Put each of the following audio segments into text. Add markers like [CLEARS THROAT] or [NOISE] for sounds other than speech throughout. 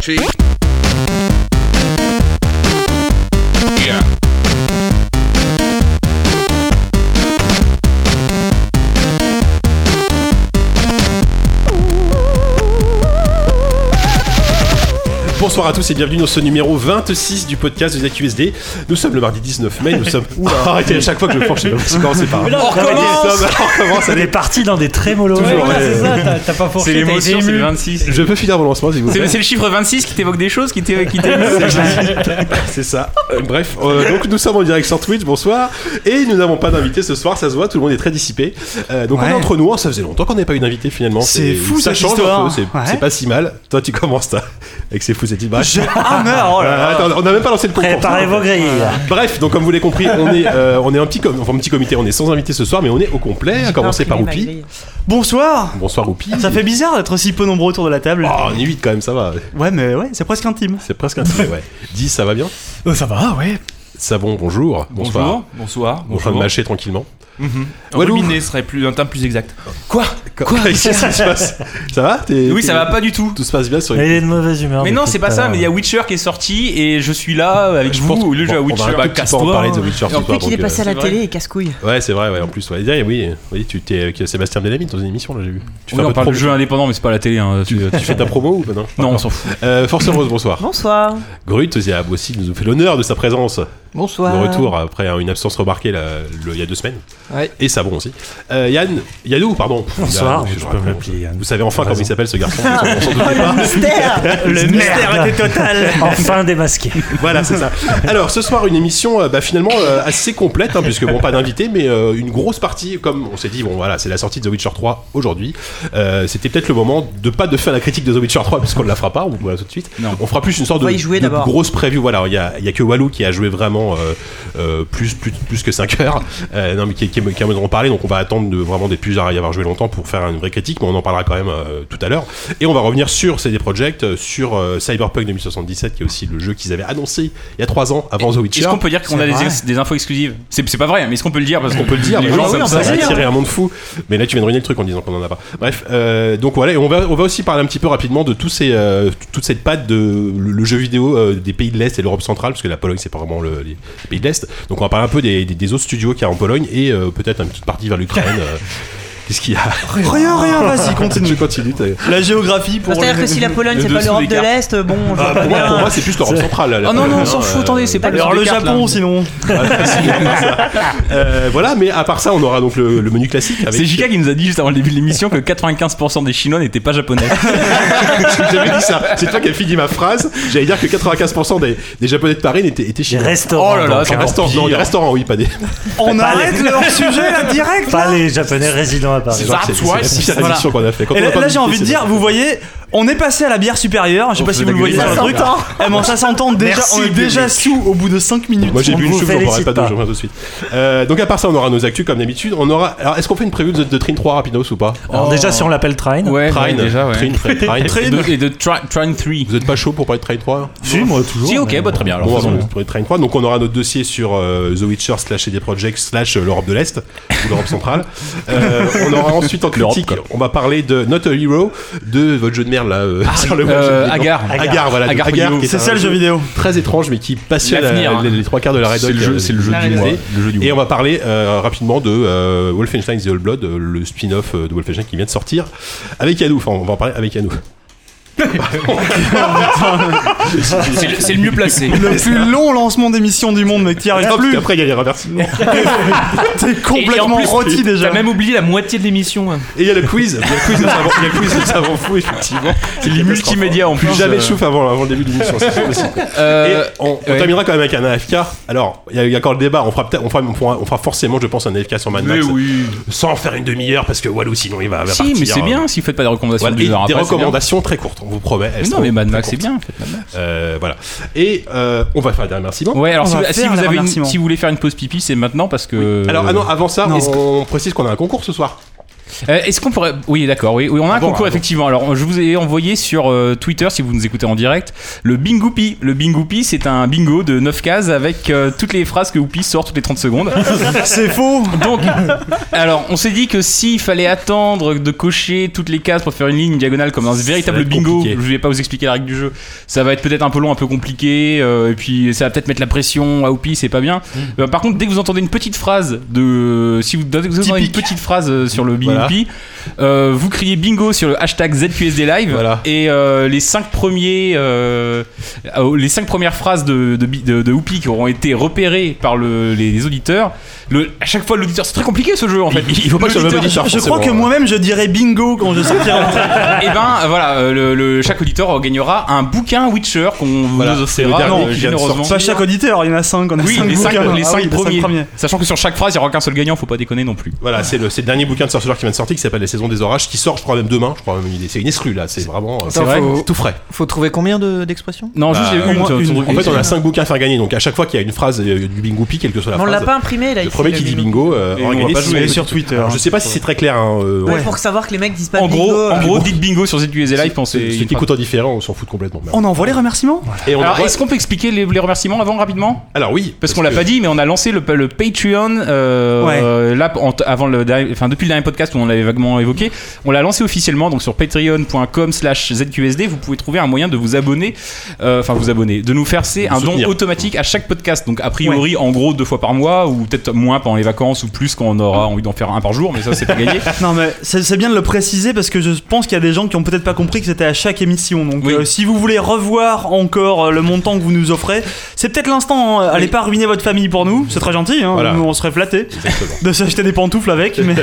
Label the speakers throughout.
Speaker 1: T. Yeah.
Speaker 2: Bonsoir à tous et bienvenue dans ce numéro 26 du podcast de ZQSD. Nous sommes le mardi 19 mai, nous sommes. Ouah, [LAUGHS] arrêtez à chaque fois que je me penche, je sais pas où c'est par.
Speaker 3: Mais là, on
Speaker 2: Nous
Speaker 3: recommence.
Speaker 2: sommes- on recommence à
Speaker 4: On est parti dans des très mollo.
Speaker 2: Toujours,
Speaker 3: Ouais,
Speaker 2: ouais.
Speaker 3: c'est ça, t'as- t'as pas forcé,
Speaker 5: C'est
Speaker 3: t'as
Speaker 5: l'émotion,
Speaker 3: été
Speaker 5: c'est
Speaker 3: ému.
Speaker 5: le 26.
Speaker 2: Je peux finir mon lancement si vous
Speaker 5: C'est
Speaker 2: voulez.
Speaker 5: c'est le chiffre 26 qui t'évoque des choses, qui t'évoque. qui t'émeut.
Speaker 2: [LAUGHS] C'est ça. Euh, bref, euh, donc nous sommes en direct sur Twitch, bonsoir. Et nous n'avons pas d'invité ce soir, ça se voit, tout le monde est très dissipé. Euh, donc on est
Speaker 4: Ouais.
Speaker 2: entre nous, ça faisait longtemps qu'on n'avait pas eu d'invité finalement.
Speaker 4: C'est fou,
Speaker 2: ça
Speaker 4: cette
Speaker 2: change un peu,
Speaker 4: histoire.
Speaker 2: c'est
Speaker 4: Ouais.
Speaker 2: c'est pas si mal. Toi tu commences ta- avec ces fous, cette image.
Speaker 4: Ah merde, oh là là.
Speaker 2: Attends, on n'a même pas lancé le concours. Euh,
Speaker 4: Préparez vos grilles.
Speaker 2: Bref, donc comme vous l'avez compris, on est, euh, on est un petit, com- enfin, un petit comité, on est sans invité ce soir, mais on est au complet, à commencer par Oupi.
Speaker 4: Bonsoir.
Speaker 2: Bonsoir Oupi.
Speaker 4: Ça fait bizarre d'être si peu nombreux autour de la table.
Speaker 2: Oh, on est 8 quand même, ça va.
Speaker 4: Ouais, mais ouais, c'est presque intime.
Speaker 2: C'est presque un trait, ouais. 10, Euh, ça va bien
Speaker 4: ça va, ouais.
Speaker 2: Savon, bonjour. Bonsoir.
Speaker 5: Bonjour, bonsoir,
Speaker 2: On est en train de
Speaker 5: bonjour.
Speaker 2: mâcher tranquillement.
Speaker 6: Mhm.
Speaker 2: Walou.
Speaker 5: Ruminé serait plus un terme plus exact. Quoi
Speaker 6: [LAUGHS]
Speaker 2: Quoi Qu'est-ce qui se passe Ça [LAUGHS] va T'es-
Speaker 5: Oui,
Speaker 2: t'es-
Speaker 5: ça va pas du tout.
Speaker 2: Tout se passe bien sur
Speaker 4: Il est de mauvaise humeur.
Speaker 5: Mais non,
Speaker 4: depuis
Speaker 5: c'est pas
Speaker 4: tout à
Speaker 5: ça,
Speaker 4: l'heure.
Speaker 5: mais il y a Witcher qui est sorti et je suis là avec
Speaker 2: Je
Speaker 5: vous
Speaker 2: pense
Speaker 5: au lieu de jouer à
Speaker 2: qu'on- on va un
Speaker 5: Witcher.
Speaker 2: tout
Speaker 5: Bah,
Speaker 2: petit peu en
Speaker 5: casse-toi.
Speaker 2: parler de Witcher, ce soir,
Speaker 7: Depuis qu'il est
Speaker 2: donc, euh,
Speaker 7: passé à la
Speaker 5: c'est vrai.
Speaker 7: télé, il casse-couille.
Speaker 2: Ouais, c'est vrai, ouais, en plus, ouais. D'ailleurs, Oui, oui, tu t'es avec Sébastien Delamine dans une émission, là, j'ai vu. Tu
Speaker 5: Oui,
Speaker 2: fais un
Speaker 5: on
Speaker 2: peu de
Speaker 5: parle de
Speaker 2: promo.
Speaker 5: jeu indépendant, mais c'est pas à la télé. hein, tu-
Speaker 2: Tu fais ta promo ou pas Oh, bah non
Speaker 5: Non, on s'en fout.
Speaker 2: Euh, Force Rose, bonsoir.
Speaker 7: Bonsoir.
Speaker 2: Grut Ziab aussi nous fait l'honneur de sa présence.
Speaker 7: Bonsoir.
Speaker 2: de retour après hein, une absence remarquée là, le- il y a deux semaines.
Speaker 7: Ouais.
Speaker 2: Et ça bon aussi. Euh, Yann, Yannou, pardon.
Speaker 4: Bonsoir,
Speaker 2: Là,
Speaker 4: tu
Speaker 2: je
Speaker 4: peux
Speaker 2: raconte.
Speaker 4: m'appeler Yann.
Speaker 2: Vous savez enfin
Speaker 4: T'as
Speaker 2: comment il
Speaker 4: raison.
Speaker 2: s'appelle ce
Speaker 7: [LAUGHS]
Speaker 2: garçon.
Speaker 7: Oh,
Speaker 2: On s'en doutait pas.
Speaker 4: Le mystère était total. Enfin démasqué.
Speaker 2: [LAUGHS] voilà, c'est ça. Alors ce soir une émission euh, bah, finalement euh, assez complète hein, puisque bon pas d'invité mais euh, une grosse partie comme on s'est dit bon voilà c'est la sortie de The Witcher 3 aujourd'hui. Euh, C'était peut-être le moment de pas de faire la critique de The Witcher 3 parce qu'on ne la fera pas on voilà, tout de suite.
Speaker 5: Non.
Speaker 2: On fera plus une sorte
Speaker 7: On
Speaker 2: de,
Speaker 7: va y jouer
Speaker 2: de
Speaker 7: d'abord.
Speaker 2: grosse preview. Voilà il y a, il y a que Walou qui a joué vraiment euh, euh, plus, plus plus que 5 heures. [LAUGHS] Euh, non mais qui, qui, qui en en parler donc on va attendre de vraiment des plus à y avoir joué longtemps pour faire une vraie critique mais on en parlera quand même euh, tout à l'heure. Et on va revenir sur CD Projekt, euh, sur euh, Cyberpunk 2077, qui est aussi le jeu qu'ils avaient annoncé il y a trois ans avant The Witcher.
Speaker 5: Est-ce qu'on peut dire qu'on
Speaker 4: C'est
Speaker 5: a des,
Speaker 4: vrai.
Speaker 5: ex- des infos exclusives C'est c'est pas vrai, mais est-ce qu'on peut le dire Parce qu'on peut le dire, les
Speaker 2: mais
Speaker 5: gens
Speaker 2: oui,
Speaker 5: ça me-
Speaker 2: on
Speaker 5: ça
Speaker 2: va
Speaker 5: me-
Speaker 2: attirer un monde fou. Mais là, tu viens de ruiner le truc en disant qu'on en a pas. Bref, euh, donc voilà, et on va, on va aussi parler un petit peu rapidement de tous ces, euh, toute cette patte de le, le jeu vidéo euh, des pays de l'Est et l'Europe centrale, parce que la Pologne, c'est pas vraiment le, les pays de l'Est. Donc on va parler un peu des, des, des autres studios qu'il y a en Pologne et euh, peut-être une petite partie vers l'Ukraine.
Speaker 4: [LAUGHS]
Speaker 2: euh, Qu'est-ce qu'il y a
Speaker 4: Rien, rien, vas-y,
Speaker 2: [LAUGHS] Je continue. t'as-
Speaker 4: La géographie pour.
Speaker 7: C'est-à-dire que si la Pologne,
Speaker 5: le
Speaker 7: c'est pas
Speaker 5: dessous
Speaker 7: l'Europe
Speaker 5: des
Speaker 7: de
Speaker 5: cartes.
Speaker 7: l'Est, bon, je
Speaker 2: Ah,
Speaker 7: vois
Speaker 2: pour,
Speaker 7: pas
Speaker 2: moi, pour
Speaker 7: bien.
Speaker 2: moi, c'est plus l'Europe centrale. la
Speaker 5: Oh non, non,
Speaker 2: Pologne,
Speaker 5: on s'en
Speaker 2: hein,
Speaker 5: fout,
Speaker 2: euh,
Speaker 5: attendez, c'est pas
Speaker 4: Alors le
Speaker 5: des cartes, là.
Speaker 4: Japon,
Speaker 2: [LAUGHS]
Speaker 4: sinon.
Speaker 2: Euh, voilà, mais à part ça, on aura donc le, le menu classique. Avec...
Speaker 5: C'est Jika qui nous a dit juste avant le début de l'émission que 95% des Chinois n'étaient pas japonais.
Speaker 2: [LAUGHS] J'avais dit ça. C'est toi qui as fini ma phrase. J'allais dire que 95% des, des Japonais de Paris n'étaient étaient
Speaker 4: Des
Speaker 2: chinois.
Speaker 4: restaurants.
Speaker 5: Oh là là,
Speaker 4: donc,
Speaker 5: c'est
Speaker 2: Des
Speaker 4: hein.
Speaker 2: restaurants, non, des restaurants, oui,
Speaker 4: [LAUGHS]
Speaker 2: pas des.
Speaker 3: On
Speaker 4: Pas les-
Speaker 3: arrête le hors-sujet là direct
Speaker 4: Pas les japonais résidents à Paris.
Speaker 5: C'est ça.
Speaker 2: Ah, C'est- c'est
Speaker 5: Voilà.
Speaker 2: la pire addiction qu'on a fait. Quand
Speaker 3: et
Speaker 2: on a
Speaker 3: là,
Speaker 2: pas
Speaker 3: là,
Speaker 2: de
Speaker 3: j'ai envie de
Speaker 2: lycée,
Speaker 3: dire,
Speaker 2: c'est-
Speaker 3: vous voyez, on est passé à la bière supérieure, je sais
Speaker 5: On
Speaker 3: pas si
Speaker 5: fait
Speaker 3: vous le voyez sur
Speaker 5: dégueuler
Speaker 3: le
Speaker 5: ça,
Speaker 3: truc.
Speaker 2: hein.
Speaker 3: Eh ben ça s'entend déjà,
Speaker 4: Merci,
Speaker 3: on est déjà sous au bout de 5 minutes.
Speaker 2: Moi j'ai
Speaker 4: on
Speaker 2: bu une
Speaker 4: vous
Speaker 2: choupe, on parlait
Speaker 4: félicite
Speaker 2: pas d'eau,
Speaker 4: pas.
Speaker 2: je reviens tout de suite. Euh, donc à part ça, on aura nos actus comme d'habitude. On aura. Alors est-ce qu'on fait une preview de, de Train 3 Rapidos ou pas
Speaker 4: Alors déjà, si on l'appelle Train.
Speaker 5: Ouais,
Speaker 2: Oh. Train,
Speaker 5: déjà, ouais.
Speaker 2: Train, Train, Train.
Speaker 5: Et de, et de Tra- Train 3.
Speaker 2: Vous êtes pas chaud pour parler de Train 3
Speaker 4: Si, moi toujours.
Speaker 5: Si, ok, bah, très bien. Alors,
Speaker 2: Bon,
Speaker 5: faisons-le.
Speaker 2: on pourrait train 3. Donc on aura notre dossier sur euh, The Witcher slash CD Projekt slash euh, l'Europe de l'Est ou
Speaker 5: [LAUGHS]
Speaker 2: l'Europe centrale. Euh, on aura ensuite en critique, on va parler de Not a Hero, de votre jeu de merde là euh, [LAUGHS] sur le web.
Speaker 5: euh,
Speaker 2: Non.
Speaker 5: Agar.
Speaker 2: Agar. voilà. de
Speaker 5: Agar Puyo.
Speaker 2: qui est
Speaker 3: C'est
Speaker 2: un
Speaker 3: ça le jeu vidéo.
Speaker 2: Très étrange mais qui passionne
Speaker 5: L'avenir,
Speaker 2: euh,
Speaker 5: hein.
Speaker 2: les, les trois quarts de la Red
Speaker 5: C'est le
Speaker 2: Hawk,
Speaker 5: jeu-
Speaker 2: euh,
Speaker 5: c'est le jeu
Speaker 2: du
Speaker 5: du
Speaker 2: mois.
Speaker 5: mois. Le jeu du
Speaker 2: Et on
Speaker 5: mois.
Speaker 2: va parler euh, rapidement de euh, Wolfenstein The Old Blood, euh, le spin-off euh, de Wolfenstein qui vient de sortir avec Yannou. Enfin, on va en parler avec Yannou.
Speaker 5: C'est le- c'est le mieux placé.
Speaker 3: Le plus long lancement d'émission du monde, mais qui arrive
Speaker 2: Hop,
Speaker 3: plus.
Speaker 2: Après, il y a les remerciements.
Speaker 3: [LAUGHS] T'es complètement
Speaker 5: Et en plus,
Speaker 3: rôti déjà.
Speaker 5: T'as même oublié la moitié de l'émission.
Speaker 6: hein.
Speaker 2: Et il y a le quiz, il y a le quiz de savant, il y a le quiz de savant fou, effectivement.
Speaker 5: C'est les multimédia en
Speaker 2: Plus
Speaker 5: plus.
Speaker 2: jamais
Speaker 5: euh,
Speaker 2: chouffe avant, avant le début de l'émission, c'est pas possible. Et
Speaker 5: [LAUGHS] euh,
Speaker 2: on, on
Speaker 5: ouais.
Speaker 2: terminera quand même avec un AFK. Alors, il y, a- il y a encore le débat, on fera, peut-être- on, fera, on, fera, on fera forcément, je pense, un AFK sur Mad
Speaker 5: Mais
Speaker 2: Max.
Speaker 5: oui.
Speaker 2: Sans faire une demi-heure, parce que Walou, sinon il va. va
Speaker 5: Si, mais
Speaker 2: partir,
Speaker 5: c'est
Speaker 2: euh,
Speaker 5: bien si vous faites pas des recommandations
Speaker 2: voilà.
Speaker 5: d'une heure
Speaker 2: Et des
Speaker 5: après, c'est bien.
Speaker 2: recommandations très courtes, on vous promet. elles
Speaker 5: Mais Non,
Speaker 2: seront
Speaker 5: mais Mad
Speaker 2: très
Speaker 5: Max, c'est
Speaker 2: courtes.
Speaker 5: bien. faites Mad Max.
Speaker 2: Euh, voilà. Et euh, on va faire un dernier remerciement.
Speaker 5: Ouais, alors
Speaker 3: On
Speaker 5: si
Speaker 3: va
Speaker 5: vous- si
Speaker 3: faire
Speaker 5: vous euh,
Speaker 3: les
Speaker 5: avez une-
Speaker 3: remerciements.
Speaker 5: si vous voulez faire une pause pipi, c'est maintenant parce que.
Speaker 2: Alors, ah non, ah avant ça,
Speaker 3: Non.
Speaker 2: on précise qu'on a un concours ce soir.
Speaker 7: Euh, Est-ce qu'on pourrait. Oui, d'accord, oui, oui, on a un
Speaker 5: bon,
Speaker 7: concours,
Speaker 5: ah, bon.
Speaker 7: effectivement. Alors, je vous ai envoyé sur euh, Twitter, si vous nous écoutez en direct, le Bingoupi. Le Bingoupi, c'est un bingo de 9 cases avec euh, toutes les phrases que Whoopi sort toutes les
Speaker 2: [LAUGHS]
Speaker 7: 30 secondes.
Speaker 3: C'est faux
Speaker 7: Donc, [LAUGHS] alors, on s'est dit que s'il fallait attendre de cocher toutes les cases pour faire une ligne diagonale comme un véritable
Speaker 2: être
Speaker 7: bingo,
Speaker 2: compliqué.
Speaker 7: je vais pas vous expliquer la règle du jeu. Ça va être peut-être un peu long, un peu compliqué, euh, et puis ça va peut-être mettre la pression à Oupi, c'est pas bien.
Speaker 2: Hmm.
Speaker 7: Euh, par contre, dès que vous entendez une petite phrase de, si vous, dès que vous entendez une
Speaker 3: Typique.
Speaker 7: petite phrase euh, sur le bingo,
Speaker 2: Voilà.
Speaker 7: Oupi, euh, vous criez bingo sur le hashtag ZQSD live,
Speaker 2: Voilà.
Speaker 7: et euh, les cinq premiers, euh, euh, les cinq premières phrases de de, bi- de- de Oupi qui auront été repérées par le- les, les auditeurs. Le, à chaque fois, l'auditeur, c'est très compliqué ce jeu en fait.
Speaker 2: Il faut pas que ce soit le même auditeur,
Speaker 3: Je
Speaker 2: forcément.
Speaker 3: crois que moi-même je dirais bingo quand je
Speaker 7: [LAUGHS]
Speaker 3: sortirai.
Speaker 7: Et ben euh, voilà, euh, le, le- chaque auditeur euh, gagnera un bouquin Witcher qu'on
Speaker 2: Voilà,
Speaker 7: vous
Speaker 2: c'est le
Speaker 7: offrira
Speaker 2: dernier
Speaker 7: euh,
Speaker 2: qui vient de
Speaker 7: généreusement.
Speaker 3: Pas Bah, chaque auditeur, il y en a 5, on a
Speaker 7: Oui,
Speaker 3: 5
Speaker 7: les cinq,
Speaker 3: bouquins.
Speaker 7: les
Speaker 3: Ah
Speaker 7: cinq
Speaker 3: oui, les cinq
Speaker 7: premiers. Sachant que sur chaque phrase, il n'y aura qu'un seul gagnant, faut pas déconner non plus.
Speaker 2: Voilà, c'est le, c'est le dernier bouquin de Sorcerer qui vient de sortir qui s'appelle Les Saisons des Orages, qui sort, je crois, même demain. Je crois même, il est- c'est une escrue là, c'est vraiment. euh,
Speaker 7: C'est vrai
Speaker 2: tout frais.
Speaker 8: Faut trouver combien de- d'expressions
Speaker 7: Non, juste
Speaker 2: Bah,
Speaker 7: les-
Speaker 2: au moins
Speaker 7: une,
Speaker 2: une.
Speaker 7: une-
Speaker 2: En fait, on a 5 bouquins à faire gagner, donc à chaque fois qu'il y a une phrase euh, du bingo pi, quelle que soit la
Speaker 8: Mais On l'a
Speaker 2: phrase.
Speaker 8: pas imprimé là.
Speaker 2: le
Speaker 8: ici,
Speaker 2: premier qui dit bingo euh,
Speaker 5: Et on va
Speaker 2: organise
Speaker 5: pas
Speaker 2: son-
Speaker 5: jouer
Speaker 2: Alors,
Speaker 3: sur Twitter.
Speaker 2: Je sais pas si c'est très clair. Hein, euh,
Speaker 8: Ouais,
Speaker 2: ouais.
Speaker 8: Pour savoir que les mecs disent pas euh,
Speaker 7: En gros,
Speaker 8: bingo.
Speaker 7: en gros, dites bingo sur ZQSD Live, pensez.
Speaker 2: Ceux qui écoutent en différent, on s'en fout complètement.
Speaker 3: On envoie les remerciements
Speaker 2: Et on
Speaker 7: Alors,
Speaker 2: envoie-
Speaker 7: est-ce qu'on peut expliquer les, les remerciements avant rapidement
Speaker 2: Alors oui,
Speaker 7: Parce qu'on l'a
Speaker 2: que-
Speaker 7: pas dit, mais on a lancé le, le Patreon euh,
Speaker 3: Ouais.
Speaker 7: euh, là en- avant le dernier- enfin depuis le dernier podcast où on l'avait vaguement évoqué. On l'a lancé officiellement donc sur patreon.com/zqsd. Vous pouvez trouver un moyen de vous abonner, euh, enfin vous abonner, de nous faire c'est un don
Speaker 2: soutenir.
Speaker 7: automatique à chaque podcast. Donc a priori en gros deux fois par mois ou peut-être moins pendant les vacances ou plus quand on aura envie d'en faire un par jour, mais ça c'est pas gagné.
Speaker 3: [LAUGHS] Non mais c'est c'est bien de le préciser parce que je pense qu'il y a des gens qui ont peut-être pas compris que c'était à chaque émission. Donc
Speaker 7: Oui.
Speaker 3: euh, si vous voulez revoir encore euh, le montant que vous nous offrez, c'est peut-être l'instant. hein. Allez pas ruiner votre famille pour nous, c'est très gentil. hein.
Speaker 2: Voilà.
Speaker 3: Nous, on serait flatté
Speaker 2: Exactement.
Speaker 3: de s'acheter des pantoufles
Speaker 2: [LAUGHS]
Speaker 3: avec. Mais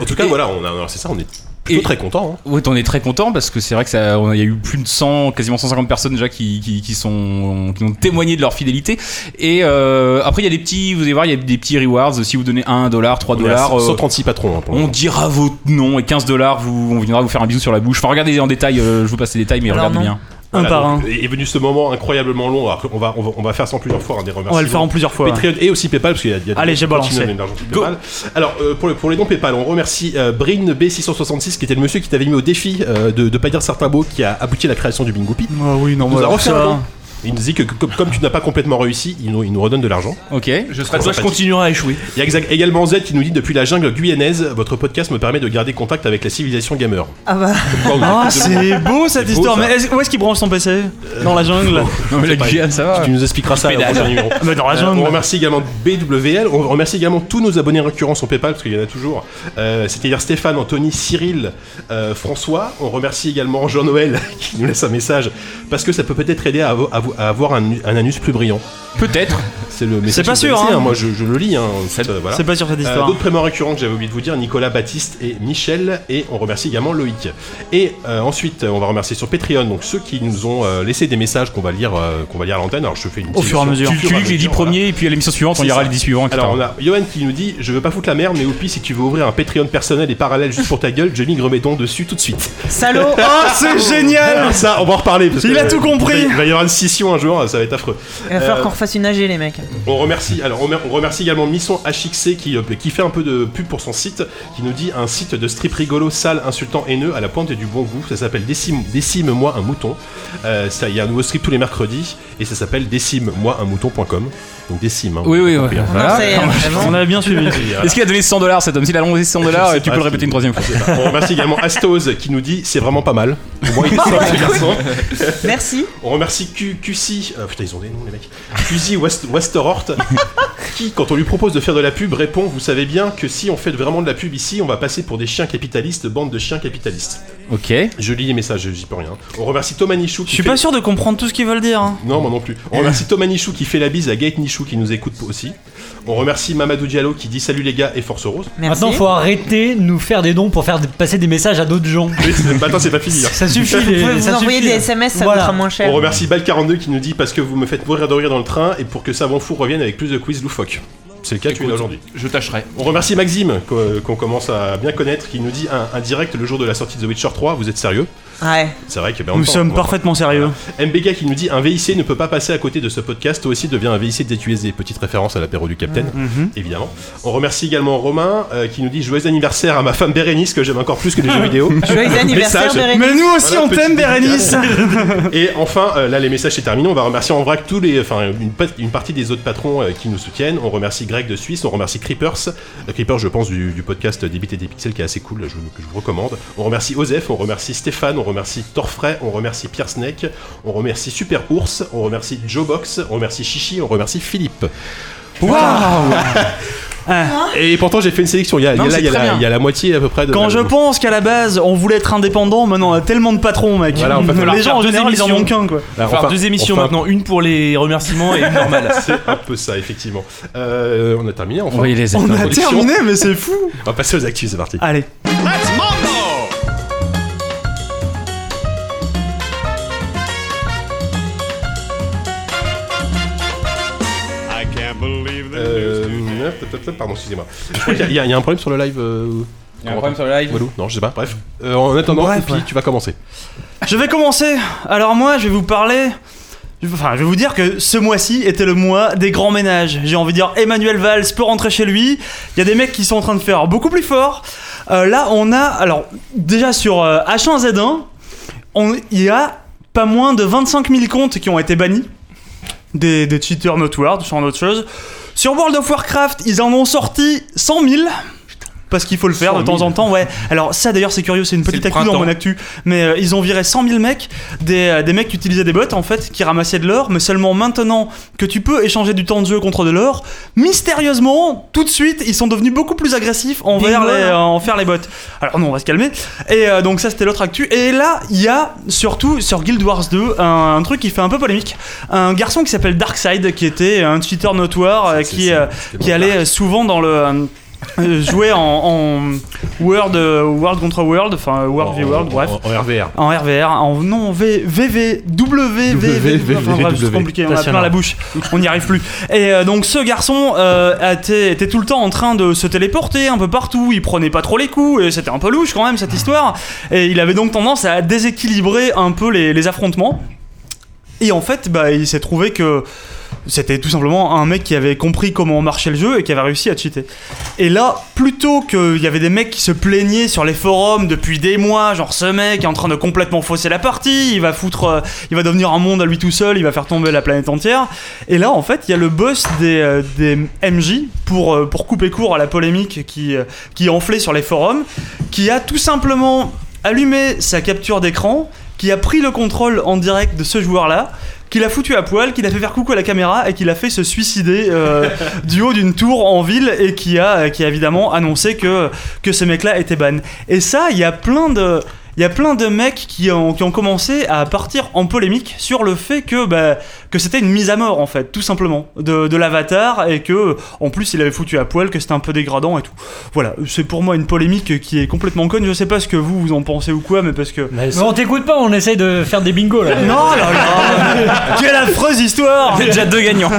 Speaker 2: En tout cas, voilà, on a- alors, c'est ça, on est plutôt
Speaker 7: Et-
Speaker 2: très hein. content.
Speaker 7: Oui, on est très content parce que c'est vrai que ça, on- il y a eu plus de 100, quasiment 150 personnes déjà qui, qui, qui sont, qui ont témoigné de leur fidélité. Et euh, après, il y a des petits, vous allez voir, il y a des petits rewards. Si vous donnez 1 dollar, 3
Speaker 2: On est à
Speaker 7: dollars, euh,
Speaker 2: 136 patrons. hein, pour le
Speaker 7: on
Speaker 2: moment.
Speaker 7: dira votre nom et 15 dollars, vous, on viendra vous faire un bisou sur la bouche. Enfin, regardez en détail, euh, je vous passe les détails, mais
Speaker 8: Alors
Speaker 7: regardez
Speaker 8: non.
Speaker 7: bien.
Speaker 3: un
Speaker 2: Voilà,
Speaker 3: par un.
Speaker 2: donc, euh, Est venu ce moment incroyablement long. Alors on, va, on, va, on va faire ça en plusieurs fois, hein, des remerciements.
Speaker 3: On va le faire en plusieurs fois. ouais.
Speaker 2: Patreon et aussi PayPal parce qu'il y a, il y a des
Speaker 3: Allez,
Speaker 2: gens
Speaker 3: j'ai
Speaker 2: qui continuent
Speaker 3: balancé.
Speaker 2: à donner de l'argent sur PayPal. Alors euh, pour, le- pour les dons PayPal, on remercie euh, Brin B666 qui était le monsieur qui t'avait mis au défi euh, de ne pas dire certains mots qui a abouti à la création du Bingo Pi.
Speaker 3: Ah
Speaker 2: Il
Speaker 3: oui, non,
Speaker 2: nous a
Speaker 3: voilà,
Speaker 2: refait
Speaker 3: ça
Speaker 2: un
Speaker 3: va.
Speaker 2: don. Il nous dit que comme, comme tu n'as pas complètement réussi, il nous, il nous redonne de l'argent.
Speaker 7: Ok.
Speaker 5: Je serai
Speaker 2: toi, je
Speaker 5: continuerai à échouer.
Speaker 2: Il y a exa- également Z qui nous dit depuis la jungle guyanaise, votre podcast me permet de garder contact avec la civilisation gamer.
Speaker 8: Ah bah.
Speaker 2: Comme quoi, on a-
Speaker 3: Ah, c'est beau cette
Speaker 2: beau,
Speaker 3: histoire.
Speaker 2: ça.
Speaker 3: mais est-ce- où est-ce qu'il branche son PC Dans
Speaker 2: [LAUGHS]
Speaker 3: la jungle
Speaker 7: Non, mais la Guyane, ça va.
Speaker 2: Tu nous expliqueras ça au
Speaker 7: pédale.
Speaker 2: prochain numéro.
Speaker 3: Bah, Dans la
Speaker 2: Euh, on
Speaker 3: jungle.
Speaker 2: remercie également BWL, on remercie également tous nos abonnés récurrents sur PayPal, parce qu'il y en a toujours, Euh, c'est-à-dire Stéphane, Anthony, Cyril, euh, François. On remercie également Jean-Noël [LAUGHS] qui nous laisse un message, parce que ça peut peut-être aider à, avo- à vo- à avoir un, un anus plus brillant.
Speaker 7: Peut-être.
Speaker 2: C'est le message.
Speaker 3: C'est pas
Speaker 2: que je
Speaker 3: sûr,
Speaker 2: sais,
Speaker 3: hein.
Speaker 2: moi je, je le lis. Hein, ensuite, euh, voilà.
Speaker 3: C'est pas sur cette
Speaker 2: Euh,
Speaker 3: histoire.
Speaker 2: D'autres prénoms récurrents que j'avais oublié de vous dire, Nicolas, Baptiste et Michel, et on remercie également Loïc. Et euh, ensuite, euh, on va remercier sur Patreon, donc ceux qui nous ont euh, laissé des messages qu'on va lire, euh, qu'on va lire à l'antenne. Alors je fais une
Speaker 3: Au fur et à mesure.
Speaker 7: Tu, tu lis les 10
Speaker 2: voilà.
Speaker 7: premiers, et puis à l'émission suivante, on
Speaker 2: C'est
Speaker 7: ira
Speaker 2: ça.
Speaker 7: les 10 suivants, etc.
Speaker 2: Alors on a Johan qui nous dit je veux pas foutre la merde mais Oupi si tu veux ouvrir un Patreon personnel et parallèle juste pour ta gueule je migre mes dons dessus tout de suite. [LAUGHS]
Speaker 8: Salaud
Speaker 3: Oh, c'est génial
Speaker 2: Alors ça on va en reparler parce
Speaker 3: Il
Speaker 2: que,
Speaker 3: a tout compris.
Speaker 2: Il va y avoir une scission un jour ça va être affreux. Euh,
Speaker 8: Il va falloir qu'on refasse une AG, les mecs.
Speaker 2: On remercie alors on remer- on remercie également Misson HXC qui, euh, qui fait un peu de pub pour son site qui nous dit un site de strip rigolo sale insultant haineux à la pointe du bon goût ça s'appelle Décime Décime moi un mouton Euh, ça il y a un nouveau strip tous les mercredis et ça s'appelle Décime moi un mouton.com donc Décime hein,
Speaker 7: Oui, oui,
Speaker 2: on a
Speaker 7: oui.
Speaker 2: compris, hein.
Speaker 7: Voilà.
Speaker 8: Non, c'est
Speaker 3: On
Speaker 8: vraiment.
Speaker 3: a
Speaker 2: [LAUGHS]
Speaker 3: bien suivi.
Speaker 2: Et, euh,
Speaker 7: Est-ce qu'il a donné 100 dollars cet homme S'il a donné 100 dollars,
Speaker 2: sais
Speaker 7: tu peux
Speaker 2: pas
Speaker 7: le
Speaker 2: si-
Speaker 7: répéter une troisième fois.
Speaker 2: On remercie également Astose qui nous dit c'est vraiment pas mal. Au moins, il est simple, ce garçon.
Speaker 8: Merci.
Speaker 2: On remercie Q- QC. euh, putain, ils ont des noms, les mecs. QC West, Westerhort qui, quand on lui propose de faire de la pub, répond Vous savez bien que si on fait vraiment de la pub ici, on va passer pour des chiens capitalistes, bande de chiens capitalistes.
Speaker 7: Ok.
Speaker 2: Je lis les messages, j'y peux rien. On remercie Thomas Nichou
Speaker 3: Je
Speaker 2: qui
Speaker 3: suis
Speaker 2: fait-
Speaker 3: pas sûr de comprendre tout ce qu'ils veulent dire. hein.
Speaker 2: Non, moi non plus. On remercie Thomas Nichou qui fait la bise à Gate Nichou qui nous écoute aussi. On remercie Mamadou Diallo qui dit Salut les gars et Force Rose.
Speaker 8: Merci.
Speaker 9: Maintenant, faut arrêter de nous faire des dons pour faire passer des messages à d'autres gens.
Speaker 2: Mais c'est- attends, c'est pas fini. hein.
Speaker 9: Ça suffit.
Speaker 8: Vous
Speaker 9: les-
Speaker 8: pouvez vous
Speaker 9: ça
Speaker 8: envoyer
Speaker 9: suffit.
Speaker 8: des SMS, ça
Speaker 9: Voilà.
Speaker 8: coûtera moins cher.
Speaker 2: On remercie Bal42 qui nous dit parce que vous me faites mourir de rire dans le train et pour que Savon Fou revienne avec plus de quiz loufoques. C'est le cas que tu as aujourd'hui.
Speaker 5: Je tâcherai.
Speaker 2: On remercie Maxime, qu'o- qu'on commence à bien connaître, qui nous dit un, un direct le jour de la sortie de The Witcher 3, vous êtes sérieux
Speaker 8: Ouais.
Speaker 2: C'est vrai que ben, en
Speaker 3: Nous
Speaker 2: même temps,
Speaker 3: sommes
Speaker 2: on va- Euh,
Speaker 3: parfaitement sérieux.
Speaker 2: MBK qui nous dit un VIC ne peut pas passer à côté de ce podcast, toi aussi deviens un VIC de DQSD. Petite référence à l'apéro du Capitaine,
Speaker 3: Mm-hmm.
Speaker 2: évidemment. On remercie également Romain euh, qui nous dit joyeux anniversaire à ma femme Bérénice que j'aime encore plus que les
Speaker 3: [LAUGHS]
Speaker 2: jeux vidéo.
Speaker 8: Joyeux anniversaire,
Speaker 2: Message.
Speaker 8: Bérénice.
Speaker 3: Mais nous aussi, on
Speaker 2: petit
Speaker 3: t'aime, Bérénice.
Speaker 2: dédicace. [LAUGHS] Et enfin, euh, là les messages c'est terminé, on va remercier en vrac tous les, enfin une, pa- une partie des autres patrons euh, qui nous soutiennent. On remercie Greg de Suisse, on remercie Creepers, Euh, Creepers je pense du, du podcast Des Bits et des Pixels qui est assez cool, je, vous- que je vous recommande. On remercie Osef, on remercie Stéphane, on remercie Torfray, on remercie Pierre Snake, on remercie Super Ours, on remercie Joe Box, on remercie Chichi, on remercie Philippe.
Speaker 3: Ah.
Speaker 2: Et pourtant j'ai fait une sélection, il y a, il y a
Speaker 7: Non,
Speaker 2: la-
Speaker 7: c'est
Speaker 2: il y a
Speaker 7: très
Speaker 2: la,
Speaker 7: bien.
Speaker 2: il y a la moitié à peu près de...
Speaker 3: Quand je pense qu'à la base, on voulait être indépendant, maintenant on a tellement de patrons, mec.
Speaker 2: Voilà, on va falloir
Speaker 3: [LAUGHS] les gens en
Speaker 6: faire deux
Speaker 3: général, ils en ont
Speaker 6: émissions.
Speaker 3: qu'un, quoi.
Speaker 2: Alors,
Speaker 6: Enfin,
Speaker 2: enfin,
Speaker 6: deux émissions
Speaker 2: enfin,
Speaker 6: maintenant, une pour les remerciements et une normale.
Speaker 2: [LAUGHS] C'est un peu ça, effectivement. Euh, on a terminé, enfin.
Speaker 7: On va y les
Speaker 3: On a
Speaker 2: production.
Speaker 3: terminé, mais c'est fou.
Speaker 2: On va passer aux actus, c'est parti.
Speaker 3: [LAUGHS] Allez.
Speaker 2: Euh, hop, hop, hop, pardon, excusez-moi. Je crois qu'il y, a- [LAUGHS] il y a un problème sur le live. euh,
Speaker 7: Il y a un problème sur le live.
Speaker 2: Walou Non, je sais pas, bref. Euh, en attendant,
Speaker 3: Bref,
Speaker 2: Oupi,
Speaker 3: ouais.
Speaker 2: tu vas commencer.
Speaker 3: Je vais commencer. Alors moi, je vais vous parler. Enfin, je vais vous dire que ce mois-ci était le mois des grands ménages. J'ai envie de dire, Emmanuel Valls peut rentrer chez lui. Il y a des mecs qui sont en train de faire beaucoup plus fort. Euh, là, on a, alors, déjà sur euh, H1Z1, on- il y a pas moins de 25 000 comptes qui ont été bannis. Des, des cheaters notoires, ce genre d'autres choses. Sur World of Warcraft, ils en ont sorti 100 000. Parce qu'il faut le faire de temps en temps, ouais. Alors, ça d'ailleurs, c'est curieux, c'est une petite
Speaker 6: le
Speaker 3: actu dans
Speaker 6: printemps.
Speaker 3: mon actu. Mais euh, ils ont viré 100 000 mecs, des, euh, des mecs qui utilisaient des bots en fait, qui ramassaient de l'or, mais seulement maintenant que tu peux échanger du temps de jeu contre de l'or, mystérieusement, tout de suite, ils sont devenus beaucoup plus agressifs envers
Speaker 8: Bingo,
Speaker 3: les,
Speaker 8: là.
Speaker 3: euh, envers les bots. Alors, non, on va se calmer. Et euh, donc ça c'était l'autre actu. Et là il y a surtout sur Guild Wars 2 un, un truc qui fait un peu polémique. Un garçon qui s'appelle Darkseid qui était un cheater notoire euh, qui, euh, qui allait souvent dans le... euh, euh, jouer en, en World, euh, world contre World, enfin euh, World v World, bref.
Speaker 2: En, en RVR.
Speaker 3: En RVR, en non, v, VV, W, V, V,
Speaker 2: W,
Speaker 3: enfin, bref, c'est
Speaker 2: W.
Speaker 3: compliqué, on a
Speaker 9: Passionnant.
Speaker 3: plein la bouche, on n'y arrive plus. Et euh, donc ce garçon euh, a été- était tout le temps en train de se téléporter un peu partout, il prenait pas trop les coups, et c'était un peu louche quand même cette histoire, et il avait donc tendance à déséquilibrer un peu les, les affrontements. Et en fait, bah, il s'est trouvé que c'était tout simplement un mec qui avait compris comment marchait le jeu et qui avait réussi à cheater. Et là, plutôt qu'il y avait des mecs qui se plaignaient sur les forums depuis des mois, genre ce mec est en train de complètement fausser la partie, il va foutre, euh, il va devenir un monde à lui tout seul, il va faire tomber la planète entière. Et là, en fait, il y a le boss des, euh, des MJ pour, euh, pour couper court à la polémique qui, euh, qui enflait sur les forums, qui a tout simplement allumé sa capture d'écran, qui a pris le contrôle en direct de ce joueur-là, qui l'a foutu à poil, qui l'a fait faire coucou à la caméra et qui l'a fait se suicider euh, du haut d'une tour en ville et qui a, qui a évidemment annoncé que, que ce mec-là était ban. Et ça, il y a plein de... Il y a plein de mecs qui ont, qui ont commencé à partir en polémique sur le fait que, bah, que c'était une mise à mort, en fait, tout simplement, de, de l'avatar, et que, en plus, il avait foutu à poil, que c'était un peu dégradant et tout. Voilà, c'est pour moi une polémique qui est complètement conne. Je sais pas ce que vous, vous en pensez ou quoi, mais parce que.
Speaker 9: Mais on t'écoute pas, on essaye de faire des bingos là.
Speaker 3: Non, là,
Speaker 9: [LAUGHS]
Speaker 3: là Quelle affreuse histoire
Speaker 7: déjà deux gagnants.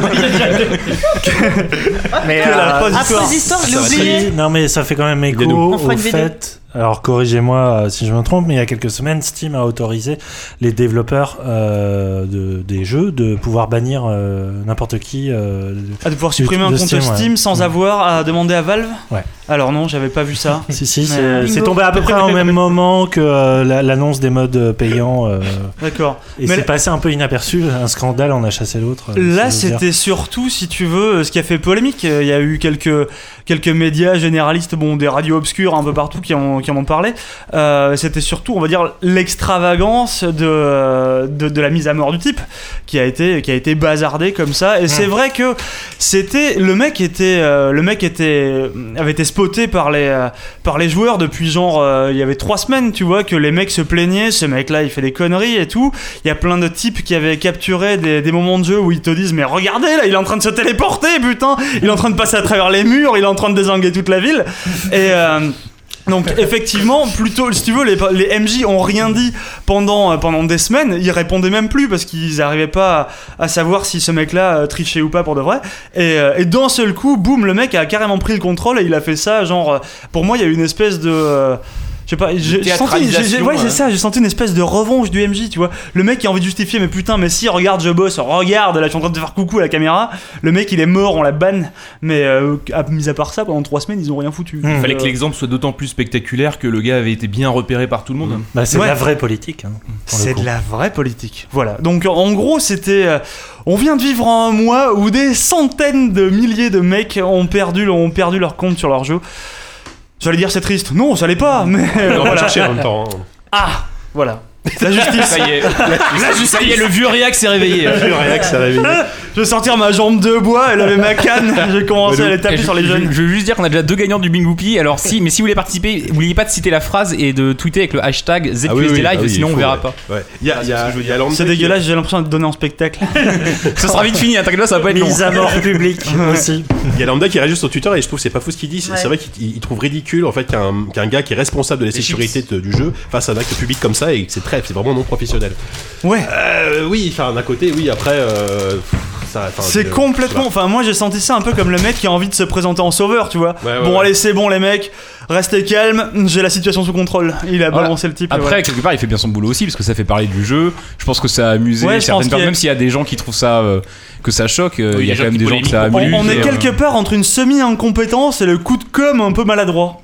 Speaker 4: Mais, euh,
Speaker 3: Quelle affreuse histoire
Speaker 8: Après histoire, je l'ai oublié.
Speaker 4: Si, non mais ça fait quand même écho
Speaker 2: Vidéo.
Speaker 4: au
Speaker 8: fera une vidéo.
Speaker 4: fait. Alors corrigez-moi euh, si je me trompe, mais il y a quelques semaines, Steam a autorisé les développeurs euh, de, des jeux de pouvoir bannir euh, n'importe qui. euh,
Speaker 3: Ah, de pouvoir supprimer un
Speaker 4: de
Speaker 3: compte Steam,
Speaker 4: Steam, ouais.
Speaker 3: sans avoir à demander à Valve
Speaker 4: Ouais.
Speaker 3: Alors non, j'avais pas vu ça.
Speaker 4: si si,
Speaker 3: Mais-
Speaker 4: c'est c'est tombé à peu près
Speaker 3: [LAUGHS]
Speaker 4: au même moment que euh, la- l'annonce des modes payants. euh,
Speaker 3: D'accord.
Speaker 4: et
Speaker 3: Mais
Speaker 4: c'est
Speaker 3: là-
Speaker 4: passé un peu inaperçu. Un scandale en a chassé l'autre. euh,
Speaker 3: Là,
Speaker 4: si j'ose dire.
Speaker 3: c'était surtout, si tu veux, ce qui a fait polémique. Euh, Il y a eu quelques, quelques médias généralistes, bon, des radios obscures un peu partout qui en, qui en ont parlé. Euh, c'était surtout, on va dire, l'extravagance de, de, de la mise à mort du type qui a été, qui a été bazardée comme ça. Et c'est vrai que c'était le mec était, euh, le mec était, avait été spoté par les, euh, par les joueurs depuis genre, euh, il y avait trois semaines, tu vois, que les mecs se plaignaient. Ce mec-là, il fait des conneries et tout. Il y a plein de types qui avaient capturé des, des moments de jeu où ils te disent Mais regardez là, il est en train de se téléporter, putain Il est en train de passer à travers les murs, il est en train de désinguer toute la ville. Et. euh, donc effectivement, plutôt, si tu veux, les, les MJ ont rien dit pendant, euh, pendant des semaines, ils répondaient même plus parce qu'ils n'arrivaient pas à, à savoir si ce mec-là euh, trichait ou pas pour de vrai. Et, euh, et d'un seul coup, boum, le mec a carrément pris le contrôle et il a fait ça, genre, euh, pour moi, il y a eu une espèce de... euh, je sais pas, j'ai j'ai senti, j'ai- j'ai- ouais,
Speaker 2: euh.
Speaker 3: c'est ça, j'ai senti une espèce de revanche du MJ, tu vois. Le mec qui a envie de justifier, mais putain, mais si, regarde, je bosse, regarde, là, je suis en train de faire coucou à la caméra. Le mec, il est mort, on la banne. Mais euh, à- mis à part ça, pendant trois semaines, ils ont rien foutu.
Speaker 2: Mmh.
Speaker 6: Il fallait
Speaker 3: Euh,
Speaker 6: que l'exemple soit d'autant plus spectaculaire que le gars avait été bien repéré par tout le
Speaker 2: Mmh.
Speaker 6: monde.
Speaker 4: Bah, c'est
Speaker 3: Ouais.
Speaker 4: de la vraie politique. hein, pour le
Speaker 3: C'est
Speaker 4: coup.
Speaker 3: de la vraie politique. Voilà. Donc en gros, c'était. euh, on vient de vivre un mois où des centaines de milliers de mecs ont perdu, ont perdu leur compte sur leur jeu. J'allais dire c'est triste. Non, ça l'est pas, mais.
Speaker 2: On va
Speaker 3: voilà.
Speaker 2: chercher en même temps. hein.
Speaker 3: Ah Voilà. La justice.
Speaker 5: Ça y est,
Speaker 6: Ça y est, le vieux Reac s'est réveillé.
Speaker 2: Le réac s'est réveillé.
Speaker 3: [LAUGHS] Je vais sortir ma jambe de bois, elle avait ma canne, j'ai commencé à les taper
Speaker 7: Eh, je-
Speaker 3: sur les
Speaker 7: je-
Speaker 3: jeunes.
Speaker 7: Je, veux juste dire qu'on a déjà deux gagnants du Bingoupi. Alors si, mais si vous voulez participer, n'oubliez pas de citer la phrase et de tweeter avec le hashtag ZQSD
Speaker 2: Ah oui, oui,
Speaker 7: Live,
Speaker 2: ah oui, il
Speaker 7: sinon on
Speaker 2: faut,
Speaker 7: verra
Speaker 2: ouais.
Speaker 7: pas. Ah,
Speaker 2: Ouais. Il y a, il y a- il y a Lambda
Speaker 3: C'est
Speaker 2: qui-
Speaker 3: dégueulasse, j'ai l'impression de donner en spectacle.
Speaker 7: [LAUGHS] Ce sera vite fini, hein, t'inquiète pas, ça va pas être long.
Speaker 4: Mise à mort
Speaker 7: [LAUGHS]
Speaker 3: [LAUGHS]
Speaker 4: publique aussi.
Speaker 2: Il y a Lambda qui réagit sur Twitter et je trouve que c'est pas fou ce qu'il dit. C'est
Speaker 8: Ouais.
Speaker 2: c'est vrai qu'il il trouve ridicule en fait qu'un qu'un gars qui est responsable de la sécurité de- du jeu fasse un acte public comme ça et que c'est très, c'est vraiment non professionnel.
Speaker 3: Ouais.
Speaker 2: Euh, oui, enfin d'un côté, oui. Après, euh, ça. enfin, euh,
Speaker 3: C'est
Speaker 4: Ah,
Speaker 2: je-
Speaker 3: complètement.
Speaker 4: bah.
Speaker 3: Enfin, moi j'ai senti ça un peu comme le mec qui a envie de se présenter en sauveur, tu vois.
Speaker 2: Ouais, ouais,
Speaker 3: bon,
Speaker 2: ouais.
Speaker 3: allez, c'est bon, les mecs, restez calmes, j'ai la situation sous contrôle. Il a
Speaker 7: Voilà.
Speaker 3: balancé le type. et
Speaker 7: Après,
Speaker 3: voilà.
Speaker 7: quelque part, il fait bien son boulot aussi, parce que ça fait parler du jeu. Je pense que ça a amusé
Speaker 3: Ouais, je pense
Speaker 7: certaines
Speaker 3: qu'il y a-
Speaker 7: personnes, même s'il y a des gens qui trouvent ça, euh, que ça choque, euh,
Speaker 5: Oui,
Speaker 7: il y a
Speaker 5: les
Speaker 7: quand
Speaker 5: gens
Speaker 7: même
Speaker 5: qui
Speaker 7: des gens que ça
Speaker 5: polémiquent
Speaker 7: amuse.
Speaker 5: beaucoup.
Speaker 3: On
Speaker 7: et,
Speaker 3: est
Speaker 7: euh,
Speaker 3: quelque part entre une semi-incompétence et le coup de com' un
Speaker 7: [LAUGHS]
Speaker 3: peu maladroit.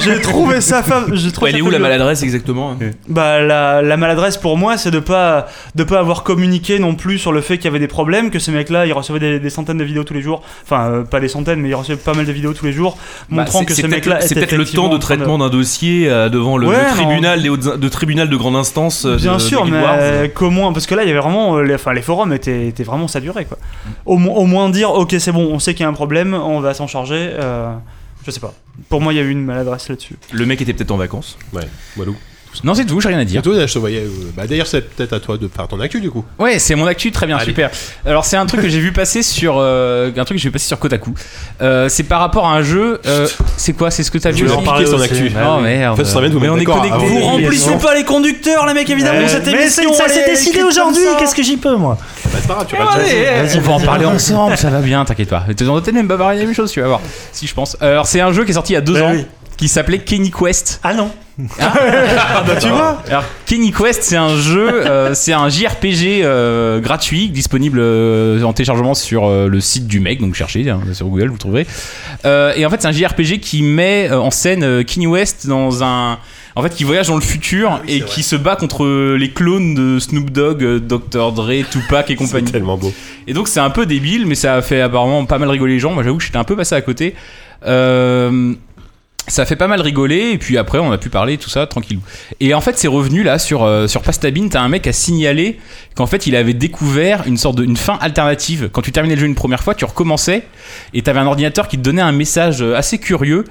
Speaker 3: J'ai trouvé ça fa... j'ai trouvé
Speaker 6: Elle
Speaker 3: ça
Speaker 6: est où la
Speaker 3: fabuleux.
Speaker 6: maladresse exactement hein.
Speaker 3: Bah la, la maladresse pour moi c'est de pas de pas avoir communiqué non plus sur le fait qu'il y avait des problèmes que ces mecs là ils recevaient des, des centaines de vidéos tous les jours enfin euh, pas des centaines mais ils recevaient pas mal de vidéos tous les jours
Speaker 6: Bah,
Speaker 3: montrant
Speaker 6: c'est-
Speaker 3: que
Speaker 6: c'est
Speaker 3: ces
Speaker 6: peut-être
Speaker 3: mecs là
Speaker 6: le- C'est peut-être le temps de traitement d'un dossier euh, devant le,
Speaker 3: Ouais,
Speaker 6: le
Speaker 3: non.
Speaker 6: tribunal des hautes- de tribunal de grande instance. euh,
Speaker 3: Bien
Speaker 6: de-
Speaker 3: sûr,
Speaker 6: de
Speaker 3: mais
Speaker 6: Guild Wars.
Speaker 3: euh, comment Parce que là, il y avait vraiment, euh, les, enfin, les forums étaient, étaient vraiment saturés, quoi. Au, mo- au moins dire, ok, c'est bon, on sait qu'il y a un problème, on va s'en charger. euh, je sais pas. Pour moi, il y a eu une maladresse là-dessus.
Speaker 6: Le mec était peut-être en vacances.
Speaker 2: Ouais. Walou.
Speaker 7: Non, c'est tout, j'ai rien à dire.
Speaker 2: Et toi, je te voyais. euh, bah, d'ailleurs, c'est peut-être à toi de faire ton actu du coup.
Speaker 7: Ouais, c'est mon actu, très bien,
Speaker 2: Allez.
Speaker 7: super. Alors c'est un truc que j'ai vu passer sur euh, un truc que j'ai vu passer sur Kotaku. Euh, c'est par rapport à un jeu. euh, c'est quoi C'est ce que t'as vu
Speaker 2: veux
Speaker 7: aussi
Speaker 2: en parler
Speaker 4: son
Speaker 2: aussi.
Speaker 4: actu.
Speaker 7: Oh merde.
Speaker 2: En fait, ce serait bien de vous
Speaker 6: mais
Speaker 2: mettre
Speaker 6: on est
Speaker 2: d'accord
Speaker 6: connectés.
Speaker 2: avant.
Speaker 6: Vous
Speaker 3: remplissez
Speaker 4: non.
Speaker 3: pas les conducteurs, les mecs, évidemment,
Speaker 4: Euh,
Speaker 3: cette
Speaker 4: mais
Speaker 3: émission,
Speaker 4: c'est- ça
Speaker 3: elle
Speaker 4: s'est
Speaker 3: est
Speaker 4: décidé
Speaker 3: écrite comme
Speaker 4: aujourd'hui,
Speaker 3: ça.
Speaker 4: qu'est-ce que j'y peux moi
Speaker 2: Bah, c'est pas grave, tu vas déjà-
Speaker 7: on va
Speaker 4: [LAUGHS]
Speaker 7: en parler ensemble, ça va bien, t'inquiète pas. Tu vas peut-être même bavarder la même chose, tu vas voir. Si je pense. Euh, Alors c'est un jeu qui est sorti il y a deux
Speaker 4: Bah
Speaker 7: ans.
Speaker 4: oui.
Speaker 7: Qui s'appelait Kenny Quest.
Speaker 4: Ah non
Speaker 7: Ah, bah, tu vois Alors, Kenny Quest, c'est un jeu, euh, c'est un JRPG euh, gratuit, disponible euh, en téléchargement sur euh, le site du mec, donc cherchez hein, sur Google, vous le trouverez. Euh, et en fait, c'est un JRPG qui met euh, en scène euh, Kenny West dans un. En fait, qui voyage dans le futur
Speaker 2: Ah
Speaker 7: et qui se bat contre les clones de Snoop Dogg, euh, Dr. Dre, Tupac et
Speaker 2: C'est
Speaker 7: compagnie.
Speaker 2: tellement beau.
Speaker 7: Et donc c'est un peu débile, mais ça a fait apparemment pas mal rigoler les gens. Moi j'avoue que j'étais un peu passé à côté. Euh, ça a fait pas mal rigoler, et puis après on a pu parler tout ça tranquillou. Et en fait c'est revenu là sur, euh, sur Pastabine, t'as un mec qui a signalé qu'en fait il avait découvert une sorte de une fin alternative. Quand tu terminais le jeu une première fois, tu recommençais, et t'avais un ordinateur qui te donnait un message euh, assez curieux,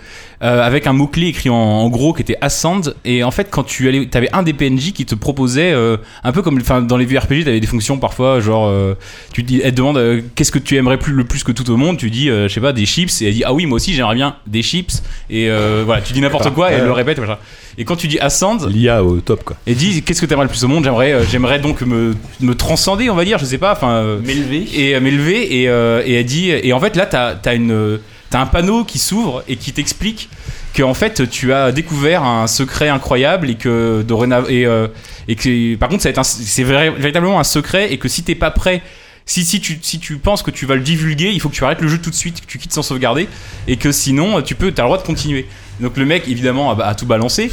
Speaker 7: euh, avec un mot-clé écrit en, en gros qui était Ascend, et en fait quand tu allais, t'avais un des PNJ qui te proposait, euh, un peu comme enfin, dans les vues RPG, t'avais des fonctions parfois genre... euh, tu dis, elle te demande euh, qu'est-ce que tu aimerais plus, le plus que tout au monde. Tu dis, euh, je sais pas, des chips. Et elle dit, ah oui, moi aussi j'aimerais bien des chips. Et euh, voilà, tu dis n'importe quoi et elle le répète. machin. Et quand tu dis ascend,
Speaker 2: L'IA au top quoi.
Speaker 7: elle dit, qu'est-ce que t'aimerais le plus au monde J'aimerais, euh, j'aimerais donc me, me transcender, on va dire, je sais pas. Enfin, euh,
Speaker 6: M'élever.
Speaker 7: et euh, m'élever et, euh, et elle dit et en fait là t'as as une euh, t'as un panneau qui s'ouvre et qui t'explique que en fait tu as découvert un secret incroyable et que dorénavant et, euh, et que par contre ça va être un- c'est vrai- véritablement un secret et que si t'es pas prêt si, si, tu, si tu penses que tu vas le divulguer, il faut que tu arrêtes le jeu tout de suite, que tu quittes sans sauvegarder, et que sinon, euh, tu peux, as le droit de continuer. Donc le mec, évidemment, a, a tout balancé.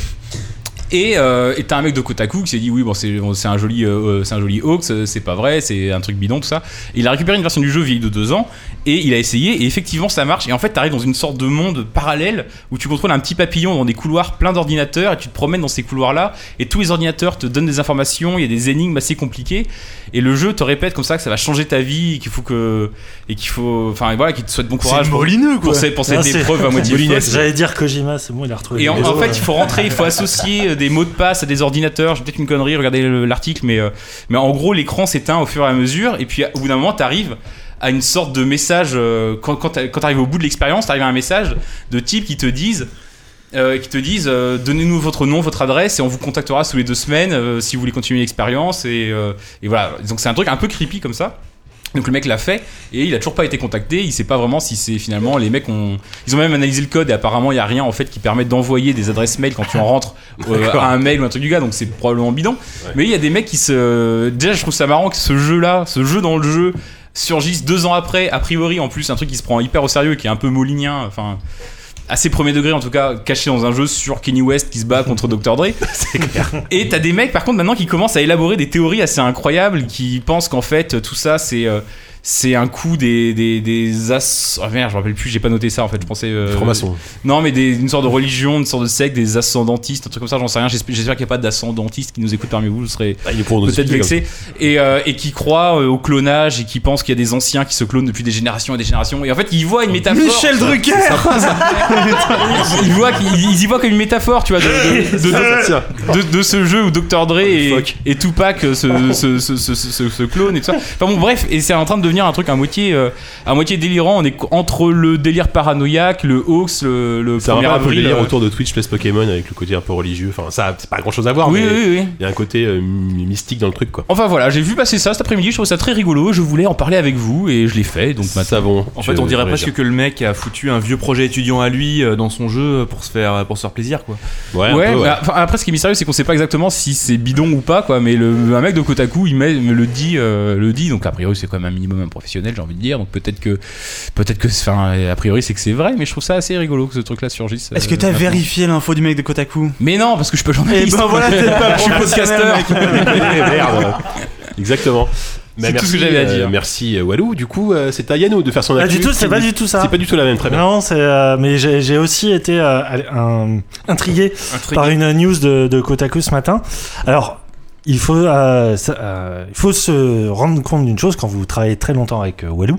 Speaker 7: Et euh, et t'as un mec de Kotaku qui s'est dit oui bon c'est bon, c'est un joli euh, euh, c'est un joli hoax euh, c'est pas vrai c'est un truc bidon tout ça il a récupéré une version du jeu vieille de deux ans et il a essayé et effectivement ça marche et en fait t'arrives dans une sorte de monde parallèle où tu contrôles un petit papillon dans des couloirs plein d'ordinateurs et tu te promènes dans ces couloirs là et tous les ordinateurs te donnent des informations il y a des énigmes assez compliquées et le jeu te répète comme ça que ça va changer ta vie et qu'il faut que et qu'il faut enfin voilà qu'il te souhaite bon courage
Speaker 3: C'est
Speaker 7: pour,
Speaker 3: molineux, quoi.
Speaker 7: pour cette, pour cette
Speaker 4: Ah, [LAUGHS] c'est-
Speaker 7: épreuve à moitié
Speaker 4: Molinet,
Speaker 7: fausse.
Speaker 4: J'allais dire Kojima, c'est bon, il a retrouvé.
Speaker 7: Et
Speaker 4: le
Speaker 7: en,
Speaker 4: réseau,
Speaker 7: en fait,
Speaker 4: là.
Speaker 7: il faut rentrer, il faut associer euh, des mots de passe à des ordinateurs. J'ai peut-être une connerie, regardez le- l'article, mais, euh, mais en gros, l'écran s'éteint au fur et à mesure. Et puis, au bout d'un moment, t'arrives à une sorte de message. euh, quand quand t'a- quand t'arrives au bout de l'expérience, t'arrives à un message de type qui te disent. euh, qui te disent euh, donnez-nous votre nom, votre adresse et on vous contactera sous les deux semaines euh, si vous voulez continuer l'expérience et, euh, et voilà donc c'est un truc un peu creepy comme ça Donc le mec l'a fait et il a toujours pas été contacté. Il sait pas vraiment si c'est finalement les mecs ont. Ils ont même analysé le code et apparemment il y a rien en fait qui permet d'envoyer des adresses mail quand tu en rentres euh, à un mail ou un truc du gars. Donc c'est probablement bidon. Mais il y a des mecs qui se. Déjà je trouve ça marrant que ce jeu là, ce jeu dans le jeu surgisse deux ans après. A priori en plus un truc qui se prend hyper au sérieux, qui est un peu molinien. Enfin assez premier degré en tout cas, caché dans un jeu sur Kenny West qui se bat contre Dr. Dre. [LAUGHS] C'est clair. Et t'as des mecs par contre maintenant qui commencent à élaborer des théories assez incroyables, qui pensent qu'en fait tout ça c'est euh, c'est un coup des des, des as. Oh merde, je me rappelle plus, j'ai pas noté ça en fait. Je pensais. euh,
Speaker 2: Franc-maçon.
Speaker 7: Non, mais des- une sorte de religion, une sorte de secte, des ascendantistes, un truc comme ça. J'en sais rien. J'espère j'espère qu'il n'y a pas d'ascendantistes qui nous écoutent parmi vous. Vous serez
Speaker 2: Ah, il est pour nous
Speaker 7: peut-être
Speaker 2: expliquer,
Speaker 7: vexé et, euh, et qui croient euh, au clonage et qui pensent qu'il y a des anciens qui se clonent depuis des générations et des générations et en fait ils voient une métaphore
Speaker 3: Michel Drucker
Speaker 7: C'est sympa, ça.
Speaker 2: [LAUGHS]
Speaker 7: ils, voient qu'ils- ils y voient comme une métaphore tu vois de, de- de- de- de- de ce jeu où Dr
Speaker 2: Oh,
Speaker 7: Dre et, et Tupac euh, se, se, se- se- se- se clonent et tout ça enfin bon bref et c'est en train de devenir un truc à moitié euh, à moitié délirant on est entre le délire paranoïaque le hoax le, le
Speaker 2: Ça
Speaker 7: 1er
Speaker 2: rappelle un peu le
Speaker 7: avril
Speaker 2: délire
Speaker 7: euh,
Speaker 2: autour de Twitch, Place Pokémon, avec le côté un peu religieux. Enfin, ça, c'est pas grand chose à voir,
Speaker 7: oui
Speaker 2: mais
Speaker 7: oui oui
Speaker 2: il y a un côté euh, my- mystique dans le truc, quoi.
Speaker 7: Enfin voilà, j'ai vu passer ça cet après-midi, je trouve ça très rigolo, je voulais en parler avec vous et je l'ai fait donc maintenant.
Speaker 2: Savon.
Speaker 6: En
Speaker 2: tu
Speaker 6: fait, on
Speaker 2: veux
Speaker 6: dirait
Speaker 2: réagir.
Speaker 6: presque que le mec a foutu un vieux projet étudiant à lui euh, dans son jeu pour se faire, euh, pour se faire plaisir, quoi.
Speaker 2: Ouais, un
Speaker 7: Ouais,
Speaker 2: peu, ouais.
Speaker 7: bah, enfin, après ce qui est mystérieux c'est qu'on sait pas exactement si c'est bidon ou pas quoi, mais le, un mec de Kotaku il met- me le dit, euh, le dit donc a priori c'est quand même un minimum un professionnel j'ai envie de dire donc peut-être que peut-être que enfin a priori c'est que c'est vrai mais je trouve ça assez rigolo que ce truc là surgisse.
Speaker 3: Est-ce
Speaker 7: euh,
Speaker 3: que t'as
Speaker 7: maintenant.
Speaker 3: vérifié l'info du mec de Kotaku
Speaker 7: Mais non parce que je peux
Speaker 3: Eh
Speaker 7: journaliste.
Speaker 3: ben voilà, t'es pas
Speaker 7: je suis podcasteur.
Speaker 3: professionnel, mec.
Speaker 2: Eh, [LAUGHS] merde. Exactement. Bah,
Speaker 7: C'est tout
Speaker 2: merci,
Speaker 7: ce que j'avais à
Speaker 2: euh,
Speaker 7: dire.
Speaker 2: merci euh, Walou. Du coup, euh, c'est à Yano de faire son
Speaker 4: Pas
Speaker 2: actu.
Speaker 4: du tout, c'est
Speaker 2: qui-
Speaker 4: pas du tout ça.
Speaker 2: C'est pas du tout la même, très bien.
Speaker 4: Non, c'est. euh, mais j'ai j'ai aussi été euh, allez, un- intrigué par une news de, de Kotaku ce matin. Alors. Il faut, euh, ça- euh, il faut se rendre compte d'une chose quand vous travaillez très longtemps avec euh, Walou,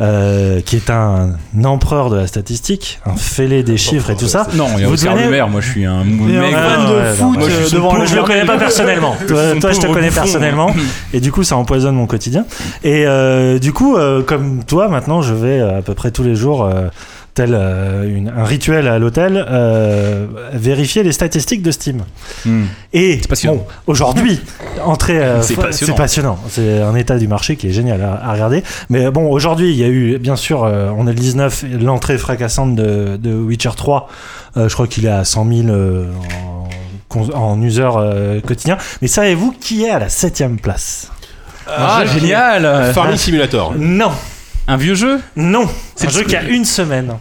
Speaker 4: euh, qui est un empereur de la statistique, un fêlé des chiffres et tout ça.
Speaker 7: Non, il y a
Speaker 4: Vous
Speaker 7: Oscar
Speaker 4: devenez-
Speaker 7: Le Maire, moi je suis un
Speaker 3: Et
Speaker 7: mec.
Speaker 3: un fan
Speaker 4: non, ouais,
Speaker 3: de
Speaker 4: non,
Speaker 3: foot
Speaker 4: moi, je
Speaker 3: euh,
Speaker 4: suis
Speaker 3: devant
Speaker 4: pauvre,
Speaker 3: la
Speaker 4: je le connais pas personnellement. toi,
Speaker 7: Son
Speaker 4: toi, je te
Speaker 7: pauvre
Speaker 4: connais
Speaker 7: bouffon.
Speaker 4: personnellement. Et du coup, ça empoisonne mon quotidien. Et euh, du coup, euh, comme toi, maintenant, je vais euh, à peu près tous les jours, euh, tel euh, une- un rituel à l'hôtel, euh, vérifier les statistiques de Steam.
Speaker 7: [LAUGHS] Hmm.
Speaker 4: Et
Speaker 7: passionnant.
Speaker 4: bon, aujourd'hui, entrer, euh,
Speaker 7: C'est
Speaker 4: fa-
Speaker 7: passionnant.
Speaker 4: c'est passionnant. C'est un état du marché qui est génial à, à regarder. Mais bon, aujourd'hui, il y a eu, bien sûr, euh, on a le 19, et l'entrée fracassante de, de Witcher 3. Euh, je crois qu'il est à 100 000 euh, en, cons- en user euh, quotidien. Mais savez-vous qui est à la 7 place
Speaker 7: Ah génial
Speaker 2: Farming Simulator.
Speaker 4: Non,
Speaker 7: Un vieux jeu
Speaker 4: non. C'est
Speaker 7: C'est
Speaker 4: un
Speaker 7: le
Speaker 4: jeu
Speaker 7: truc-
Speaker 4: qui a une semaine.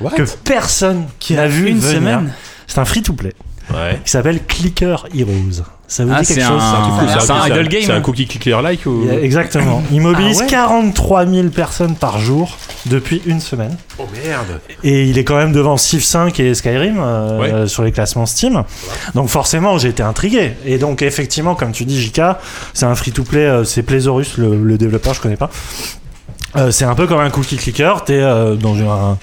Speaker 2: What
Speaker 4: Que personne qui a vu
Speaker 3: une
Speaker 4: venir.
Speaker 3: semaine.
Speaker 4: C'est un free-to-play
Speaker 2: Ouais.
Speaker 4: qui s'appelle Clicker Heroes. Ça vous
Speaker 7: Ah,
Speaker 4: dit quelque
Speaker 7: c'est
Speaker 4: chose
Speaker 7: un-
Speaker 2: Du coup,
Speaker 7: c'est un idle game.
Speaker 2: C'est un cookie clicker like ou.
Speaker 4: Il y a- Exactement. Il mobilise
Speaker 3: Ah ouais
Speaker 4: 43 000 personnes par jour depuis une semaine.
Speaker 2: Oh merde.
Speaker 4: Et il est quand même devant Civ 5 et Skyrim euh,
Speaker 2: Ouais.
Speaker 4: euh, sur les classements Steam. Donc forcément, j'ai été intrigué. Et donc effectivement, comme tu dis, JK, c'est un free-to-play, euh, c'est Plaisorus, le, le développeur, je connais pas. Euh, c'est un peu comme un cookie clicker, t'es euh, dans un,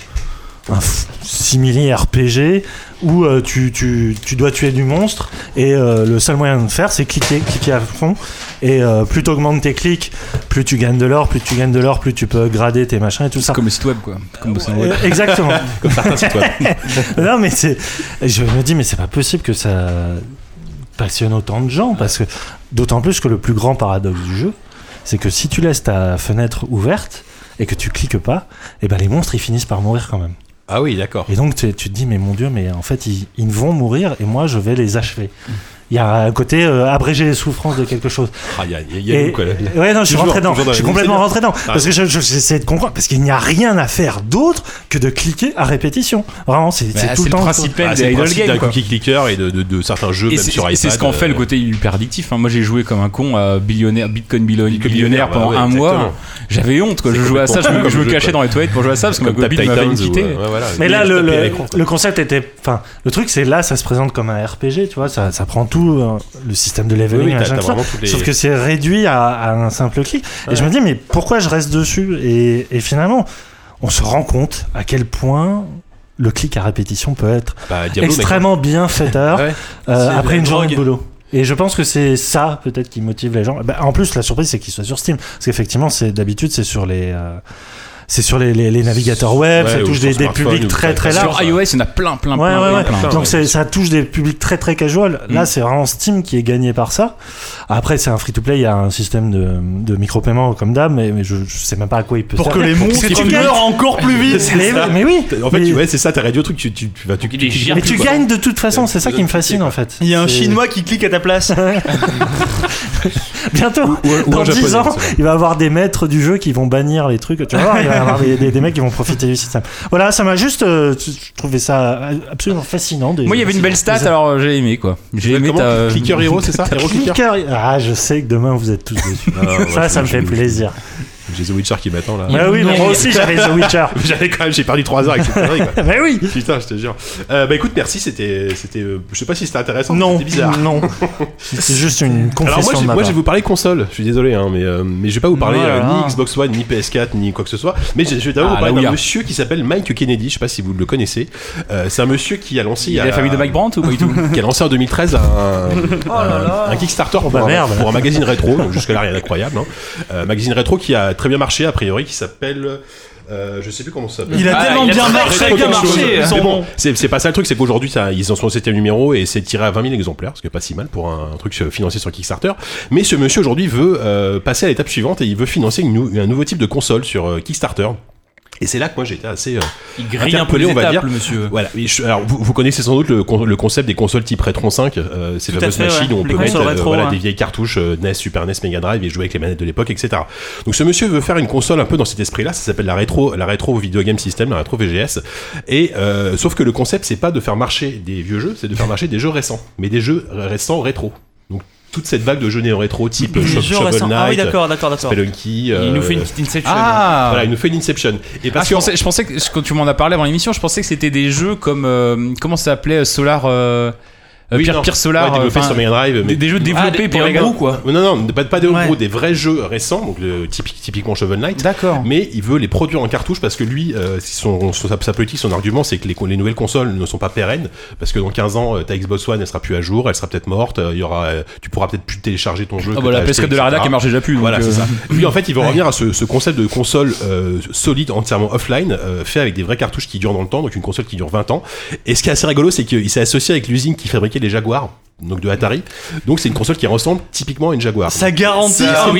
Speaker 4: un f- simili RPG où euh, tu, tu- tu dois tuer du monstre et euh, le seul moyen de faire c'est cliquer, cliquer à fond et euh, plus t'augmentes tes clics, plus tu gagnes de l'or, plus tu gagnes de l'or, plus tu peux grader tes machins et tout ça.
Speaker 7: Comme le site web quoi. Comme Boston Web.
Speaker 4: Euh,
Speaker 7: [LAUGHS]
Speaker 4: exactement.
Speaker 2: Comme certains sites web.
Speaker 4: [LAUGHS] non mais c'est je me dis mais c'est pas possible que ça passionne autant de gens parce que d'autant plus que le plus grand paradoxe du jeu c'est que si tu laisses ta fenêtre ouverte et que tu cliques pas, et ben les monstres ils finissent par mourir quand même.
Speaker 2: Ah oui, d'accord.
Speaker 4: Et donc tu, tu te dis mais mon dieu mais en fait ils, ils vont mourir et moi je vais les achever. Il y a un côté euh, abréger les souffrances de quelque chose.
Speaker 2: Ah, Il y a, il y a nous,
Speaker 4: Et-
Speaker 2: quoi. là.
Speaker 4: Ouais, non, je suis
Speaker 2: Toujours,
Speaker 4: rentré dedans.
Speaker 2: toujours dans
Speaker 4: Je
Speaker 2: la
Speaker 4: suis
Speaker 2: même
Speaker 4: complètement
Speaker 2: scène.
Speaker 4: rentré dedans.
Speaker 2: Ah.
Speaker 4: Parce que je- je- j'essaie de comprendre. Parce qu'il n'y a rien à faire d'autre que de cliquer à répétition. Vraiment, c'est
Speaker 7: Bah,
Speaker 4: c'est tout
Speaker 7: c'est
Speaker 4: le
Speaker 7: le
Speaker 4: temps.
Speaker 7: principe
Speaker 2: Ah,
Speaker 7: même
Speaker 2: c'est
Speaker 7: des
Speaker 2: le
Speaker 7: idle
Speaker 2: principe d'un
Speaker 7: game quoi.
Speaker 2: cookie clicker et de, de- de certains jeux,
Speaker 7: Et
Speaker 2: même
Speaker 7: c'est-
Speaker 2: sur
Speaker 7: et
Speaker 2: iPad.
Speaker 7: c'est ce qu'en fait le
Speaker 2: euh,
Speaker 7: côté hyper addictif. hein. Moi j'ai joué comme un con à billionnaire, Bitcoin billionnaire,
Speaker 2: Bitcoin
Speaker 7: billionnaire
Speaker 2: billionnaire,
Speaker 7: pendant
Speaker 2: bah ouais,
Speaker 7: un
Speaker 2: exactement.
Speaker 7: mois. J'avais honte quoi. Je
Speaker 2: C'est
Speaker 7: jouais à ça, je
Speaker 2: complètement
Speaker 7: me, je me
Speaker 2: comme
Speaker 7: cachais
Speaker 2: jeu,
Speaker 7: dans les toilettes pour jouer à ça parce que ma
Speaker 2: Comme Tap
Speaker 7: copine m'avait
Speaker 2: Titans. ou,
Speaker 7: quitté.
Speaker 2: euh, ouais, voilà.
Speaker 4: Mais
Speaker 2: Et
Speaker 4: là,
Speaker 2: se
Speaker 4: le,
Speaker 2: taper à
Speaker 4: le,
Speaker 2: l'écran, quoi.
Speaker 4: le concept était. Enfin, le truc, c'est là, ça se présente comme un RPG, tu vois. Ça, ça prend tout euh, le système de
Speaker 2: Oui,
Speaker 4: leveling,
Speaker 2: oui, t'as-
Speaker 4: machin,
Speaker 2: t'as
Speaker 4: tout ça.
Speaker 2: vraiment toutes les-
Speaker 4: Sauf que c'est réduit à, à un simple clic. Et je me dis, mais pourquoi je reste dessus et, et finalement, on se rend compte à quel point le clic à répétition peut être
Speaker 2: Bah, Diablo, mec.
Speaker 4: extrêmement bien
Speaker 2: [LAUGHS]
Speaker 4: fêteur
Speaker 2: Ouais.
Speaker 4: euh,
Speaker 6: C'est
Speaker 4: après
Speaker 6: la
Speaker 4: une journée de
Speaker 6: drogue.
Speaker 4: boulot. Et je pense que c'est ça peut-être qui motive les gens. Bah, en plus, la surprise c'est qu'il soit sur Steam, parce qu'effectivement, c'est d'habitude c'est sur les euh, c'est sur les, les- les navigateurs web,
Speaker 2: Ouais,
Speaker 4: ça
Speaker 2: ou
Speaker 4: touche
Speaker 2: sur
Speaker 4: des, des
Speaker 2: smartphone,
Speaker 4: publics
Speaker 2: ou
Speaker 4: très
Speaker 2: sur-
Speaker 4: très
Speaker 2: sur
Speaker 4: larges.
Speaker 7: Sur iOS, il y en a plein, plein,
Speaker 4: Ouais,
Speaker 7: plein,
Speaker 4: ouais, ouais.
Speaker 7: plein, plein.
Speaker 4: Donc c'est- ça touche des publics très très casual. Là,
Speaker 7: Mm.
Speaker 4: c'est vraiment Steam qui est gagné par ça. Après, c'est un free-to-play, il y a un système de, de micro-paiement comme d'hab, mais, mais je, je sais même pas à quoi il peut
Speaker 3: Pour que
Speaker 4: servir.
Speaker 3: les monstres meurent encore plus vite.
Speaker 4: Mais- mais oui,
Speaker 2: En fait,
Speaker 4: mais-
Speaker 2: tu vois, c'est ça, t'as réduit le truc, tu, tu, tu vas tu, tu- tu-
Speaker 4: mais tu
Speaker 2: quoi.
Speaker 4: gagnes de toute façon, c'est ça
Speaker 2: de
Speaker 4: qui me
Speaker 2: toute
Speaker 4: fascine en fait.
Speaker 3: Il y a un
Speaker 4: C'est-
Speaker 3: chinois qui clique à
Speaker 7: [LAUGHS]
Speaker 3: ta place.
Speaker 4: Bientôt,
Speaker 2: ou
Speaker 4: dans
Speaker 2: un
Speaker 4: 10
Speaker 2: japonais,
Speaker 4: ans,
Speaker 2: c'est vrai.
Speaker 4: il va y avoir des maîtres du jeu qui vont bannir les trucs. Tu vas voir, il va y avoir des, des- des mecs qui vont profiter du système. Voilà, ça m'a juste. euh, je trouvais ça absolument fascinant. des-
Speaker 7: Moi, il y avait une belle stat,
Speaker 4: des-
Speaker 7: alors euh, j'ai aimé quoi. J'ai aimé
Speaker 2: Comment
Speaker 7: [LAUGHS] ta.
Speaker 2: Clicker Hero, c'est ça Hero Clicker
Speaker 4: Clicker- Ah, je sais que demain vous êtes tous dessus.
Speaker 2: Ah, ouais,
Speaker 4: ça, ça me
Speaker 2: je-
Speaker 4: fait
Speaker 2: je-
Speaker 4: plaisir.
Speaker 2: J'ai The Witcher qui m'attend là.
Speaker 4: Ouais, Bah oui, mais moi aussi j'avais The
Speaker 2: [LAUGHS]
Speaker 4: Witcher.
Speaker 2: J'avais quand même, j'ai perdu 3 heures avec cette connerie,
Speaker 4: [LAUGHS]
Speaker 2: quoi.
Speaker 4: Mais oui
Speaker 2: Putain, je te jure. Euh, bah écoute, merci, c'était. c'était euh, je sais pas si c'était intéressant,
Speaker 4: Non,
Speaker 2: c'était bizarre.
Speaker 4: non. C'est juste une
Speaker 2: Alors
Speaker 4: confession
Speaker 2: moi, j'ai-
Speaker 4: de ma
Speaker 2: moi, je vais
Speaker 4: part.
Speaker 2: vous parler console. Je suis désolé, hein, mais euh, mais je vais pas vous parler
Speaker 4: Voilà.
Speaker 2: euh, ni Xbox One, ni PS4, ni quoi que ce soit. Mais je, je vais d'abord
Speaker 7: Ah,
Speaker 2: vous
Speaker 7: là
Speaker 2: parler
Speaker 7: où il y
Speaker 2: d'un
Speaker 7: a.
Speaker 2: monsieur qui s'appelle Mike Kennedy. Je sais pas si vous le connaissez. Euh, c'est un monsieur qui a lancé.
Speaker 7: Il y a
Speaker 2: à
Speaker 7: la famille de Mike Brandt ou pas du tout
Speaker 2: [LAUGHS]
Speaker 7: Oh
Speaker 2: qui a lancé en 2013 un, un- un Kickstarter pour,
Speaker 4: bah
Speaker 2: un,
Speaker 4: merde.
Speaker 2: pour un magazine rétro. Donc Jusque-là, rien d'incroyable. Hein. Euh, magazine rétro qui a très bien marché, a priori, qui s'appelle. euh, je sais plus comment ça s'appelle.
Speaker 3: Il a
Speaker 7: Ah,
Speaker 3: tellement
Speaker 7: il a
Speaker 3: bien
Speaker 7: très,
Speaker 3: marché,
Speaker 7: très hein.
Speaker 3: bien
Speaker 7: quelque chose.
Speaker 3: marché.
Speaker 7: Mais
Speaker 3: son
Speaker 2: Mais bon,
Speaker 3: nom.
Speaker 2: c'est c'est pas ça le truc, c'est qu'aujourd'hui, ça- ils en sont au septième numéro et c'est tiré à 20 000 exemplaires, ce qui est pas si mal pour un truc euh, financé sur Kickstarter. Mais ce monsieur aujourd'hui veut euh, passer à l'étape suivante et il veut financer une nou- un nouveau type de console sur euh, Kickstarter. Et c'est là que moi j'étais assez euh,
Speaker 6: Il
Speaker 2: grille un peu les
Speaker 6: on va
Speaker 2: étapes,
Speaker 6: dire.
Speaker 2: le
Speaker 6: monsieur.
Speaker 2: voilà. Et je- alors vous, vous connaissez sans doute le, con- le concept des consoles type Retron 5, euh, ces
Speaker 3: Tout à
Speaker 2: fameuses
Speaker 3: fait,
Speaker 2: machines
Speaker 3: ouais.
Speaker 2: où on
Speaker 3: Les
Speaker 2: peut mettre
Speaker 3: consoles
Speaker 2: euh,
Speaker 3: rétro,
Speaker 2: voilà,
Speaker 3: ouais.
Speaker 2: des vieilles cartouches euh, NES, Super NES, Mega Drive et jouer avec les manettes de l'époque, etc. Donc ce monsieur veut faire une console un peu dans cet esprit-là. Ça s'appelle la rétro, la rétro video game system, la rétro VGS. Et euh, sauf que le concept c'est pas de faire marcher des vieux jeux, c'est de faire marcher des jeux récents, mais des jeux récents rétro. Donc toute cette vague de jeux néo rétro type
Speaker 3: Les
Speaker 2: Sho-
Speaker 3: jeux
Speaker 2: Shovel Knight,
Speaker 3: récents. Ah oui, d'accord, d'accord, d'accord.
Speaker 2: Spelunky. euh,
Speaker 6: Il nous fait une petite inception.
Speaker 7: Ah
Speaker 2: Voilà, il nous fait une Inception. Et
Speaker 7: Ah,
Speaker 2: parce
Speaker 7: je,
Speaker 2: que-
Speaker 7: pensais, je pensais que quand tu m'en as parlé avant l'émission, je pensais que c'était des jeux comme euh, comment ça s'appelait euh, Solar, euh, euh,
Speaker 2: Oui,
Speaker 7: Pierre
Speaker 2: non.
Speaker 7: Pierre Solar,
Speaker 2: Ouais, développé
Speaker 7: euh, enfin,
Speaker 2: sur Mega Drive, mais
Speaker 7: Ah, des, des jeux développés pour les gars.
Speaker 6: quoi.
Speaker 2: Non, non, non, pas, pas des
Speaker 3: Ouais.
Speaker 2: gros, des vrais jeux récents, donc le, typique- typiquement Shovel Knight.
Speaker 7: D'accord.
Speaker 2: Mais il veut les produire en cartouche parce que lui, euh, son, son- sa, sa politique, son argument, c'est que les, co- les nouvelles consoles ne sont pas pérennes. Parce que dans 15 ans, euh, ta Xbox One, elle sera plus à jour, elle sera peut-être morte, euh, il y aura, euh, tu pourras peut-être plus télécharger ton jeu.
Speaker 7: Ah
Speaker 2: que
Speaker 7: bah la
Speaker 2: t'as acheté,
Speaker 7: PS4 de
Speaker 2: etc.
Speaker 7: la Rada qui marchait déjà plus. donc,
Speaker 2: Voilà,
Speaker 7: euh, [LAUGHS]
Speaker 2: c'est ça. Lui, en fait, il veut revenir à ce, ce concept de console euh, solide, entièrement offline, euh, fait avec des vraies cartouches qui durent dans le temps, donc une console qui dure 20 ans. Et ce qui est assez rigolo, c'est qu'il s'est associé avec l'usine qui fabriquait les Jaguars, donc de Atari. Donc c'est une console qui ressemble typiquement à une Jaguar.
Speaker 3: Ça garantit
Speaker 7: Ça,
Speaker 3: un
Speaker 7: oui,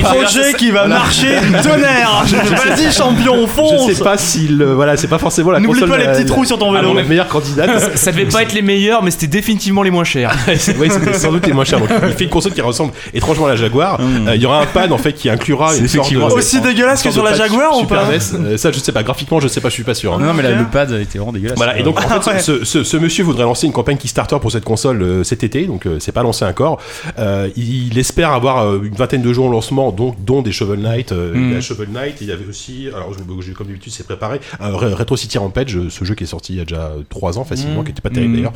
Speaker 7: ça-
Speaker 3: projet qui
Speaker 2: [LAUGHS]
Speaker 3: va marcher du tonnerre. Vas-y, champion, on
Speaker 2: Je
Speaker 3: fonce.
Speaker 2: sais pas si le, voilà, c'est pas forcément la
Speaker 3: N'oublie
Speaker 2: console. euh,
Speaker 3: pas les
Speaker 2: la-
Speaker 3: petits trous sur ton vélo.
Speaker 2: la meilleure candidate.
Speaker 3: [LAUGHS]
Speaker 6: Ça devait pas être les meilleurs, mais c'était définitivement les
Speaker 2: [LAUGHS]
Speaker 6: moins chers.
Speaker 2: oui, c'était sans doute les moins chers.
Speaker 3: [LAUGHS]
Speaker 2: Donc, il fait une console qui ressemble étrangement à la Jaguar. Euh, Il y aura un pad en fait qui inclura une sorte de,
Speaker 3: Aussi dégueulasse que sur la Jaguar ou
Speaker 2: Super
Speaker 3: pas
Speaker 2: NES. Euh, ça, je sais pas. Graphiquement, je sais pas. Je suis pas sûr. hein.
Speaker 7: Non, non, mais là, le pad était vraiment dégueulasse. Ah,
Speaker 2: Voilà, et donc
Speaker 3: [LAUGHS]
Speaker 2: en
Speaker 3: Ah
Speaker 2: fait, ce, ce- ce monsieur voudrait lancer une campagne Kickstarter pour cette console euh, cet été, donc euh, c'est pas lancé encore. Euh, il, il espère avoir euh, une vingtaine de jours au lancement, dont, dont des Shovel Knight. euh,
Speaker 7: Mm.
Speaker 2: Il y a Shovel Knight, il y avait aussi, alors je- je- comme d'habitude, c'est préparé, un Re- Retro City Rampage, euh, ce jeu qui est sorti il y a déjà 3 ans facilement, qui était pas terrible
Speaker 7: Mm.
Speaker 2: d'ailleurs.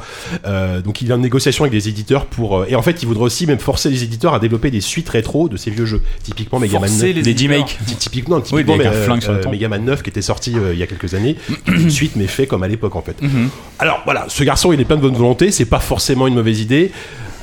Speaker 2: Euh, donc il est en négociation avec des éditeurs pour. euh, et en fait, il voudrait aussi même forcer les éditeurs à développer des suites rétro de ces vieux jeux, typiquement Mega Man
Speaker 6: Forcer les
Speaker 7: des
Speaker 6: éditeurs.
Speaker 7: D-Make.
Speaker 2: Ty- Typiquement,
Speaker 7: Oui,
Speaker 2: typiquement
Speaker 7: avec un
Speaker 2: euh,
Speaker 7: flingue sur le
Speaker 2: euh,
Speaker 7: temple.
Speaker 2: Mega Man 9 qui était sorti euh, il y a quelques
Speaker 7: [CLEARS THROAT]
Speaker 2: années, qui est une suite mais fait comme à l'époque en fait.
Speaker 7: Mm-hmm.
Speaker 2: Alors voilà, ce garçon il est plein de bonne volonté, c'est pas forcément une mauvaise idée.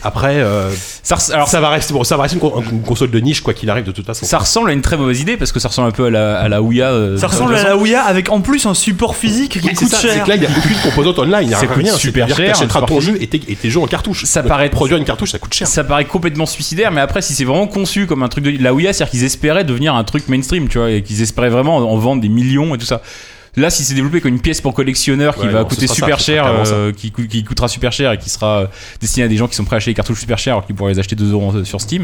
Speaker 2: Après, euh,
Speaker 7: Ça res- alors,
Speaker 2: ça va rester, bon, ça va rester une, con- une console de niche quoi qu'il arrive de toute façon.
Speaker 7: ça ressemble à une très mauvaise idée parce que ça ressemble un peu à la, à la Ouya. euh,
Speaker 3: Ça ressemble à la Ouya avec en plus un support physique qui
Speaker 2: Oui, c'est
Speaker 3: coûte
Speaker 2: ça, c'est
Speaker 3: cher.
Speaker 2: que là il y a aucune composante online, il n'y a
Speaker 7: Ça coûte
Speaker 2: rien.
Speaker 7: super
Speaker 2: C'est-à-dire
Speaker 7: cher,
Speaker 2: qu'achèteras
Speaker 7: c'est
Speaker 2: ton jeu et tes, et tes jeux en cartouche.
Speaker 7: Ça
Speaker 2: Donc,
Speaker 7: paraît-
Speaker 2: produire une cartouche, ça coûte cher.
Speaker 7: Ça paraît complètement suicidaire, mais après, si c'est vraiment conçu comme un truc de la Ouya, c'est-à-dire qu'ils espéraient devenir un truc mainstream, tu vois, et qu'ils espéraient vraiment en vendre des millions et tout ça. Là, si c'est développé comme une pièce pour collectionneur qui
Speaker 2: Ouais,
Speaker 7: va
Speaker 2: non, ce
Speaker 7: coûter
Speaker 2: sera ça,
Speaker 7: super
Speaker 2: ce sera
Speaker 7: cher,
Speaker 2: clairement
Speaker 7: euh, qui, cou- qui coûtera super cher et qui sera euh, destiné à des gens qui sont prêts à acheter des cartouches super chères alors qu'ils pourraient les acheter 2 euros sur Steam.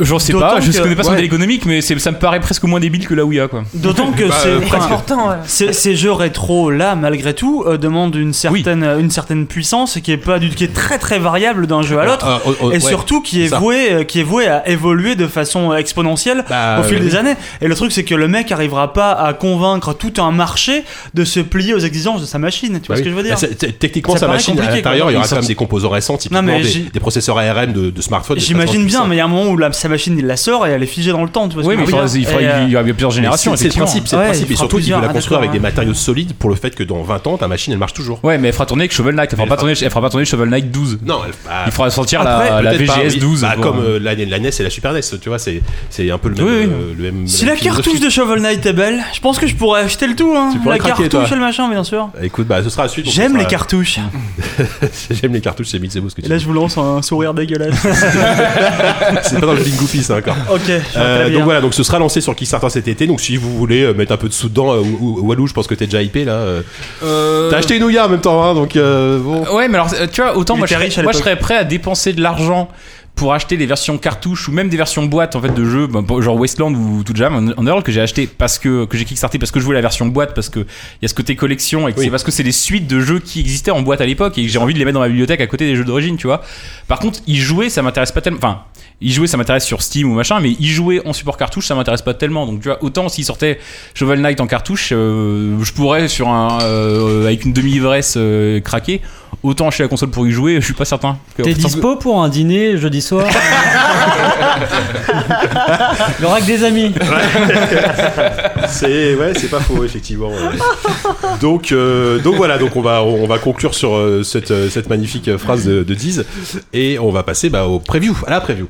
Speaker 7: Euh, J'en sais
Speaker 3: D'autant
Speaker 7: pas, je
Speaker 3: que-
Speaker 7: connais pas son
Speaker 3: ouais.
Speaker 7: modèle économique, mais c'est- ça me paraît presque moins débile que la Ouya, quoi.
Speaker 3: D'autant que
Speaker 2: Bah, euh,
Speaker 3: c'est. enfin,
Speaker 8: Pourtant, ouais.
Speaker 3: Ces, ces jeux rétro là, malgré tout, euh, demandent une certaine, euh, une certaine puissance qui est pas du, qui est très très variable d'un jeu à l'autre,
Speaker 2: Euh, euh, euh,
Speaker 3: et
Speaker 2: ouais.
Speaker 3: surtout qui est
Speaker 2: ça.
Speaker 3: voué, euh, qui est voué à évoluer de façon exponentielle
Speaker 2: Bah,
Speaker 3: au fil
Speaker 2: oui.
Speaker 3: des années. Et le truc c'est que le mec arrivera pas à convaincre tout un marché de se plier aux exigences de sa machine. Tu
Speaker 2: Bah
Speaker 3: vois ce
Speaker 2: oui.
Speaker 3: que je veux
Speaker 2: Ah,
Speaker 3: dire
Speaker 2: c'est- t- Techniquement,
Speaker 3: Ça
Speaker 2: sa
Speaker 3: paraît
Speaker 2: machine à
Speaker 3: compliqué,
Speaker 2: l'intérieur,
Speaker 3: quoi.
Speaker 2: il y aura
Speaker 3: Ils
Speaker 2: quand même
Speaker 3: sortent-
Speaker 2: des composants récents, typiquement
Speaker 3: mais
Speaker 2: des,
Speaker 3: j'y-
Speaker 2: des processeurs ARM de, de smartphones. des façons
Speaker 3: J'imagine bien,
Speaker 2: puissantes.
Speaker 3: mais il y a un moment où la, sa machine, il la sort et elle est figée dans le temps. Tu vois ce
Speaker 7: Oui,
Speaker 3: que
Speaker 7: mais
Speaker 3: je
Speaker 7: il
Speaker 3: veux
Speaker 7: faudra-
Speaker 3: dire
Speaker 7: il faudra-
Speaker 3: Et, euh,
Speaker 7: il y aura plusieurs générations.
Speaker 2: Mais C'est c'est le
Speaker 7: effectivement.
Speaker 2: principe, c'est
Speaker 3: Ouais,
Speaker 2: le
Speaker 3: il
Speaker 2: principe. Et
Speaker 3: fera
Speaker 2: surtout, qu'ils veulent la
Speaker 3: plusieurs- ah,
Speaker 2: construire avec des
Speaker 3: d'accord,
Speaker 2: matériaux solides pour le fait que dans 20 ans, ta machine, elle marche toujours.
Speaker 7: Ouais, mais elle fera tourner avec Shovel Knight. Elle fera
Speaker 2: Elle
Speaker 7: pas
Speaker 2: fera-
Speaker 7: tourner, elle fera pas tourner Shovel Knight 12.
Speaker 2: Non, elle, bah,
Speaker 7: Il faudra sortir la,
Speaker 2: Après,
Speaker 7: la
Speaker 2: peut-être pas,
Speaker 7: VGS
Speaker 2: oui.
Speaker 7: 12.
Speaker 2: Bah,
Speaker 7: quoi.
Speaker 2: comme euh, la, la NES et la Super NES, tu vois, c'est c'est un peu le même.
Speaker 7: Oui, oui.
Speaker 2: euh, le même
Speaker 3: Si
Speaker 2: même
Speaker 3: la cartouche
Speaker 2: philosophie.
Speaker 3: de Shovel Knight est belle, je pense que je pourrais acheter le tout. Hein.
Speaker 2: Tu pourrais
Speaker 3: la
Speaker 2: craquer,
Speaker 3: cartouche
Speaker 2: toi.
Speaker 3: et le machin, bien sûr.
Speaker 2: Écoute, bah, ce sera à suivre. donc
Speaker 3: J'aime
Speaker 2: ce
Speaker 3: les
Speaker 2: sera-
Speaker 3: cartouches.
Speaker 2: [LAUGHS] J'aime les cartouches, c'est Mitsebo ce que
Speaker 3: Et
Speaker 2: tu
Speaker 3: là,
Speaker 2: dis.
Speaker 3: je vous lance un sourire dégueulasse.
Speaker 2: C'est pas dans le Big Goofy, ça encore.
Speaker 3: [LAUGHS] ok, je vais
Speaker 2: Euh,
Speaker 3: très bien.
Speaker 2: donc
Speaker 3: [LAUGHS]
Speaker 2: voilà, donc ce sera lancé sur le Kickstarter cet été. Donc si vous voulez euh, mettre un peu de sous dedans, euh, ou- ou- Walou, je pense que t'es déjà hypé là. euh. T'as acheté une Ouya en même temps, hein, donc euh, bon.
Speaker 7: Ouais, mais alors, euh, tu vois, autant
Speaker 3: Il
Speaker 7: moi,
Speaker 3: était
Speaker 7: je, serais-
Speaker 3: riche à
Speaker 7: moi, je
Speaker 3: l'époque.
Speaker 7: serais prêt à dépenser de l'argent pour acheter des versions cartouches ou même des versions boîte en fait de jeux ben, bon, genre Wasteland ou tout Jam en- en Earl que j'ai acheté parce que que j'ai kickstarté parce que je voulais la version boîte parce que il y a ce côté collection et que
Speaker 2: Oui.
Speaker 7: c'est parce que c'est des suites de jeux qui existaient en boîte à l'époque et que j'ai envie de les mettre dans ma bibliothèque à côté des jeux d'origine tu vois par contre y jouer ça m'intéresse pas tellement enfin y jouer ça m'intéresse sur Steam ou machin mais y jouer en support cartouche ça m'intéresse pas tellement donc tu vois autant s'il sortait Shovel Knight en cartouche euh, je pourrais sur un euh, avec une demi ivresse craquer autant acheter la console pour y jouer je suis pas certain
Speaker 9: T'es dispo pour un dîner jeudi
Speaker 7: [LAUGHS]
Speaker 9: soir Le rack des amis.
Speaker 2: [LAUGHS] C'est ouais, c'est pas faux effectivement. ouais. donc euh, donc voilà, donc on va on va conclure sur euh, cette euh, cette magnifique euh, phrase de, de Diz et on va passer bah, au preview, à la preview.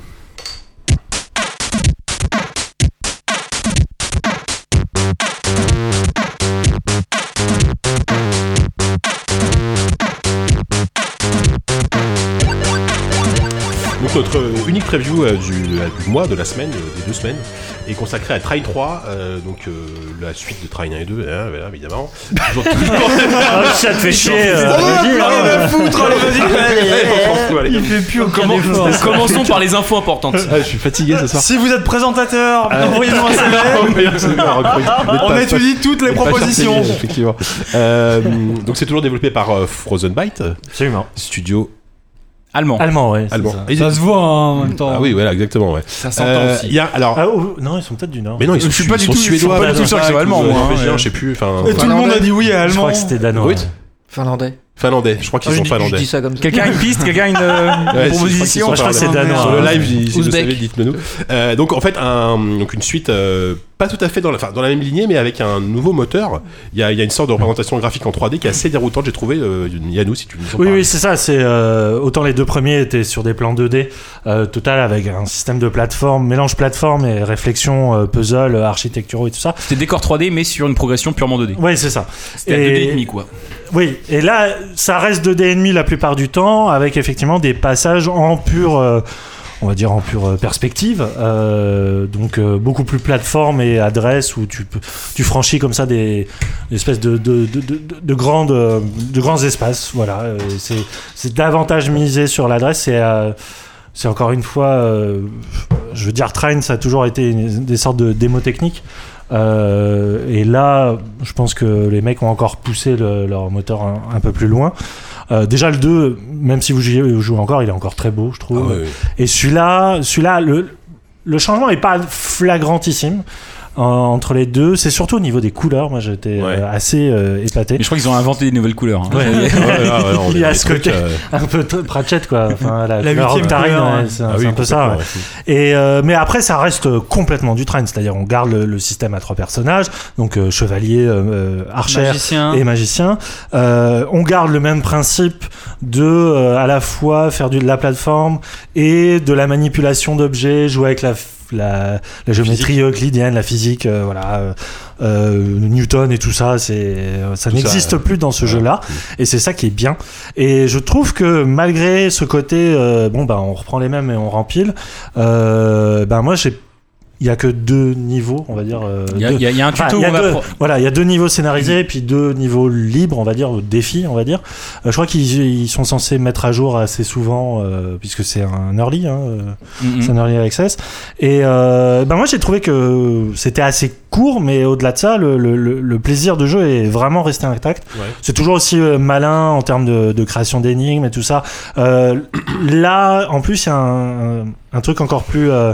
Speaker 2: Donc notre euh, unique preview euh, du, euh, du mois, de la semaine, euh, des deux semaines, est consacrée à Try 3, euh, donc euh, la suite de Try 1 et 2, hein, voilà,
Speaker 4: [LAUGHS]
Speaker 2: évidemment. Toujours- Ah,
Speaker 4: Ah, ça te fait chier. euh, je le dis, hein.
Speaker 2: [LAUGHS]
Speaker 3: Il fait plus aucun [LAUGHS] effort.
Speaker 6: Commençons par les infos importantes.
Speaker 2: Ah, je suis fatigué ce soir.
Speaker 3: Si vous êtes présentateur, envoyez-nous un
Speaker 2: Euh, [LAUGHS] On
Speaker 3: CV.
Speaker 2: peut absolument recruter.
Speaker 3: On étudie toutes les
Speaker 2: Pas cher
Speaker 3: propositions.
Speaker 2: payé, effectivement. Euh, donc c'est toujours développé par euh, Frozen Byte,
Speaker 4: Absolument.
Speaker 2: studio
Speaker 7: allemand
Speaker 4: Allemand, ouais. c'est
Speaker 2: allemand.
Speaker 4: ça.
Speaker 2: Et-
Speaker 9: Ça se voit hein, en même temps.
Speaker 2: Ah oui, voilà, exactement, ouais.
Speaker 6: Ça
Speaker 2: Euh, Il y a alors.
Speaker 4: Ah, oh, non, ils sont peut-être du Nord.
Speaker 2: mais non, ils sont,
Speaker 7: je suis pas
Speaker 2: ils
Speaker 7: du
Speaker 2: sont
Speaker 7: tout- je suis
Speaker 2: suédois,
Speaker 7: pas
Speaker 4: du tout sûr
Speaker 7: qu'ils soient allemands, moi, hein,
Speaker 2: norvégiens,
Speaker 7: ouais.
Speaker 2: je sais plus. Enfin,
Speaker 3: Et tout le monde a dit oui à
Speaker 4: Je crois
Speaker 3: allemand.
Speaker 4: que c'était danois.
Speaker 2: Oui.
Speaker 1: Finlandais.
Speaker 2: finlandais. Je crois qu'ils
Speaker 1: Ah, je
Speaker 2: sont
Speaker 1: dis- Je
Speaker 2: finlandais.
Speaker 1: dis ça comme ça.
Speaker 7: Quelqu'un a une piste, quelqu'un a une, euh, une
Speaker 2: [LAUGHS] Ouais, si,
Speaker 7: proposition
Speaker 4: je crois que c'est
Speaker 3: Pardon.
Speaker 4: danois.
Speaker 2: Sur le
Speaker 4: hein.
Speaker 2: live, si- si vous
Speaker 1: Ouzbek.
Speaker 2: savez, dites-le nous. Euh, donc en fait, un, donc une suite euh, pas tout à fait dans la, enfin, dans la même lignée, mais avec un nouveau moteur. Il y a, il y a une sorte de représentation graphique en 3D qui est assez déroutante, j'ai trouvé. Euh, Yannou, si tu nous en
Speaker 4: Oui,
Speaker 2: parles.
Speaker 4: oui, c'est ça. C'est euh, autant les deux premiers étaient sur des plans 2D euh, total avec un système de plateforme, mélange plateforme et réflexion, euh, puzzle, euh, architecturaux et tout ça.
Speaker 7: C'était décor 3D, mais sur une progression purement 2D.
Speaker 4: Oui, c'est ça.
Speaker 6: C'était à
Speaker 4: Et-
Speaker 6: 2D et demi, quoi.
Speaker 4: Oui, et là, ça reste 2D et demi la plupart du temps, avec effectivement des passages en pure, euh, on va dire en pure euh, perspective, euh, donc euh, beaucoup plus plateforme et adresse où tu, peux- tu franchis comme ça des, des espèces de, de, de, de, de grandes, euh, de grands espaces. Voilà, euh, c'est c'est davantage misé sur l'adresse et euh, c'est encore une fois, euh, je veux dire, Train, ça a toujours été une- des sortes de démos techniques. Euh, et là, je pense que les mecs ont encore poussé le- leur moteur un, un peu plus loin. Euh, déjà le 2, même si vous jouez, jouez encore, il est encore très beau, je
Speaker 2: Ah,
Speaker 4: trouve.
Speaker 2: ouais, ouais.
Speaker 4: Et celui-là, celui-là, le, le changement est pas flagrantissime en- entre les deux. C'est surtout au niveau des couleurs. Moi, j'étais
Speaker 2: Ouais.
Speaker 4: euh, assez euh, épaté.
Speaker 7: Mais je crois qu'ils ont inventé des nouvelles couleurs. hein.
Speaker 4: Ouais.
Speaker 2: Ouais, ouais, ouais,
Speaker 4: [LAUGHS]
Speaker 2: on
Speaker 4: Il
Speaker 2: est
Speaker 4: y a
Speaker 2: dans les
Speaker 4: ce
Speaker 2: trucs,
Speaker 4: côté.
Speaker 2: euh,
Speaker 4: un peu t- Pratchett, quoi. Enfin, la,
Speaker 3: La
Speaker 4: couleur
Speaker 3: huitième
Speaker 4: octarine,
Speaker 3: couleur,
Speaker 4: ouais,
Speaker 3: ouais.
Speaker 4: c'est
Speaker 2: ah
Speaker 4: c'est
Speaker 2: oui,
Speaker 4: un peu ça.
Speaker 2: complètement,
Speaker 4: ouais. Et euh, mais après, ça reste euh, complètement du train, c'est-à-dire on garde le, le système à trois personnages, donc euh, chevalier, euh, euh, archer
Speaker 3: Magicien.
Speaker 4: et
Speaker 7: Hein.
Speaker 4: magicien. Euh, on garde le même principe de euh, à la fois faire du, de la plateforme et de la manipulation d'objets, jouer avec la, f- la, la géométrie euclidienne, la physique, euh, voilà, euh, euh, Newton et tout ça, c'est euh, ça
Speaker 2: Tout ça,
Speaker 4: n'existe
Speaker 2: euh,
Speaker 4: plus dans ce
Speaker 2: ouais.
Speaker 4: jeu-là. Et c'est ça qui est bien. Et je trouve que malgré ce côté, euh, bon bah on reprend les mêmes et on rempile. Euh, ben moi j'ai il y a que deux niveaux, on va dire. euh,
Speaker 7: Il y, a-
Speaker 4: deux-
Speaker 7: il y a- il y a un
Speaker 4: Enfin,
Speaker 7: tuto
Speaker 4: il y a
Speaker 7: où on
Speaker 4: deux-
Speaker 7: apprend-
Speaker 4: voilà, il y a deux niveaux scénarisés et puis deux niveaux libres, on va dire, défis, on va dire. Euh, je crois qu'ils ils sont censés mettre à jour assez souvent, euh, puisque c'est un early, hein, euh,
Speaker 6: Mm,
Speaker 7: Mhm.
Speaker 6: Mm-hmm.
Speaker 4: c'est un early access. Et euh, ben moi j'ai trouvé que c'était assez court, mais au-delà de ça, le, le- le- le plaisir de jeu est vraiment resté intact.
Speaker 2: Ouais.
Speaker 4: C'est toujours aussi euh, malin en termes de, de création d'énigmes et tout ça. Euh, là, en plus, il y a un, un truc encore plus. euh,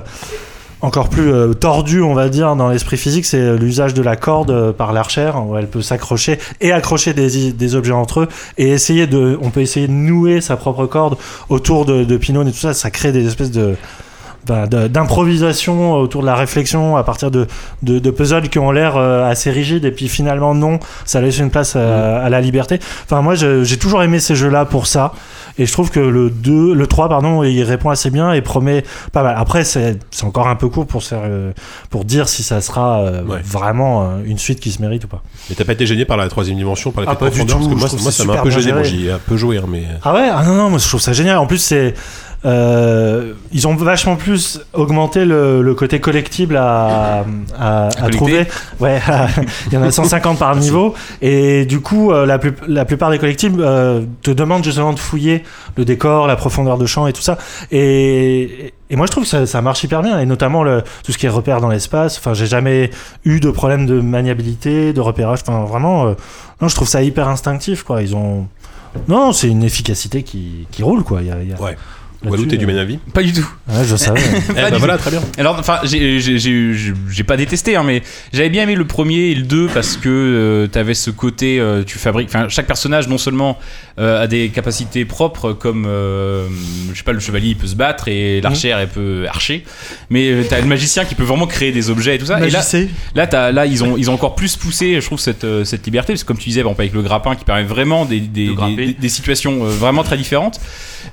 Speaker 4: encore plus euh, tordu, on va dire, dans l'esprit physique, c'est euh, l'usage de la corde euh, par l'archère, où elle peut s'accrocher et accrocher des, des objets entre eux, et essayer de, on peut essayer de nouer sa propre corde autour de, de pylônes et tout ça, ça crée des espèces de bah, de- d'improvisation autour de la réflexion à partir de, de, de puzzles qui ont l'air euh, assez rigides et puis finalement non, ça laisse une place euh, à, à la liberté. Enfin moi je- j'ai toujours aimé ces jeux-là pour ça et je trouve que le 2, le 3 pardon, il répond assez bien et promet pas mal. Après c'est c'est encore un peu court pour, se faire, euh, pour dire si ça sera euh,
Speaker 2: Ouais.
Speaker 4: vraiment euh, une suite qui se mérite ou pas.
Speaker 2: Mais t'as pas été gêné par la troisième dimension, par la
Speaker 4: Ah,
Speaker 2: quête de
Speaker 4: pas du
Speaker 2: profondeur,
Speaker 4: tout, je
Speaker 2: Parce que
Speaker 4: trouve
Speaker 2: moi, moi,
Speaker 4: c'est
Speaker 2: ça m'a un
Speaker 4: super
Speaker 2: peu
Speaker 4: bien
Speaker 2: gêné. Moi,
Speaker 4: géré.
Speaker 2: j'y ai un peu joué, hein, mais.
Speaker 4: Ah ouais Ah non, non, moi je trouve ça génial. En plus, c'est. euh, ils ont vachement plus augmenté le, le côté collectible à, à, à
Speaker 7: collecter.
Speaker 4: trouver. Ouais, [LAUGHS] il y en a 150 par niveau. Et du coup, euh, la, plus- la plupart des collectibles euh, te demandent justement de fouiller le décor, la profondeur de champ et tout ça. Et, et moi, je trouve que ça, ça marche hyper bien. Et notamment le, tout ce qui est repère dans l'espace. Enfin, j'ai jamais eu de problème de maniabilité, de repérage. Enfin, vraiment, euh, non, je trouve ça hyper instinctif. Quoi. Ils ont. Non, c'est une efficacité qui, qui roule, quoi. Il Y a, il y a-
Speaker 2: Ouais.
Speaker 4: là-dessus,
Speaker 2: Walou, t'es du
Speaker 4: euh,
Speaker 2: même avis
Speaker 7: Pas du tout.
Speaker 4: Ouais, je le savais.
Speaker 2: Eh
Speaker 7: [LAUGHS] Pas
Speaker 2: ben
Speaker 7: du
Speaker 2: voilà, très bien.
Speaker 7: Alors, enfin, j'ai- j'ai- j'ai j'ai- j'ai pas détesté, hein, mais j'avais bien aimé le premier et le deux parce que euh, t'avais ce côté, euh, tu fabriques. Enfin, chaque personnage non seulement euh, a des capacités propres, comme euh, je sais pas, le chevalier il peut se battre
Speaker 4: Mhm.
Speaker 7: et l'archère elle peut archer, mais euh, t'as le magicien qui peut vraiment créer des objets et tout ça. Et là,
Speaker 9: Magicé.
Speaker 7: Là, t'as- là ils, ont, ils ont encore plus poussé, je trouve, cette, euh, cette liberté. Parce que, comme tu disais, bon, avec le grappin qui permet vraiment des, des,
Speaker 6: De grimper.
Speaker 7: des, des- des situations euh, vraiment très différentes,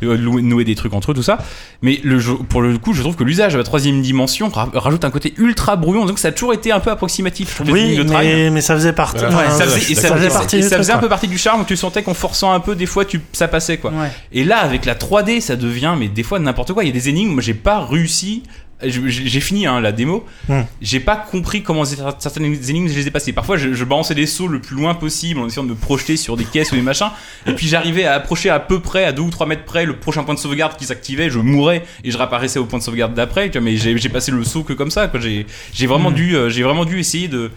Speaker 7: euh, lou- nouer des trucs entre eux, tout ça. Mais le, jeu- pour le coup, je trouve que l'usage de la troisième dimension ra- rajoute un côté ultra brouillon. Donc, ça a toujours été un peu approximatif. je trouve, les
Speaker 4: oui,
Speaker 7: lignes de trail.
Speaker 4: mais, mais ça faisait partie.
Speaker 2: Voilà.
Speaker 4: enfin,
Speaker 7: Ça
Speaker 2: ouais, je
Speaker 7: faisait,
Speaker 2: suis
Speaker 7: et ça
Speaker 4: Ça
Speaker 2: d'accord.
Speaker 7: faisait-
Speaker 4: faisait partie
Speaker 7: et
Speaker 4: des
Speaker 7: ça faisait
Speaker 4: trucs,
Speaker 7: un peu partie du charme, tu sentais qu'en forçant un peu, des fois, tu, ça passait quoi.
Speaker 3: Ouais.
Speaker 7: Et là, avec la 3D, ça devient, mais des fois, n'importe quoi. Il y a des énigmes, moi, j'ai pas réussi. je- J'ai j'ai fini hein, la démo.
Speaker 4: Hmm.
Speaker 7: J'ai pas compris comment c'était- certaines énigmes je les ai passées. Parfois, je, je balançais les sauts le plus loin possible en essayant de me projeter sur des caisses ou des machins. Et puis, j'arrivais à approcher à peu près, à 2 ou 3 mètres près, le prochain point de sauvegarde qui s'activait. Je mourais et je réapparaissais au point de sauvegarde d'après. tu vois, Mais j'ai j'ai passé le saut que comme ça. quoi. J'ai j'ai
Speaker 4: Hmm.
Speaker 7: vraiment, dû, euh, j'ai vraiment dû essayer de,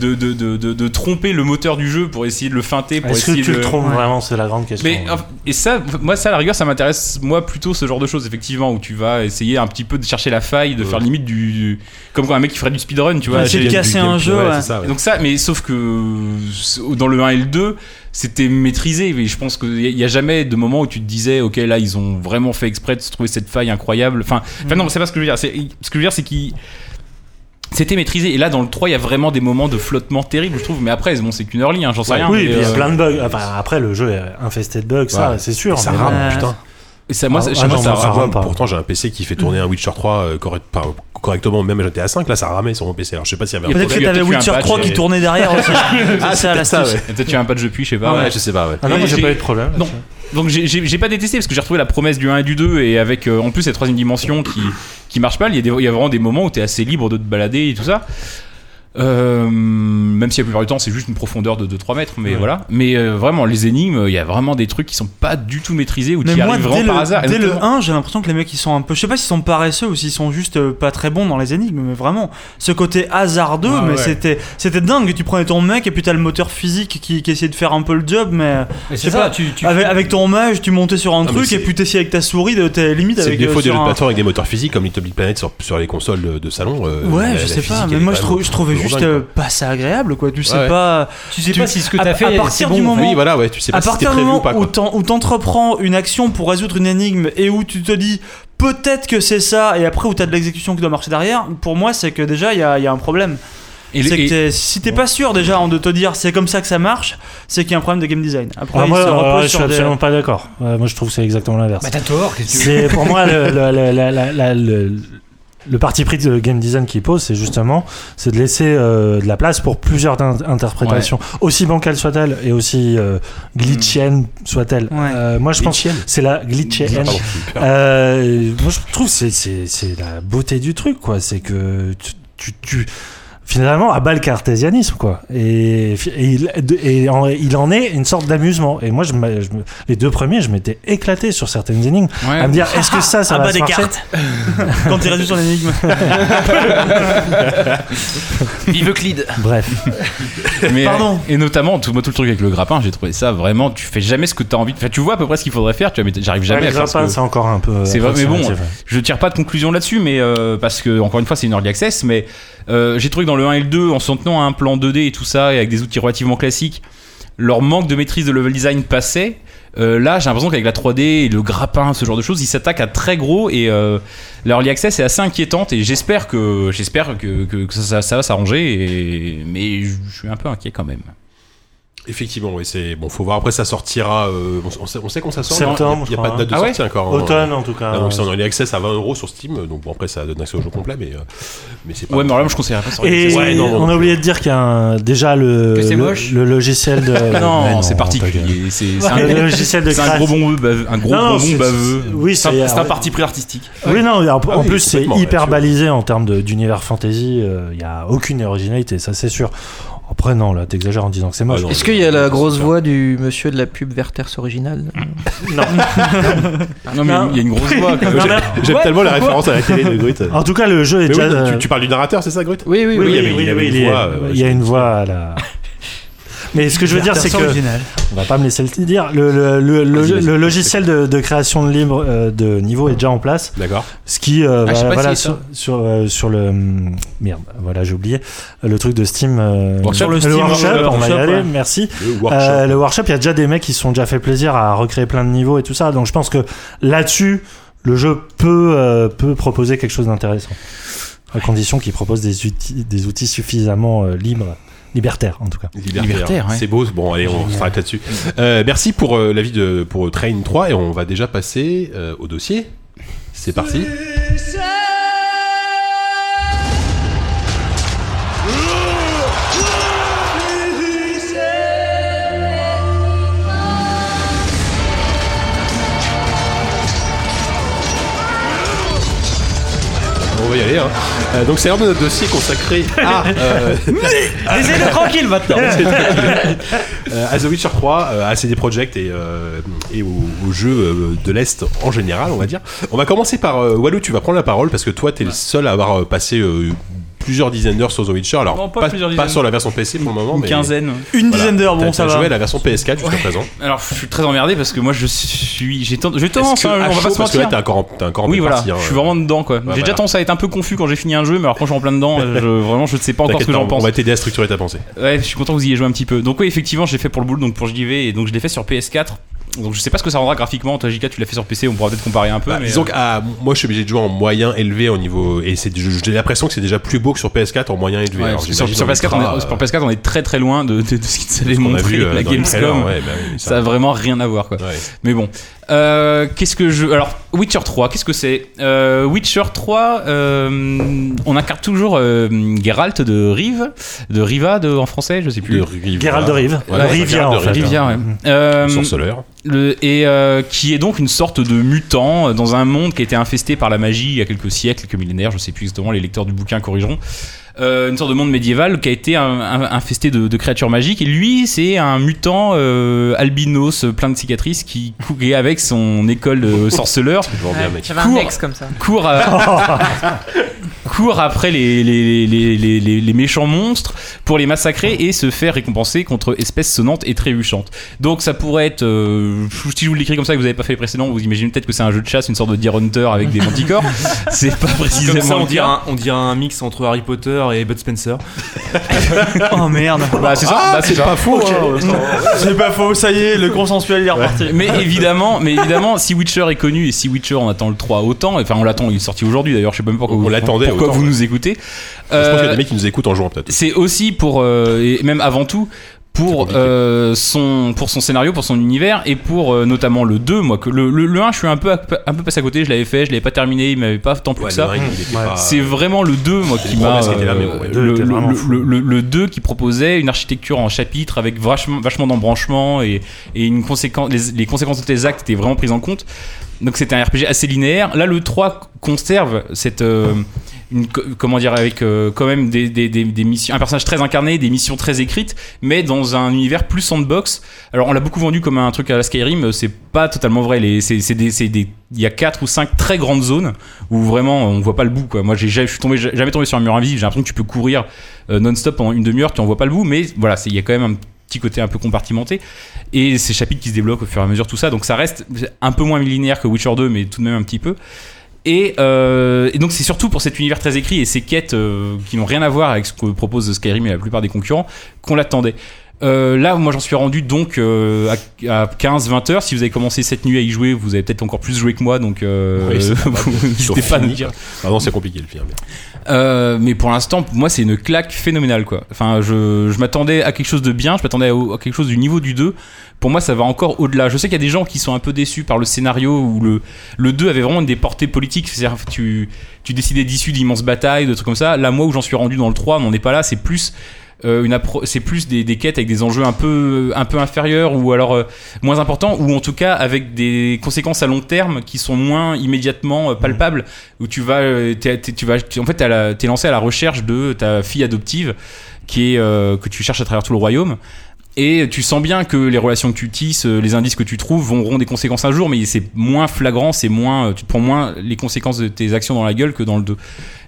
Speaker 7: de, de, de, de- de tromper le moteur du jeu pour essayer de le feinter. pour
Speaker 4: Est-ce que
Speaker 7: essayer
Speaker 4: tu
Speaker 7: de-
Speaker 4: le trouves vraiment C'est la grande question.
Speaker 7: mais enfin, et ça, moi ça à la rigueur, ça m'intéresse moi plutôt ce genre de choses effectivement où tu vas essayer un petit peu de chercher la faille, de faire limite du, du- comme quand un mec qui ferait du speedrun, tu vois.
Speaker 3: Ouais, c'est
Speaker 7: chez-
Speaker 3: le casser un jeu,
Speaker 2: Ouais,
Speaker 3: ouais.
Speaker 2: c'est ça, ouais.
Speaker 7: Et Donc ça, mais sauf que euh, dans le 1 et le 2, c'était maîtrisé. Et je pense qu'il n'y a jamais de moment où tu te disais, ok, là, ils ont vraiment fait exprès de se trouver cette faille incroyable. Enfin,
Speaker 4: Mm.
Speaker 7: enfin non, c'est pas ce que je veux dire. C'est- Ce que je veux dire, c'est qu'il c'était maîtrisé. Et là, dans le 3, il y a vraiment des moments de flottement terrible, je trouve. Mais après, bon, c'est qu'une early, hein, j'en sais rien.
Speaker 4: oui,
Speaker 7: mais,
Speaker 4: puis il y a
Speaker 7: euh,
Speaker 4: plein de bugs. Enfin, après, le jeu est infesté de bugs, ça,
Speaker 2: Ouais.
Speaker 4: c'est sûr.
Speaker 2: Ça
Speaker 4: mais
Speaker 2: rame,
Speaker 4: bon.
Speaker 2: putain.
Speaker 7: et ça, moi,
Speaker 4: Ah,
Speaker 7: ça-
Speaker 4: ah
Speaker 7: chez moi,
Speaker 4: non,
Speaker 7: ça
Speaker 4: non, ça
Speaker 7: rajoute-
Speaker 4: rame pas.
Speaker 2: Pourtant, j'ai un PC qui fait tourner un Witcher 3 euh, correct- enfin, correctement, même GTA 5, là, ça ramait sur mon PC. Alors, je sais pas s'il y avait un
Speaker 3: Peut-être
Speaker 7: faudrait
Speaker 3: que
Speaker 7: que
Speaker 3: t'avais
Speaker 7: tu aies un
Speaker 3: Witcher
Speaker 7: patch,
Speaker 3: 3 qui
Speaker 7: mais-
Speaker 3: tournait derrière aussi. ah, c'est à
Speaker 2: peut-être ça,
Speaker 3: l'astuce.
Speaker 7: Peut-être tu as un patch depuis, je sais pas.
Speaker 2: Ouais, je sais pas, ouais.
Speaker 4: Ah non,
Speaker 7: Et
Speaker 4: moi j'ai
Speaker 7: j'ai-
Speaker 4: pas eu de problème.
Speaker 7: Non. Donc j'ai- j'ai j'ai pas détesté parce que j'ai retrouvé la promesse du 1 et du 2 et avec euh, en plus cette troisième dimension qui, qui marche pas, il y, a des- il y a vraiment des moments où t'es assez libre de te balader et tout ça. Euh, même si la plupart du temps c'est juste une profondeur de 2-3 mètres, mais
Speaker 4: Ouais.
Speaker 7: voilà. Mais euh, vraiment, les énigmes, il y a vraiment des trucs qui sont pas du tout maîtrisés ou
Speaker 3: Mais
Speaker 7: qui
Speaker 3: moi,
Speaker 7: arrivent
Speaker 3: dès
Speaker 7: vraiment
Speaker 3: le,
Speaker 7: par hasard. Et
Speaker 3: dès le
Speaker 7: notamment-
Speaker 3: 1, j'ai l'impression que les mecs ils sont un peu. Je sais pas s'ils sont paresseux ou s'ils sont juste euh, pas très bons dans les énigmes, mais vraiment, ce côté hasardeux, mais c'était c'était dingue. Tu prenais ton mec et puis t'as le moteur physique qui, qui essayait de faire un peu le job, mais euh,
Speaker 9: Mais
Speaker 3: Je sais
Speaker 9: c'est ça,
Speaker 3: pas,
Speaker 9: tu, tu-
Speaker 3: avec, avec ton mage, tu montais sur un
Speaker 2: mais
Speaker 3: truc
Speaker 2: c'est-
Speaker 3: et puis t'essayais avec ta souris, de, t'es limite
Speaker 2: C'est le
Speaker 3: avec. euh,
Speaker 2: défaut des
Speaker 3: sur
Speaker 2: jeux de
Speaker 3: un-
Speaker 2: plateforme avec des moteurs physiques comme Little Big Planet sur, sur les consoles de, de salon. euh, la-
Speaker 3: Ouais,
Speaker 2: la
Speaker 3: je sais
Speaker 2: physique,
Speaker 3: pas,
Speaker 2: elle
Speaker 3: mais
Speaker 2: est
Speaker 3: moi
Speaker 2: quand
Speaker 3: je,
Speaker 2: même
Speaker 3: trouve- je trouvais
Speaker 2: lourdingue,
Speaker 3: juste
Speaker 2: quoi.
Speaker 3: euh, pas ça agréable, quoi. Tu sais
Speaker 2: ouais.
Speaker 3: pas.
Speaker 9: tu sais
Speaker 3: tu-
Speaker 9: pas si ce que
Speaker 3: à-
Speaker 9: t'as fait.
Speaker 3: à
Speaker 9: c'est
Speaker 3: partir
Speaker 9: bon
Speaker 3: du
Speaker 9: ou
Speaker 3: moment-
Speaker 9: pas.
Speaker 2: Oui, voilà, ouais, tu sais pas
Speaker 3: à
Speaker 2: si c'était
Speaker 3: partir du
Speaker 2: prévu ou
Speaker 3: moment
Speaker 2: pas.
Speaker 3: où
Speaker 2: quoi.
Speaker 3: t'en- où t'entreprends une action pour résoudre une énigme et où tu te dis peut-être que c'est ça et après où t'as de l'exécution qui doit marcher derrière, pour moi c'est que déjà il y a, il y a un problème.
Speaker 7: et les-
Speaker 3: C'est que
Speaker 7: et-
Speaker 3: t'es- si t'es pas sûr déjà en de te dire c'est comme ça que ça marche, c'est qu'il y a un problème de game design. Après
Speaker 4: Ah,
Speaker 3: il
Speaker 4: moi,
Speaker 3: se
Speaker 4: euh,
Speaker 3: repose
Speaker 4: je suis
Speaker 3: sur des-
Speaker 4: absolument pas d'accord. Euh, moi, je trouve que c'est exactement l'inverse.
Speaker 9: Bah t'as tort, qu'est-ce que tu
Speaker 4: C'est
Speaker 9: veux
Speaker 4: pour moi le, le- le- la- la- la- le- le parti pris de game design qu'il pose, c'est justement c'est de laisser euh, de la place pour plusieurs in- interprétations, aussi bancales soient-elles et aussi euh, glitchiennes soient-elles.
Speaker 3: Ouais.
Speaker 4: Euh, moi, je pense que c'est la glitchienne.
Speaker 2: Pardon.
Speaker 4: Euh, moi, je trouve que c'est- c'est c'est la beauté du truc, quoi. C'est que tu, tu, tu- finalement à bas le cartésianisme, quoi. Et, fi- et il, de- et en- il en est une sorte d'amusement. Et moi, je, m'a- je me- les deux premiers, je m'étais éclaté sur certaines énigmes
Speaker 7: Ouais.
Speaker 4: à me dire est-ce que ça, ça
Speaker 3: Ah,
Speaker 4: va
Speaker 3: bah,
Speaker 4: se
Speaker 3: des
Speaker 4: marcher
Speaker 3: cartes. [LAUGHS] quand t'es résolu
Speaker 6: [LAUGHS]
Speaker 3: sur l'énigme.
Speaker 8: Vive Clyde.
Speaker 6: [LAUGHS]
Speaker 4: Bref.
Speaker 3: [LAUGHS]
Speaker 7: Mais-
Speaker 3: Pardon.
Speaker 7: Et notamment, tout, moi, tout le truc avec le grappin, j'ai trouvé ça vraiment. Tu fais jamais ce que t'as envie. de- Enfin, tu vois à peu près ce qu'il faudrait faire. Tu vois, mais j'arrive jamais
Speaker 4: Ouais,
Speaker 7: à
Speaker 4: le
Speaker 7: faire ce
Speaker 4: grappin,
Speaker 7: que-
Speaker 4: c'est encore un peu.
Speaker 7: Euh, C'est vrai, mais bon,
Speaker 4: approximatif, ouais.
Speaker 7: Je tire pas de conclusion là-dessus, mais euh, parce que encore une fois, c'est une early access. Mais euh, j'ai trouvé que dans le 1 et le 2, en s'en tenant à un plan 2D et tout ça, et avec des outils relativement classiques, leur manque de maîtrise de level design passait. Euh, là, j'ai l'impression qu'avec la 3D et le grappin, ce genre de choses, ils s'attaquent à très gros et euh, l'early access est assez inquiétante. Et j'espère que j'espère que, que- que ça, ça va s'arranger. et- Mais je je suis un peu inquiet quand même.
Speaker 2: Effectivement, oui, c'est bon. Faut voir après, ça sortira. euh, on, sait- on sait, on sait quand ça sort.
Speaker 4: Septembre,
Speaker 2: Il n'y a,
Speaker 4: je
Speaker 2: pas de date de
Speaker 4: crois, hein.
Speaker 2: sortie
Speaker 4: Ah ouais
Speaker 2: encore.
Speaker 4: Automne, en tout cas,
Speaker 2: Là, donc
Speaker 4: ouais.
Speaker 2: c'est en early access à 20 euros sur Steam. Donc bon, après, ça donne accès au jeu complet, mais euh, mais c'est pas.
Speaker 7: Ouais, mais alors là, je conseillerais pas sur
Speaker 4: Et
Speaker 2: Ouais, non,
Speaker 4: on a oublié de dire qu'il y a un- déjà le,
Speaker 7: Que c'est
Speaker 4: le,
Speaker 7: moche.
Speaker 4: le
Speaker 6: [LAUGHS]
Speaker 4: logiciel de.
Speaker 7: Euh, non,
Speaker 4: Mais
Speaker 7: c'est
Speaker 4: ta
Speaker 7: particulier. C'est c'est
Speaker 4: Le
Speaker 7: un,
Speaker 4: logiciel de
Speaker 7: c'est un
Speaker 4: crash.
Speaker 7: gros bon baveux. Un gros
Speaker 4: Non,
Speaker 7: bonbon
Speaker 4: c'est-
Speaker 7: baveux.
Speaker 4: oui,
Speaker 7: c'est
Speaker 4: c'est- euh,
Speaker 7: un, c'est un parti pris artistique.
Speaker 4: Oui, non, en,
Speaker 6: Ah
Speaker 4: en
Speaker 2: oui,
Speaker 4: plus, c'est
Speaker 2: complètement,
Speaker 4: hyper
Speaker 2: là-dessus.
Speaker 4: balisé en termes de- d'univers fantasy. euh, Il n'y a aucune originalité, ça c'est sûr. Après, non, là, t'exagères en disant que c'est moche.
Speaker 2: Ah, non.
Speaker 8: Est-ce qu'il y a la grosse voix du monsieur de la pub Verters
Speaker 2: [LAUGHS]
Speaker 8: originale
Speaker 7: Non, mais
Speaker 4: Non.
Speaker 7: il y a une grosse voix. quand
Speaker 4: [LAUGHS]
Speaker 7: même.
Speaker 4: Non, mais-
Speaker 2: J'aime tellement la référence à la télé de Grut.
Speaker 4: en tout cas, le jeu est
Speaker 2: Mais oui,
Speaker 4: déjà. euh,
Speaker 2: tu, tu parles du narrateur, c'est ça, Grut
Speaker 8: Oui, oui,
Speaker 4: oui,
Speaker 8: oui.
Speaker 2: il y
Speaker 4: oui,
Speaker 2: avait- il y
Speaker 4: oui,
Speaker 2: avait
Speaker 4: oui,
Speaker 2: une
Speaker 4: il y
Speaker 2: voix,
Speaker 4: a-
Speaker 2: euh,
Speaker 4: il y a une voix à la. Mais ce que je veux dire, c'est que.
Speaker 3: original.
Speaker 4: On va pas me laisser le dire. Le, le- le- le- le logiciel de, de création de libre euh, de niveau est déjà en place.
Speaker 2: D'accord.
Speaker 4: Ce qui, euh,
Speaker 8: Ah, je sais
Speaker 4: voilà,
Speaker 8: pas
Speaker 4: voilà,
Speaker 8: si c'est
Speaker 4: sur, sur, euh, sur le hum, merde, voilà, j'ai oublié le truc de Steam. euh,
Speaker 3: Workshop.
Speaker 4: le,
Speaker 3: Sur le Steam
Speaker 4: workshop,
Speaker 2: euh,
Speaker 3: Workshop,
Speaker 4: on va y
Speaker 3: ouais.
Speaker 4: aller. Merci.
Speaker 2: Le
Speaker 4: Euh,
Speaker 2: workshop.
Speaker 4: le workshop, il y a déjà des mecs qui se sont déjà fait plaisir à recréer plein de niveaux et tout ça. Donc je pense que là-dessus, le jeu peut euh, peut proposer quelque chose d'intéressant, à condition qu'il propose des outils des outils suffisamment euh, libres, libertaires en tout cas.
Speaker 2: Libertaire.
Speaker 7: Libertaire, ouais.
Speaker 2: C'est beau. Bon, allez, on s'arrête là-dessus. [LAUGHS] Euh, merci pour euh, l'avis de pour Train 3 et on va déjà passer euh, au dossier. C'est parti. On va y aller. Hein. Euh, donc c'est l'heure de notre dossier
Speaker 3: [LAUGHS]
Speaker 2: consacré à euh,
Speaker 3: Ah. Laissez-le
Speaker 2: [LAUGHS]
Speaker 3: tranquille maintenant.
Speaker 2: euh, à The Witcher 3, euh, à CD Projekt et, euh, et aux, aux jeux euh, de l'Est en général, on va dire. On va commencer par euh, Walou, tu vas prendre la parole parce que toi, t'es le seul à avoir euh, passé euh, plusieurs dizaines d'heures sur The Witcher. Alors,
Speaker 7: Non, pas plusieurs dizaines.
Speaker 2: sur la version PC pour le moment,
Speaker 7: Une
Speaker 2: mais.
Speaker 7: quinzaine.
Speaker 3: Une
Speaker 2: voilà.
Speaker 3: dizaine d'heures,
Speaker 2: T'as-
Speaker 3: bon,
Speaker 2: t'as
Speaker 3: ça va.
Speaker 2: joué à la version PS4 jusqu'à présent.
Speaker 7: Alors, je suis très emmerdé parce que moi, je suis. J'ai tendance. J'ai
Speaker 2: Est-ce
Speaker 7: tendance,
Speaker 2: que,
Speaker 7: hein,
Speaker 2: à
Speaker 7: on va
Speaker 2: chaud,
Speaker 7: pas se
Speaker 2: parce que là,
Speaker 7: mentir.
Speaker 2: t'es encore, en- t'es encore en
Speaker 7: Oui,
Speaker 2: pleine
Speaker 7: voilà,
Speaker 2: partie, hein.
Speaker 7: je suis vraiment dedans quoi.
Speaker 2: voilà.
Speaker 7: J'ai déjà tendance à être un peu confus quand j'ai fini un jeu, mais alors quand je suis en plein dedans, euh, je, vraiment je ne sais pas encore ce
Speaker 2: T'inquiète
Speaker 7: que
Speaker 2: pas,
Speaker 7: j'en
Speaker 2: on-
Speaker 7: pense.
Speaker 2: On va t'aider à structurer ta pensée. [LAUGHS]
Speaker 7: Ouais, je suis content que vous y ayez joué un petit peu. Donc oui, effectivement, j'ai fait pour le boule, donc pour JV, et donc je l'ai fait sur PS4. Donc je sais pas ce que ça rendra graphiquement. Toi, JK, tu l'as fait sur PC, on pourra peut-être comparer un peu.
Speaker 2: Bah,
Speaker 7: mais,
Speaker 2: disons
Speaker 7: euh,
Speaker 2: que ah, moi je suis obligé de jouer en moyen élevé au niveau et c'est je- j'ai l'impression que c'est déjà plus beau que sur PS4 en moyen élevé.
Speaker 7: ouais,
Speaker 2: Alors,
Speaker 7: sur,
Speaker 2: j'imagine
Speaker 7: sur
Speaker 2: en
Speaker 7: PS4, on
Speaker 2: ultra,
Speaker 7: est,
Speaker 2: euh,
Speaker 7: sur PS4, on est très très loin de, de- de ce qu'ils savaient
Speaker 2: ce qu'on a
Speaker 7: montrer
Speaker 2: vu, euh,
Speaker 7: à la
Speaker 2: dans le trailer,
Speaker 7: Gamescom.
Speaker 2: ouais, bah oui, ça-
Speaker 7: Ça a vraiment rien à voir quoi.
Speaker 2: ouais.
Speaker 7: Mais bon. Euh, qu'est-ce que je. Alors, Witcher 3, qu'est-ce que c'est Euh, Witcher 3, euh, on incarne toujours euh, Geralt de Rive, de Riva de, en français, je sais plus.
Speaker 2: de Rivière.
Speaker 4: Gérald de Rive,
Speaker 2: Voilà,
Speaker 4: Rivia
Speaker 2: Gérald de
Speaker 4: en fait.
Speaker 2: Rive.
Speaker 7: Rivia, ouais.
Speaker 4: Mhm.
Speaker 7: Euh,
Speaker 2: Sorceleur.
Speaker 7: le- et euh, qui est donc une sorte de mutant euh, dans un monde qui a été infesté par la magie il y a quelques siècles, quelques millénaires, je sais plus exactement, les lecteurs du bouquin corrigeront. Euh, une sorte de monde médiéval qui a été un- un- infesté de, de créatures magiques. Et lui, c'est un mutant euh, albinos euh, plein de cicatrices qui courait avec son
Speaker 8: [LAUGHS]
Speaker 7: école de sorceleur,
Speaker 2: Je vois bien, mec.
Speaker 8: J'avais un
Speaker 7: Cours.
Speaker 8: ex comme ça.
Speaker 4: [LAUGHS]
Speaker 8: [LAUGHS]
Speaker 7: court, à- court après les, les, les, les, les- les méchants monstres pour les massacrer et se faire récompenser contre espèces sonnantes et trébuchantes. Donc ça pourrait être, euh, si je vous l'écris comme ça et que vous n'avez pas fait les précédents, vous imaginez peut-être que c'est un jeu de chasse, une sorte de Deer Hunter avec des
Speaker 6: [LAUGHS]
Speaker 7: manticores. c'est pas
Speaker 6: Comme
Speaker 7: précisément
Speaker 6: ça, on
Speaker 7: le
Speaker 6: dirait,
Speaker 7: cas.
Speaker 6: un, on dirait un mix entre Harry Potter et
Speaker 4: [LAUGHS]
Speaker 6: Bud Spencer.
Speaker 3: Oh merde.
Speaker 7: Bah, c'est ça,
Speaker 4: Ah,
Speaker 7: bah, c'est ça.
Speaker 2: faux. [LAUGHS]
Speaker 4: hein.
Speaker 3: C'est pas faux, ça y est, le consensuel il est reparti.
Speaker 7: Mais évidemment, mais évidemment, si Witcher est connu et si Witcher on attend le 3 autant, enfin on l'attend, il est sorti aujourd'hui d'ailleurs, je sais pas même pas pourquoi,
Speaker 2: euh, On
Speaker 7: vous-
Speaker 2: l'attendait
Speaker 7: pourquoi
Speaker 2: autant,
Speaker 7: vous
Speaker 2: ouais.
Speaker 7: nous écoutez.
Speaker 2: Je pense
Speaker 7: Euh,
Speaker 2: qu'il y a des mecs qui nous écoutent en jouant peut-être.
Speaker 7: c'est aussi pour euh, et même avant tout pour euh, son pour son scénario pour son univers et pour euh, notamment le 2 moi que le, le, le 1 je suis un peu à- un peu passé à côté je l'avais fait je l'avais pas terminé il m'avait pas tant plu
Speaker 2: Ouais,
Speaker 7: que ça
Speaker 2: le ring, il était
Speaker 4: Ouais.
Speaker 2: pas-
Speaker 7: c'est vraiment le 2 moi qui
Speaker 2: les
Speaker 7: m'a euh,
Speaker 2: promesses qui étaient là, mais bon, ouais,
Speaker 4: le deux
Speaker 7: le,
Speaker 4: était
Speaker 7: le-
Speaker 4: vraiment
Speaker 7: le-
Speaker 4: fou.
Speaker 7: le- le- le 2 qui proposait une architecture en chapitre avec vachement, vachement d'embranchements et, et une conséquence, les, les conséquences de tes actes étaient vraiment prises en compte. Donc c'était un RPG assez linéaire. Là, le 3 conserve cette. euh, une co- comment dire, avec euh, quand même des, des- des- des missions, un personnage très incarné, des missions très écrites, mais dans un univers plus sandbox. Alors on l'a beaucoup vendu comme un truc à la Skyrim, euh, c'est pas totalement vrai. Les- c'est- c'est des- c'est des- Il y a 4 ou 5 très grandes zones où vraiment on voit pas le bout. Quoi. Moi j'ai jamais- je suis tombé, jamais tombé sur un mur invisible, j'ai l'impression que tu peux courir euh, non-stop pendant une demi-heure, tu en vois pas le bout, mais voilà, c'est- il y a quand même un petit côté un peu compartimenté et ces chapitres qui se débloquent au fur et à mesure tout ça donc ça reste un peu moins linéaire que Witcher 2 mais tout de même un petit peu et, euh, et donc c'est surtout pour cet univers très écrit et ces quêtes euh, qui n'ont rien à voir avec ce que propose Skyrim et la plupart des concurrents qu'on l'attendait. Euh, Euh, là, moi, j'en suis rendu donc euh, à, 15-20 heures. Si vous avez commencé cette nuit à y jouer, vous avez peut-être encore plus joué que moi, donc euh,
Speaker 2: Oui,
Speaker 7: [LAUGHS]
Speaker 2: c'est pas mal.
Speaker 7: vous n'hésitez
Speaker 2: Sur
Speaker 7: pas à me
Speaker 2: fini,
Speaker 7: dire.
Speaker 2: Ah non, c'est compliqué le film.
Speaker 7: Euh, mais pour l'instant, pour moi, c'est une claque phénoménale, quoi. Enfin, je, je m'attendais à quelque chose de bien, je m'attendais à, à quelque chose du niveau du 2. Pour moi, ça va encore au-delà. Je sais qu'il y a des gens qui sont un peu déçus par le scénario où le, le 2 avait vraiment des portées politiques. C'est-à-dire, que tu, tu décidais d'issue d'immenses batailles, de trucs comme ça. Là, moi, où j'en suis rendu dans le 3, on n'en est pas là. C'est plus. euh, une appro- c'est plus des, des quêtes avec des enjeux un peu un peu inférieurs ou alors euh, moins importants ou en tout cas avec des conséquences à long terme qui sont moins immédiatement euh, palpables où tu vas euh, t'es- t'es- tu vas tu- en fait t'as la- t'es lancé à la recherche de ta fille adoptive qui est euh, que tu cherches à travers tout le royaume et tu sens bien que les relations que tu tisses, euh, les indices que tu trouves vont- auront des conséquences un jour, mais c'est moins flagrant, c'est moins, euh, tu te prends moins les conséquences de tes actions dans la gueule que dans le 2.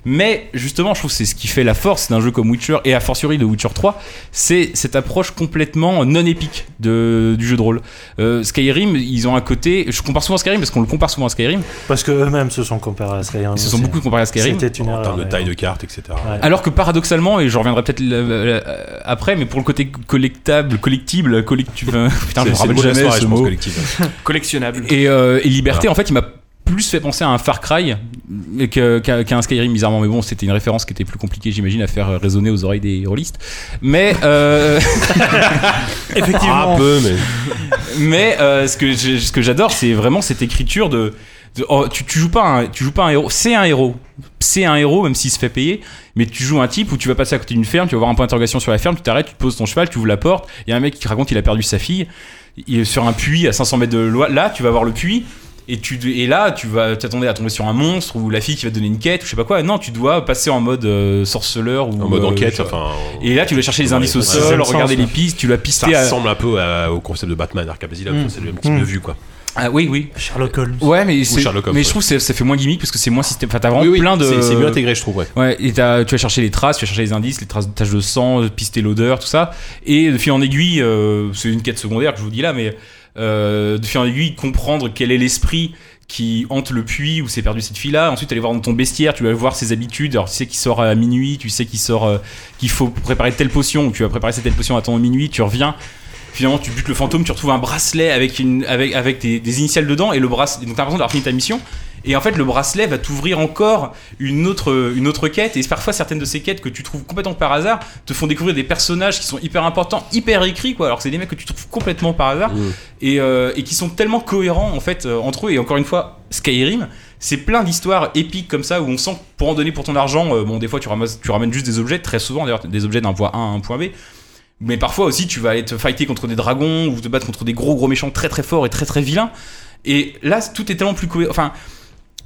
Speaker 7: Mais justement, je trouve que c'est ce qui fait la force d'un jeu comme Witcher, et a fortiori de Witcher 3, c'est cette approche complètement non épique de, du jeu de rôle. Euh, Skyrim, ils ont un côté, je compare souvent à Skyrim parce qu'on le compare souvent à Skyrim,
Speaker 4: Parce que eux-mêmes se sont comparés à Skyrim.
Speaker 7: ils se sont
Speaker 4: aussi.
Speaker 7: beaucoup comparés à Skyrim.
Speaker 4: C'était une
Speaker 2: En
Speaker 4: erreur.
Speaker 2: termes de
Speaker 4: d'ailleurs.
Speaker 2: taille de carte, etc.
Speaker 4: Ouais.
Speaker 7: Alors que paradoxalement, et je reviendrai peut-être euh, euh, après, mais pour le côté collectable, collectible, collectif, euh, [LAUGHS] putain, je me
Speaker 2: C'est- c'est le
Speaker 7: rappelle
Speaker 2: mot de la
Speaker 7: jamais
Speaker 2: soirée,
Speaker 7: ce
Speaker 2: je pense,
Speaker 7: mot.
Speaker 2: collective.
Speaker 6: Collectionnable.
Speaker 7: Et, euh, et Liberté, en fait, il m'a plus fait penser à un Far Cry que- qu'à qu'à un Skyrim, bizarrement. Mais bon, c'était une référence qui était plus compliquée, j'imagine, à faire résonner aux oreilles des rôlistes. Mais, euh,
Speaker 2: Ah, Un peu, mais.
Speaker 7: mais euh, ce que j'ai- ce que j'adore, c'est vraiment cette écriture de. de- oh, tu, tu joues pas un, tu joues pas un héros. C'est un héros. C'est un héros, même s'il se fait payer. Mais tu joues un type où tu vas passer à côté d'une ferme, tu vas voir un point d'interrogation sur la ferme, tu t'arrêtes, tu te poses ton cheval, tu ouvres la porte. Il y a un mec qui raconte qu'il a perdu sa fille. Il est sur un puits à 500 mètres de loin. Là, tu vas voir le puits. Et, tu, et là, tu vas t'attendre à tomber sur un monstre ou la fille qui va te donner une quête ou je sais pas quoi. Non, tu dois passer en mode euh, sorceleur ou
Speaker 2: En mode
Speaker 7: euh,
Speaker 2: enquête,
Speaker 7: je-
Speaker 2: enfin.
Speaker 7: Et là, tu vas chercher les
Speaker 2: Ouais,
Speaker 7: indices au
Speaker 2: ouais,
Speaker 4: c'est
Speaker 7: sol,
Speaker 4: le
Speaker 7: regarder
Speaker 4: sens,
Speaker 7: les pistes, tu dois pister.
Speaker 2: Ça
Speaker 7: à-
Speaker 2: ressemble un peu à- au concept de Batman Arkham Asylum,
Speaker 4: Mm.
Speaker 2: c'est le même type
Speaker 4: Mm.
Speaker 2: de vue quoi.
Speaker 7: Ah oui, oui.
Speaker 4: Sherlock Holmes.
Speaker 7: Ouais, mais, c'est-
Speaker 2: Sherlock Holmes,
Speaker 7: mais
Speaker 2: ouais.
Speaker 7: je trouve que ça- ça fait moins gimmick parce que c'est moins système. Enfin, t'as vraiment
Speaker 2: Oui, oui,
Speaker 7: plein de.
Speaker 2: c'est- C'est mieux intégré je trouve, ouais.
Speaker 7: Ouais, et t'as- tu vas chercher les traces, tu vas chercher les indices, les traces de taches de sang, pister l'odeur, tout ça. Et de fil en aiguille, euh, c'est une quête secondaire que je vous dis là, mais euh, de fil en aiguille, comprendre quel est l'esprit qui hante le puits où s'est perdue cette fille-là. Ensuite, aller voir dans ton bestiaire, tu vas voir ses habitudes. Alors, tu sais qu'il sort à minuit, tu sais qu'il sort, euh, qu'il faut préparer telle potion, ou tu vas préparer cette telle potion à ton minuit, tu reviens. Finalement, tu butes le fantôme, tu retrouves un bracelet avec, une, avec, avec des, des initiales dedans, et le bracelet. Donc, t'as l'impression d'avoir fini ta mission. Et en fait, le bracelet va t'ouvrir encore une autre, une autre quête. Et parfois, certaines de ces quêtes que tu trouves complètement par hasard te font découvrir des personnages qui sont hyper importants, hyper écrits, quoi. Alors que c'est des mecs que tu trouves complètement par hasard et, euh, et qui sont tellement cohérents en fait euh, entre eux. Et encore une fois, Skyrim, c'est plein d'histoires épiques comme ça où on sent que pour en donner pour ton argent, euh, bon, des fois tu, ramasses, tu ramènes juste des objets, très souvent d'ailleurs, des objets d'un point A à un point B. Mais parfois aussi, tu vas aller te fighter contre des dragons ou te battre contre des gros gros méchants très très forts et très très vilains. Et là, tout est tellement plus cohérent. Enfin.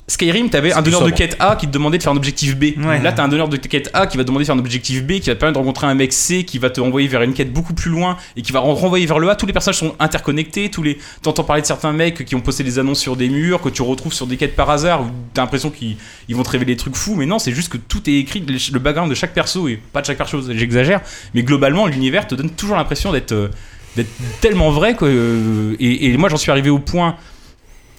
Speaker 7: Skyrim, t'avais un
Speaker 2: plus
Speaker 7: donneur de
Speaker 2: sobre.
Speaker 7: quête A qui te demandait de faire un objectif B.
Speaker 3: Ouais.
Speaker 7: Là, t'as un donneur de quête A qui va te demander de faire un objectif B, qui va te permettre de rencontrer un mec C, qui va te renvoyer vers une quête beaucoup plus loin et qui va ren- renvoyer vers le A. Tous les personnages sont interconnectés. Tous les t'entends parler de certains mecs qui ont posté des annonces sur des murs que tu retrouves sur des quêtes par hasard. Où t'as l'impression qu'ils ils vont te révéler des trucs fous, mais non, c'est juste que tout est écrit. Le le background de chaque perso et pas de chaque perso, j'exagère, mais globalement, l'univers te donne toujours l'impression d'être euh, d'être tellement vrai que euh, et, et moi, j'en suis arrivé au point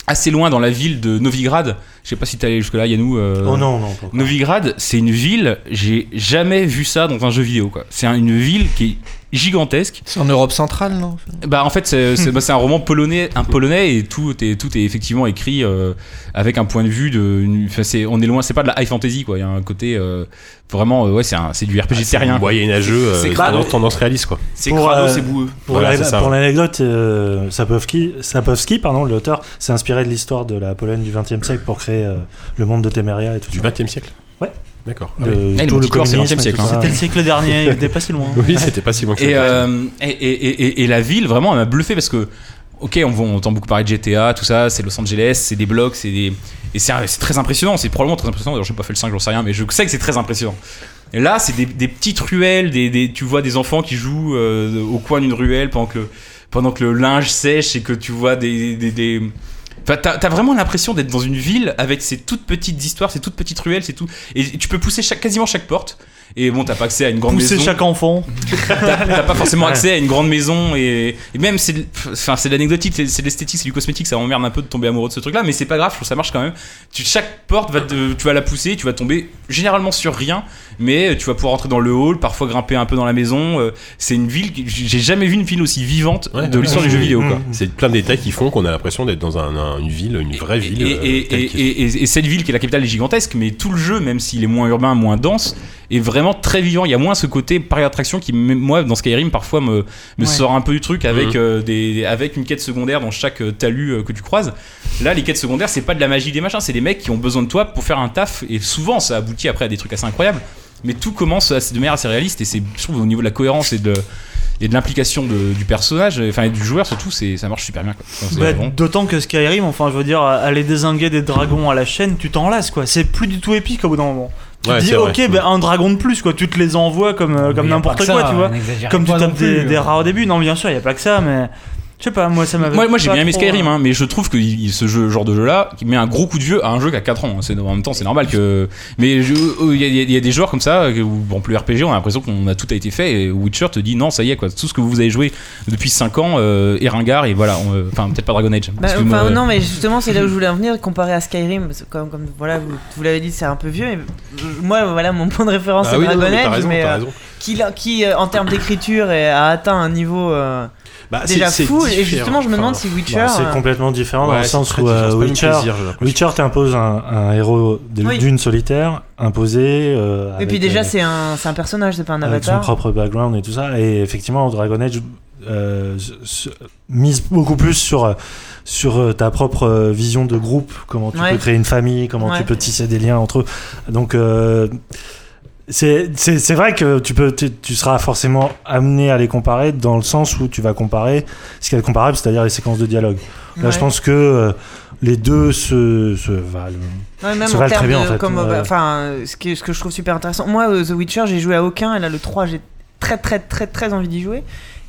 Speaker 7: assez loin dans la ville de Novigrad. Je sais pas si t'es allé jusque là, Yannou. euh,
Speaker 4: Oh non, non. pas encore.
Speaker 7: Novigrad, c'est une ville, j'ai jamais vu ça dans un jeu vidéo. quoi. C'est un- une ville qui est gigantesque.
Speaker 8: C'est en Europe centrale, non
Speaker 7: Bah en fait, c'est c'est- bah, c'est un roman polonais, un polonais et tout est tout est effectivement écrit euh, avec un point de vue de. une- enfin, c'est- on est loin, c'est pas de la high fantasy quoi. Il y a un côté euh, vraiment, euh, ouais, c'est un- c'est du RPG terrien.
Speaker 2: Moyen-âgeux, euh,
Speaker 6: C'est crade.
Speaker 2: tendance, tendance réaliste quoi.
Speaker 6: C'est
Speaker 4: Pour,
Speaker 6: crado,
Speaker 4: euh,
Speaker 6: c'est boueux.
Speaker 4: Pour
Speaker 2: Voilà,
Speaker 4: la-
Speaker 2: c'est ça.
Speaker 4: pour l'anecdote, euh, Sapowski, Sapowski, pardon, l'auteur, s'est inspiré de l'histoire de la Pologne du XXe siècle pour créer euh, le monde de Téméria et tout
Speaker 2: Du
Speaker 4: ça.
Speaker 2: 20 e siècle
Speaker 4: Ouais.
Speaker 2: D'accord.
Speaker 4: De-
Speaker 7: Ah, le
Speaker 4: tout
Speaker 7: Manticore, c'est
Speaker 4: communisme
Speaker 7: 20e siècle,
Speaker 4: et tout
Speaker 7: hein.
Speaker 4: ça.
Speaker 3: C'était le siècle dernier, il était pas si loin.
Speaker 2: Oui, c'était pas si bon que ça.
Speaker 7: Et, euh, et, et, et- et la ville, vraiment, elle m'a bluffé parce que, ok, on, on entend beaucoup parler de GTA, tout ça, c'est Los Angeles, c'est des blocs, c'est des. Et c'est c'est très impressionnant, c'est probablement très impressionnant. D'ailleurs, j'ai pas fait le 5, j'en sais rien, mais je sais que c'est très impressionnant. Et là, c'est des, des petites ruelles, des, des- tu vois des enfants qui jouent euh, au coin d'une ruelle pendant que, le, pendant que le linge sèche et que tu vois des. des, des- Enfin, t'as t'as vraiment l'impression d'être dans une ville avec ces toutes petites histoires, ces toutes petites ruelles, c'est tout. Et tu peux pousser chaque, quasiment chaque porte. Et bon, t'as pas accès à une grande
Speaker 3: Pousser
Speaker 7: maison.
Speaker 3: chaque enfant.
Speaker 7: T'as t'as pas forcément accès à une grande maison et, et même c'est de- pff, enfin c'est de l'anecdotique, c'est c'est de l'esthétique, c'est du cosmétique, ça m'emmerde un peu de tomber amoureux de ce truc-là, mais c'est pas grave, je trouve que ça marche quand même. Tu, chaque porte va te- tu vas la pousser, tu vas tomber généralement sur rien, mais euh, tu vas pouvoir entrer dans le hall, parfois grimper un peu dans la maison. euh, C'est une ville, que- j'ai jamais vu une ville aussi vivante de l'histoire du jeu vidéo
Speaker 3: Mmh,
Speaker 7: quoi.
Speaker 2: C'est plein de détails qui font qu'on a l'impression d'être dans un- un- une ville, une vraie ville.
Speaker 7: Et,
Speaker 2: euh,
Speaker 7: et-
Speaker 2: telle
Speaker 7: et-
Speaker 2: qu'elle-
Speaker 7: et- et- et cette ville qui est la capitale est gigantesque, mais tout le jeu, même s'il est moins urbain, moins dense, est vraiment très vivant. Il y a moins ce côté par attraction qui, même moi, dans Skyrim, parfois me, me
Speaker 8: Ouais.
Speaker 7: sort un peu du truc avec,
Speaker 2: Mhm.
Speaker 7: euh, des, avec une quête secondaire dans chaque euh, talus euh, que tu croises. Là, les quêtes secondaires, c'est pas de la magie des machins, c'est des mecs qui ont besoin de toi pour faire un taf, et souvent ça aboutit après à des trucs assez incroyables. Mais tout commence assez- de manière assez réaliste, et c'est, je trouve, au niveau de la cohérence et de. Et de l'implication de- du personnage, euh, enfin et du joueur surtout, c'est, ça marche super bien. Quoi. Enfin, c'est
Speaker 3: Bah,
Speaker 7: vraiment-
Speaker 3: D'autant que Skyrim, enfin je veux dire, aller désinguer des dragons à la chaîne, tu t'en lasses quoi. C'est plus du tout épique au bout d'un moment. Tu
Speaker 2: Ouais,
Speaker 3: te dis
Speaker 2: c'est vrai.
Speaker 3: ok, ben, un dragon de plus quoi. Tu te les envoies comme, euh, comme n'importe quoi, tu vois. Comme tu tapes
Speaker 4: euh.
Speaker 3: des, des rats au début. Non, bien sûr, il y a pas que ça, mais je sais pas, moi ça m'avait.
Speaker 7: Moi, moi j'ai
Speaker 3: pas
Speaker 7: bien aimé
Speaker 3: trop,
Speaker 7: Skyrim,
Speaker 3: euh,
Speaker 7: hein, mais je trouve que il- ce jeu, genre de jeu-là, qui met un gros coup de vieux à un jeu qui a 4 ans. hein. C'est, en même temps, c'est normal que. Mais je- euh, il y, a- il y a- il y a des joueurs comme ça, euh, où, en plus RPG, on a l'impression qu'on a tout a été fait, et Witcher te dit non, ça y est, quoi. Tout ce que vous avez joué depuis 5 ans euh, est ringard, et voilà. on, euh, Enfin, peut-être pas Dragon Age.
Speaker 10: Bah,
Speaker 7: parce que
Speaker 10: enfin,
Speaker 7: moi, euh,
Speaker 10: non, mais justement, c'est là où je voulais en venir, comparé à Skyrim. Parce que comme, comme voilà, vous, vous l'avez dit, c'est un peu vieux. Mais euh, moi, voilà, mon point de référence,
Speaker 2: Ah
Speaker 10: c'est
Speaker 2: oui, non,
Speaker 10: Dragon
Speaker 2: non, mais
Speaker 10: Age,
Speaker 2: t'as raison,
Speaker 10: mais,
Speaker 2: t'as
Speaker 10: euh,
Speaker 2: raison.
Speaker 10: qui, qui, euh, en termes d'écriture, est- a atteint un niveau euh,
Speaker 2: Bah, c'est-
Speaker 10: déjà
Speaker 2: c'est
Speaker 10: fou. Et
Speaker 2: différent.
Speaker 10: justement, je me demande si Witcher.
Speaker 4: Bah, c'est
Speaker 10: euh,
Speaker 4: complètement différent
Speaker 2: Ouais,
Speaker 4: dans le
Speaker 2: c'est
Speaker 4: sens
Speaker 2: très
Speaker 4: où
Speaker 2: différent,
Speaker 4: euh,
Speaker 2: c'est pas le même
Speaker 4: Witcher,
Speaker 2: plaisir, j'ai l'impression.
Speaker 4: Witcher t'impose un, un héros de-
Speaker 10: Oui.
Speaker 4: d'une solitaire, imposé. euh,
Speaker 10: et
Speaker 4: avec,
Speaker 10: puis déjà,
Speaker 4: euh,
Speaker 10: c'est un, c'est un personnage, c'est pas un
Speaker 4: avec son
Speaker 10: avatar.
Speaker 4: propre background et tout ça. Et effectivement, Dragon Age euh, se- se- mise beaucoup plus sur euh, sur euh, ta propre euh, vision de groupe, comment tu
Speaker 10: Ouais.
Speaker 4: peux créer une famille, comment
Speaker 10: Ouais.
Speaker 4: tu peux tisser des liens entre eux. Donc euh, c'est c'est- c'est vrai que tu peux tu, tu seras forcément amené à les comparer dans le sens où tu vas comparer ce qui est comparable, c'est-à-dire les séquences de dialogue. Là, je
Speaker 10: Ouais.
Speaker 4: pense que euh, les deux se, se valent.
Speaker 10: Ouais, même
Speaker 4: Ça
Speaker 10: en
Speaker 4: va très
Speaker 10: termes
Speaker 4: bien,
Speaker 10: de-
Speaker 4: en fait.
Speaker 10: comme, euh,
Speaker 4: Ouais.
Speaker 10: bah, Enfin, euh, ce, qui- ce que je trouve super intéressant. Moi, euh, The Witcher, j'ai joué à aucun, et là, le 3, j'ai très, très, très, très envie d'y jouer.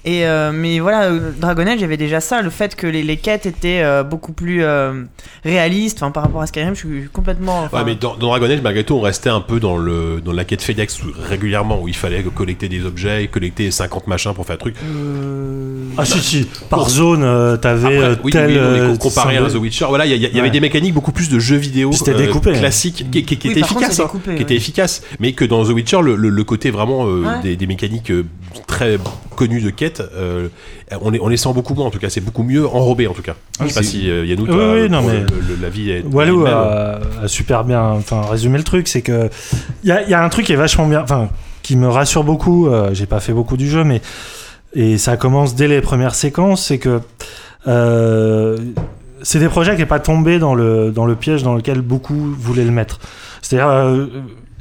Speaker 10: Et, euh, mais voilà, euh, Dragon Age, il y avait déjà ça, le fait que les, les quêtes étaient euh, beaucoup plus euh, réalistes. Enfin, par rapport à Skyrim, je suis complètement. enfin,
Speaker 2: Ouais, mais dans, dans Dragon Age, malgré tout, on restait un peu dans, le, dans la quête FedEx régulièrement où il fallait collecter des objets, collecter 50 machins pour faire un truc.
Speaker 7: Mm.
Speaker 10: euh,
Speaker 4: Ah si si, par zone, euh, t'avais
Speaker 2: Après,
Speaker 4: euh,
Speaker 2: Ah, oui,
Speaker 4: tel
Speaker 2: oui, non, mais
Speaker 4: euh,
Speaker 2: comparé à
Speaker 4: symbole.
Speaker 2: The Witcher, voilà, il y, a- il y avait
Speaker 4: Ouais.
Speaker 2: des mécaniques beaucoup plus de jeux vidéo euh,
Speaker 4: Puis c'était découpé. hein.
Speaker 2: classiques qui, qui- qui
Speaker 10: Oui,
Speaker 2: étaient
Speaker 10: par contre,
Speaker 2: efficaces,
Speaker 10: c'est
Speaker 2: hein,
Speaker 10: découpé,
Speaker 2: qui
Speaker 10: ouais.
Speaker 2: étaient efficaces, mais que dans The Witcher, le, le- le côté vraiment euh,
Speaker 10: Ouais.
Speaker 2: des, des mécaniques euh, très connues de quête, euh, on, les, on les sent beaucoup moins. En tout cas, c'est beaucoup mieux enrobé en tout cas. Je sais pas si euh, Yannou, toi,
Speaker 4: Oui, oui, non,
Speaker 2: pour
Speaker 4: mais-
Speaker 2: le- le- la hein. vie est
Speaker 4: Walou euh,
Speaker 2: elle-même,
Speaker 4: a, a super bien enfin, résumé le truc, c'est que il y a, il y a un truc qui est vachement bien, enfin, qui me rassure beaucoup, euh, j'ai pas fait beaucoup du jeu, mais et ça commence dès les premières séquences, c'est que euh, c'est des projets qui n'est pas tombé dans le, dans le piège dans lequel beaucoup voulaient le mettre. C'est-à-dire, euh,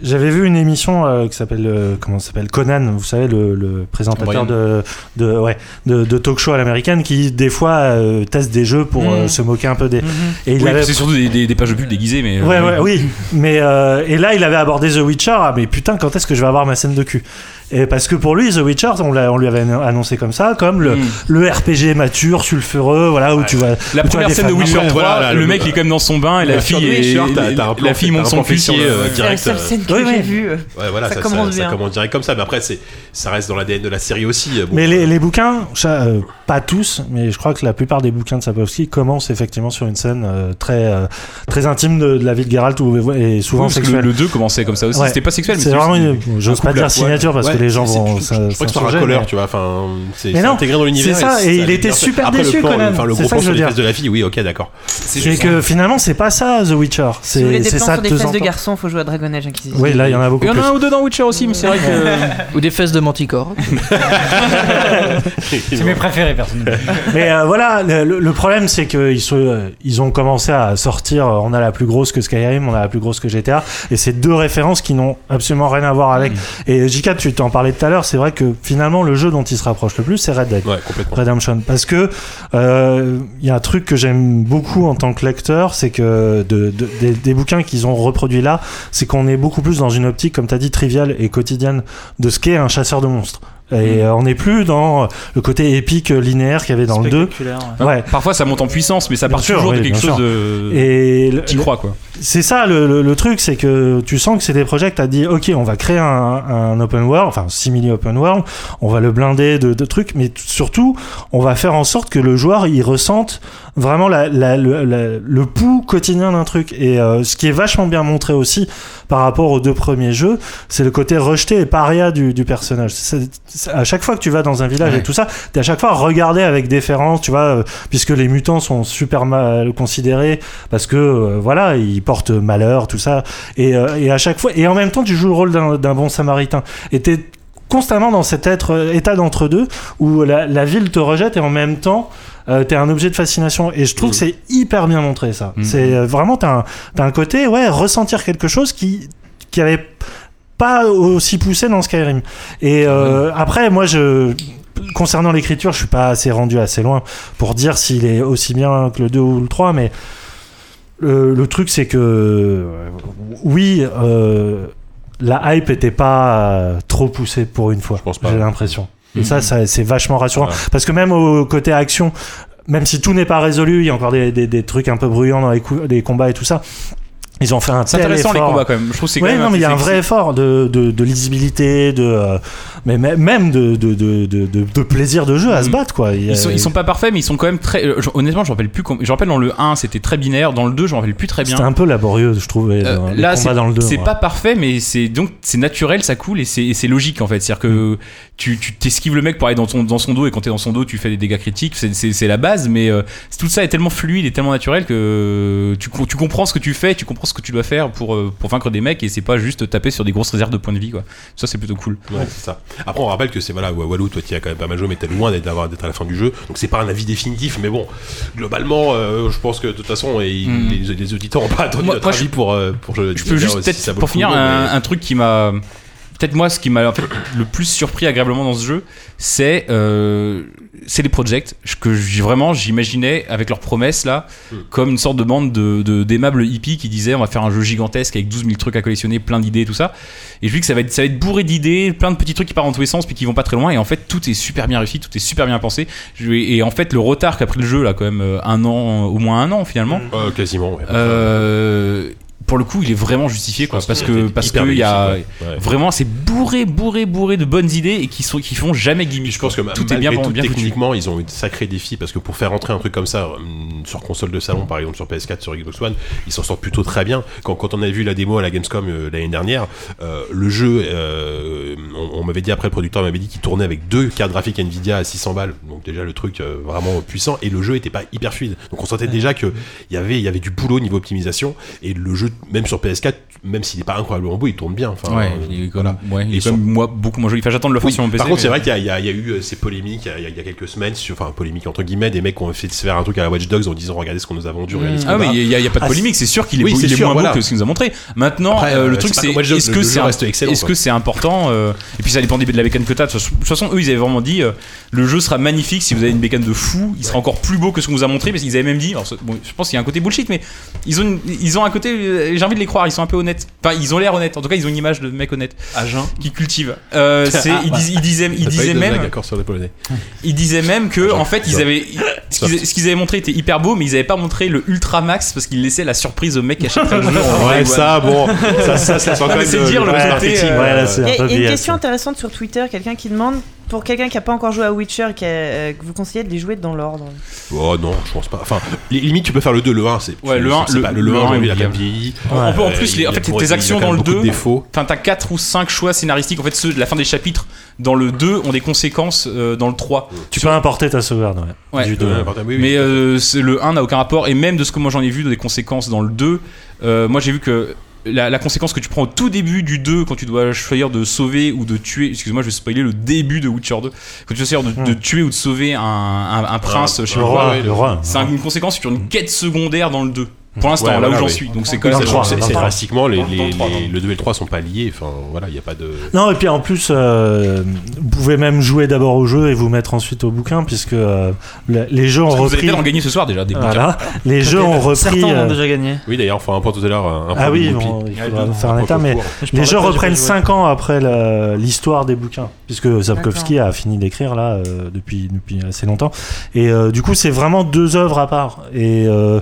Speaker 4: j'avais vu une émission euh, qui s'appelle euh, comment ça s'appelle Conan, vous savez le, le présentateur
Speaker 7: Brian.
Speaker 4: de de, ouais, de de talk show à l'américaine qui des fois euh, teste des jeux pour
Speaker 3: Mhm.
Speaker 4: euh, se moquer un peu des et il
Speaker 7: oui,
Speaker 4: avait
Speaker 7: c'est surtout des, des, des pages de pub déguisées, mais. euh,
Speaker 4: Ouais,
Speaker 7: oui.
Speaker 4: ouais,
Speaker 7: [LAUGHS]
Speaker 4: oui. Mais euh, et là, il avait abordé The Witcher. Ah, mais putain, quand est-ce que je vais avoir ma scène de cul Et parce que pour lui, The Witcher, on, l'a- on lui avait annoncé comme ça, comme le,
Speaker 7: Mm.
Speaker 4: le RPG mature, sulfureux, voilà où tu vas.
Speaker 7: La
Speaker 4: où tu vas
Speaker 7: première
Speaker 4: des
Speaker 7: scène de
Speaker 4: femmes.
Speaker 7: Witcher 3,
Speaker 2: Ouais, voilà, là,
Speaker 7: le,
Speaker 2: le-
Speaker 7: mec il est quand même dans son bain et la,
Speaker 2: La
Speaker 7: fille
Speaker 2: fille de
Speaker 7: est,
Speaker 2: Witcher, t'as- t'as un plan
Speaker 7: la fille
Speaker 2: fait-
Speaker 7: monte
Speaker 2: t'as un
Speaker 7: son
Speaker 2: plan fait
Speaker 7: cul
Speaker 2: sur
Speaker 7: qui est,
Speaker 2: le-
Speaker 7: euh,
Speaker 10: C'est la
Speaker 7: direct.
Speaker 10: seule
Speaker 7: euh,
Speaker 10: scène que
Speaker 4: Oui,
Speaker 10: j'ai
Speaker 4: oui.
Speaker 10: vue.
Speaker 2: Ouais, voilà,
Speaker 10: Ça
Speaker 2: ça, ça-
Speaker 10: commence
Speaker 2: ça
Speaker 10: bien.
Speaker 2: commence direct comme ça. Mais après, c'est, ça reste dans l'ADN de la série aussi. euh, bon.
Speaker 4: Mais les, les bouquins, ça, euh, pas tous, mais je crois que la plupart des bouquins de Sapkowski commencent effectivement sur une scène euh, très euh, très intime de, de la vie de Geralt où- et souvent
Speaker 7: parce que le,
Speaker 4: sexuelle.
Speaker 7: le 2 commençait comme ça Ah, aussi.
Speaker 4: Ouais.
Speaker 7: C'était pas sexuel, mais
Speaker 4: C'est vraiment,
Speaker 7: juste-
Speaker 4: une- j'ose
Speaker 7: couple
Speaker 4: pas
Speaker 7: à
Speaker 4: dire
Speaker 7: poil.
Speaker 4: signature parce
Speaker 2: Ouais,
Speaker 4: que les gens
Speaker 2: c'est-
Speaker 4: vont.
Speaker 2: c'est-
Speaker 4: ça-
Speaker 2: Je crois que c'est
Speaker 4: s'insurger, mais-
Speaker 2: un colère, tu vois. Enfin, c'est,
Speaker 4: Mais
Speaker 2: c'est
Speaker 4: non,
Speaker 2: intégré dans l'univers.
Speaker 4: c'est ça, et il
Speaker 2: allait
Speaker 4: était
Speaker 2: bien faire.
Speaker 4: super
Speaker 2: Après, le
Speaker 4: déçu,
Speaker 2: plan-
Speaker 4: Conan.
Speaker 2: Enfin, le
Speaker 4: C'est ça
Speaker 2: gros plan
Speaker 4: que je
Speaker 2: sur
Speaker 4: veux
Speaker 2: les
Speaker 4: dire.
Speaker 2: fesses de la fille, oui, ok, d'accord.
Speaker 4: C'est que finalement, c'est pas ça The Witcher.
Speaker 10: Si vous voulez
Speaker 4: C'est
Speaker 10: des
Speaker 4: c'est
Speaker 10: plans
Speaker 4: ça
Speaker 10: sur des
Speaker 4: de temps en
Speaker 10: fesses de
Speaker 4: temps.
Speaker 10: garçon, faut jouer à Dragon Age Inquisition.
Speaker 4: Oui, là, il y en a beaucoup
Speaker 5: Il y en
Speaker 4: plus.
Speaker 5: a un ou deux dans Witcher aussi, mais c'est vrai
Speaker 4: [LAUGHS]
Speaker 5: que.
Speaker 8: Ou des fesses de
Speaker 2: [LAUGHS]
Speaker 8: Manticore.
Speaker 9: C'est mes préférés, personnellement.
Speaker 4: [LAUGHS] Mais euh, voilà, le, le- le problème, c'est qu'ils sont, euh, ils ont commencé à sortir. euh, On a la plus grosse que Skyrim, on a la plus grosse que GTA, et c'est deux références qui n'ont absolument rien à voir
Speaker 2: Mm.
Speaker 4: avec. Et J4, tu t'en parlais tout à l'heure. C'est vrai que finalement, le jeu dont il se rapproche le plus, c'est Red Dead.
Speaker 2: Ouais, complètement.
Speaker 4: Redemption parce que euh, il y a un truc que j'aime beaucoup en tant que lecteur c'est que de, de- des, des bouquins qu'ils ont reproduits là c'est qu'on est beaucoup plus dans une optique comme tu as dit triviale et quotidienne de ce qu'est un chasseur de monstres
Speaker 2: Mm.
Speaker 4: Et euh, on n'est plus dans euh, le côté épique euh, linéaire qu'il y avait dans le 2.
Speaker 3: Spectaculaire,
Speaker 4: ouais.
Speaker 7: Parfois ça monte en puissance, mais ça
Speaker 4: Bien
Speaker 7: part
Speaker 4: sûr,
Speaker 7: toujours
Speaker 4: oui,
Speaker 7: de quelque
Speaker 4: bien
Speaker 7: chose
Speaker 4: sûr.
Speaker 7: de.
Speaker 4: Et le-
Speaker 7: T'y crois, quoi.
Speaker 4: C'est ça le, le- le truc, c'est que tu sens que c'est des projets que t'as dit, ok, on va créer un, un open world, enfin simili open world, on va le blinder de, de trucs, mais t- surtout, on va faire en sorte que le joueur il ressente vraiment la- la- le, la- le pouls quotidien d'un truc. Et euh, ce qui est vachement bien montré aussi par rapport aux deux premiers jeux, c'est le côté rejeté et paria du, du personnage. C'est- c'est- à chaque fois que tu vas dans un village et tout ça, t'es à chaque fois regardé avec déférence, tu vois, euh, puisque les mutants sont super mal considérés parce que euh, voilà, ils portent malheur, tout ça. Et, euh, et à chaque fois, et en même temps, tu joues le rôle d'un d'un bon samaritain. Et t'es constamment dans cet être, euh, état d'entre-deux où la, la ville te rejette et en même temps. euh, t'es un objet de fascination et je trouve que c'est hyper bien montré ça.
Speaker 6: Mhm.
Speaker 4: C'est euh, vraiment t'as un, t'as un côté ouais ressentir quelque chose qui qui avait pas aussi poussé dans Skyrim. Et euh, après, moi, je concernant l'écriture, je suis pas assez rendu assez loin pour dire s'il est aussi bien que le 2 ou le 3, mais le, le truc, c'est que euh, oui, euh, la hype était pas euh, trop poussée pour une fois. J'ai l'impression. Et
Speaker 6: Mhm.
Speaker 4: ça, ça, c'est vachement rassurant. Parce que même au côté action, même si tout n'est pas résolu, il y a encore des, des- des trucs un peu bruyants dans les, cou- les combats et tout ça. Ils ont fait un
Speaker 7: C'est
Speaker 4: tel
Speaker 7: intéressant, les
Speaker 4: effort.
Speaker 7: combats, quand même. Je trouve que c'est quand
Speaker 4: Ouais,
Speaker 7: même
Speaker 4: non,
Speaker 7: un-
Speaker 4: mais il y a un
Speaker 7: c'est-
Speaker 4: vrai
Speaker 7: c'est-
Speaker 4: effort de, de, de lisibilité, de euh, mais mê- même de, de, de, de, de- de plaisir de jeu à se battre quoi. Il y a-
Speaker 7: Mm. Ils sont, ils sont pas parfaits, mais ils sont quand même très. euh, je- honnêtement, je me rappelle plus. com- Je me rappelle dans le 1, c'était très binaire. Dans le 2, je me rappelle plus très bien.
Speaker 4: C'était un peu laborieux, je trouvais.
Speaker 7: Euh,
Speaker 4: dans les
Speaker 7: là,
Speaker 4: combats
Speaker 7: c'est
Speaker 4: dans le 2.
Speaker 7: c'est
Speaker 4: ouais.
Speaker 7: pas parfait, mais c'est donc c'est naturel, ça coule et c'est et c'est logique en fait. C'est-à-dire
Speaker 4: Mm.
Speaker 7: que tu tu t'esquives le mec pour aller dans son dans son dos et quand t'es dans son dos, tu fais des dégâts critiques. C'est c'est c'est la base, mais euh, c'est- tout ça est tellement fluide et tellement naturel que tu co- tu comprends ce que tu fais, tu comprends ce que tu dois faire pour euh, pour vaincre des mecs et c'est pas juste taper sur des grosses réserves de points de vie quoi. Ça c'est plutôt cool.
Speaker 2: Ouais, c'est ça. Après, on rappelle que c'est voilà, Walou, toi, tu as quand même pas mal joué, mais t'es loin d'être d'avoir- d'être à la fin du jeu. Donc, c'est pas un avis définitif, mais bon, globalement, euh, je pense que de toute façon, et-
Speaker 7: Mm.
Speaker 2: les, les auditeurs ont pas attendu
Speaker 7: Moi-
Speaker 2: notre
Speaker 7: moi,
Speaker 2: avis
Speaker 7: je-
Speaker 2: pour, euh, pour je,
Speaker 7: Je peux juste peut-être pour finir un, un truc qui m'a peut-être moi ce qui m'a en fait, le plus surpris agréablement dans ce jeu, c'est euh, c'est les projects Je- que j'ai vraiment j'imaginais avec leurs promesses là
Speaker 2: Hmm.
Speaker 7: comme une sorte de bande de de- d'aimables hippies qui disaient on va faire un jeu gigantesque avec 12 000 trucs à collectionner, plein d'idées tout ça. Et je dis que ça va être ça va être bourré d'idées, plein de petits trucs qui partent dans tous les sens puis qui vont pas très loin et en fait tout est super bien réussi, tout est super bien pensé. Je- Et en fait le retard qu'a pris le jeu là quand même euh, un an au moins un an finalement.
Speaker 2: quasiment. Hmm. ouais.
Speaker 7: Euh, pour le coup, il est vraiment justifié, quoi, parce que
Speaker 2: c'était
Speaker 7: parce
Speaker 2: hyper
Speaker 7: qu'il y a
Speaker 2: réussi, ouais. Ouais.
Speaker 7: vraiment c'est bourré, bourré, bourré de bonnes idées et qui sont qui font jamais gimmick. Je pense que tout est bien,
Speaker 2: Bah, Malgré tout,
Speaker 7: bien foutu.
Speaker 2: techniquement, ils ont eu de sacrés défis parce que pour faire rentrer un truc comme ça hum, sur console de salon, par exemple sur PS4, sur Xbox One, ils s'en sortent plutôt très bien. Quand, quand on a vu la démo à la Gamescom euh, l'année dernière, euh, le jeu, euh, on, on m'avait dit après, le producteur m'avait dit qu'il tournait avec deux cartes graphiques Nvidia à 600 balles, donc déjà le truc euh, vraiment puissant et le jeu était pas hyper fluide. Donc on sentait déjà que il y avait il y avait du boulot niveau optimisation et le jeu même sur PS4, même s'il n'est pas incroyablement beau, il tourne bien. Enfin,
Speaker 7: Ouais,
Speaker 2: euh,
Speaker 7: il est quand même- ouais, il est
Speaker 2: Et
Speaker 7: quand
Speaker 2: sur-
Speaker 7: même, moi beaucoup moins joli. Enfin, j'attends de le faire
Speaker 2: oui,
Speaker 7: sur mon PC.
Speaker 2: Par contre, c'est
Speaker 7: mais-
Speaker 2: vrai qu'il y, a- il y a il y a eu euh, ces polémiques euh, il y, a- il y a quelques semaines, sur, enfin polémiques entre guillemets, des mecs qui ont fait de se faire un truc à la Watch Dogs en disant regardez ce qu'on nous a vendu, regardez ce
Speaker 7: Ah
Speaker 2: qu'on
Speaker 7: mais il y, a- il y a pas de
Speaker 2: Ah,
Speaker 7: polémique, c'est sûr qu'il est,
Speaker 2: Oui,
Speaker 7: beau-
Speaker 2: c'est
Speaker 7: il est
Speaker 2: sûr,
Speaker 7: moins
Speaker 2: voilà.
Speaker 7: beau que ce qu'il nous a montré. Maintenant,
Speaker 2: Après,
Speaker 7: euh,
Speaker 2: euh,
Speaker 7: le
Speaker 2: c'est
Speaker 7: truc
Speaker 2: pas
Speaker 7: c'est
Speaker 2: comme Watch Dogs,
Speaker 7: est-ce
Speaker 2: le-
Speaker 7: que
Speaker 2: le
Speaker 7: c'est
Speaker 2: jeu
Speaker 7: un-
Speaker 2: reste excellent,
Speaker 7: est-ce
Speaker 2: quoi.
Speaker 7: que c'est important euh, Et puis ça dépend des- de la bécane que t'as. De toute façon, eux ils avaient vraiment dit euh, le jeu sera magnifique si vous avez une bécane de fou, il sera encore plus beau que ce qu'on vous a montré parce qu'ils avaient même dit. alors, c'est- bon, je pense qu'il y a un côté bullshit, mais ils ont une- ils ont un côté. euh, J'ai envie de les croire, ils sont un peu honnêtes. Enfin, ils ont l'air honnêtes. En tout cas, ils ont une image de mec honnête.
Speaker 6: Agen.
Speaker 7: Qui cultive.
Speaker 2: [LAUGHS]
Speaker 7: Euh, c'est-
Speaker 2: Ah,
Speaker 7: ils,
Speaker 2: bah.
Speaker 7: dis- ils disaient,
Speaker 2: T'as
Speaker 7: ils
Speaker 2: pas eu
Speaker 7: disaient
Speaker 2: de
Speaker 7: même.
Speaker 2: blague, d'accord, sur les Polonais.
Speaker 7: Ils disaient même que,
Speaker 2: Genre,
Speaker 7: en fait, ils
Speaker 2: genre.
Speaker 7: avaient, ce qu'ils ce qu'ils avaient montré était hyper beau, mais ils avaient pas montré le ultra max parce qu'ils laissaient la surprise au mec qui achète le jeu. en
Speaker 2: Ouais,
Speaker 7: vrai,
Speaker 2: ça, bon, ça- ça, ça sent quand
Speaker 7: Mais
Speaker 2: même
Speaker 7: c'est
Speaker 2: le-
Speaker 7: dire
Speaker 2: le
Speaker 7: le
Speaker 2: côté
Speaker 7: côté,
Speaker 2: marketing,
Speaker 7: euh,
Speaker 2: ouais, là, c'est
Speaker 10: Il y a- il y a une
Speaker 4: biais,
Speaker 10: question intéressante sur Twitter, quelqu'un qui demande pour quelqu'un qui a pas encore joué à Witcher, qui a- euh, que vous conseillez de les jouer dans l'ordre.
Speaker 2: Oh non, je pense pas. Enfin, li- limite, tu peux faire le 2, le 1, c'est.
Speaker 7: Ouais,
Speaker 2: tu-
Speaker 7: le 1,
Speaker 2: c'est pas- le, le 1,
Speaker 7: est
Speaker 2: il a quand même
Speaker 7: oubliable.
Speaker 2: vieilli.
Speaker 7: On peut en
Speaker 2: Euh,
Speaker 7: plus,
Speaker 2: il
Speaker 7: les, en
Speaker 2: a
Speaker 7: fait,
Speaker 2: pour-
Speaker 7: tes
Speaker 2: il a
Speaker 7: actions
Speaker 2: quand
Speaker 7: dans
Speaker 2: même
Speaker 7: le
Speaker 2: beaucoup de
Speaker 7: 2,
Speaker 2: défauts.
Speaker 7: enfin, t'as 4 ou 5 choix scénaristiques. En fait, ceux de la fin des chapitres dans le 2 ont des conséquences euh, dans le 3.
Speaker 4: Tu peux importer ta sauvegarde, ouais.
Speaker 7: Ouais.
Speaker 4: Du deux.
Speaker 7: Mais euh, c'est- le 1 n'a aucun rapport, et même de ce que moi j'en ai vu des conséquences dans le 2, euh, moi j'ai vu que la, la conséquence que tu prends au tout début du 2 quand tu dois choisir de sauver ou de tuer, excuse-moi je vais spoiler le début de Witcher 2, quand tu dois choisir de,
Speaker 4: Hmm.
Speaker 7: de tuer ou de sauver un, un- un prince,
Speaker 4: Un-
Speaker 7: je sais
Speaker 4: un
Speaker 7: pas
Speaker 4: roi,
Speaker 7: quoi,
Speaker 4: le roi.
Speaker 7: c'est un- une conséquence sur une quête secondaire dans le 2. Pour l'instant,
Speaker 2: Ouais,
Speaker 7: là
Speaker 2: voilà,
Speaker 7: où j'en
Speaker 2: oui.
Speaker 7: suis. Donc c'est quand même.
Speaker 2: Sachant que c'est-
Speaker 4: dans le
Speaker 2: c'est
Speaker 4: trois.
Speaker 2: drastiquement, les,
Speaker 4: Dans le
Speaker 2: les-
Speaker 4: trois,
Speaker 2: les- le 2 et le 3 sont pas liés. Enfin, voilà, il n'y a pas de.
Speaker 4: Non, et puis en plus, euh, vous pouvez même jouer d'abord au jeu et vous mettre ensuite au bouquin, puisque euh, le- les jeux ont
Speaker 7: Parce que Vous allez
Speaker 4: repris.
Speaker 7: peut-être en gagner ce soir déjà des
Speaker 4: Voilà.
Speaker 7: bouquins.
Speaker 4: Les jeux ont repris. euh,
Speaker 2: gagné. Oui, d'ailleurs, enfin, un point tout à l'heure. un point
Speaker 4: Ah oui,
Speaker 2: de Whoopi.
Speaker 4: on- il
Speaker 2: Ah,
Speaker 4: faudra
Speaker 2: oui,
Speaker 4: faire
Speaker 2: un
Speaker 4: un
Speaker 2: point
Speaker 4: état,
Speaker 2: pour
Speaker 4: mais
Speaker 2: cours.
Speaker 4: les jeux
Speaker 2: parlerai pas, j'ai
Speaker 4: reprennent
Speaker 2: pas joué.
Speaker 4: 5 ans après la- l'histoire des bouquins, puisque Sapkowski a fini d'écrire là euh, depuis, depuis assez longtemps. Et euh, du coup, c'est vraiment deux œuvres à part. Et, euh,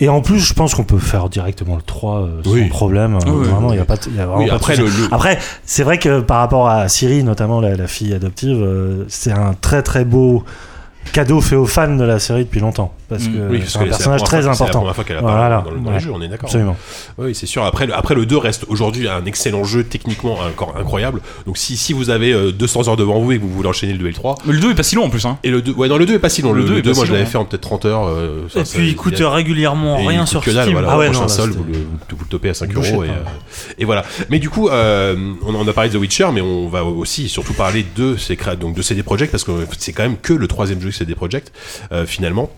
Speaker 4: et en plus, je pense qu'on peut faire directement le 3 euh, sans
Speaker 2: Oui.
Speaker 4: problème. Euh,
Speaker 2: Oui,
Speaker 4: vraiment,
Speaker 2: oui.
Speaker 4: il n'y a pas de- il y a vraiment
Speaker 2: Oui,
Speaker 4: pas de
Speaker 2: après,
Speaker 4: souci.
Speaker 2: le- le-
Speaker 4: Après, c'est vrai que par rapport à Siri, notamment la, la fille adoptive, euh, c'est un très très beau cadeau fait aux fans de la série depuis longtemps parce que
Speaker 2: Mm. Oui, parce
Speaker 4: c'est
Speaker 2: que
Speaker 4: un
Speaker 2: la
Speaker 4: personnage
Speaker 2: première fois-
Speaker 4: très
Speaker 2: c'est
Speaker 4: important
Speaker 2: la première fois qu'elle apparaît
Speaker 4: Voilà.
Speaker 2: dans, le, dans
Speaker 4: Ouais.
Speaker 2: le jeu, on est d'accord.
Speaker 4: absolument
Speaker 2: Oui, c'est sûr. Après, le, après, le 2 reste aujourd'hui un excellent jeu techniquement encore incroyable. Donc, si, si vous avez euh, 200 heures devant vous et que vous voulez enchaîner le 2 et le 3.
Speaker 7: Mais le 2 est pas si long en plus. Hein.
Speaker 2: Et le 2, ouais, non, le 2 est pas si long.
Speaker 7: Le
Speaker 2: Le,
Speaker 7: 2
Speaker 2: 2,
Speaker 7: est pas
Speaker 2: moi,
Speaker 7: si
Speaker 2: je l'avais
Speaker 7: long,
Speaker 4: hein.
Speaker 2: fait en peut-être 30 heures. euh, ça-
Speaker 3: Et
Speaker 2: ça-
Speaker 3: puis il coûte
Speaker 2: y a-
Speaker 3: régulièrement
Speaker 2: et il
Speaker 3: rien
Speaker 2: coûte
Speaker 3: sur
Speaker 2: que dalle,
Speaker 3: Steam.
Speaker 2: voilà.
Speaker 3: Ah ouais,
Speaker 2: Prochain
Speaker 3: non, là,
Speaker 2: sol,
Speaker 3: c'était-
Speaker 2: vous le, vous- vous le topez à 5
Speaker 3: Bouchez
Speaker 2: euros. Et,
Speaker 3: pas.
Speaker 2: euh, et voilà. Mais du coup, euh, on en a parlé de The Witcher, mais on va aussi surtout parler de, ces, créa- donc de CD Projekt, parce que c'est quand même que le troisième jeu de CD Projekt, euh, finalement.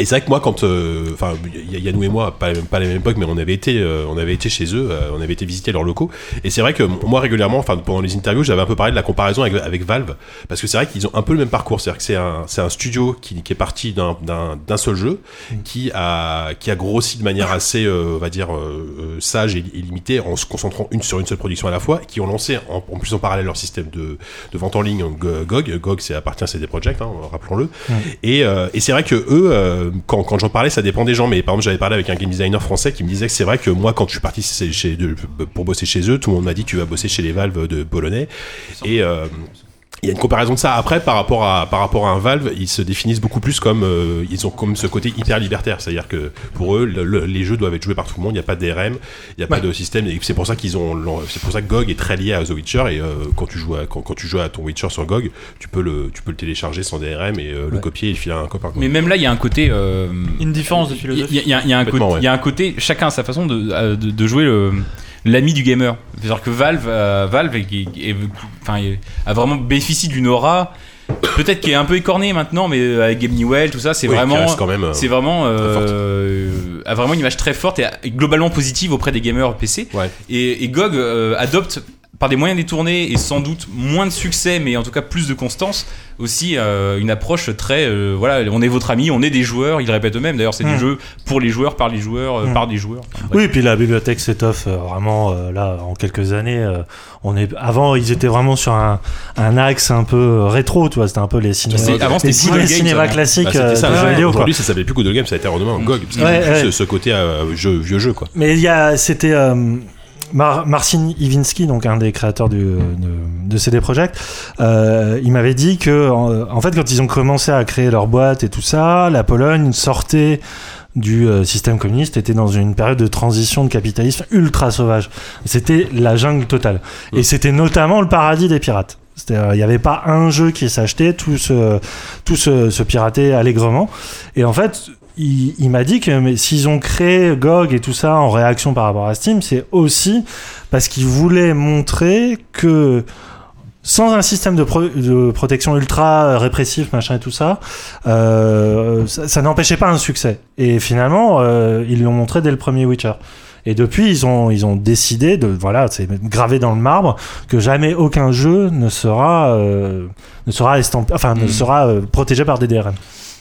Speaker 2: Et c'est vrai que moi, quand, euh, enfin, y- y- Yannou et moi, pas, pas à la même époque, mais on avait été, euh, on avait été chez eux, euh, on avait été visiter leurs locaux. Et c'est vrai que m- moi régulièrement, enfin, pendant les interviews, j'avais un peu parlé de la comparaison avec, avec Valve, parce que c'est vrai qu'ils ont un peu le même parcours. C'est-à-dire que c'est un, c'est un studio qui, qui est parti d'un- d'un d'un seul jeu, qui a, qui a grossi de manière assez, euh, on va dire, euh, euh, sage et, et limitée, en se concentrant une sur une seule production à la fois, et qui ont lancé en, en plus en parallèle leur système de, de vente en ligne euh, en Go- GOG. GOG, c'est appartient à CD Projekt, hein, rappelons-le. Et, euh, et c'est vrai que eux, euh, quand, quand j'en parlais, ça dépend des gens. Mais par exemple, j'avais parlé avec un game designer français qui me disait que c'est vrai que moi, quand je suis parti chez, chez- de- pour bosser chez eux, tout le monde m'a dit tu vas bosser chez les Valves de Polonais. Et euh, il y a une comparaison de ça après par rapport à par rapport à un Valve, ils se définissent beaucoup plus comme euh, ils ont comme ce côté hyper libertaire, c'est-à-dire que pour eux le- le- les jeux doivent être joués par tout le monde, il n'y a pas de DRM, il n'y a pas de système et c'est pour ça qu'ils ont l'en- c'est pour ça que GOG est très lié à The Witcher et euh, quand tu joues à, quand, quand tu joues à ton Witcher sur GOG, tu peux le tu peux le télécharger sans DRM et euh, le copier et le filer à un copain. quoi.
Speaker 7: Mais même là, il y a un côté. euh,
Speaker 3: Une différence
Speaker 7: Il
Speaker 3: de
Speaker 7: y a-
Speaker 3: philosophie.
Speaker 7: il y, a- il y a un côté-
Speaker 2: Complètement, ouais.
Speaker 7: il y a un côté, chacun a sa façon de, euh, de, de jouer le- l'ami du gamer. C'est-à-dire que Valve, euh, Valve est- est- est- enfin, est- a vraiment bénéficié d'une aura, peut-être qui est un peu écornée maintenant, mais euh, avec Game Newell, tout ça, c'est
Speaker 2: Oui, qui
Speaker 7: vraiment,
Speaker 2: reste quand même, euh,
Speaker 7: c'est vraiment, euh, a vraiment une image très forte et, et globalement positive auprès des gamers PC. Et, et GOG euh, adopte par des moyens détournés et sans doute moins de succès, mais en tout cas plus de constance, aussi euh, une approche très euh, voilà, on est votre ami, on est des joueurs. Ils le répètent eux-mêmes. D'ailleurs, c'est
Speaker 4: Mm.
Speaker 7: des jeux pour les joueurs, par les joueurs, euh,
Speaker 4: Mm.
Speaker 7: par des joueurs.
Speaker 4: Oui, et puis la bibliothèque s'étoffe euh, vraiment euh, là en quelques années. euh, on est avant, ils étaient vraiment sur un, un axe un peu euh, rétro, tu vois. C'était un peu les cinémas,
Speaker 2: C'est- avant, c'était
Speaker 4: les
Speaker 2: Good
Speaker 4: ciné-
Speaker 2: Old Games,
Speaker 4: cinémas
Speaker 2: avant.
Speaker 4: classiques
Speaker 2: Bah, c'était
Speaker 4: euh,
Speaker 2: ça,
Speaker 4: de
Speaker 2: ouais.
Speaker 4: jeux vidéo, quoi.
Speaker 2: Aujourd'hui, ça s'appelait plus Good Old Game, ça a été renommé en GOG parce qu'ils
Speaker 4: Ouais,
Speaker 2: ont plus
Speaker 4: ouais.
Speaker 2: ce- ce côté euh, jeu, vieux jeu quoi.
Speaker 4: Mais il y a, c'était euh, Mar- Marcin Iwinski, donc un des créateurs du- de, de CD Projekt, euh, il m'avait dit que, en, en fait, quand ils ont commencé à créer leur boîte et tout ça, la Pologne sortait du euh, système communiste, était dans une période de transition de capitalisme ultra sauvage. C'était la jungle totale. Et c'était notamment le paradis des pirates. C'est-à-dire, Il n'y avait pas un jeu qui s'achetait, tout se, tout se, se piratait allègrement. Et en fait, il, il m'a dit que mais s'ils ont créé GOG et tout ça en réaction par rapport à Steam, c'est aussi parce qu'ils voulaient montrer que sans un système de, pro- de protection ultra euh, répressif, machin et tout ça, euh, ça, ça n'empêchait pas un succès. Et finalement, euh, ils l'ont montré dès le premier Witcher. Et depuis, ils ont, ils ont décidé de, voilà, c'est gravé dans le marbre que jamais aucun jeu ne sera, euh, ne sera estampé, enfin, ne sera euh, protégé par des DRM.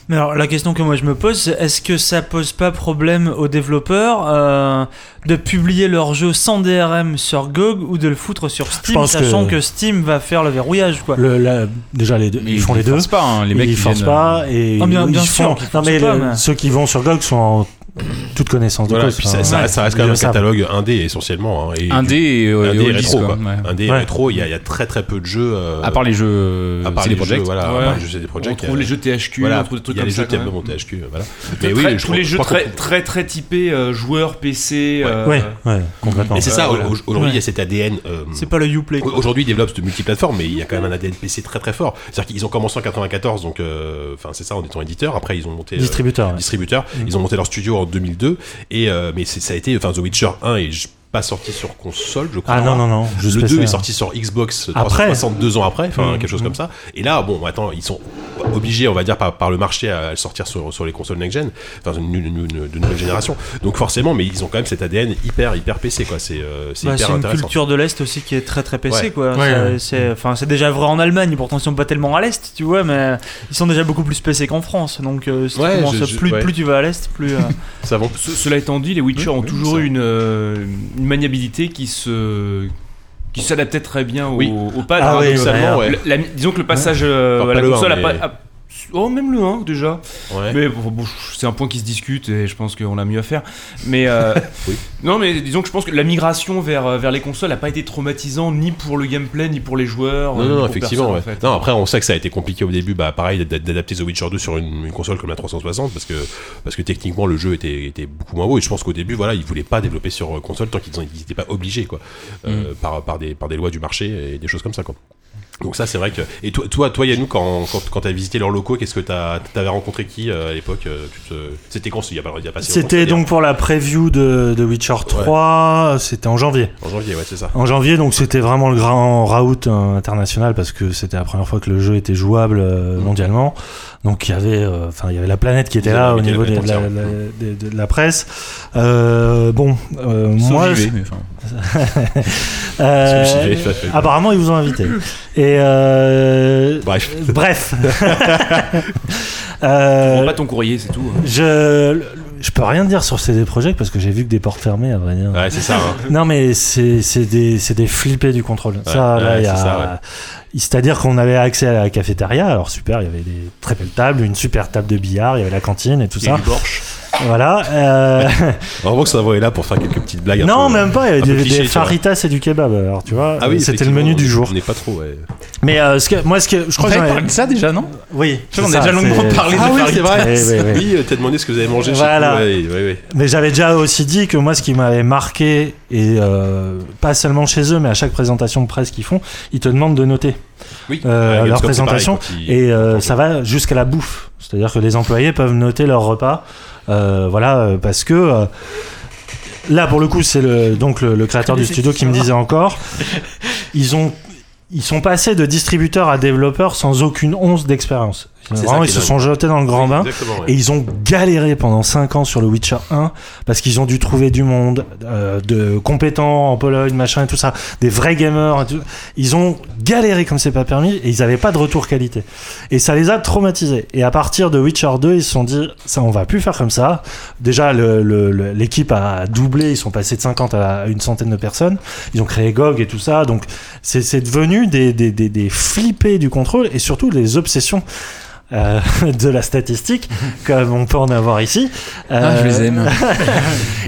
Speaker 3: Mais alors la question que moi je me pose, c'est est-ce que ça pose pas problème aux développeurs euh, de publier leur jeu sans DRM sur GOG ou de le foutre sur Steam,
Speaker 4: pense
Speaker 3: sachant que...
Speaker 4: que-
Speaker 3: Steam va faire le verrouillage quoi.
Speaker 4: Le- la- déjà, les deux, ils font les deux.
Speaker 7: forcent pas, hein, les mecs,
Speaker 4: Ils
Speaker 7: ils
Speaker 4: forcent
Speaker 7: viennent,
Speaker 4: pas
Speaker 7: euh,
Speaker 4: et
Speaker 3: Ah, bien-
Speaker 4: ils
Speaker 3: bien
Speaker 4: font.
Speaker 3: sûr qu'ils
Speaker 4: non mais,
Speaker 3: forcent pas,
Speaker 4: le-
Speaker 3: mais-
Speaker 4: ceux qui vont sur GOG sont en toute connaissance
Speaker 2: Voilà,
Speaker 4: de cause.
Speaker 2: puis ça,
Speaker 4: hein.
Speaker 2: ça-
Speaker 4: Ouais.
Speaker 2: ça reste quand
Speaker 4: Ils
Speaker 2: même
Speaker 4: le
Speaker 2: un
Speaker 4: savent.
Speaker 2: catalogue indé essentiellement. Hein, et
Speaker 7: Indé et, euh,
Speaker 2: indé
Speaker 7: et oldies,
Speaker 2: rétro.
Speaker 7: quoi.
Speaker 2: Quoi.
Speaker 7: Ouais.
Speaker 2: Indé et
Speaker 7: Ouais.
Speaker 2: rétro, il y, a- il y a très très peu de jeux. euh,
Speaker 7: À part les jeux, euh,
Speaker 2: à part
Speaker 7: CD
Speaker 2: les jeux,
Speaker 7: Projekt.
Speaker 2: voilà, à
Speaker 7: Ouais.
Speaker 2: part les jeux CD Projekt,
Speaker 7: On trouve
Speaker 2: euh,
Speaker 7: les jeux THQ,
Speaker 2: voilà,
Speaker 7: on trouve des trucs
Speaker 2: il y a
Speaker 7: comme
Speaker 2: les
Speaker 7: ça,
Speaker 2: jeux
Speaker 7: quand
Speaker 2: THQ,
Speaker 7: même.
Speaker 2: bon, THQ, voilà.
Speaker 6: Tous
Speaker 2: Mais oui,
Speaker 6: très-
Speaker 2: je
Speaker 6: tous
Speaker 2: crois-
Speaker 6: les jeux
Speaker 2: je crois
Speaker 6: très,
Speaker 2: qu'on-
Speaker 6: très très typés euh, joueurs PC. euh,
Speaker 4: Ouais, ouais, complètement.
Speaker 2: Et c'est ça,
Speaker 6: Euh, voilà.
Speaker 2: au- aujourd'hui il y
Speaker 6: Ouais.
Speaker 2: a cet ADN. euh,
Speaker 3: C'est pas le Uplay. quoi.
Speaker 2: Aujourd'hui, ils développent cette multiplateforme, mais il y a quand même un ADN PC très très fort. C'est-à-dire qu'ils ont commencé en 94, donc euh, enfin c'est ça en étant éditeur. Après, ils ont monté euh,
Speaker 4: Distributeur, ouais. Mm.
Speaker 2: distributeur. Ils ont monté leur studio en 2002, et euh, mais c'est- ça a été enfin The Witcher 1 et je- pas sorti sur console, je crois.
Speaker 4: Ah non, non, non, juste
Speaker 2: Le 2
Speaker 4: PC,
Speaker 2: est
Speaker 4: hein.
Speaker 2: sorti sur Xbox euh,
Speaker 4: Après.
Speaker 2: 62 ans après, enfin
Speaker 3: Mmh,
Speaker 4: Mm,
Speaker 2: quelque chose comme ça. Et là, bon, attends, ils sont obligés, on va dire, par, par le marché à le sortir sur, sur les consoles next-gen, enfin une, une- une- de nouvelle génération. Donc forcément, mais ils ont quand même cet ADN hyper, hyper PC, quoi. C'est euh, c'est
Speaker 3: Bah,
Speaker 2: hyper
Speaker 3: c'est une
Speaker 2: intéressant.
Speaker 3: culture de l'Est aussi qui est très très PC
Speaker 2: Ouais. Ouais,
Speaker 3: quoi. Ça,
Speaker 2: ouais.
Speaker 3: C'est enfin, c'est déjà vrai en Allemagne, pourtant ils sont pas tellement à l'Est, tu vois, mais ils sont déjà beaucoup plus PC qu'en France. Donc euh, si tu
Speaker 6: Ouais,
Speaker 3: commences-
Speaker 6: je- je-
Speaker 3: plus,
Speaker 6: ouais.
Speaker 3: plus tu vas à l'Est, plus. euh,
Speaker 2: [LAUGHS] Ça va.
Speaker 6: Ce- cela étant dit, les Witcher
Speaker 3: Oui,
Speaker 6: ont
Speaker 3: oui,
Speaker 6: toujours
Speaker 3: ça.
Speaker 6: une, euh, une maniabilité qui se qui s'adaptait très bien au,
Speaker 2: Oui.
Speaker 6: au pad. hein,
Speaker 2: Ah oui,
Speaker 6: paradoxalement,
Speaker 2: ouais.
Speaker 6: le- la- disons que le passage
Speaker 2: Ouais.
Speaker 6: euh,
Speaker 2: Enfin,
Speaker 6: à
Speaker 2: pas
Speaker 6: la
Speaker 2: le
Speaker 6: console
Speaker 2: un,
Speaker 6: a pas-
Speaker 2: mais-
Speaker 6: a- Oh, même le 1 déjà.
Speaker 2: Ouais.
Speaker 6: Mais bon, bon, c'est un point qui se discute et je pense qu'on a mieux à faire.
Speaker 2: [LAUGHS]
Speaker 6: Mais euh, non, mais disons que je pense que la migration vers, euh, vers les consoles n'a pas été traumatisante ni pour le gameplay ni pour les joueurs.
Speaker 2: Non,
Speaker 6: euh,
Speaker 2: non,
Speaker 6: ni
Speaker 2: non,
Speaker 6: pour
Speaker 2: effectivement.
Speaker 6: personne,
Speaker 2: ouais.
Speaker 6: en fait. [LAUGHS]
Speaker 2: Non, après, on sait que ça a été compliqué au début, bah, pareil, d'a- d'adapter The Witcher 2 sur une, une console comme la 360, parce que, parce que techniquement, le jeu était, était beaucoup moins beau. Et je pense qu'au début, voilà, ils voulaient pas développer sur euh, console tant qu'ils n'étaient pas obligés, quoi, euh,
Speaker 6: Mm.
Speaker 2: par, par, des, par des lois du marché et des choses comme ça, quoi. Donc ça c'est vrai que et toi toi toi Yannou quand quand, quand t'as visité leurs locaux qu'est-ce que t'as t'avais rencontré qui euh, à l'époque euh, tu te- c'était quand il y a pas il y a pas si longtemps,
Speaker 4: C'était
Speaker 2: c'est-à-dire
Speaker 4: donc pour la preview de, de Witcher 3, c'était en janvier.
Speaker 2: en janvier ouais c'est ça
Speaker 4: En janvier, donc c'était vraiment le grand route international parce que c'était la première fois que le jeu était jouable euh,
Speaker 2: Mm.
Speaker 4: mondialement. Donc il y avait, euh, enfin il y avait la planète qui était
Speaker 2: Ils
Speaker 4: là
Speaker 2: avaient
Speaker 4: au
Speaker 2: mis
Speaker 4: niveau
Speaker 2: la
Speaker 4: des- de la,
Speaker 2: planète
Speaker 4: la- des- de la presse. Euh, bon, euh,
Speaker 5: Sauf
Speaker 4: moi,
Speaker 5: JV,
Speaker 4: je-
Speaker 5: mais enfin.
Speaker 4: [LAUGHS] Euh,
Speaker 2: Sauf JV, ça fait-
Speaker 4: apparemment ils vous ont invité. Et euh,
Speaker 2: bref, [LAUGHS]
Speaker 4: bref. Euh,
Speaker 6: Prends pas ton courrier, c'est tout. hein.
Speaker 4: je, je peux rien dire sur CD Projekt parce que j'ai vu que des portes fermées, à vrai dire.
Speaker 2: Ouais, c'est ça, hein.
Speaker 4: [LAUGHS] Non, mais c'est c'est des, c'est des flippés du contrôle. ça,
Speaker 2: ouais,
Speaker 4: là, il y
Speaker 2: c'est
Speaker 4: a-
Speaker 2: ça, ouais.
Speaker 4: il- C'est-à-dire qu'on avait accès à la cafétéria, alors super, il y avait des très belles tables, une super table de billard, il y avait la cantine et tout
Speaker 2: Et
Speaker 4: ça.
Speaker 2: du borsch.
Speaker 4: Voilà. euh,
Speaker 2: Heureusement que ça va là pour faire quelques petites blagues un
Speaker 4: [LAUGHS] non,
Speaker 2: peu-
Speaker 4: même pas, il y
Speaker 2: un
Speaker 4: avait
Speaker 2: peu
Speaker 4: des,
Speaker 2: cliché,
Speaker 4: des
Speaker 2: tu vois.
Speaker 4: faritas et du kebab, alors tu vois.
Speaker 2: Ah oui,
Speaker 4: c'était le menu
Speaker 2: effectivement,
Speaker 4: du
Speaker 2: on-
Speaker 4: jour.
Speaker 2: On n'est pas trop, ouais.
Speaker 4: Mais euh, ce que, moi, ce que je crois
Speaker 5: On avait
Speaker 4: que j'en ai-
Speaker 5: parlé de ça déjà, non
Speaker 4: Oui,
Speaker 5: Je crois qu'on
Speaker 4: c'est
Speaker 5: a déjà
Speaker 4: ça,
Speaker 5: longuement
Speaker 4: c'est- Ah
Speaker 7: Ah
Speaker 5: parlé de Paris.
Speaker 4: Oui, oui, oui.
Speaker 2: Oui, euh, t'as demandé ce que vous avez mangé
Speaker 4: Voilà.
Speaker 2: chez vous. ouais, ouais, ouais.
Speaker 4: Mais j'avais déjà aussi dit que moi, ce qui m'avait marqué, et euh, pas seulement chez eux, mais à chaque présentation de presse qu'ils font, ils te demandent de noter
Speaker 2: Oui. Ah,
Speaker 4: euh,
Speaker 2: Ouais,
Speaker 4: leur
Speaker 2: Gamescom, c'est
Speaker 4: présentation.
Speaker 2: pareil, quand ils-
Speaker 4: et euh, ça va jusqu'à la bouffe. C'est-à-dire que les employés peuvent noter leur repas. euh, voilà, euh, parce que. euh, Là, pour le coup, c'est le, donc le, le créateur du studio qui me disait encore, ils ont, ils sont passés de distributeurs à développeurs sans aucune once d'expérience.
Speaker 2: C'est ça
Speaker 4: Vraiment,
Speaker 2: qui
Speaker 4: ils
Speaker 2: est
Speaker 4: se
Speaker 2: dingue.
Speaker 4: sont jetés dans le grand
Speaker 2: Oui,
Speaker 4: bain
Speaker 2: exactement, ouais.
Speaker 4: et ils ont galéré pendant 5 ans sur le Witcher 1 parce qu'ils ont dû trouver du monde euh, de compétents en Pologne, machin et tout ça, des vrais gamers. et tout. Ils ont galéré comme c'est pas permis et ils n'avaient pas de retour qualité. Et ça les a traumatisés. Et à partir de Witcher 2, ils se sont dit ça, on va plus faire comme ça. Déjà, le- le- le- l'équipe a doublé, ils sont passés de 50 à une centaine de personnes. Ils ont créé GOG et tout ça. Donc, c'est c'est devenu des, des, des, des flippés du contrôle et surtout des obsessions. euh, [LAUGHS] de la statistique, comme on peut en avoir ici. Euh,
Speaker 5: Ah, je les aime.
Speaker 4: [LAUGHS]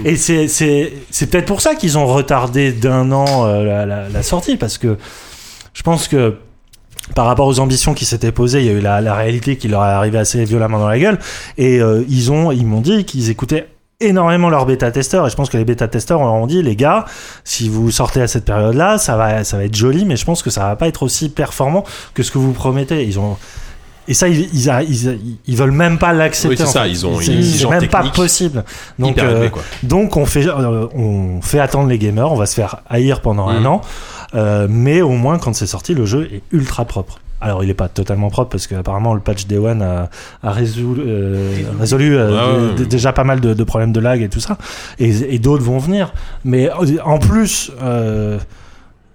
Speaker 4: et c'est- c'est c'est peut-être pour ça qu'ils ont retardé d'un an euh, la, la- la sortie, parce que je pense que par rapport aux ambitions qui s'étaient posées, il y a eu la, la réalité qui leur est arrivée assez violemment dans la gueule. Et euh, ils ont, ils m'ont dit qu'ils écoutaient énormément leurs bêta-testeurs. Et je pense que les bêta-testeurs leur ont dit, les gars, si vous sortez à cette période-là, ça va, ça va être joli, mais je pense que ça va pas être aussi performant que ce que vous promettez. Ils ont et ça, ils, ils, a- ils, a- ils veulent même pas l'accepter.
Speaker 2: Oui, c'est
Speaker 4: en
Speaker 2: ça,
Speaker 4: fait.
Speaker 2: ils ont une
Speaker 4: C'est- c'est
Speaker 2: exigence
Speaker 4: même pas
Speaker 2: technique
Speaker 4: possible. Donc,
Speaker 2: hyper élevée,
Speaker 4: euh,
Speaker 2: quoi.
Speaker 4: donc on fait, euh, on fait attendre les gamers, on va se faire haïr pendant
Speaker 2: Mhm.
Speaker 4: un an, euh, mais au moins quand c'est sorti, le jeu est ultra propre. Alors il est pas totalement propre parce qu'apparemment le patch Day One a, a résolu, euh, résolu, euh,
Speaker 2: Ouais, ouais,
Speaker 4: d- d-
Speaker 2: ouais.
Speaker 4: déjà pas mal de, de problèmes de lag et tout ça, et, et d'autres vont venir. Mais en plus. euh,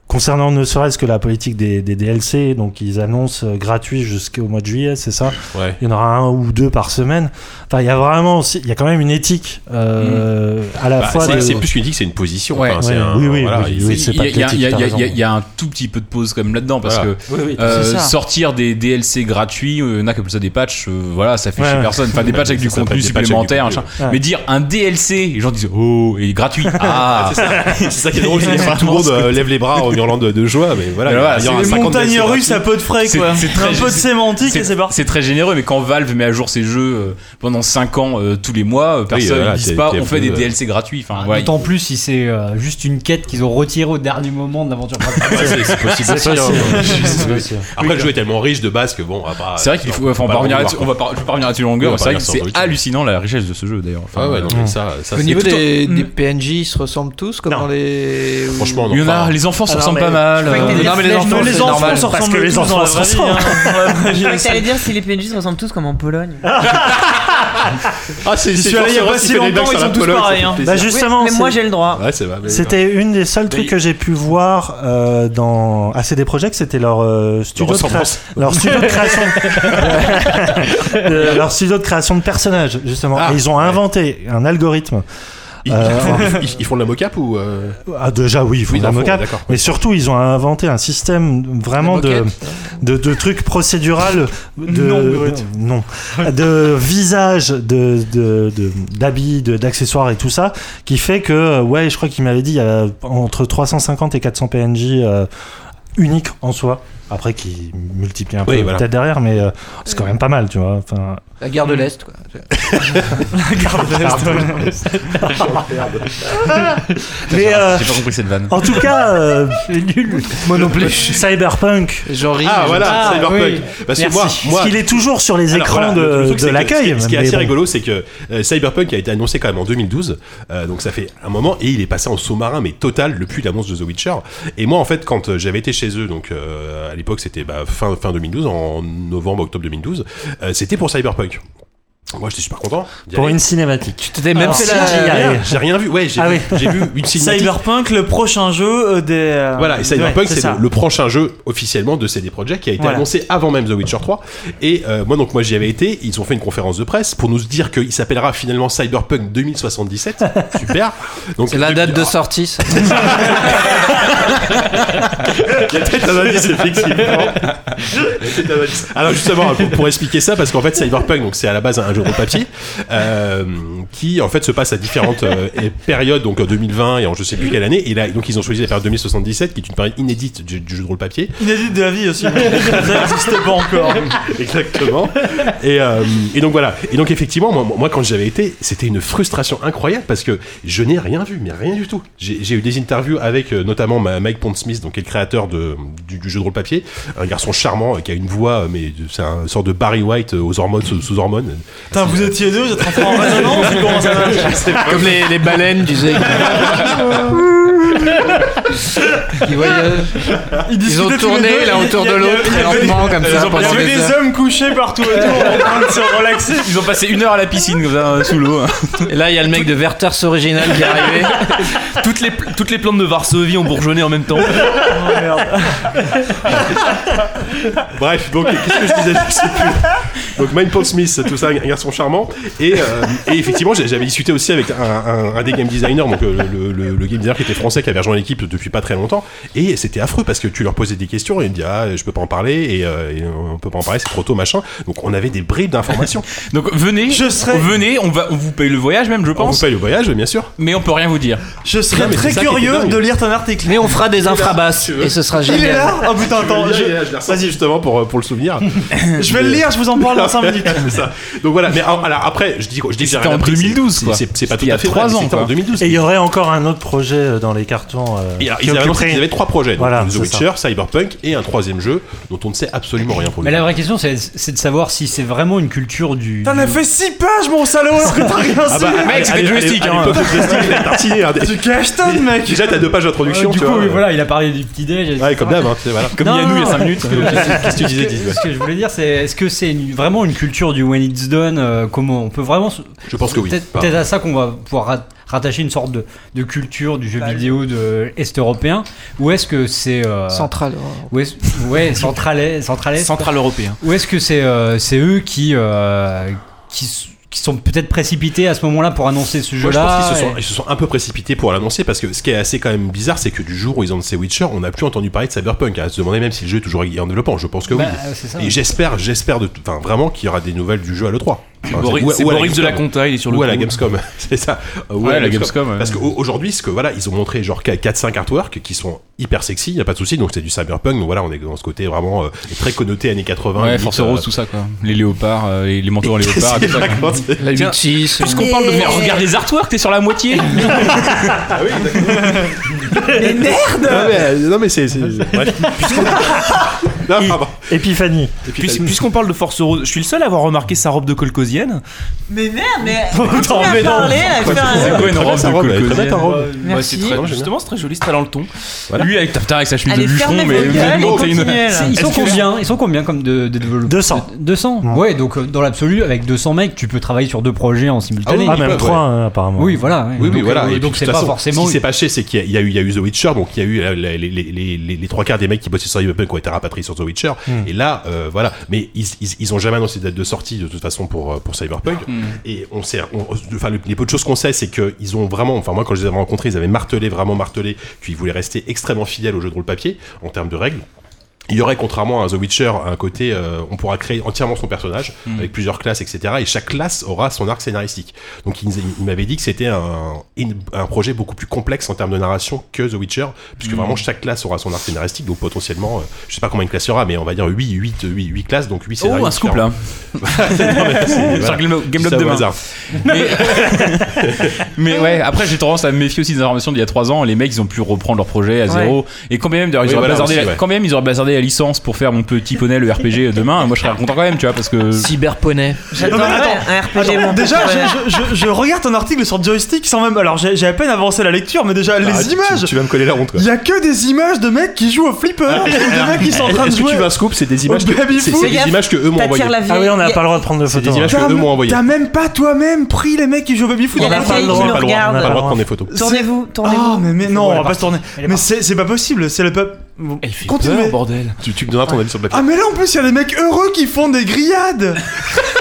Speaker 4: Concernant ne serait-ce que la politique des, des DLC, donc ils annoncent euh, gratuit jusqu'au mois de juillet, c'est ça
Speaker 2: Ouais.
Speaker 4: il y en aura un ou deux par semaine. Enfin, il y a vraiment, aussi- il y a quand même une éthique euh, à la
Speaker 2: Bah,
Speaker 4: fois.
Speaker 2: c'est
Speaker 4: de-
Speaker 2: c'est plus qu'une dit que c'est une position.
Speaker 5: Ouais.
Speaker 2: enfin, c'est
Speaker 4: Ouais,
Speaker 2: un-
Speaker 4: oui, oui,
Speaker 2: voilà,
Speaker 4: oui,
Speaker 2: ils-
Speaker 4: oui,
Speaker 5: Il
Speaker 4: c'est
Speaker 5: y a-
Speaker 4: pas
Speaker 5: il y a- il y a-
Speaker 4: athlétique, t'as
Speaker 5: il y a-
Speaker 4: raison.
Speaker 5: il y a un tout petit peu de pause quand même là-dedans parce
Speaker 2: Voilà.
Speaker 5: que
Speaker 4: Oui, oui,
Speaker 5: euh,
Speaker 4: c'est ça.
Speaker 5: sortir des DLC gratuits, il y en a qui appellent ça des patchs, euh, voilà, ça fait
Speaker 4: Ouais,
Speaker 5: chez
Speaker 4: ouais.
Speaker 5: personne. Enfin, des patchs avec
Speaker 2: Ça
Speaker 5: du
Speaker 2: s'appelle
Speaker 5: contenu
Speaker 2: des patchs avec du
Speaker 5: supplémentaire,
Speaker 2: contenu,
Speaker 5: machin.
Speaker 4: ouais.
Speaker 5: Mais dire un DLC, les gens disent oh, il est gratuit. Ah,
Speaker 2: [LAUGHS]
Speaker 5: [LAUGHS]
Speaker 7: [LAUGHS]
Speaker 2: C'est ça qui est drôle, c'est que tout le
Speaker 5: Exactement
Speaker 2: monde
Speaker 5: ce
Speaker 2: euh, lève les bras en hurlante de, de joie, mais voilà.
Speaker 7: Alors,
Speaker 2: il y aura 50
Speaker 7: c'est-
Speaker 2: DLC
Speaker 3: montagnes russes
Speaker 2: gratuits.
Speaker 3: à peu de frais,
Speaker 7: C'est-
Speaker 3: quoi.
Speaker 7: c'est
Speaker 3: Un
Speaker 7: très-
Speaker 3: peu de
Speaker 7: c'est-
Speaker 3: sémantique et c'est parti.
Speaker 7: C'est très généreux, mais quand Valve met à jour ses jeux euh, pendant 5 ans, euh, tous les mois, euh, personne ne
Speaker 2: voilà,
Speaker 7: dit
Speaker 2: t'es-
Speaker 7: pas
Speaker 2: t'es
Speaker 7: on fait
Speaker 2: plus,
Speaker 7: des
Speaker 2: euh,
Speaker 7: DLC gratuits. Enfin, Ah, ouais,
Speaker 9: D'autant plus si c'est euh, juste une quête qu'ils ont retirée au dernier moment de l'aventure principale.
Speaker 7: Ouais, c'est- c'est possible aussi,
Speaker 2: [LAUGHS]
Speaker 7: hein. C'est possible.
Speaker 2: Après, le jeu est tellement riche de base que bon, on va pas-
Speaker 7: C'est vrai qu'il faut. Enfin, on,
Speaker 2: va
Speaker 7: va revenir
Speaker 2: le
Speaker 7: là-dessus- on
Speaker 2: voir,
Speaker 7: va pas, je vais pas revenir là-dessus en
Speaker 2: Oui, on va
Speaker 7: longueur.
Speaker 2: pas
Speaker 7: C'est vrai que
Speaker 2: revenir sur
Speaker 7: c'est
Speaker 2: le truc.
Speaker 7: hallucinant la richesse de ce jeu d'ailleurs. Enfin,
Speaker 2: Ah ouais, non, mais
Speaker 7: euh,
Speaker 2: ça- ça,
Speaker 8: Au
Speaker 2: c'est-
Speaker 8: niveau [LAUGHS]
Speaker 2: Et
Speaker 8: des,
Speaker 2: plutôt- Hmm.
Speaker 8: des PNJ, ils se ressemblent tous comme dans les.
Speaker 2: Franchement,
Speaker 7: non. Il y en a, les enfants se
Speaker 8: Ah non,
Speaker 7: ressemblent
Speaker 8: mais-
Speaker 7: pas mal,
Speaker 8: Je croyais que
Speaker 7: euh,
Speaker 8: t'allais
Speaker 7: non,
Speaker 8: dire
Speaker 7: mais les
Speaker 8: Flash,
Speaker 7: enfants,
Speaker 8: mais
Speaker 7: c'est normal.
Speaker 8: se
Speaker 7: Parce
Speaker 8: ressemblent
Speaker 7: que les
Speaker 8: tous dans
Speaker 7: enfants
Speaker 8: la
Speaker 7: se
Speaker 8: vraie vie,
Speaker 7: ressemblent.
Speaker 8: hein. Ouais, ouais,
Speaker 10: Je
Speaker 8: j'ai-
Speaker 10: croyais que t'allais dire si les PNJ se ressemblent tous comme en Pologne.
Speaker 2: Ah, c'est
Speaker 3: J'y suis allé il y a pas si longtemps, ils sont tous pareils. hein.
Speaker 4: Bah, justement,
Speaker 10: mais moi
Speaker 4: c'est-
Speaker 10: j'ai le droit.
Speaker 2: Ouais, c'est vrai. mais-
Speaker 4: C'était une des seuls trucs que j'ai pu voir euh, dans ACD Projekt, c'était leur euh, studio, de
Speaker 2: ressemblance.
Speaker 4: créa- leur studio de
Speaker 2: [LAUGHS]
Speaker 4: création, Euh, leur studio de création de personnages justement.
Speaker 2: Ah,
Speaker 4: Et ils ont inventé un algorithme.
Speaker 2: Ils,
Speaker 4: Euh,
Speaker 2: ils font,
Speaker 7: [LAUGHS]
Speaker 2: ils- ils font de la mocap ou. euh,
Speaker 4: Ah, déjà oui, ils font
Speaker 2: Oui,
Speaker 4: de la
Speaker 2: d'accord,
Speaker 4: mocap,
Speaker 2: d'accord.
Speaker 4: mais surtout ils ont inventé un système vraiment
Speaker 8: Des
Speaker 4: de,
Speaker 8: moquettes.
Speaker 2: hein.
Speaker 4: de de trucs procédural de
Speaker 3: Non, Brut.
Speaker 4: non, de visage de de- de- d'habits de- d'accessoires et tout ça qui fait que ouais je crois qu'il m'avait dit il y a entre 350 et 400 PNJ euh, uniques en soi après qui multiplient un peu
Speaker 2: Oui, voilà.
Speaker 4: peut-être derrière mais euh, c'est quand même pas mal tu vois enfin
Speaker 8: La guerre de l'Est, quoi.
Speaker 4: mais
Speaker 8: [LAUGHS]
Speaker 4: euh,
Speaker 7: J'ai pas compris cette vanne.
Speaker 4: en tout cas euh, Cyberpunk
Speaker 8: J'en ris.
Speaker 2: Ah, voilà,
Speaker 9: Ah,
Speaker 2: Cyberpunk. Parce que moi, moi.
Speaker 4: parce qu'il est toujours sur les
Speaker 2: Alors,
Speaker 4: écrans
Speaker 2: voilà, le- le
Speaker 4: de,
Speaker 2: truc,
Speaker 4: de
Speaker 2: c'est que
Speaker 4: l'accueil
Speaker 2: Ce qui, ce qui est
Speaker 4: mais
Speaker 2: assez
Speaker 4: bon.
Speaker 2: rigolo, c'est que euh, Cyberpunk a été annoncé quand même en 2012, euh, donc ça fait un moment, et il est passé en saut marin, mais total, depuis l'annonce de The Witcher. Et moi, en fait, quand euh, j'avais été chez eux, donc euh, à l'époque, c'était bah, fin, fin 2012, en novembre, octobre 2012, euh, c'était pour Cyberpunk. Moi, j'étais super content. d'y
Speaker 4: pour
Speaker 2: aller.
Speaker 4: une cinématique
Speaker 8: C'était même
Speaker 4: Alors,
Speaker 8: fait
Speaker 4: si
Speaker 8: la-
Speaker 4: j'y arrive.
Speaker 2: J'ai rien vu, ouais, j'ai
Speaker 4: Ah
Speaker 2: vu,
Speaker 4: oui.
Speaker 2: j'ai vu
Speaker 3: [LAUGHS]
Speaker 2: une cinématique.
Speaker 3: Cyberpunk, le prochain jeu euh, des. euh,
Speaker 2: Voilà, et
Speaker 3: ouais,
Speaker 2: Cyberpunk, c'est
Speaker 3: ça.
Speaker 2: le, le prochain jeu officiellement de CD Projekt qui a été
Speaker 3: Voilà.
Speaker 2: annoncé avant même The Witcher 3. Et euh, moi, donc, moi, j'y avais été. Ils ont fait une conférence de presse pour nous dire qu'il s'appellera finalement Cyberpunk
Speaker 3: [LAUGHS]
Speaker 2: 2077. Super. Donc,
Speaker 8: C'est la date de
Speaker 2: Ah,
Speaker 8: sortie. ça.
Speaker 2: Il y a peut-être un indice, effectivement. Il
Speaker 6: [LAUGHS]
Speaker 2: y a peut-être un indice. [LAUGHS] Alors justement, hein, pour, pour expliquer ça, parce qu'en fait Cyberpunk, donc c'est à la base un jeu de papier, euh, qui en fait se passe à différentes euh, et périodes, donc en 2020 et en je sais plus quelle année. Et là, donc ils ont choisi la période 2077, qui est une période inédite du, du jeu de rôle papier.
Speaker 3: Inédite de la
Speaker 2: [LAUGHS]
Speaker 3: vie aussi. ça n'existe pas encore.
Speaker 2: Exactement. Et, euh, et donc voilà. Et donc effectivement, moi, moi quand j'avais été, c'était une frustration incroyable parce que je n'ai rien vu, mais rien du tout. J'ai j'ai eu des interviews avec euh, notamment ma- Mike Pondsmith, donc qui est le créateur de, du, du jeu de rôle papier, un garçon charmant euh, qui a une voix, euh, mais de- c'est un sorte de Barry White euh, aux hormones, sous, sous hormones. euh,
Speaker 3: Putain, vous étiez deux, vous êtes rentrés en résonance, ou comment ça marche
Speaker 8: Comme les, les baleines, disaient.
Speaker 11: hein.
Speaker 8: Ils, voyaient- ils ont
Speaker 3: discutaient tous les
Speaker 8: tourné
Speaker 3: deux,
Speaker 8: l'un
Speaker 3: il y-
Speaker 8: autour
Speaker 3: il y
Speaker 8: de
Speaker 3: a-
Speaker 8: l'autre
Speaker 3: il y
Speaker 8: très
Speaker 3: avait-
Speaker 8: lentement comme ça
Speaker 3: Il y
Speaker 8: pendant
Speaker 3: avait
Speaker 8: des
Speaker 3: des
Speaker 8: heures.
Speaker 3: hommes couchés partout autour en train de se relaxer.
Speaker 7: Ils ont passé une heure à la piscine comme ça, euh, sous l'eau.
Speaker 8: Et là, il y a le mec de Verters original qui est arrivé.
Speaker 6: [LAUGHS] Toutes les, toutes les plantes de Varsovie ont bourgeonné en même temps.
Speaker 2: [LAUGHS] Bref, donc qu'est-ce que je disais
Speaker 10: [LAUGHS]
Speaker 2: Je sais plus. Donc Mike Pondsmith, tout ça, un garçon charmant. Et, euh, et effectivement, j'ai- j'avais discuté aussi avec un, un- un des game designers, donc euh, le, le- le game designer qui était français, qui avait rejoint l'équipe depuis pas très longtemps. Et c'était affreux parce que tu leur posais des questions et ils me disaient ah je peux pas en parler et, euh, et on peut pas en parler, c'est trop tôt machin. Donc on avait des bribes d'informations.
Speaker 7: [LAUGHS] Donc venez,
Speaker 3: Je serais-
Speaker 7: venez, on va, on vous paye le voyage même, je
Speaker 2: on vous
Speaker 7: pense.
Speaker 2: paye le voyage, bien sûr.
Speaker 7: Mais on peut rien vous dire.
Speaker 3: Je serais
Speaker 2: Non, mais [LAUGHS]
Speaker 3: très
Speaker 2: c'est ça qui était
Speaker 3: curieux
Speaker 2: dingue.
Speaker 3: de lire ton article.
Speaker 8: Mais on fera des infrabasses et ce sera
Speaker 3: Il est
Speaker 8: génial.
Speaker 3: là Oh putain, attends,
Speaker 2: Je- je
Speaker 3: je,
Speaker 2: l'ai ressenti justement pour, euh, pour le souvenir.
Speaker 3: je vais le lire, je vous en parle dans 5 minutes.
Speaker 2: [LAUGHS] C'est ça. Donc voilà, mais alors, alors, après, je dis, je dis que j'ai
Speaker 7: C'était
Speaker 2: rien
Speaker 7: en
Speaker 2: appris, c'est-
Speaker 7: 2012, quoi.
Speaker 2: C'est c'est pas tout
Speaker 7: C'était il y
Speaker 2: à
Speaker 7: a
Speaker 2: fait
Speaker 7: trois
Speaker 2: vrai, mais
Speaker 7: ans,
Speaker 2: c'était en
Speaker 7: quoi.
Speaker 2: 2012.
Speaker 4: Et il y aurait encore un autre projet euh, dans les cartons. euh,
Speaker 2: Et alors,
Speaker 4: qui
Speaker 2: ils, avaient annoncé
Speaker 4: occuperait-
Speaker 2: qu'ils
Speaker 4: [LAUGHS]
Speaker 2: avaient trois projets. Donc,
Speaker 4: Voilà,
Speaker 2: The
Speaker 4: c'est ça.
Speaker 2: Witcher, Cyberpunk et un troisième jeu dont on ne sait absolument rien pour
Speaker 9: Mais
Speaker 2: lui.
Speaker 9: la vraie question, c'est c'est de savoir si c'est vraiment une
Speaker 2: [LAUGHS]
Speaker 9: culture du.
Speaker 3: T'en as fait 6 pages, mon salaud,
Speaker 2: Ah,
Speaker 3: alors que t'as rien su.
Speaker 7: Ah bah,
Speaker 2: bah,
Speaker 7: Mec, c'était joystick, hein. [LAUGHS]
Speaker 3: Tu caches ton, mec
Speaker 2: hein. Déjà, t'as deux pages d'introduction,
Speaker 9: Euh, du
Speaker 2: tu
Speaker 9: coup,
Speaker 2: vois.
Speaker 9: oui, voilà, il a parlé du petit déj. etc.
Speaker 2: Ouais, [LAUGHS] comme d'hab, hein, tu sais, voilà.
Speaker 7: Comme il y a
Speaker 9: Non,
Speaker 7: nous il y a 5
Speaker 9: non.
Speaker 7: minutes.
Speaker 2: Qu'est-ce que tu disais,
Speaker 9: Ce
Speaker 2: Dis
Speaker 9: que- Ce que je voulais dire, c'est est-ce que c'est une- vraiment une culture du when it's done euh, Comment on peut vraiment se-
Speaker 2: Je pense que oui.
Speaker 9: Peut-être peut-être à ça qu'on va pouvoir rat- rattacher une sorte de, de culture du jeu vidéo de est européen Ou est-ce que c'est euh,
Speaker 8: Central.
Speaker 9: ou est-ce- ouais centralais centralais
Speaker 7: Central européen.
Speaker 9: Ou est-ce que c'est euh, c'est eux qui euh, qui, s- qui sont peut-être précipités à ce moment-là pour annoncer ce
Speaker 2: Moi, je
Speaker 9: jeu-là
Speaker 2: pense qu'ils se, sont-
Speaker 9: et-
Speaker 2: ils se sont un peu précipités pour l'annoncer parce que ce qui est assez quand même bizarre, c'est que du jour où ils ont lancé Witcher, on n'a plus entendu parler de Cyberpunk. À se demander même si le jeu est toujours en développement. Je pense que
Speaker 9: Bah,
Speaker 2: oui.
Speaker 9: c'est ça.
Speaker 2: Et j'espère, j'espère de, enfin, vraiment qu'il y aura des nouvelles du jeu à l'E3. Enfin,
Speaker 6: Boris-
Speaker 2: ou-
Speaker 6: c'est
Speaker 2: ou à la
Speaker 6: Boris de la
Speaker 2: Gamescom.
Speaker 6: Conta, il est sur le
Speaker 2: Ou à la
Speaker 6: coup.
Speaker 2: Gamescom, [LAUGHS] c'est ça. Ou à
Speaker 6: Ouais, la Gamescom, ouais.
Speaker 2: Parce qu'aujourd'hui, ce que voilà, ils ont montré genre 4-5 artworks qui sont hyper sexy, y a pas de souci. Donc c'est du cyberpunk. Donc voilà, on est dans ce côté vraiment euh, très connoté années 80.
Speaker 7: Ouais,
Speaker 2: limite,
Speaker 7: Force
Speaker 2: euh,
Speaker 7: Rose, tout ça quoi. Les léopards, euh, les, les [LAUGHS] manteaux en léopard,
Speaker 2: C'est
Speaker 7: tout ça.
Speaker 2: la
Speaker 7: quoi.
Speaker 2: grande- La
Speaker 7: Tiens,
Speaker 2: 8-6,
Speaker 7: Puisqu'on
Speaker 2: euh,
Speaker 7: parle de.
Speaker 2: Mais-
Speaker 7: Mais regarde les artworks, t'es sur la
Speaker 8: [LAUGHS]
Speaker 7: moitié
Speaker 4: Ah,
Speaker 2: [LAUGHS] Mais
Speaker 10: merde
Speaker 2: Non mais,
Speaker 7: euh,
Speaker 2: non, mais c'est. c'est- bref.
Speaker 6: [LAUGHS]
Speaker 2: Non, pardon.
Speaker 4: Épiphanie.
Speaker 6: Puis- Puisqu'on parle de Force Rose, je suis le seul à avoir remarqué sa robe
Speaker 7: [LAUGHS]
Speaker 6: de colcosienne.
Speaker 10: Mais merde, mais.
Speaker 6: Attends,
Speaker 10: continue à
Speaker 6: mais non.
Speaker 10: parler, à
Speaker 6: Quoi,
Speaker 10: faire un-
Speaker 6: c'est quoi une
Speaker 7: Très
Speaker 6: robe
Speaker 7: bien, sa
Speaker 6: de
Speaker 7: robe, elle est très
Speaker 6: colcosienne
Speaker 7: bien, ta robe.
Speaker 6: Ouais,
Speaker 10: Merci.
Speaker 6: c'est très-
Speaker 10: Non, j'aime
Speaker 6: Justement, c'est très joli, c'est très dans le ton.
Speaker 7: Lui avec ta avec sa chemise
Speaker 10: Allez,
Speaker 7: de bûcheron,
Speaker 10: fermez
Speaker 7: mais
Speaker 10: vos
Speaker 7: vous
Speaker 10: gueules et
Speaker 7: avez monté une.
Speaker 10: continuez, là.
Speaker 9: Ils sont
Speaker 10: Est-ce que-
Speaker 9: combien Ils sont combien comme de, de développeurs
Speaker 4: 200.
Speaker 9: 200 Ouais, donc euh, dans l'absolu, avec 200 mecs, tu peux travailler sur deux projets en simultané.
Speaker 4: Ah, même 3 apparemment.
Speaker 9: Oui, voilà. ouais.
Speaker 2: Oui, oui,
Speaker 9: Donc,
Speaker 2: voilà.
Speaker 9: euh,
Speaker 2: Et puis,
Speaker 9: donc
Speaker 2: de
Speaker 9: c'est
Speaker 2: toute
Speaker 9: pas
Speaker 2: façon,
Speaker 9: forcément.
Speaker 2: Ce qui s'est passé, c'est qu'il y, a- il y a eu- il y a eu The Witcher, donc il y a eu euh, les, les, les, les- les- les trois quarts des mecs qui bossaient sur Cyberpunk qui ont été rapatriés sur The Witcher.
Speaker 4: Hmm.
Speaker 2: Et là, euh, voilà. Mais ils, ils, ils ont jamais annoncé de date de sortie de toute façon pour, euh, pour Cyberpunk. Et on sait, on- enfin, le- les peu de choses qu'on sait, c'est qu'ils ont vraiment, enfin, moi quand je les avais rencontrés, ils avaient martelé, vraiment martelé, qu'ils voulaient rester extrêmement fidèles au jeu de rôle papier en termes de règles. Il y aurait, contrairement à The Witcher, un côté euh, on pourra créer entièrement son personnage
Speaker 7: Mm.
Speaker 2: avec plusieurs classes, etc. Et chaque classe aura son arc scénaristique. Donc il, nous- il m'avait dit que c'était un, une- un projet beaucoup plus complexe en termes de narration que The Witcher, puisque
Speaker 7: Mm.
Speaker 2: vraiment chaque classe aura son arc scénaristique. Donc potentiellement, euh, je sais pas combien de classes il y aura, mais on va dire 8, 8, 8, classes, donc 8 scénarios.
Speaker 7: Oh, un scoop là
Speaker 2: [LAUGHS]
Speaker 7: Sur Game- Gameloft demain. [LAUGHS] Mais, mais ouais, après j'ai tendance à me méfier aussi des informations d'il y a 3 ans. Les mecs ils ont pu reprendre leur projet à zéro. Et quand bien même d'ailleurs, ils,
Speaker 2: Oui,
Speaker 7: auraient
Speaker 2: voilà,
Speaker 7: bazardé
Speaker 2: aussi,
Speaker 7: la,
Speaker 2: ouais.
Speaker 7: quand même ils auraient bazardé la licence pour faire mon petit poney le RPG euh, demain, moi je serais content quand même, tu vois, parce que.
Speaker 8: Cyberponey.
Speaker 10: J'attends
Speaker 3: Non, mais
Speaker 10: ouais,
Speaker 3: attends,
Speaker 10: un RPG.
Speaker 3: attends,
Speaker 10: mon
Speaker 3: déjà,
Speaker 10: pote.
Speaker 3: je, je- je- je regarde ton article sur joystick sans même. Alors, j'ai j'ai à peine avancé la lecture, mais
Speaker 2: Ah,
Speaker 3: déjà, les images.
Speaker 2: Tu, vas me coller la honte, quoi.
Speaker 3: Il y a que des images de mecs qui jouent au flipper, ou de mecs qui sont en train de
Speaker 2: Ah, Est-ce que
Speaker 3: jouer.
Speaker 2: tu veux un scoop C'est des images,
Speaker 3: Au
Speaker 2: que,
Speaker 3: baby-foot.
Speaker 2: c'est- c'est des
Speaker 10: Fais
Speaker 2: images que eux m'ont
Speaker 10: gaffe,
Speaker 2: envoyées.
Speaker 10: t'attires la vie.
Speaker 4: Ah oui, on n'a
Speaker 10: Y a-
Speaker 4: pas le droit de prendre de
Speaker 2: C'est
Speaker 4: photos.
Speaker 2: des images
Speaker 3: T'as
Speaker 2: que eux m'ont envoyées.
Speaker 3: t'as même pas toi-même pris les mecs qui jouent au
Speaker 10: Il
Speaker 3: baby-foot.
Speaker 10: y a
Speaker 3: On a
Speaker 10: la
Speaker 3: pas
Speaker 10: vieille
Speaker 3: le
Speaker 10: qui
Speaker 3: droit.
Speaker 2: On n'a pas le droit on n'a pas le droit de
Speaker 4: Regarde.
Speaker 2: prendre des photos.
Speaker 10: Tournez-vous,
Speaker 3: Ah,
Speaker 10: tournez-vous.
Speaker 3: mais, mais non,
Speaker 9: Voilà,
Speaker 3: on va pas se tourner.
Speaker 9: Elle est
Speaker 3: Mais c'est c'est pas possible, c'est le peuple.
Speaker 6: Elle fait
Speaker 3: Continuez.
Speaker 6: peur, bordel.
Speaker 2: Tu, tu me donneras ton avis sur le papier.
Speaker 3: Ah, mais là en plus, il y a des mecs heureux qui font
Speaker 2: [LAUGHS]
Speaker 3: des grillades.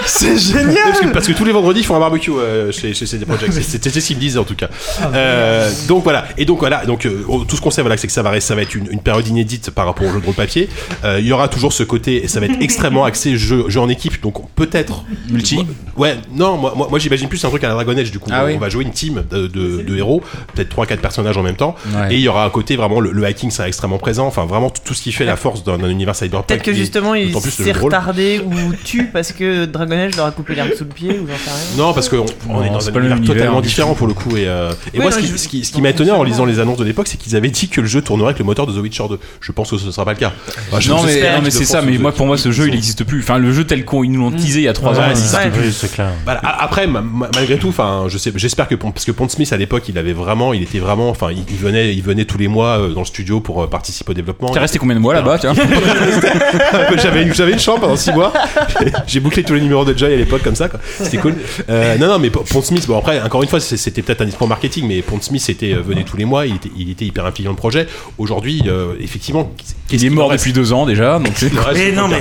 Speaker 3: c'est
Speaker 2: Parce que,
Speaker 3: génial.
Speaker 2: parce que tous les vendredis ils font un barbecue euh, chez, chez CD
Speaker 10: Ah,
Speaker 2: Projekt. C'est- C'était ce qu'ils me disaient en tout cas. Euh, donc voilà. Et donc voilà. Donc euh, on- tout ce qu'on sait voilà, c'est que ça va, rester- ça va être une, une période inédite par rapport au jeu de rôle papier. Euh, il y aura toujours ce côté. et Ça va
Speaker 10: [LAUGHS]
Speaker 2: être extrêmement axé jeu, jeu en équipe. Donc peut-être
Speaker 7: Multi
Speaker 2: Ouais. Non. Moi, moi, moi, j'imagine plus un truc à la Dragon Age du coup.
Speaker 7: Ah
Speaker 2: on
Speaker 7: oui.
Speaker 2: va jouer une team de, de- de héros. Peut-être trois quatre personnages en même temps.
Speaker 7: Ouais.
Speaker 2: Et il y aura un côté vraiment le, le hacking sera extrêmement présent. Enfin vraiment tout, tout ce qui fait la force d'un d'un univers cyberpunk.
Speaker 10: Peut-être que
Speaker 2: Et
Speaker 10: justement il
Speaker 2: d'autant plus le
Speaker 10: s'est
Speaker 2: jeu de rôle.
Speaker 10: retardé ou tue parce que Dragon Age leur a coupé l'herbe sous le pied ou j'en sais rien.
Speaker 2: Non, parce qu'on on est
Speaker 7: Non,
Speaker 2: dans
Speaker 7: c'est
Speaker 2: un
Speaker 7: pas le
Speaker 2: univers
Speaker 7: même univers
Speaker 2: totalement
Speaker 7: du
Speaker 2: différent pour le coup. Et, euh, et
Speaker 10: Oui,
Speaker 2: moi,
Speaker 10: non,
Speaker 2: ce qui,
Speaker 10: je-
Speaker 2: ce qui- ce qui m'a étonné en lisant les annonces de l'époque, c'est qu'ils avaient dit que le jeu tournerait avec le moteur de The Witcher 2. Je pense que ce ne sera pas le cas. Enfin, je-
Speaker 7: non, mais,
Speaker 2: j'espère
Speaker 7: non,
Speaker 2: qu'ils
Speaker 7: mais
Speaker 2: le
Speaker 7: c'est
Speaker 2: font
Speaker 7: ça,
Speaker 2: sous
Speaker 7: mais
Speaker 2: The-
Speaker 7: moi pour moi ce jeu il n'existe plus. Enfin, le jeu tel qu'on ils nous l'ont teasé il y a 3 ans,
Speaker 4: Ouais,
Speaker 7: il existe
Speaker 10: ouais.
Speaker 7: plus.
Speaker 4: Oui, c'est clair.
Speaker 2: Voilà. A- Après, ma- ma- malgré tout, enfin, je sais, j'espère que Pon- parce que Pont Smith à l'époque, il avait vraiment, il était vraiment, enfin, il, il venait, il venait tous les mois euh, dans le studio pour euh, participer au développement.
Speaker 7: T'es resté combien de mois là-bas, tiens
Speaker 2: [LAUGHS] j'avais une, j'avais une chambre pendant 6 mois. [LAUGHS] J'ai- J'ai bouclé tous les numéros de Joy à l'époque comme ça. quoi. C'était cool. Euh, non, non, mais P- Pont Smith, bon après, encore une fois, c'est- c'était peut-être un discours marketing, mais Pont Smith était, euh, venait tous les mois, il était, il était hyper influent le projet. Aujourd'hui, euh, effectivement,
Speaker 7: Il est mort depuis 2 ans déjà, donc
Speaker 2: [LAUGHS]
Speaker 7: c'est-
Speaker 4: Mais non, mais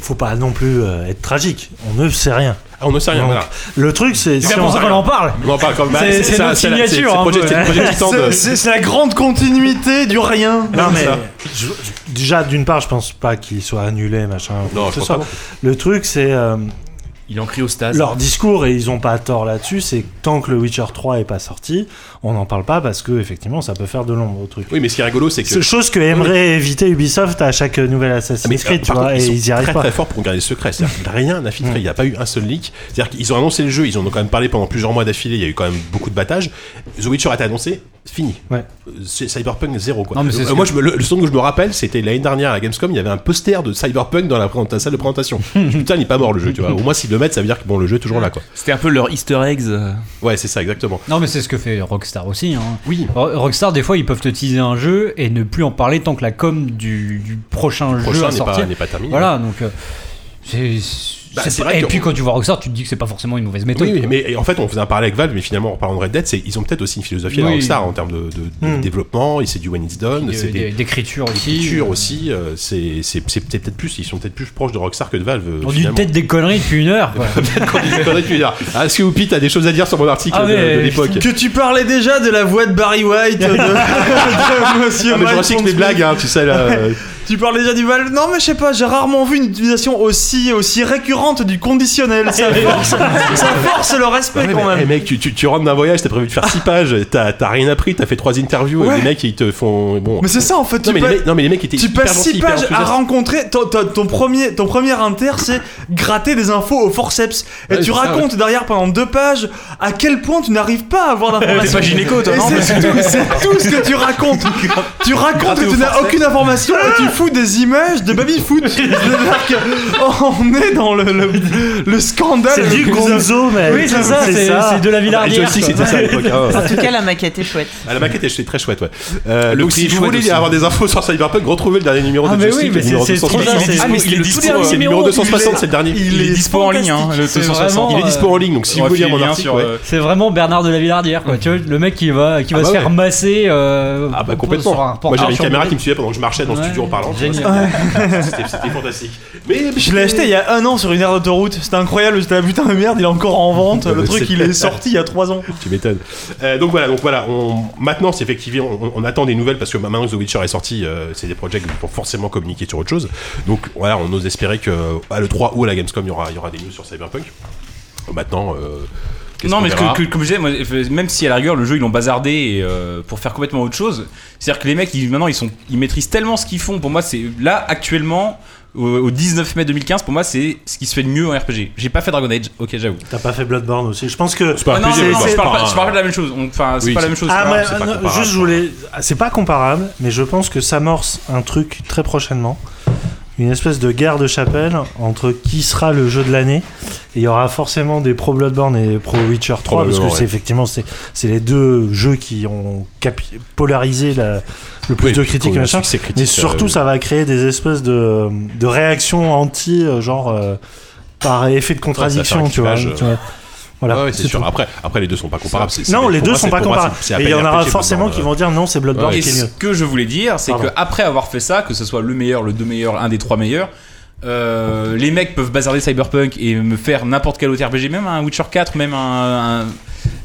Speaker 4: faut pas non plus euh, être tragique. On ne sait rien.
Speaker 2: Ah, on ne sait rien.
Speaker 4: Donc,
Speaker 2: Voilà. Eh ben,
Speaker 4: Le truc, c'est.
Speaker 9: C'est
Speaker 4: si on-
Speaker 9: pour ça qu'on en parle.
Speaker 2: On en parle ah, comme
Speaker 9: C'est- c'est
Speaker 2: ça,
Speaker 9: notre
Speaker 2: la- c'est-
Speaker 9: signature,
Speaker 2: c'est le
Speaker 9: un
Speaker 2: projet-
Speaker 9: peu,
Speaker 2: c'est le
Speaker 9: hein.
Speaker 2: projet Titan de-
Speaker 3: [LAUGHS] C'est- C'est c'est la grande continuité du rien.
Speaker 4: Non, mais
Speaker 2: ça.
Speaker 4: je- je- déjà, d'une part, je pense pas qu'il soit annulé, machin. ou quoi que
Speaker 2: je
Speaker 4: ce
Speaker 2: pense
Speaker 4: soit.
Speaker 2: pas.
Speaker 4: Le truc, c'est. euh,
Speaker 6: Il est en cryostase.
Speaker 4: leur discours, et ils ont pas tort là-dessus, c'est que tant que le Witcher 3 est pas sorti, on n'en parle pas parce que, effectivement, ça peut faire de l'ombre au truc.
Speaker 2: Oui, mais ce qui est rigolo, c'est que.
Speaker 4: C'est chose que aimerait éviter Ubisoft à chaque nouvelle Assassin's
Speaker 2: Mais,
Speaker 4: Ah, Creed,
Speaker 2: euh,
Speaker 4: tu
Speaker 2: par
Speaker 4: vois,
Speaker 2: contre,
Speaker 4: et
Speaker 2: ils sont
Speaker 4: ils y arrivent
Speaker 2: très,
Speaker 4: pas. Mm.
Speaker 2: très fort pour garder le secret. C'est-à-dire qu'il n'y a rien à filtrer. Il n'y a pas eu un seul leak. C'est-à-dire qu'ils ont annoncé le jeu, ils en ont quand même parlé pendant plusieurs mois d'affilée. Il y a eu quand même beaucoup de battages. The Witcher a été annoncé, fini.
Speaker 4: Ouais.
Speaker 2: Euh, c'est Cyberpunk zéro quoi.
Speaker 9: Non, mais c'est
Speaker 2: Euh,
Speaker 9: ce
Speaker 2: moi, je me- le, le son que je me rappelle, c'était l'année dernière à la Gamescom, il y avait un poster de Cyberpunk dans la, présenta- salle
Speaker 4: [LAUGHS]
Speaker 2: de présentation. Je me suis dit, Putain, il est pas mort le jeu, tu vois. Au moins s'ils le mettent, ça veut dire que bon, le jeu est toujours là quoi.
Speaker 6: C'était un peu leur Easter eggs. euh.
Speaker 2: Ouais, c'est ça exactement.
Speaker 9: Non, mais c'est ce que fait Rockstar aussi. hein.
Speaker 2: Oui.
Speaker 9: Ro- Rockstar, des fois, ils peuvent te teaser un jeu et ne plus en parler tant que la com du, du prochain,
Speaker 2: Le
Speaker 9: jeu
Speaker 2: prochain
Speaker 9: à
Speaker 2: n'est pas,
Speaker 9: sortir.
Speaker 2: n'est pas terminé.
Speaker 9: Voilà, donc. euh, c'est-
Speaker 2: Bah,
Speaker 9: c'est
Speaker 2: c'est
Speaker 9: pas-
Speaker 2: vrai
Speaker 9: Et
Speaker 2: que-
Speaker 9: puis quand tu vois Rockstar, tu te dis que c'est pas forcément une mauvaise méthode.
Speaker 2: Oui, oui,
Speaker 9: quoi.
Speaker 2: mais et en fait, on faisait un parallèle avec Valve, mais finalement, en parlant de Red Dead, c'est- ils ont peut-être aussi une philosophie à la
Speaker 9: Oui.
Speaker 2: Rockstar en termes de, de- de
Speaker 4: Hmm.
Speaker 2: développement. Et c'est du when it's done.
Speaker 9: Et,
Speaker 2: C'est
Speaker 9: euh,
Speaker 2: des-
Speaker 9: des- d'écriture aussi.
Speaker 2: culture aussi, euh, c'est c'est- c'est peut-être plus, ils sont peut-être plus proches de Rockstar que de Valve. euh,
Speaker 9: On dit
Speaker 2: finalement.
Speaker 9: peut-être des conneries depuis
Speaker 2: [LAUGHS]
Speaker 9: une heure. quoi.
Speaker 2: Quand ils connaissent, tu dire, Ah, Est-ce que Whoopi t'as des choses à dire sur mon article
Speaker 9: Ah,
Speaker 2: de,
Speaker 9: mais-
Speaker 2: de l'époque
Speaker 3: Que tu parlais déjà de [LAUGHS] la voix de Barry White, de, de Monsieur
Speaker 2: [LAUGHS] Ah, mais je
Speaker 3: Mike
Speaker 2: recycle mes
Speaker 3: Ponce- [LAUGHS]
Speaker 2: blagues, hein, tu sais. Là, euh,
Speaker 3: tu parles déjà du Valve. Non, mais je sais pas, j'ai rarement vu une utilisation aussi, aussi récurrente du conditionnel. Ça force, ça force le respect
Speaker 2: Ouais,
Speaker 3: quand
Speaker 2: mais-
Speaker 3: même. Ah.
Speaker 2: eh, mec, tu, tu- tu rentres d'un voyage, t'as prévu de faire 6 pages, t'as t'as rien appris, t'as fait 3 interviews et
Speaker 3: Ouais.
Speaker 2: les mecs ils te font. Bon.
Speaker 3: Mais c'est ça en fait.
Speaker 2: Non,
Speaker 3: tu
Speaker 2: mais,
Speaker 3: pa-
Speaker 2: les mecs, non mais les mecs étaient
Speaker 3: Tu
Speaker 2: hyper
Speaker 3: passes
Speaker 2: gentils,
Speaker 3: 6
Speaker 2: hyper
Speaker 3: pages à
Speaker 2: enthousiastes.
Speaker 3: rencontrer. Ton, ton- ton premier, ton premier inter, c'est gratter des infos au forceps. Et
Speaker 2: Ouais, c'est
Speaker 3: tu
Speaker 2: ça,
Speaker 3: racontes derrière pendant deux pages à quel point tu n'arrives pas à avoir
Speaker 7: T'es
Speaker 3: d'informations.
Speaker 7: pas gynéco, toi,
Speaker 3: Et
Speaker 7: non
Speaker 3: C'est tout, c'est tout ce que tu racontes. tu racontes
Speaker 7: Gratter
Speaker 3: que
Speaker 7: au
Speaker 3: tu n'as
Speaker 7: forceps.
Speaker 3: aucune information et tu fous des images de baby foot. on est dans le, le, le scandale.
Speaker 4: C'est du
Speaker 3: le plus-
Speaker 4: gonzo, mec.
Speaker 3: Oui, c'est ça, Ah,
Speaker 4: C'est
Speaker 3: c'est
Speaker 4: ça.
Speaker 3: c'est de la
Speaker 2: Ah,
Speaker 3: Villardière.
Speaker 2: je sais que c'était ça à l'époque. hein.
Speaker 10: En tout cas, la maquette est chouette.
Speaker 2: Ah, la maquette est très chouette, ouais. Euh,
Speaker 7: Le
Speaker 2: donc,
Speaker 7: prix
Speaker 2: si vous
Speaker 7: chouette
Speaker 2: voulez
Speaker 7: aussi.
Speaker 2: avoir des infos sur Cyberpunk, retrouvez le dernier numéro de
Speaker 3: Ah, mais
Speaker 2: Justice,
Speaker 3: oui, mais
Speaker 2: le numéro
Speaker 3: c'est- c'est trop
Speaker 2: 260.
Speaker 3: bien, c'est-
Speaker 2: Ah, mais
Speaker 3: c'est
Speaker 2: il est
Speaker 3: le
Speaker 2: dispo,
Speaker 3: tout dernier
Speaker 2: c'est le
Speaker 3: numéro,
Speaker 2: numéro
Speaker 3: il
Speaker 2: 260,
Speaker 3: est-
Speaker 2: c'est le dernier.
Speaker 3: il est
Speaker 7: dispo en ligne, hein, le
Speaker 3: fantastique, c'est
Speaker 7: 260.
Speaker 2: Il est
Speaker 3: vraiment,
Speaker 2: dispo en ligne, donc si
Speaker 7: on
Speaker 2: vous
Speaker 7: va
Speaker 2: voulez
Speaker 7: filer
Speaker 2: lire
Speaker 7: le
Speaker 2: mon
Speaker 7: lien
Speaker 2: article,
Speaker 7: sur,
Speaker 2: ouais.
Speaker 7: euh,
Speaker 9: C'est vraiment Bernard de la Villardière, quoi. Tu vois, le mec qui va, qui va
Speaker 2: Ah bah
Speaker 9: se faire
Speaker 2: ouais.
Speaker 9: masser. euh,
Speaker 2: Ah bah
Speaker 9: pour- sur un
Speaker 2: complètement. Moi j'avais une
Speaker 9: reportage
Speaker 2: caméra
Speaker 9: sur-
Speaker 2: qui me suivait pendant que je marchais dans le
Speaker 9: Ouais,
Speaker 2: studio en parlant. tu vois,
Speaker 9: génial.
Speaker 2: C'était c'était fantastique. Mais
Speaker 3: Je l'ai acheté il y a un an sur une aire d'autoroute, c'était incroyable, j'étais la putain de merde, il est encore en
Speaker 2: [LAUGHS]
Speaker 3: vente,
Speaker 2: Euh,
Speaker 3: le truc
Speaker 2: c'est
Speaker 3: il
Speaker 2: clair.
Speaker 3: est sorti il y a 3 ans.
Speaker 2: Tu m'étonnes. Euh, donc voilà, donc voilà. On, maintenant, c'est effectivement, on, on attend des nouvelles parce que maintenant que The Witcher est sorti, euh, c'est des projets qui vont forcément communiquer sur autre chose. Donc voilà, on ose espérer que à le 3 ou à la Gamescom, il y aura, il y aura des news sur Cyberpunk. Maintenant, euh, qu'est-ce
Speaker 7: Non,
Speaker 2: qu'on
Speaker 7: mais ce
Speaker 2: verra
Speaker 7: que, que- comme je disais, moi, même si à la rigueur le jeu ils l'ont bazardé et, euh, pour faire complètement autre chose, c'est-à-dire que les mecs ils, maintenant ils, sont, ils maîtrisent tellement ce qu'ils font. Pour moi, c'est là actuellement au, au 19 mai 2015, pour moi c'est ce qui se fait de mieux en RPG. J'ai pas fait Dragon Age, ok, j'avoue.
Speaker 4: T'as pas fait Bloodborne aussi. Je pense que.
Speaker 2: C'est pas
Speaker 7: Ah, non,
Speaker 2: RPG,
Speaker 7: non, non,
Speaker 2: c'est
Speaker 7: je parle
Speaker 2: pas
Speaker 7: pas,
Speaker 2: un-
Speaker 7: je parle pas de la même chose. On- Enfin, c'est
Speaker 2: Oui,
Speaker 7: pas la
Speaker 2: c'est-
Speaker 7: même chose.
Speaker 4: Ah,
Speaker 7: c'est pas
Speaker 4: mais,
Speaker 7: grave, c'est pas
Speaker 4: non,
Speaker 7: comparable.
Speaker 4: juste, je voulais. ah, C'est pas comparable, mais je pense que s'amorce un truc très prochainement. Une espèce de guerre de chapelle entre qui sera le jeu de l'année. Et il y aura forcément des pro Bloodborne et des pro Witcher 3, parce que
Speaker 2: Probablement,
Speaker 4: c'est
Speaker 2: ouais.
Speaker 4: effectivement c'est, c'est les deux jeux qui ont capi- polarisé la- le plus
Speaker 2: Oui,
Speaker 4: de
Speaker 2: puis
Speaker 4: critiques.
Speaker 2: qu'on a
Speaker 4: machin.
Speaker 2: un succès critique,
Speaker 4: Mais
Speaker 2: euh,
Speaker 4: surtout,
Speaker 2: oui.
Speaker 4: ça va créer des espèces de, de réactions anti, euh, genre euh, par effet de contradiction,
Speaker 2: faire euh, un
Speaker 4: tu, vois,
Speaker 2: clivage,
Speaker 4: tu vois. Voilà,
Speaker 2: Ouais, ouais, c'est
Speaker 4: c'est
Speaker 2: sûr.
Speaker 4: tout.
Speaker 2: Après, après, les deux sont pas comparables. c'est-
Speaker 4: Non,
Speaker 2: c'est-
Speaker 4: les
Speaker 2: pour
Speaker 4: deux
Speaker 2: moi,
Speaker 4: sont
Speaker 2: c'est-
Speaker 4: pas
Speaker 2: pour moi,
Speaker 4: comparables.
Speaker 2: c'est- c'est à
Speaker 4: Et il y
Speaker 2: peine
Speaker 4: en aura
Speaker 2: RPG,
Speaker 4: forcément
Speaker 2: Bloodborne,
Speaker 4: qui
Speaker 2: euh,
Speaker 4: vont dire non, c'est Bloodborne
Speaker 2: Ouais.
Speaker 4: qui
Speaker 7: Et
Speaker 4: est
Speaker 7: ce
Speaker 4: mieux.
Speaker 7: que je voulais dire, c'est
Speaker 4: Pardon.
Speaker 7: que après avoir fait ça, que ce soit le meilleur, le deux meilleurs, un des trois meilleurs, euh, les mecs peuvent bazarder Cyberpunk et me faire n'importe quel autre RPG, même un Witcher 4, même un. un-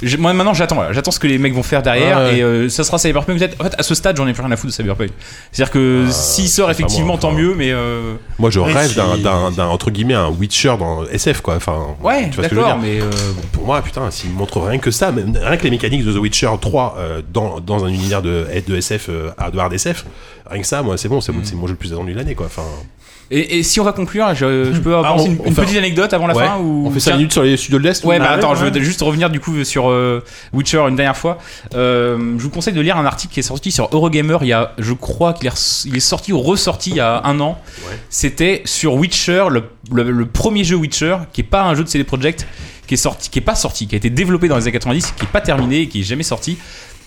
Speaker 7: J'ai- Moi maintenant j'attends, là. j'attends ce que les mecs vont faire derrière
Speaker 2: Ouais, ouais.
Speaker 7: et euh, ça sera Cyberpunk peut-être. En fait, à ce stade, j'en ai plus rien à foutre de Cyberpunk. C'est-à-dire que s'il sort
Speaker 2: Ah, c'est pas
Speaker 7: effectivement,
Speaker 2: moi,
Speaker 7: tant
Speaker 2: enfin.
Speaker 7: mieux, mais. euh,
Speaker 2: Moi, je
Speaker 4: Ouais,
Speaker 2: rêve d'un-
Speaker 4: si-
Speaker 2: d'un, d'un, entre guillemets, un Witcher dans SF, quoi. Enfin,
Speaker 7: Ouais,
Speaker 2: tu vois ce que je veux
Speaker 7: d'accord,
Speaker 2: dire.
Speaker 7: mais. euh,
Speaker 2: Pour moi, putain, s'ils me montrent rien que ça, même, rien que les mécaniques de The Witcher 3 euh, dans, dans un univers de, de SF, euh, de hard SF, rien que ça, moi, c'est bon, c'est, c'est mon jeu le plus attendu de l'année, quoi. Enfin,
Speaker 7: Et, et si on va conclure, je, je peux avoir
Speaker 2: Ah, on-
Speaker 7: une,
Speaker 2: on
Speaker 7: une
Speaker 2: fait-
Speaker 7: petite anecdote avant la
Speaker 2: ouais.
Speaker 7: fin ou
Speaker 2: on fait 5
Speaker 7: Tiens.
Speaker 2: minutes sur les studios de l'Est.
Speaker 7: Ouais,
Speaker 2: ou-
Speaker 7: bah
Speaker 4: Ah ouais,
Speaker 7: attends, je
Speaker 4: ouais.
Speaker 7: veux juste revenir du coup sur euh, Witcher une dernière fois. Euh, je vous conseille de lire un article qui est sorti sur Eurogamer il y a, je crois qu'il est res- il est sorti ou ressorti il y a un an.
Speaker 2: Ouais.
Speaker 7: C'était sur Witcher, le, le- le premier jeu Witcher, qui est pas un jeu de CD Projekt, qui est sorti, qui est pas sorti, qui a été développé dans les années 90, qui est pas terminé et qui est jamais sorti.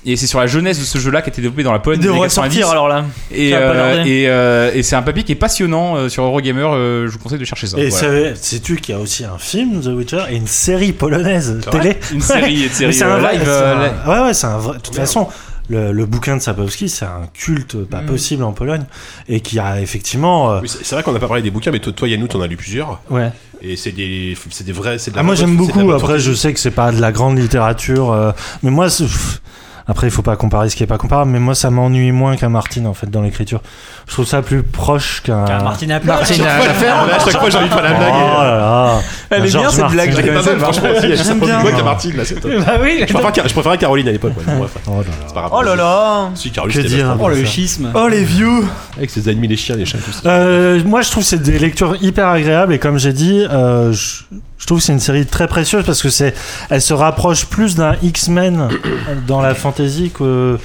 Speaker 7: Et c'est sur la jeunesse de ce jeu-là qui a été développé dans la Pologne
Speaker 3: Il
Speaker 7: des années
Speaker 3: devrait
Speaker 7: 90.
Speaker 3: sortir alors là.
Speaker 7: Et,
Speaker 3: Ça a pas
Speaker 7: euh,
Speaker 3: l'air bien.
Speaker 7: et, euh, et c'est un papier qui est passionnant euh, sur Eurogamer. euh, je vous conseille de chercher ça.
Speaker 4: Et
Speaker 7: Voilà.
Speaker 4: ça- sais-tu qu'il y a aussi un film The Witcher et une série polonaise
Speaker 2: C'est vrai
Speaker 4: télé
Speaker 7: Une
Speaker 4: [LAUGHS]
Speaker 7: série, une série
Speaker 4: Mais c'est un
Speaker 7: euh,
Speaker 4: vrai-
Speaker 7: live.
Speaker 4: c'est
Speaker 7: euh, live.
Speaker 4: un- Ouais, ouais, c'est un vrai. De toute façon, le, le bouquin de Sapowski, c'est un culte pas
Speaker 2: Mm.
Speaker 4: possible en Pologne et qui a effectivement. euh,
Speaker 2: Oui, c'est, c'est vrai qu'on n'a pas parlé des bouquins, mais toi, toi Yannou, t'en as lu plusieurs.
Speaker 4: ouais.
Speaker 2: Et c'est des, c'est des vrais. C'est de la
Speaker 4: Ah, moi
Speaker 2: bonne-
Speaker 4: j'aime
Speaker 2: c'est de la
Speaker 4: beaucoup.
Speaker 2: bonne
Speaker 4: Après,
Speaker 2: sortie.
Speaker 4: je sais que c'est pas de la grande littérature, euh, mais moi, c'est- pff, après, il faut pas comparer ce qui est pas comparable. Mais moi, ça m'ennuie moins qu'un Martine en fait dans l'écriture. Je trouve ça plus proche qu'un.
Speaker 9: Ah, Martine a
Speaker 8: Martin a à faire.
Speaker 2: Ah, mais à chaque fois, j'arrive pas la
Speaker 4: Oh
Speaker 2: blague. Eh, Oh
Speaker 4: là là.
Speaker 5: Elle
Speaker 4: Un
Speaker 5: est bien
Speaker 4: George
Speaker 5: cette blague,
Speaker 4: Martin.
Speaker 5: je la
Speaker 2: Elle est pas
Speaker 5: connaissais
Speaker 2: bonne,
Speaker 5: pas.
Speaker 2: franchement, si, elle s'en
Speaker 3: J'aime
Speaker 2: fout de
Speaker 3: bien.
Speaker 2: moi qu'à Martine, là, c'est top.
Speaker 9: Bah oui,
Speaker 2: Je préfère, je préfère Caroline à l'époque. ouais, bon, bref,
Speaker 4: Oh là là.
Speaker 2: c'est pas grave.
Speaker 10: Oh là là
Speaker 2: Si, Caroline,
Speaker 4: Que
Speaker 2: c'était
Speaker 4: dire
Speaker 2: vachement
Speaker 9: Oh le
Speaker 4: Ça.
Speaker 9: schisme.
Speaker 3: Oh les views
Speaker 2: bien. Avec ses ennemis, les chiens, les chats, tout ça.
Speaker 4: Euh, moi, je trouve que c'est des lectures hyper agréables et comme j'ai dit, euh, je, je trouve que c'est une série très précieuse parce que c'est, elle se rapproche plus d'un X-Men [COUGHS] dans la fantasy que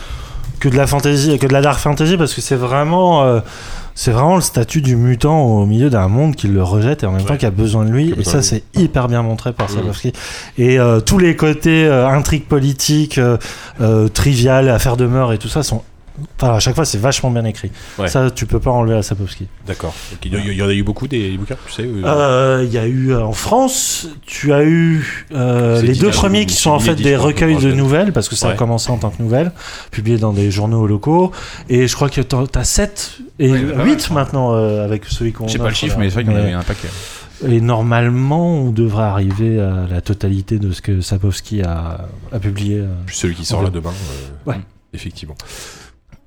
Speaker 4: que de la fantasy que de la dark fantasy parce que c'est vraiment euh, c'est vraiment le statut du mutant au milieu d'un monde qui le rejette et en même temps qui a besoin de lui.
Speaker 2: Qui a
Speaker 4: Et
Speaker 2: besoin
Speaker 4: ça,
Speaker 2: de Mmh.
Speaker 4: c'est hyper bien montré par Sapkowski. Et euh, tous les côtés euh, intrigue politique, euh, euh, trivial, affaire de mœurs et tout ça sont. Enfin, à chaque fois, c'est vachement bien écrit.
Speaker 2: Ouais.
Speaker 4: Ça, tu peux pas enlever à Sapkowski.
Speaker 2: D'accord. Ok, Il y, il y en a eu beaucoup des bouquins, tu sais. euh,
Speaker 4: Euh, Il y a eu euh, en France, tu as eu euh,
Speaker 2: C'est
Speaker 4: les deux
Speaker 2: Didier,
Speaker 4: premiers
Speaker 2: c'est
Speaker 4: qui sont en
Speaker 2: Didier
Speaker 4: fait des
Speaker 2: Didier,
Speaker 4: recueils
Speaker 2: je
Speaker 4: de
Speaker 2: crois.
Speaker 4: nouvelles parce que ça a
Speaker 2: Ouais.
Speaker 4: commencé en tant que nouvelle, publié dans des journaux locaux. Et je crois que t'en- t'as 7 et
Speaker 7: Ouais, pas mal,
Speaker 4: 8 maintenant euh, avec celui qu'on.
Speaker 7: Je sais pas le
Speaker 6: bah,
Speaker 4: offre,
Speaker 7: chiffre,
Speaker 4: là.
Speaker 7: mais c'est vrai qu'il y en
Speaker 4: Ouais.
Speaker 7: avait un paquet.
Speaker 4: Et normalement, on devrait arriver à la totalité de ce que Sapowski a, a publié. euh.
Speaker 2: Celui qui sort
Speaker 4: On
Speaker 2: là
Speaker 4: verra.
Speaker 2: demain. euh,
Speaker 4: Ouais.
Speaker 2: Effectivement.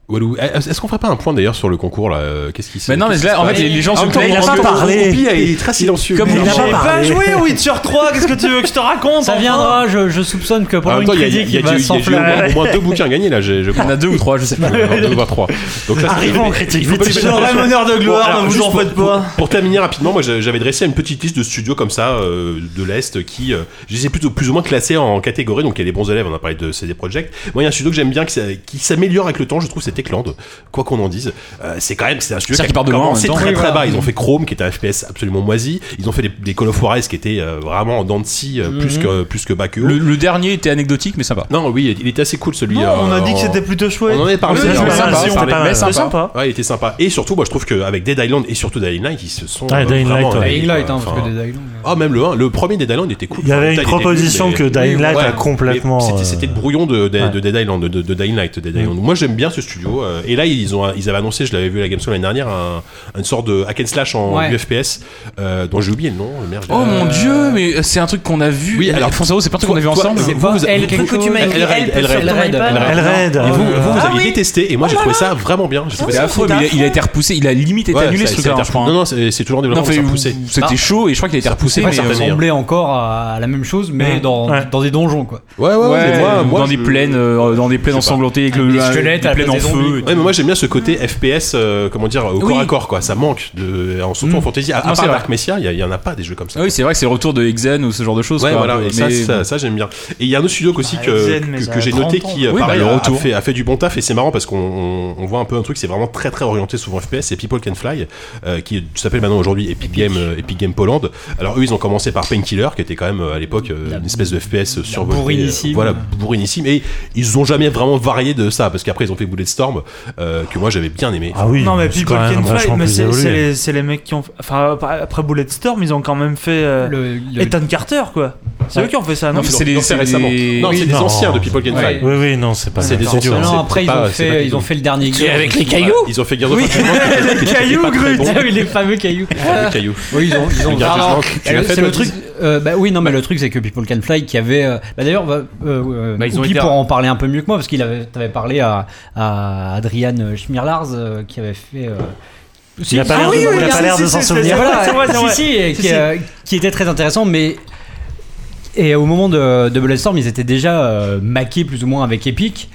Speaker 2: Walou, eh, est-ce qu'on ferait pas un point d'ailleurs sur le concours là euh, Qu'est-ce qui se
Speaker 7: Mais non, mais
Speaker 2: qu'est-ce
Speaker 7: là,
Speaker 2: qui se
Speaker 7: en
Speaker 2: passe
Speaker 7: fait, les- les gens
Speaker 2: En
Speaker 7: se
Speaker 2: même temps,
Speaker 7: plaignent,
Speaker 2: on
Speaker 7: il a
Speaker 2: rend
Speaker 7: pas
Speaker 2: compte
Speaker 7: parlé.
Speaker 2: au Whoopi, il est très silencieux.
Speaker 3: Comme
Speaker 2: Mais
Speaker 3: j'ai
Speaker 2: il a
Speaker 3: pas, joué Witcher 3, qu'est-ce que tu veux que je te raconte
Speaker 9: Ça viendra, je, je soupçonne que
Speaker 2: En
Speaker 9: pendant
Speaker 2: même
Speaker 9: une
Speaker 2: temps, Ah, il y a, il y a-
Speaker 9: critique,
Speaker 2: il y a
Speaker 9: il va
Speaker 2: du- il y a du- au moins-
Speaker 9: s'enflammer.
Speaker 2: au moins [LAUGHS] deux bouquins gagnés là. j'ai- Je
Speaker 7: Il y en a deux ou trois,
Speaker 2: [LAUGHS]
Speaker 7: je sais plus.
Speaker 2: deux voire trois. Donc là, c'est-
Speaker 4: Arrivons en critique.
Speaker 2: Faut pas-
Speaker 3: C'est un vrai meneur de
Speaker 2: Bon,
Speaker 3: gloire,
Speaker 2: alors,
Speaker 3: ne vous
Speaker 2: juste
Speaker 3: en
Speaker 2: pour-
Speaker 3: faites pas.
Speaker 2: Pour terminer rapidement, moi j'a- j'avais dressé une petite liste de studios comme ça euh, de l'Est qui, euh, je les ai plutôt plus ou moins classés en catégories. Donc il y a les bons élèves, on a parlé de CD Projekt. Moi il y a un studio que j'aime bien qui, s'a- qui s'améliore avec le temps, je trouve, c'est Techland. Quoi qu'on en dise, euh, c'est quand même c'est un studio
Speaker 7: Ça
Speaker 2: qui
Speaker 7: qui
Speaker 2: a
Speaker 7: part de loin en
Speaker 2: commencé
Speaker 7: même temps.
Speaker 2: très
Speaker 7: Oui,
Speaker 2: très
Speaker 7: voilà.
Speaker 2: bas. Ils ont fait Chrome qui était un FPS absolument moisi. Ils ont fait des, des Call of Juarez qui étaient euh, vraiment en dents de scie, euh, plus
Speaker 7: Mhm.
Speaker 2: que plus que bas que haut.
Speaker 7: Le, le dernier était anecdotique, mais sympa.
Speaker 2: Non, oui, il était assez cool celui.
Speaker 3: Non,
Speaker 2: euh,
Speaker 3: on a dit que
Speaker 2: en-
Speaker 3: c'était plutôt chouette.
Speaker 2: on en avait parlé.
Speaker 3: Oui,
Speaker 2: c'est
Speaker 3: c'était
Speaker 2: sympa,
Speaker 3: pas mal,
Speaker 2: on en
Speaker 3: c'était
Speaker 2: parlait.
Speaker 3: pas mal.
Speaker 2: Mais
Speaker 3: C'était
Speaker 2: sympa.
Speaker 3: sympa.
Speaker 2: Ouais, il était sympa. Et surtout, moi, je trouve qu'avec Dead Island et surtout Dead Island, ils se sont.
Speaker 4: Ah,
Speaker 2: euh,
Speaker 4: Dying
Speaker 2: vraiment,
Speaker 4: Light, ouais.
Speaker 2: euh,
Speaker 9: Dying Light, hein,
Speaker 2: enfin,
Speaker 9: parce que Dead Island.
Speaker 2: Ah, même le 1, le premier Dead Island était cool.
Speaker 4: Il y
Speaker 2: Enfin,
Speaker 4: avait une
Speaker 2: Dead Island était
Speaker 4: proposition
Speaker 2: nul,
Speaker 4: que Dying Light a
Speaker 2: mais
Speaker 4: complètement,
Speaker 2: c'était-
Speaker 4: euh,
Speaker 2: C'était le brouillon de, de,
Speaker 4: ouais. Mm.
Speaker 2: de Dead Island, de, de Dying Light. Dead Island. Moi, j'aime bien ce studio. euh, et là, ils, ont, ils avaient annoncé, je l'avais vu à la Gamescom l'année dernière, un, une sorte de hack and slash en
Speaker 9: Ouais.
Speaker 2: UFPS, euh, dont j'ai oublié le nom. Merde, Euh, je l'ai-
Speaker 7: Oh mon dieu, mais c'est un truc qu'on a vu.
Speaker 2: Oui, alors-
Speaker 7: François, c'est pas un truc qu'on a vu
Speaker 2: Toi-
Speaker 7: ensemble.
Speaker 2: vous- vous- vous-
Speaker 10: Elle, truc que tu m'as écrit,
Speaker 2: Elraid,
Speaker 10: elle, peut
Speaker 2: Elraid,
Speaker 10: sur ton
Speaker 9: Elraid,
Speaker 10: iPad.
Speaker 2: Elraid.
Speaker 4: Elraid.
Speaker 2: Et vous,
Speaker 4: euh,
Speaker 2: vous, vous
Speaker 10: Ah
Speaker 2: aviez
Speaker 10: oui.
Speaker 2: détesté, et moi j'ai trouvé ça vraiment bien. J'ai trouvé
Speaker 7: C'était
Speaker 2: ça
Speaker 7: Ah, affreux, mais il a, il a été repoussé. Il a limite été
Speaker 2: Ouais,
Speaker 7: annulé
Speaker 2: ça-
Speaker 7: ce
Speaker 2: ça a
Speaker 7: truc-là.
Speaker 2: été
Speaker 7: je crois,
Speaker 2: repoussé.
Speaker 7: hein.
Speaker 2: Non, non, c'est c'est toujours en
Speaker 7: Non,
Speaker 2: développement,
Speaker 7: fait,
Speaker 2: c'est repoussé.
Speaker 7: c'était chaud et je crois qu'il a été
Speaker 2: repoussé,
Speaker 7: repoussé. mais,
Speaker 2: Ah. ça
Speaker 7: euh,
Speaker 2: fait-
Speaker 7: sans-
Speaker 9: ressemblait encore à, à la même chose, mais
Speaker 4: Ouais.
Speaker 9: dans,
Speaker 4: Ouais.
Speaker 9: dans des donjons, quoi.
Speaker 2: Ouais, ouais, ouais. mais
Speaker 7: Ouais,
Speaker 2: moi-
Speaker 7: ou
Speaker 2: moi,
Speaker 7: dans des
Speaker 2: je-
Speaker 7: plaines, euh, dans des plaines
Speaker 2: je sais pas.
Speaker 7: ensanglantées avec le
Speaker 9: Des
Speaker 7: la-
Speaker 9: squelettes
Speaker 7: des
Speaker 9: à la
Speaker 7: plaines en
Speaker 9: place des zombies,
Speaker 7: feu. et tout.
Speaker 2: Ouais, mais moi j'aime bien ce côté FPS, euh, comment dire, au corps
Speaker 7: Oui. Mm.
Speaker 2: à corps, quoi. Ça manque, de, en surtout en fantasy. À, à
Speaker 7: Non, c'est
Speaker 2: part
Speaker 7: vrai.
Speaker 2: Dark Messiah, il y, a- il y en a pas des jeux comme ça.
Speaker 7: Ah Oui, c'est vrai que c'est le retour de Exen ou ce genre de choses.
Speaker 2: Ouais,
Speaker 7: quoi,
Speaker 2: voilà,
Speaker 7: mais-
Speaker 2: et ça, ça, ça, j'aime bien. Et il y a un autre studio aussi
Speaker 3: Ah,
Speaker 2: que,
Speaker 3: Zen, mais
Speaker 2: que,
Speaker 3: ça
Speaker 2: que
Speaker 3: a
Speaker 2: j'ai noté
Speaker 3: 30 ans.
Speaker 2: qui, euh,
Speaker 7: Oui,
Speaker 2: pareil,
Speaker 7: bah, le
Speaker 2: a- a,
Speaker 7: retour.
Speaker 2: fait, a fait du bon taf et c'est marrant parce qu'on on- on voit un peu un truc, c'est vraiment très très orienté souvent FPS, c'est People Can Fly, euh, qui s'appelle maintenant aujourd'hui Epic Game, euh, Epic Game Poland. Alors eux, ils ont commencé par Painkiller, qui était quand même euh, à l'époque euh, une espèce de FPS survolé. euh,
Speaker 9: bourrinissime.
Speaker 2: Voilà, bourrinissime. Et ils ont jamais vraiment varié de ça parce qu'aès ils ont fait Bulletstorm, euh, que moi j'avais bien aimé.
Speaker 4: Ah oui,
Speaker 3: non mais
Speaker 4: c'est
Speaker 3: People
Speaker 4: quand même
Speaker 3: Can Fly,
Speaker 4: vachement
Speaker 3: mais
Speaker 4: plus
Speaker 3: c'est
Speaker 4: évolué.
Speaker 3: c'est les, c'est les mecs qui ont, enfin après- après Bulletstorm, ils ont quand même fait euh,
Speaker 9: Le- le-
Speaker 3: Ethan Carter quoi. C'est eux qui ont fait ça, non
Speaker 7: Non,
Speaker 2: Ils l'ont-
Speaker 7: c'est
Speaker 2: ils l'ont
Speaker 7: les-
Speaker 2: fait
Speaker 7: c'est
Speaker 2: récemment.
Speaker 7: les-
Speaker 2: Non,
Speaker 7: oui,
Speaker 2: c'est des
Speaker 4: non.
Speaker 2: anciens de People Can Fly.
Speaker 9: Ouais.
Speaker 4: Oui, oui, non, c'est pas.
Speaker 2: C'est des
Speaker 4: c'est dur.
Speaker 2: anciens.
Speaker 9: Non,
Speaker 2: c'est
Speaker 9: après, ils,
Speaker 2: pas-
Speaker 9: ont
Speaker 2: c'est pas
Speaker 9: fait, ils ont fait le dernier game.
Speaker 8: Avec les cailloux
Speaker 2: Ils ont fait Gears of War qui
Speaker 9: [LAUGHS]
Speaker 2: était- qui
Speaker 3: Les
Speaker 2: était
Speaker 3: cailloux,
Speaker 2: pas très
Speaker 3: Grut.
Speaker 2: bon.
Speaker 9: oui, les fameux cailloux.
Speaker 2: Les cailloux.
Speaker 9: [LAUGHS] Oui, ils ont. Ils ont
Speaker 2: Regarde,
Speaker 9: Ah,
Speaker 2: Judgment,
Speaker 9: non,
Speaker 2: tu l'as
Speaker 9: euh,
Speaker 2: fait,
Speaker 9: c'est
Speaker 2: toi,
Speaker 9: le truc. euh, bah oui, non, mais le truc, c'est que People Can Fly, qui avait. euh, bah d'ailleurs, bah, euh,
Speaker 6: Bah, ils ont
Speaker 9: Oupi
Speaker 6: été-
Speaker 9: pourra en parler un peu mieux que moi, parce qu'il avait, t'avais parlé à, à Adrian Schmirlars, euh, qui avait fait. euh,
Speaker 4: Il a pas l'air de- il a pas l'air de s'en souvenir.
Speaker 9: voilà,
Speaker 3: C'est vrai, c'est vrai.
Speaker 9: si, si, et
Speaker 3: Si,
Speaker 9: qui,
Speaker 3: si.
Speaker 9: euh, qui était très intéressant, mais. Et au moment de, de Bulletstorm, ils étaient déjà euh, maqués plus ou moins avec Epic,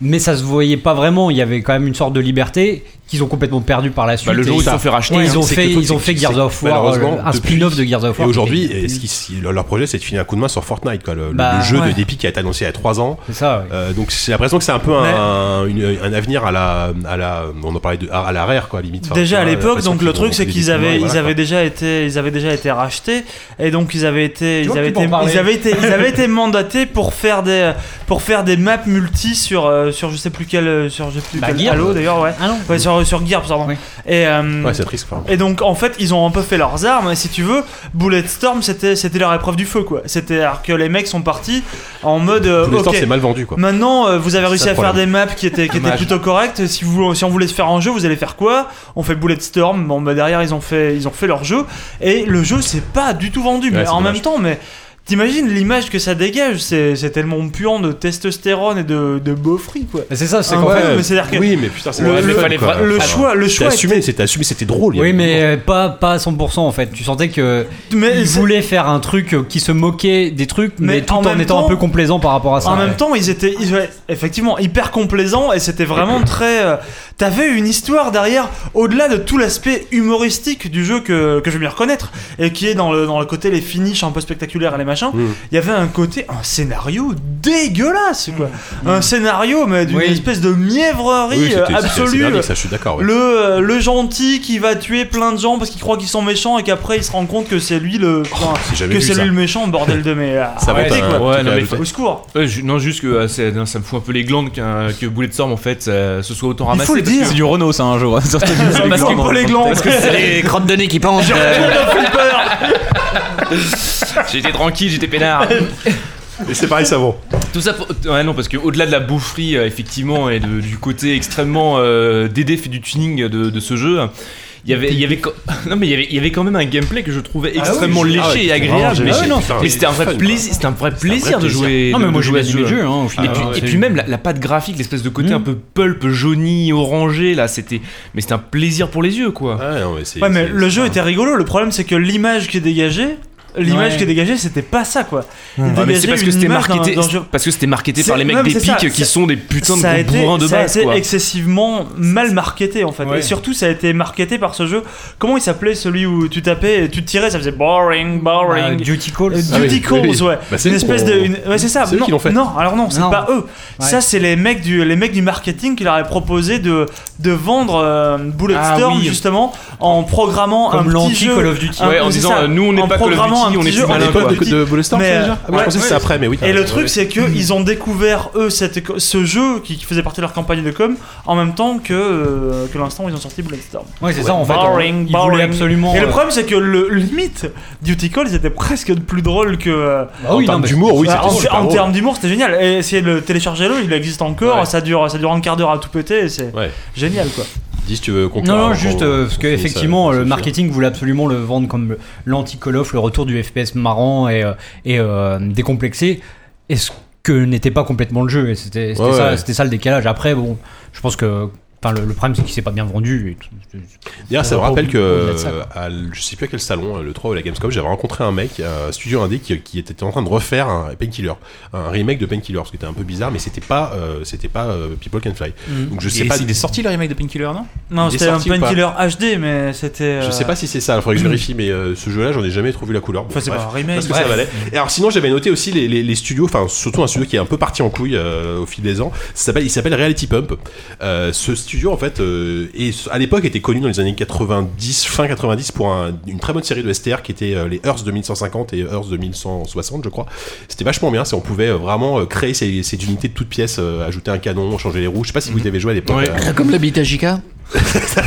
Speaker 9: mais ça se voyait pas vraiment. Il y avait quand même une sorte de liberté qu'ils ont complètement perdu par la suite.
Speaker 6: Bah, le jour où
Speaker 9: Et
Speaker 6: ils se sont fait racheter,
Speaker 9: et ils ont
Speaker 2: hein. C'est
Speaker 9: fait,
Speaker 2: que le truc,
Speaker 9: ils ont
Speaker 2: c'est
Speaker 9: fait
Speaker 2: que
Speaker 9: Gears
Speaker 2: c'est-
Speaker 9: of War,
Speaker 2: malheureusement,
Speaker 9: euh, un
Speaker 2: depuis-
Speaker 9: spin-off de Gears of
Speaker 2: Et
Speaker 9: War.
Speaker 2: aujourd'hui, eh, ce qui- si- leur leur projet, c'est de finir un coup de main sur Fortnite, quoi. Le, le-
Speaker 9: Bah,
Speaker 2: le jeu
Speaker 9: ouais.
Speaker 2: de Depi qui a été annoncé il y a 3 ans.
Speaker 9: C'est ça. ouais.
Speaker 2: Euh, donc j'ai l'impression que c'est un peu un, une- un avenir à la, à la, on en parlait de, à, à la rare, quoi, limite. Enfin,
Speaker 3: Déjà
Speaker 2: tu
Speaker 3: à
Speaker 2: vois,
Speaker 3: l'époque,
Speaker 2: l'impression
Speaker 3: donc le
Speaker 2: qu'ils ont
Speaker 3: truc c'est
Speaker 2: fait des
Speaker 3: qu'ils
Speaker 2: coups de main,
Speaker 3: avaient,
Speaker 2: voilà,
Speaker 3: ils
Speaker 2: quoi.
Speaker 3: avaient déjà été, ils avaient déjà été rachetés et donc ils avaient été, ils
Speaker 9: vois
Speaker 3: avaient
Speaker 9: que tu peux
Speaker 3: été,
Speaker 9: en parler.
Speaker 3: ils avaient été, ils
Speaker 9: [LAUGHS]
Speaker 4: [LAUGHS]
Speaker 3: avaient été mandatés pour faire des, pour faire des maps multi sur, euh, sur je sais plus quel, euh, sur je sais plus
Speaker 9: Bah,
Speaker 3: quel
Speaker 9: Gear.
Speaker 3: Halo d'ailleurs ouais,
Speaker 9: Ah non.
Speaker 3: ouais sur sur Gear pardon.
Speaker 9: Oui.
Speaker 3: Et euh,
Speaker 2: Ouais, c'est triste. enfin.
Speaker 3: Et donc en fait ils ont un peu fait leurs armes et si tu veux Bulletstorm c'était c'était leur épreuve du feu quoi. C'était alors que les mecs sont partis en mode euh,
Speaker 2: Pour l'instant,
Speaker 3: ok.
Speaker 2: c'est mal vendu, quoi.
Speaker 3: Maintenant euh, vous avez réussi
Speaker 2: ça,
Speaker 3: à
Speaker 2: le
Speaker 3: faire des
Speaker 2: problème.
Speaker 3: maps qui étaient qui étaient plutôt correctes. Si vous si on voulait se faire un jeu vous allez faire quoi On fait Bulletstorm. Bon bah derrière ils ont fait ils ont fait leur jeu et le jeu c'est pas du tout vendu
Speaker 2: Ouais,
Speaker 3: mais
Speaker 2: c'est
Speaker 3: en
Speaker 2: dommage.
Speaker 3: même temps mais T'imagines l'image que ça dégage, c'est c'est tellement puant de testostérone et de, de beaufry quoi.
Speaker 9: C'est ça, c'est
Speaker 3: Ah
Speaker 9: quand
Speaker 3: ouais,
Speaker 9: même.
Speaker 3: mais c'est-à-dire que
Speaker 2: Oui, mais putain, c'est
Speaker 3: le,
Speaker 2: vraiment
Speaker 3: le-
Speaker 2: fun,
Speaker 6: fallait
Speaker 2: quoi.
Speaker 6: pas-
Speaker 3: le
Speaker 2: Enfin,
Speaker 3: choix, le
Speaker 2: T'as
Speaker 3: choix
Speaker 2: assumé, c'était assumé, c'était drôle. il y
Speaker 9: Oui,
Speaker 2: avait-
Speaker 9: mais euh, pas, pas à 100% en fait. Tu sentais que
Speaker 3: Mais
Speaker 9: ils
Speaker 3: c'est-
Speaker 9: voulaient faire un truc qui se moquait des trucs, mais,
Speaker 3: Mais
Speaker 9: tout
Speaker 3: en
Speaker 9: en,
Speaker 3: même
Speaker 9: étant
Speaker 3: temps-
Speaker 9: un peu complaisant par rapport à ça.
Speaker 3: En même
Speaker 9: ouais.
Speaker 3: temps, ils étaient ils- ouais, effectivement hyper complaisants et c'était vraiment très. euh, T'avais une histoire derrière, au-delà de tout l'aspect humoristique du jeu que, que je vais m'y reconnaître et qui est dans le, dans le côté les finishes un peu spectaculaires et les machins. Il
Speaker 2: Mm.
Speaker 3: y avait un côté, un scénario dégueulasse quoi. Un scénario, mais d'une
Speaker 9: Oui.
Speaker 3: espèce de mièvrerie
Speaker 2: Mm. Oui, c'était-
Speaker 3: euh,
Speaker 2: c'était- c'est
Speaker 3: absolue.
Speaker 2: merdique, ça, je suis d'accord. ouais.
Speaker 3: Le, euh, le gentil qui va tuer plein de gens parce qu'il croit qu'ils sont méchants et qu'après il se rend compte que c'est lui le enfin,
Speaker 2: Oh, j'ai jamais
Speaker 3: que
Speaker 2: vu
Speaker 3: c'est
Speaker 2: ça.
Speaker 3: lui le méchant bordel de mes
Speaker 6: Ah,
Speaker 2: Ça va être
Speaker 3: arrêtez,
Speaker 2: un-
Speaker 3: quoi.
Speaker 6: Ouais,
Speaker 2: un
Speaker 6: non,
Speaker 2: truc
Speaker 6: mais
Speaker 2: à ajouter.
Speaker 3: au secours
Speaker 6: Ouais, ju- non, juste que euh, c'est- non, ça me fout un peu les glandes qu'un que Bulletstorm en fait euh, se soit autant ramassé.
Speaker 3: faut le
Speaker 6: parce
Speaker 3: dire.
Speaker 6: que-
Speaker 7: C'est du Renault, ça, un [LAUGHS] jour.
Speaker 2: [LAUGHS]
Speaker 7: Surtout que-
Speaker 3: Ça masque pas les glands
Speaker 8: les crottes de nez qui pendent.
Speaker 6: euh. [LAUGHS] J'étais tranquille, j'étais peinard.
Speaker 2: Et c'est pareil, ça vaut.
Speaker 6: Tout ça pour... Ouais, non, parce qu'au-delà de la boufferie, euh, effectivement, et de- du côté extrêmement euh, dédé fait du tuning de, de ce jeu, il y avait, il y avait, quand- [LAUGHS] non mais il y avait, il y avait quand même un gameplay que je trouvais
Speaker 7: Ah oui,
Speaker 6: extrêmement
Speaker 7: c'est-
Speaker 6: léché
Speaker 7: ah ouais,
Speaker 6: et
Speaker 7: vraiment,
Speaker 6: agréable.
Speaker 7: j'ai-
Speaker 6: mais
Speaker 7: ah ouais,
Speaker 6: c'est-
Speaker 7: non,
Speaker 6: mais
Speaker 7: c'était
Speaker 6: c'était un
Speaker 7: fun,
Speaker 6: vrai
Speaker 7: quoi.
Speaker 6: plaisir, c'était un vrai plaisir de
Speaker 7: plaisir.
Speaker 6: jouer.
Speaker 7: Non, mais
Speaker 6: de-
Speaker 7: moi,
Speaker 6: de
Speaker 7: j'ai
Speaker 6: jouer à
Speaker 7: bien
Speaker 6: ce
Speaker 7: aimé
Speaker 6: jeu.
Speaker 7: le jeu, hein, au final.
Speaker 6: Et puis,
Speaker 7: Ah ouais,
Speaker 6: et
Speaker 7: c'est-
Speaker 6: puis même la, la patte graphique, l'espèce de
Speaker 3: Hmm.
Speaker 6: côté un peu pulp, jauni, orangé, là, c'était, mais c'était un plaisir pour les yeux, quoi.
Speaker 3: Ouais, mais le jeu était rigolo. Le problème, c'est que l'image qui est dégagée, l'image
Speaker 6: Ouais.
Speaker 3: qui est dégagée, c'était pas ça, quoi. Il
Speaker 6: Ouais, Ah, mais c'est
Speaker 3: dégageait
Speaker 6: parce que
Speaker 3: une
Speaker 6: c'était
Speaker 3: image d'un-
Speaker 6: marketé,
Speaker 3: d'un jeu-
Speaker 6: parce que c'était marketé
Speaker 3: hein, C'est-
Speaker 6: par les mecs
Speaker 3: non, mais
Speaker 6: des
Speaker 3: c'est ça,
Speaker 6: pics qui
Speaker 3: c'est-
Speaker 6: sont des putains de
Speaker 3: ça a
Speaker 6: gros
Speaker 3: été-
Speaker 6: bourrins de base,
Speaker 3: Ça a été
Speaker 6: quoi.
Speaker 3: excessivement mal marketé en fait.
Speaker 6: Ouais.
Speaker 3: Et surtout, ça a été marketé par ce jeu. Comment il s'appelait celui où tu tapais et tu tirais, ça faisait boring, boring.
Speaker 6: Bah,
Speaker 9: Euh, Duty Calls.
Speaker 3: Euh,
Speaker 9: Ah oui,
Speaker 3: Duty Calls,
Speaker 9: oui, oui.
Speaker 3: ouais.
Speaker 9: Bah, c'est
Speaker 3: une
Speaker 9: eux
Speaker 3: espèce
Speaker 9: qui
Speaker 3: de.
Speaker 9: ont-
Speaker 3: une- Ouais, c'est ça.
Speaker 9: C'est eux
Speaker 3: non,
Speaker 9: qui l'ont fait.
Speaker 3: Non, alors non, c'est
Speaker 9: Non.
Speaker 3: pas eux.
Speaker 9: Ouais.
Speaker 3: Ça, c'est les mecs du les mecs du marketing qui leur avaient proposé de de vendre euh, Bulletstorm
Speaker 6: Ah oui.
Speaker 3: justement en programmant
Speaker 6: Comme
Speaker 3: un petit
Speaker 6: l'anti
Speaker 3: jeu.
Speaker 6: Call of Duty.
Speaker 3: un-
Speaker 6: Ouais, en
Speaker 3: c'est
Speaker 6: disant,
Speaker 3: ça,
Speaker 6: euh, nous, on n'est
Speaker 3: en
Speaker 6: pas Call of
Speaker 3: programmant
Speaker 6: Duty, on
Speaker 3: un
Speaker 6: est
Speaker 3: petit
Speaker 6: plus
Speaker 3: jeu-
Speaker 6: malin,
Speaker 3: à
Speaker 6: quoi.
Speaker 3: l'époque
Speaker 6: De Bulletstorm,
Speaker 3: Mais,
Speaker 6: c'est déjà
Speaker 3: euh,
Speaker 6: Ah, moi, je
Speaker 3: ouais.
Speaker 6: pensais que c'était après, mais oui, t'as
Speaker 3: Et le
Speaker 6: raison,
Speaker 3: truc,
Speaker 6: ouais.
Speaker 3: c'est que ils ont découvert eux cette ce jeu qui qui faisait partie de leur campagne de com en même temps que euh, que l'instant où ils ont sorti Bulletstorm.
Speaker 9: Ouais, c'est ça, en fait, on-
Speaker 3: Boring,
Speaker 9: ils voulaient
Speaker 3: boring.
Speaker 9: absolument,
Speaker 3: Et le
Speaker 9: euh,
Speaker 3: problème, c'est que le limite Duty Call, c'était presque plus drôle que euh,
Speaker 2: Bah oui, En termes non, mais- d'humour, oui,
Speaker 3: Bah,
Speaker 2: c'était
Speaker 3: en-
Speaker 2: super
Speaker 3: En
Speaker 2: drôle.
Speaker 3: termes d'humour, c'était génial. Et essayez de le télécharger, le il existe encore. Ça dure, ça dure un quart d'heure à tout péter. et C'est génial, quoi.
Speaker 2: Dis si tu veux conclure.
Speaker 9: Non, non,
Speaker 2: avant
Speaker 9: juste
Speaker 2: qu'on-
Speaker 9: euh,
Speaker 2: qu'on
Speaker 9: parce que
Speaker 2: finisse, euh,
Speaker 9: effectivement,
Speaker 2: ce
Speaker 9: le
Speaker 2: sujet.
Speaker 9: marketing voulait absolument le vendre comme le- l'anti-Call of, le retour du FPS marrant et, euh, et euh, décomplexé. Et ce que n'était pas complètement le jeu. Et c'était c'était
Speaker 2: Ouais,
Speaker 9: ça,
Speaker 2: ouais.
Speaker 9: c'était ça le décalage. Après, bon, je pense que. Enfin, le, le problème, c'est qu'il s'est pas bien vendu. et tout.
Speaker 2: D'ailleurs, ça me
Speaker 9: Au-
Speaker 2: rappelle que
Speaker 9: au-delà de ça, quoi.
Speaker 2: euh, à l- je sais plus à quel salon, euh, le 3 ou la Gamescom, j'avais rencontré un mec, euh, un studio indé qui, qui était en train de refaire un Painkiller, un remake de Painkiller, ce qui était un peu bizarre, mais c'était pas, euh, c'était pas euh, People Can Fly.
Speaker 9: Mm.
Speaker 3: Mhm.
Speaker 2: Donc je sais
Speaker 7: Et
Speaker 2: pas.
Speaker 7: Il est sorti le remake de Painkiller, non
Speaker 3: Non,
Speaker 2: Il est
Speaker 3: c'était un
Speaker 2: sorti ou pas
Speaker 3: Painkiller HD, mais c'était.
Speaker 2: Je
Speaker 3: euh,
Speaker 2: sais pas si c'est ça, il faudrait que je vérifie, mais euh, ce jeu-là, j'en ai jamais trouvé la couleur. Bon,
Speaker 3: Enfin, c'est
Speaker 2: bref,
Speaker 3: pas un remake,
Speaker 2: Parce que ça
Speaker 3: bref.
Speaker 2: valait. Et alors, sinon, j'avais noté aussi les, les- les studios, enfin, surtout un studio qui est un peu parti en couille euh, au fil des ans. Ça s'appelle- il s'appelle Reality Pump. Euh, ce studio, en fait, euh, est- à l'époque, était connu dans les années 90, fin 90, pour un- une très bonne série de STR qui était euh, les Earth 2150 et Earth 2160, je crois. C'était vachement bien, c'est on pouvait euh, vraiment euh, créer ces, ces unités de toutes pièces, euh, ajouter un canon, changer les roues. Je sais pas si vous
Speaker 3: Mhm.
Speaker 2: y avez joué à l'époque. euh,
Speaker 8: Comme l'habitat JK.
Speaker 9: Ah,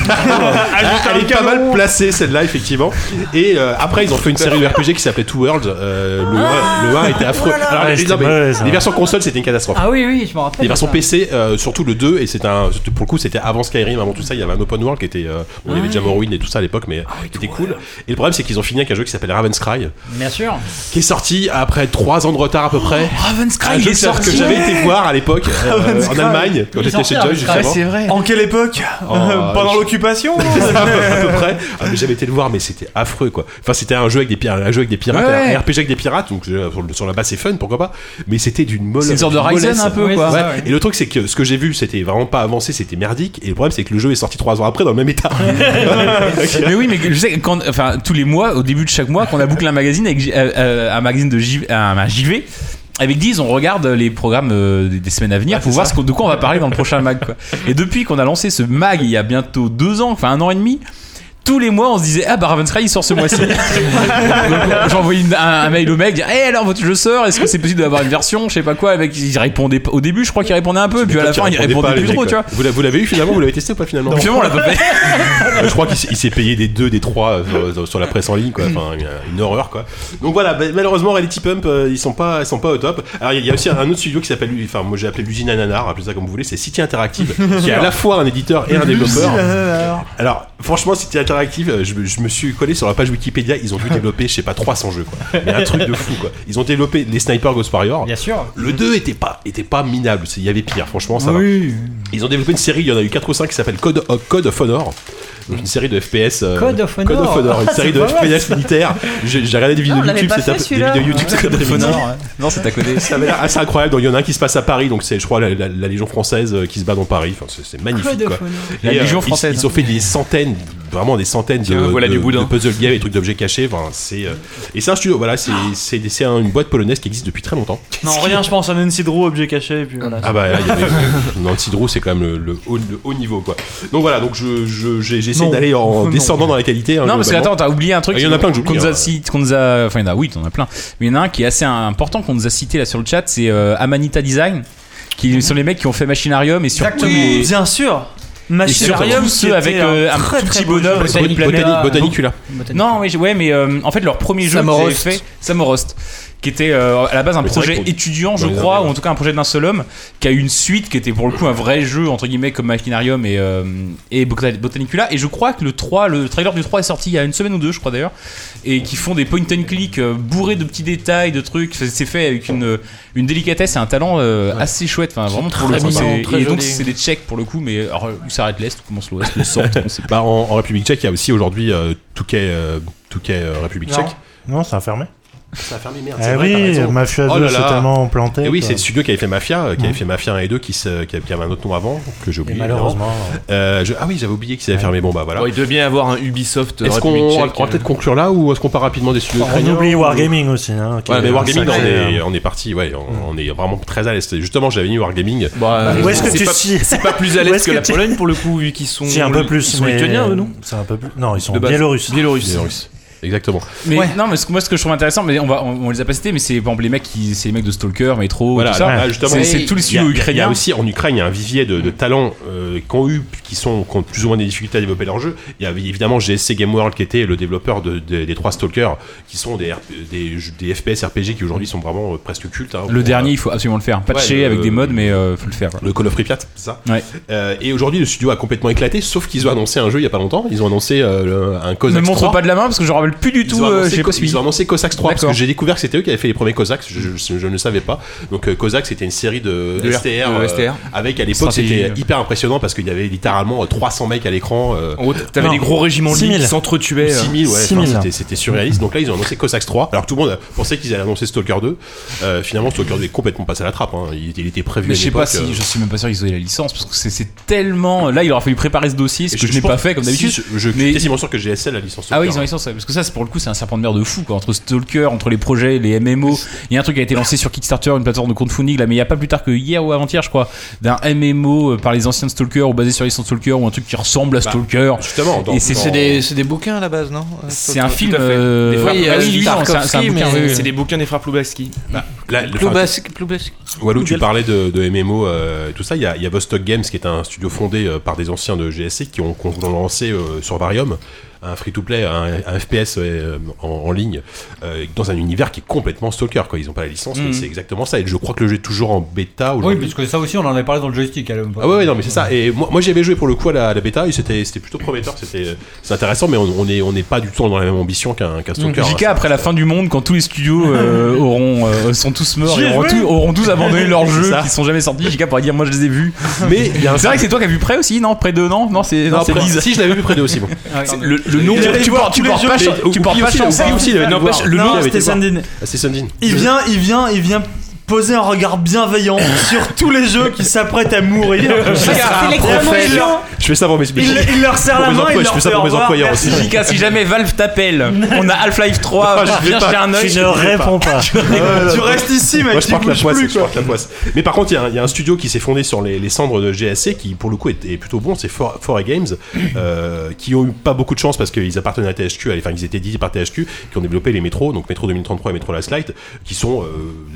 Speaker 2: Ah, elle est pas mal placée celle-là effectivement et euh, après ils ont fait une
Speaker 9: [LAUGHS]
Speaker 2: série de RPG qui s'appelait Two Worlds Euh, le, un- le 1 était affreux
Speaker 9: voilà.
Speaker 2: Alors,
Speaker 9: Oh Ouais,
Speaker 2: les,
Speaker 9: c'était
Speaker 2: non, mais
Speaker 9: mauvais, ça.
Speaker 2: les versions console c'était une catastrophe
Speaker 9: Ah oui, oui, je me rappelle.
Speaker 2: les versions
Speaker 9: ça.
Speaker 2: PC, euh, surtout le 2, et c'était un, surtout pour le coup, c'était avant Skyrim, avant tout ça, il y avait un open world qui était, euh, on avait déjà Morrowind et tout ça à l'époque,
Speaker 9: Ah,
Speaker 2: mais qui était cool. Et le problème, c'est qu'ils ont fini avec un jeu qui s'appelle Raven's Cry,
Speaker 9: Bien sûr.
Speaker 2: qui est sorti après 3 ans de retard à peu près.
Speaker 9: Raven's
Speaker 2: un jeu que- que j'avais été voir à l'époque, euh,
Speaker 3: Raven's
Speaker 2: en
Speaker 3: Cry.
Speaker 2: Allemagne, quand
Speaker 3: Il
Speaker 2: j'étais
Speaker 3: sortait
Speaker 2: chez Joy,
Speaker 3: Raven's Cry,
Speaker 2: justement.
Speaker 3: c'est vrai. En quelle époque
Speaker 2: Oh,
Speaker 3: Euh, Pendant
Speaker 2: je-
Speaker 3: l'occupation
Speaker 2: à
Speaker 7: [LAUGHS]
Speaker 2: peu près. Ah, mais j'avais été le voir, mais c'était affreux quoi. Enfin, c'était un jeu avec des pirates, un jeu avec des pirates,
Speaker 7: Ouais.
Speaker 2: un RPG avec des pirates. Donc euh, sur le- sur la base, c'est fun, pourquoi pas. Mais c'était d'une molle.
Speaker 7: C'est une sorte de
Speaker 2: d'une
Speaker 7: Ryzen
Speaker 2: mollesse.
Speaker 7: un peu, quoi.
Speaker 2: Ouais.
Speaker 7: Ouais, ouais.
Speaker 2: Et le truc, c'est que ce que j'ai vu, c'était vraiment pas avancé, c'était merdique. Et le problème, c'est que le jeu est sorti trois ans après dans le même
Speaker 7: [LAUGHS]
Speaker 2: état. [LAUGHS]
Speaker 7: mais oui, mais je sais que quand, enfin, tous les mois, au début de chaque mois, quand on a boucle un magazine, avec, J- euh, euh, un magazine de J- un, un JV, avec 10, on regarde les programmes euh, des- des semaines à venir pour voir ce qu'on- de quoi on va parler dans le prochain mag. quoi. Et depuis qu'on a lancé ce mag il y a bientôt deux ans, enfin un an et demi, tous les mois on se disait Ah bah Ravens Cry, il sort
Speaker 2: [LAUGHS]
Speaker 7: ce mois-ci. Donc, J'envoyais une- un, un mail au mec, dire, Eh alors votre jeu sort, est-ce que c'est possible d'avoir une version Je sais pas quoi. Avec, il répondait, pas- au début, je crois qu'il répondait un peu, puis à la fin, il répondait plus trop, tu vois.
Speaker 2: Vous l'avez- vous l'avez eu finalement, vous l'avez testé ou pas finalement
Speaker 7: Non, finalement, on l'a pas fait.
Speaker 2: Euh, je crois qu'il s'est- il s'est payé des deux, des trois euh, sur- sur la presse en ligne, quoi. Enfin, une- une horreur, quoi. Donc voilà, bah, malheureusement, Reality Pump, euh, ils sont pas, ils sont pas au top. Alors il y, a aussi un autre studio qui s'appelle, enfin, moi j'ai appelé l'usine Ananar, appelez ça comme vous voulez, c'est City Interactive, qui est à la fois un éditeur [LAUGHS] et un développeur.
Speaker 3: euh,
Speaker 2: Alors, franchement, City Interactive, euh, je, me- je me suis collé sur la page Wikipédia, ils
Speaker 9: [LAUGHS]
Speaker 2: ont dû développer, je sais pas, 300 jeux, quoi. Mais un truc de fou, quoi. Ils ont développé les Sniper Ghost Warrior.
Speaker 9: Bien sûr.
Speaker 2: Le 2 était pas, était pas minable, c'est- il y avait pire, franchement, ça
Speaker 9: Oui.
Speaker 2: va. Ils ont développé une série, il y en a eu 4 ou 5 qui s'appelle Code, euh, Code of Honor. Donc, Une série de FPS. euh,
Speaker 9: Code of Honor.
Speaker 2: une
Speaker 9: Ah,
Speaker 2: série
Speaker 9: c'est
Speaker 2: de
Speaker 9: pas mal,
Speaker 2: FPS
Speaker 9: ça.
Speaker 2: militaires. J'ai j'ai regardé des vidéos
Speaker 9: Ah, on l'avait
Speaker 2: YouTube,
Speaker 9: pas
Speaker 2: c'était
Speaker 9: fait,
Speaker 2: un peu- des
Speaker 9: celui-là.
Speaker 2: vidéos YouTube
Speaker 9: Ouais.
Speaker 2: cet après-midi.
Speaker 9: Code of Honor, ouais.
Speaker 7: Non, c'est à côté.
Speaker 2: Ça avait l'air assez incroyable. Donc, il y en a un qui se passe à Paris, donc c'est, je crois, la, la- la Légion française euh, qui se bat dans Paris. Enfin, c'est, c'est magnifique.
Speaker 7: Code of
Speaker 2: quoi.
Speaker 7: Honor.
Speaker 2: Et,
Speaker 7: La
Speaker 2: euh,
Speaker 7: Légion
Speaker 2: ils-
Speaker 7: française.
Speaker 2: Ils, ont fait des centaines, vraiment des centaines de,
Speaker 7: Tiens, voilà
Speaker 2: de-
Speaker 7: du boudin.
Speaker 2: de puzzle games et trucs d'objets cachés. Enfin, c'est, euh, et c'est un studio, voilà, c'est, c'est, c'est un- une boîte polonaise qui existe depuis très longtemps.
Speaker 3: Non, rien, je pense à Nancy Drew, objet caché, et puis voilà.
Speaker 2: Ah bah là, il y avait, [LAUGHS] dans le Sidro, c'est quand même le, le haut, le haut niveau quoi. Donc voilà, donc je, je- j'ai, j'ai essayé
Speaker 7: Non.
Speaker 2: d'aller en
Speaker 7: Non.
Speaker 2: descendant dans la qualité. hein,
Speaker 7: non, parce que
Speaker 2: globalement.
Speaker 7: attends, t'as oublié un truc.
Speaker 2: Il y en a plein que j'oublie.
Speaker 7: Qu'on nous
Speaker 2: hein.
Speaker 7: a, ci- qu'on nous a- enfin, il y en a, oui, t'en as plein. Mais il y en a un qui est assez important qu'on nous a cité là sur le chat, c'est euh, Amanita Design, qui sont les mecs qui ont fait Machinarium et surtout les-
Speaker 3: Oui, bien sûr.
Speaker 7: et surtout
Speaker 3: Machinarium,
Speaker 7: ceux avec euh, un tout petit bonhomme,
Speaker 2: Botanic- Botanicula.
Speaker 7: Non, mais je- ouais, mais euh, en fait leur premier jeu qu'ils
Speaker 2: Samorost.
Speaker 7: avaient fait, Samorost, qui était euh, à la base un
Speaker 6: Mais c'est vrai
Speaker 7: projet
Speaker 6: qu'on-
Speaker 7: étudiant, je
Speaker 6: dans les
Speaker 7: crois,
Speaker 6: années,
Speaker 7: ou en tout cas un projet d'un seul homme, qui a eu une suite qui était pour le coup un vrai jeu, entre guillemets, comme Machinarium et, euh, et Botan- Botanicula. Et je crois que le 3, le trailer du 3 est sorti il y a une semaine ou deux, je crois d'ailleurs, et qui font des point and click euh, bourrés de petits détails, de trucs. C'est c'est fait avec une, une délicatesse et un talent euh, assez chouette, enfin vraiment pour le
Speaker 2: très
Speaker 7: coup.
Speaker 2: mignon,
Speaker 7: c'est-
Speaker 2: très
Speaker 7: Et donc
Speaker 2: joli.
Speaker 7: c'est des checks pour le coup, mais alors, où s'arrête l'Est, où commence l'Ouest, le centre.
Speaker 2: Bah, en, en République tchèque, il y a aussi aujourd'hui euh, Touquet, euh, Touquet, euh, République
Speaker 4: Non.
Speaker 2: tchèque.
Speaker 4: Non, ça a fermé.
Speaker 2: [LAUGHS] Ça a fermé, merde.
Speaker 4: Eh oui,
Speaker 7: Oh
Speaker 4: Mafia 2 s'est tellement planté.
Speaker 2: Oh
Speaker 7: Eh
Speaker 2: Et oui,
Speaker 4: quoi.
Speaker 2: c'est le studio qui avait fait Mafia, euh, qui avait
Speaker 4: Mm.
Speaker 2: fait Mafia 1 et 2, qui, se- qui avait qui avait un autre nom avant, que j'ai oublié.
Speaker 4: malheureusement,
Speaker 2: évidemment. Euh, je- ah oui, j'avais oublié qu'ils avaient fermé. Bon, bah voilà.
Speaker 6: Bon, il devait bien y avoir un
Speaker 3: [LAUGHS]
Speaker 6: Ubisoft.
Speaker 2: Est-ce qu'on
Speaker 6: République
Speaker 2: on va
Speaker 6: tchèque, euh,
Speaker 2: peut-être conclure là ou est-ce qu'on part rapidement des studios
Speaker 4: On
Speaker 2: ukrainiens
Speaker 4: oublie
Speaker 2: ou-
Speaker 4: Wargaming aussi. Hein, qui
Speaker 2: Ouais, mais
Speaker 4: est
Speaker 2: Wargaming, on
Speaker 4: sacré,
Speaker 2: est,
Speaker 4: hein.
Speaker 2: on est parti, ouais, on, on est vraiment très à l'est. Justement, j'avais mis Wargaming. Euh,
Speaker 4: Où est-ce que
Speaker 6: c'est
Speaker 4: tu
Speaker 6: pas-
Speaker 4: suis
Speaker 6: c'est pas
Speaker 3: [LAUGHS]
Speaker 6: plus à
Speaker 4: Où
Speaker 6: l'aise
Speaker 4: est-ce
Speaker 6: que la
Speaker 4: tu-
Speaker 6: Pologne, pour le coup, vu qu'ils sont-
Speaker 4: Si, un peu plus.
Speaker 6: ils sont
Speaker 4: mais-
Speaker 6: lituaniens, eux, non
Speaker 4: C'est un peu plus. Non, ils sont
Speaker 7: De base.
Speaker 4: biélorusses.
Speaker 6: Biélorusses.
Speaker 2: Biélorusses. Exactement.
Speaker 7: Mais non, mais ce que- moi ce que je trouve intéressant, mais on va, on, on les a pas cités, mais c'est par exemple les mecs qui, c'est les mecs de Stalker, Metro,
Speaker 2: Voilà,
Speaker 7: tout ça.
Speaker 2: là, justement,
Speaker 7: c'est, c'est tout le
Speaker 2: Il y
Speaker 7: studio
Speaker 2: a- il y a- Il y a
Speaker 7: ukrainien.
Speaker 2: aussi en Ukraine, il y a un vivier de, de talents euh, qui ont eu, qui sont, qui ont plus ou moins des difficultés à développer leur jeu. Il y avait évidemment GSC Game World qui était le développeur de, de- des trois Stalkers, qui sont des, RP des, jeux- des FPS RPG qui aujourd'hui sont vraiment euh, presque cultes. hein.
Speaker 7: Le dernier, il faut absolument le faire. Patché
Speaker 2: Ouais, le-
Speaker 7: avec des mods, mais euh, faut le faire.
Speaker 2: Le Call of Pripyat, c'est ça
Speaker 7: Ouais.
Speaker 2: Euh, et aujourd'hui, le studio a complètement éclaté, sauf qu'ils ont annoncé un jeu il y a pas longtemps. Ils ont annoncé euh, le- un Cossacks
Speaker 7: Ne montre
Speaker 2: 3.
Speaker 7: pas de la main parce que je me rappelle plus du
Speaker 2: Ils
Speaker 7: tout.
Speaker 2: ont,
Speaker 7: euh,
Speaker 2: annoncé,
Speaker 7: j'ai pas
Speaker 2: Co-
Speaker 7: suivi.
Speaker 2: ils ont annoncé Cossacks 3 parce
Speaker 7: D'accord.
Speaker 2: que j'ai découvert que c'était eux qui avaient fait les premiers Cossacks, je, je- je ne savais pas. Donc euh, Cossacks c'était une série de,
Speaker 6: De R-
Speaker 2: STR,
Speaker 6: de
Speaker 2: euh,
Speaker 6: STR.
Speaker 2: avec à l'époque
Speaker 6: Stratégie.
Speaker 7: euh.
Speaker 2: c'était hyper impressionnant parce qu'il y avait littéralement euh, 300 mecs à l'écran. euh,
Speaker 6: En gros, t'avais Non. des gros régiments de 6 000. lignes qui s'entretuaient, euh.
Speaker 2: 6000, ouais,
Speaker 6: 6
Speaker 2: enfin,
Speaker 6: 000.
Speaker 2: c'était- c'était surréaliste. Donc là ils ont annoncé Cossacks 3 alors que tout le monde euh, pensait qu'ils allaient annoncer Stalker 2. Euh, finalement Stalker 2 est complètement passé à la trappe, hein. il, il était prévu.
Speaker 7: Mais
Speaker 2: à
Speaker 7: je sais
Speaker 2: l'époque,
Speaker 7: pas si,
Speaker 2: euh,
Speaker 7: je suis même pas sûr qu'ils aient la licence parce que c'est, c'est tellement. Là, il aura fallu préparer ce dossier, ce
Speaker 2: et
Speaker 7: que je, n'ai
Speaker 2: pense-
Speaker 7: pas fait comme
Speaker 2: si,
Speaker 7: d'habitude.
Speaker 2: je, je suis
Speaker 7: mais-
Speaker 2: quasiment sûr que GSL a licence.
Speaker 7: Ah
Speaker 2: Stalker,
Speaker 7: oui, ils ont licence, ouais, parce que ça, c'est pour le coup, c'est un serpent de mer de fou, quoi. Entre Stalker, entre les projets, les MMO. Il y a un truc qui a été lancé sur Kickstarter, une plateforme de crowdfunding, là, mais il y a pas plus tard que hier ou avant-hier, je crois, d'un MMO euh, par les anciens de Stalker ou basé sur les anciens de Stalker ou un truc qui ressemble à
Speaker 8: Bah,
Speaker 7: Stalker.
Speaker 2: justement, dans-
Speaker 7: et
Speaker 8: C'est
Speaker 7: c'est
Speaker 8: c'est des, c'est des bouquins à la base, non
Speaker 7: C'est un film. euh,
Speaker 8: Des
Speaker 7: ah
Speaker 8: fois,
Speaker 7: oui,
Speaker 8: il y a
Speaker 7: oui, oui, non, c'est un- c'est un
Speaker 8: Tarkovsky,
Speaker 7: bouquin, oui,
Speaker 8: mais
Speaker 7: oui.
Speaker 6: C'est des bouquins des frères Ploubaski.
Speaker 3: Bah,
Speaker 2: Là, le-
Speaker 8: Ploubask- Ploubask.
Speaker 2: Walou, tu parlais de, de MMO, euh, tout ça. Il y a, il y a Vostok Games, qui est un studio fondé euh, par des anciens de GSC qui ont, qui ont lancé euh, sur Varium un free-to-play, un, un FPS euh, en, en ligne, euh, dans un univers qui est complètement stalker. Quoi. Ils n'ont pas la licence, mais
Speaker 9: Mhm.
Speaker 2: c'est exactement ça. Et je crois que le jeu est toujours en bêta.
Speaker 9: Oui,
Speaker 2: aujourd'hui.
Speaker 9: puisque ça aussi, on en avait parlé dans le joystick. à la-
Speaker 2: Ah ouais, ouais, non mais c'est ça. Et moi, moi j'avais joué pour le coup à la, à la bêta et c'était c'était plutôt prometteur, c'était c'est intéressant, mais on on est on n'est pas du tout dans la même ambition qu'un qu'un stalker. hein.
Speaker 7: JK, après la fin du monde, quand tous les studios euh,
Speaker 2: [LAUGHS]
Speaker 7: auront, euh, sont tous morts
Speaker 2: J'y
Speaker 7: et
Speaker 2: ai
Speaker 7: auront,
Speaker 2: joué.
Speaker 7: tous- auront tous abandonné
Speaker 2: [LAUGHS]
Speaker 7: leurs
Speaker 2: C'est
Speaker 7: jeux
Speaker 2: ça.
Speaker 7: qui sont jamais sortis, JK pourra dire Moi je les
Speaker 2: [LAUGHS]
Speaker 7: ai vus.
Speaker 2: Mais il y a un-
Speaker 7: c'est vrai que c'est toi qui as vu près aussi, non Près de non Non, c'est
Speaker 2: Non,
Speaker 7: non, c'est
Speaker 2: Prey-
Speaker 7: Lise.
Speaker 2: si, je l'avais vu près d'eux aussi, bon.
Speaker 7: Ah, c'est- le, le nom,
Speaker 2: Il avait
Speaker 7: tu
Speaker 2: vu
Speaker 7: pars
Speaker 2: tous
Speaker 7: tu
Speaker 2: les
Speaker 7: pars
Speaker 2: jeux,
Speaker 7: pas
Speaker 2: mais
Speaker 7: chan- tu
Speaker 2: oublie
Speaker 7: pars pas
Speaker 2: aussi,
Speaker 7: chancer.
Speaker 2: oublie aussi, il avait été
Speaker 7: N'empêche,
Speaker 2: voir.
Speaker 7: le
Speaker 2: Non,
Speaker 7: nom,
Speaker 2: il avait
Speaker 3: c'était
Speaker 2: été voir.
Speaker 3: Sandine.
Speaker 2: Ah, c'est Sandine.
Speaker 3: Il vient, il vient, il vient poser un
Speaker 2: [LAUGHS]
Speaker 3: regard bienveillant sur tous les jeux qui s'apprêtent à mourir.
Speaker 2: Ah, prophète. Je fais ça pour mes
Speaker 3: Il, il leur serre
Speaker 2: pour
Speaker 3: la
Speaker 2: mes
Speaker 3: main,
Speaker 2: emplois,
Speaker 3: il
Speaker 2: je
Speaker 3: leur
Speaker 2: fais ça
Speaker 3: fait
Speaker 2: pour mes
Speaker 3: au revoir,
Speaker 2: employeurs
Speaker 3: merci.
Speaker 2: aussi. [LAUGHS]
Speaker 7: JK, si jamais Valve t'appelle, on a Half-Life 3,
Speaker 2: Je vais
Speaker 7: Oh, viens
Speaker 2: pas.
Speaker 7: jeter un œil.
Speaker 2: [LAUGHS] Tu ne réponds pas.
Speaker 7: [LAUGHS] Tu restes ici, mec.
Speaker 2: Moi, je
Speaker 7: tu
Speaker 2: porte la
Speaker 7: bouges
Speaker 2: poisse,
Speaker 7: plus,
Speaker 2: je porte la poisse. Mais par contre, il y a un- il y, a un studio qui s'est fondé sur les, les cendres de GSC qui, pour le coup, est, est plutôt bon. C'est For- 4A Games, euh, qui ont eu pas beaucoup de chance parce qu'ils appartenaient à THQ, enfin, ils étaient édités par THQ, qui ont développé les métros, donc Métro 2033 et Métro Last Light, qui sont, euh,